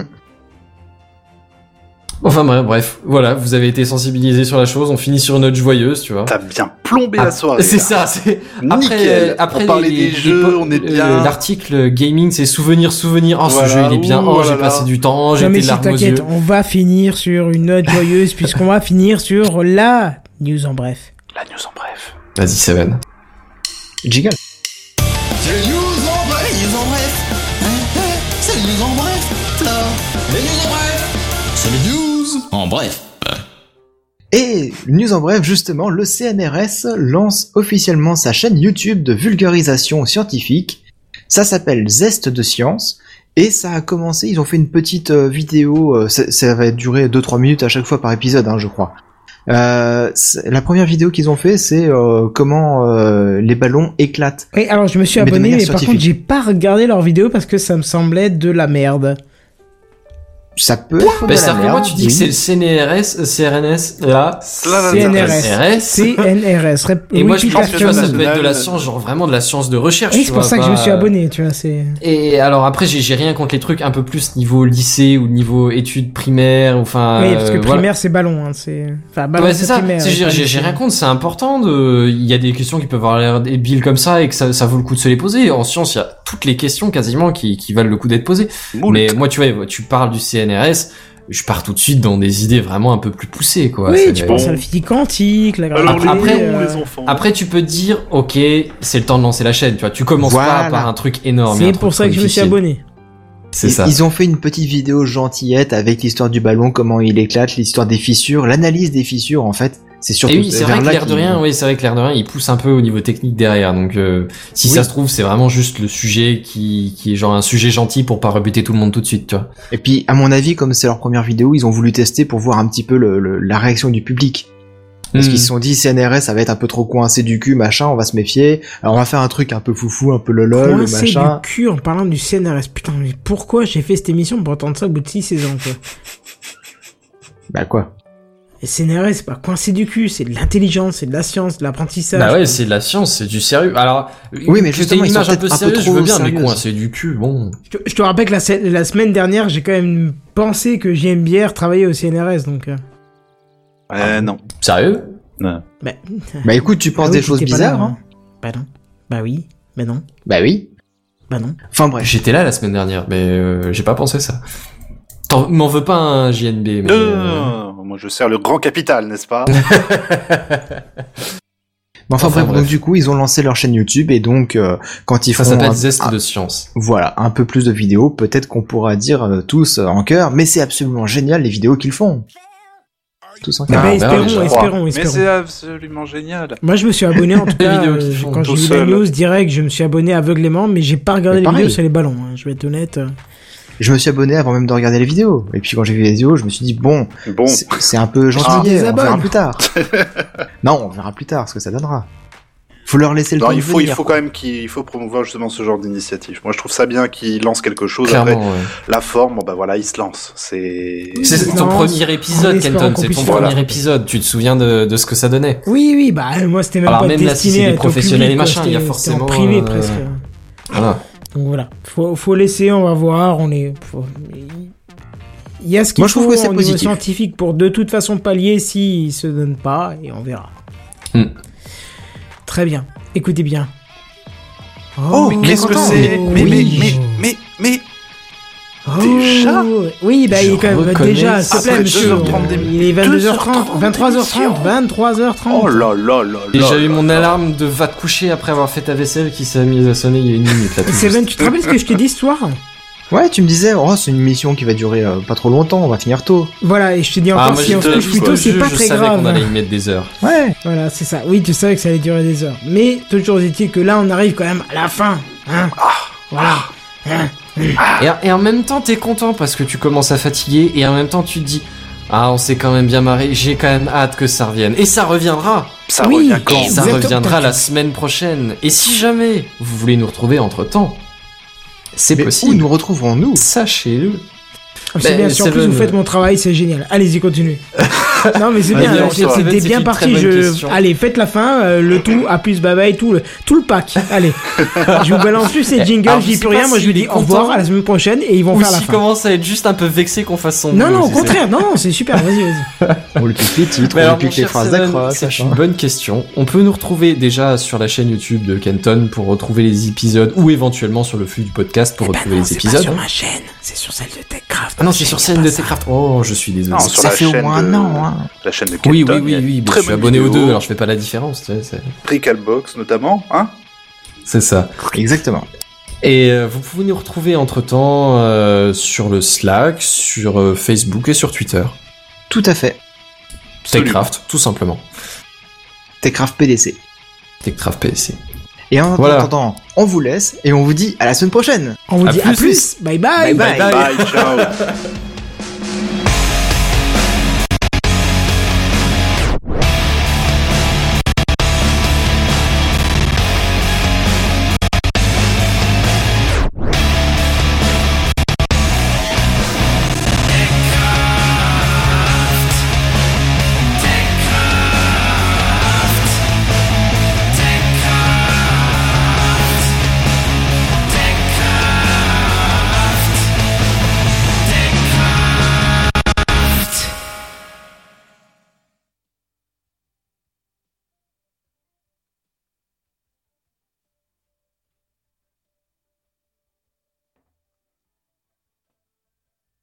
E: Enfin bref, bref, voilà, vous avez été sensibilisés sur la chose. On finit sur une note joyeuse, tu vois.
B: T'as bien plombé
E: Ah,
B: la soirée.
E: C'est
B: là.
E: ça, c'est
B: Oh, Nickel.
E: après, euh, après
B: on parlait
E: les- les-
B: des jeux,
E: les-
B: on est
E: euh,
B: bien.
E: L'article gaming, c'est souvenir, souvenir. Oh,
B: Voilà.
E: ce jeu, il est bien.
B: Ouh,
E: Oh,
B: oh
E: j'ai
B: là
E: passé
B: là.
E: du temps. J'ai
A: Non,
E: été
A: mais si
E: larmes aux
A: t'inquiète,
E: yeux.
A: on va finir sur une note joyeuse puisqu'on va finir sur la news en bref.
B: La news en bref.
E: Vas-y, Seven.
D: Jiggle.
I: C'est les news en bref. Les news en bref. Hein, hein, C'est les news en bref. là. Les news en bref. C'est les news en bref.
D: Et news en bref, justement, le CNRS lance officiellement sa chaîne YouTube de vulgarisation scientifique. Ça s'appelle Zeste de Science. Et ça a commencé, ils ont fait une petite euh, vidéo, euh, ça, ça va durer 2-3 minutes à chaque fois par épisode, hein, je crois. Euh, c'est- la première vidéo qu'ils ont fait, c'est euh, comment euh, les ballons éclatent.
A: Et alors, je me suis
D: Mais de
A: abonné,
D: manière
A: mais par contre,
D: scientifique.
A: j'ai pas regardé leur vidéo parce que ça me semblait de la merde.
D: Ça peut être hein. de
E: Bah,
D: la
E: c'est-à-dire que moi,
D: merde,
E: tu dis que
D: oui.
E: c'est le CNRS, euh, CRNS, là.
A: CNRS.
E: CNRS.
A: CNRS. Rep-
E: Et moi, je pense que
A: Wikipedia
E: tu vois, ça
A: Commons.
E: peut être de la science, genre vraiment de la science de recherche.
A: Oui,
E: tu
A: c'est pour
E: vois,
A: ça que je me
E: pas,
A: suis
E: euh,
A: abonné, tu vois, c'est...
E: Et alors après, j'ai j'ai rien contre les trucs un peu plus niveau lycée ou niveau études primaires, ou enfin.
A: oui, parce que
E: euh, voilà.
A: primaire, c'est ballon, hein, c'est... Enfin, ballon,
E: Ouais, c'est ça.
A: primaire.
E: C'est- j'ai- J'ai j'ai rien contre, c'est important. De... Il y a des questions qui peuvent avoir l'air débiles comme ça et que ça, ça vaut le coup de se les poser. En science, il y a toutes les questions quasiment qui, qui valent le coup d'être posées.
B: Moult.
E: Mais moi, tu vois, tu parles du CNRS, je pars tout de suite dans des idées vraiment un peu plus poussées, quoi.
A: Oui,
E: C'est-
A: tu penses à la physique quantique, la
B: Alors,
A: gravité...
B: les
E: Après,
B: noms,
A: euh,
B: les enfants.
E: Après, tu peux te dire, ok, c'est le temps de lancer la chaîne. Tu vois, tu commences
D: Voilà.
E: pas par un truc énorme. et un
A: C'est
E: truc
A: pour ça
E: trop
A: que je me suis
E: difficile.
A: abonné.
E: C'est
D: Ils-
E: ça.
D: Ils ont fait une petite vidéo gentillette avec l'histoire du ballon, comment il éclate, l'histoire des fissures, l'analyse des fissures en fait. C'est surtout
E: Et Eh oui, c'est
D: vers
E: vrai que
D: là
E: l'air de
D: qu'ils
E: rien,
D: vont.
E: oui, c'est vrai que l'air de rien, il pousse un peu au niveau technique derrière. Donc, euh, si
D: Oui.
E: ça se trouve, c'est vraiment juste le sujet qui, qui est genre un sujet gentil pour pas rebuter tout le monde tout de suite, tu vois.
D: Et puis, à mon avis, comme c'est leur première vidéo, ils ont voulu tester pour voir un petit peu le- le- la réaction du public. Parce
E: Hmm.
D: qu'ils se sont dit, CNRS, ça va être un peu trop coincé du cul, machin, on va se méfier. Alors, on va faire un truc un peu foufou, un peu lolol,
A: Coincé
D: machin.
A: du cul en parlant du CNRS. Putain, mais pourquoi j'ai fait cette émission pour entendre ça au bout de 6 saisons, quoi
D: Bah quoi
A: Et CNRS, c'est pas coincé du cul, c'est de l'intelligence, c'est de la science, de l'apprentissage.
E: Bah ouais, c'est de la science, c'est du sérieux. Alors,
D: Oui, mais
E: que
D: justement,
E: t'aies
D: ils
E: une
D: sont
E: image un peu
D: peut-être un peu
E: sérieuse, je
D: trop hein.
E: veux bien, mais
D: sérieuses.
E: quoi, c'est du cul, bon.
A: Je, te- je te rappelle que la, se- la semaine dernière, j'ai quand même pensé que JMBR travaillait au CNRS, donc... euh,
B: Euh, non.
E: Sérieux
A: Bah,
D: Bah écoute, tu penses
A: ah oui,
D: des choses
A: t'étais pas là,
D: bizarres, hein
A: Bah non. Bah oui. Bah non.
D: Bah oui.
A: Bah non.
D: Enfin bref.
E: J'étais là la semaine dernière, mais euh, j'ai pas pensé ça. T'en- M'en veux pas un JNB, mais...
B: Non, non,
E: euh,
B: non, non, moi je sers le grand capital, n'est-ce pas
D: Mais enfin,
E: Enfin,
D: bref,
E: bref.
D: donc du coup, ils ont lancé leur chaîne YouTube et donc, euh, quand ils
E: Ça
D: font...
E: s'appelle
D: un-
E: Zeste
D: un-
E: de science.
D: Voilà, un peu plus de vidéos, peut-être qu'on pourra dire euh, tous euh, en chœur, mais c'est absolument génial les vidéos qu'ils font. Tous en
A: Eh
D: chœur.
A: ben,
E: bah,
A: espérons,
E: je crois.
A: espérons,
B: Mais
A: espérons.
B: c'est absolument génial.
A: Moi, je me suis abonné en tout
E: Les
A: cas.
E: vidéos qu'ils
A: euh,
E: font
A: quand
B: tout
A: j'ai vu la
B: seul.
A: news direct, je me suis abonné aveuglément, mais j'ai pas regardé
D: Mais
A: les
D: pareil.
A: vidéos sur les ballons. hein, je vais être honnête. euh.
D: Je me suis abonné avant même de regarder les vidéos. Et puis quand j'ai vu les vidéos, je me suis dit bon,
B: Bon,
D: c'est c'est un peu gentil,
B: Ah,
D: on verra
A: désabonne.
D: plus tard. non, on verra plus tard ce que ça donnera. Faut leur laisser le
B: non,
D: temps
B: il
D: de
B: faut, il
D: venir.
B: faut quand même qu'il il faut promouvoir justement ce genre d'initiative. Moi je trouve ça bien qu'ils lancent quelque chose. Après,
E: Clairement, ouais.
B: la forme, bon, bah voilà, ils se lancent. C'est.
A: Oui,
E: C'est
A: Non,
E: ton
A: c'est-
E: premier
A: en
E: épisode,
A: espérant
E: Kenton,
A: qu'on
E: c'est
A: puisse
E: ton
B: faire.
E: premier
B: Voilà.
E: épisode. Tu te souviens de, de ce que ça donnait
A: Oui, oui, bah euh, moi, c'était même
E: Alors,
A: pas
E: même là, si
A: destiné
E: c'est
A: à
E: des
A: être au
E: professionnels
A: public,
E: et
A: quoi,
E: machin, il y a
A: c'était- c'était en
E: forcément,
A: privé
E: euh,
A: presque.
E: Voilà.
A: Donc voilà, faut, faut laisser, on va voir, on est. faut- Il y a ce qu'il
D: Moi, je
A: faut
D: trouve que c'est
A: au niveau
D: positif.
A: scientifique pour de toute façon pallier s'il se donne pas et on verra.
E: Hmm.
A: Très bien, écoutez bien.
B: Oh, mais qu'est-ce que
A: attends,
B: c'est mais,
A: oui.
B: mais, mais, mais, mais,
A: Oh,
B: déjà
A: Oui, bah
E: Je
A: il est quand même
E: reconnais
A: déjà, s'il te plaît,
B: après
A: monsieur.
B: 2h30 d'émission.
A: Il est 22h30, 23h30, 23h30.
B: Oh là là là là
E: Déjà eu
B: là
E: mon
B: là.
E: alarme de va te coucher après avoir fait ta vaisselle qui s'est mise à sonner il y a une minute. Là, tout
A: Seven,
E: juste.
A: tu te rappelles ce que je t'ai dit ce soir
D: Ouais, tu me disais, oh, c'est une mission qui va durer euh, pas trop longtemps, on va finir tôt.
A: Voilà, et je t'ai dit
E: Ah,
A: encore
E: moi,
A: si on se
E: j'étais
A: couche plus
E: juste
A: tôt,
E: au
A: c'est
E: jeu,
A: pas
E: je
A: très
E: savais qu'on
A: grave.
E: allait y mettre des heures.
D: Ouais.
A: Voilà, c'est ça. Oui, tu savais que ça allait durer des heures. Mais toujours est-il que là, on arrive quand même à la fin. Hein
E: Ah,
A: voilà. Hein
E: Et, et en même temps, t'es content parce que tu commences à fatiguer et en même temps, tu te dis Ah, on s'est quand même bien marré, j'ai quand même hâte que ça revienne. Et ça reviendra
B: Ça
A: Oui.
B: revient quand
E: Ça
A: Eh, Exactement.
E: reviendra la semaine prochaine. Et si jamais vous voulez nous retrouver entre temps, c'est
D: Mais
E: possible.
D: où nous retrouverons-nous
E: Sachez-le.
A: C'est bien, si en plus vous faites mon travail, c'est génial. Allez-y, continue. non, mais c'est bien,
E: Vas-y,
A: alors,
E: enchaîne, Steven,
A: c'était
E: c'est
A: bien
E: une très
A: parti.
E: bonne
A: Je...
E: question.
A: Allez, faites la fin, euh, le tout, à plus, bye bye, tout le, tout le pack. Allez, je vous balance plus ces jingles,
E: Eh, Alors,
A: je
E: je
A: dis
E: sais
A: plus
E: pas
A: rien, moi je vous
E: s'il
A: dis
E: est
A: au revoir
E: content
A: à la semaine prochaine et ils vont
E: Ou
A: faire la
E: s'il
A: fin.
E: commence à être juste un peu vexé qu'on fasse son
A: Non, non,
E: boulot,
A: au
E: tu sais.
A: contraire, non, non, c'est super, vas-y, vas-y.
D: On lui pique les titres,
E: Mais
D: on
E: alors,
D: lui
E: mon
D: pique les
E: cher
D: phrases hein.
E: Seven,
D: d'accroche.
E: C'est une bonne question. On peut nous retrouver déjà sur la chaîne YouTube de Kenton pour retrouver les épisodes ou éventuellement sur le flux du podcast
B: Eh ben
E: pour retrouver les
A: C'est pas
E: épisodes.
A: sur ma chaîne, c'est sur celle de TechCraft.
E: Ah non, c'est sur scène de Techcraft. Oh, je suis désolé.
B: Non, sur
D: Ça
B: la
D: fait au
B: chaîne
D: moins
B: de-
D: un an, hein.
B: La chaîne de
E: Oui, oui,
B: Kenton, il
E: oui,
B: y a
E: oui.
B: une
E: mais
B: Très
E: je suis
B: bonne
E: abonné aux
B: vidéo,
E: deux, alors je fais pas la différence. tu sais, c'est-
B: Tricalbox notamment, hein
E: C'est ça.
D: Exactement.
E: Et euh, vous pouvez nous retrouver entre temps sur le Slack, sur euh, Facebook et sur Twitter.
D: Tout à fait.
B: Absolument.
E: Techcraft, tout simplement.
D: Techcraft PDC.
E: Techcraft PSC.
D: Et en
E: Voilà.
D: attendant, on vous laisse et on vous dit à la semaine prochaine.
A: On vous
E: À
A: dit à
E: plus.
A: plus, bye bye.
D: Bye bye.
B: Bye, ciao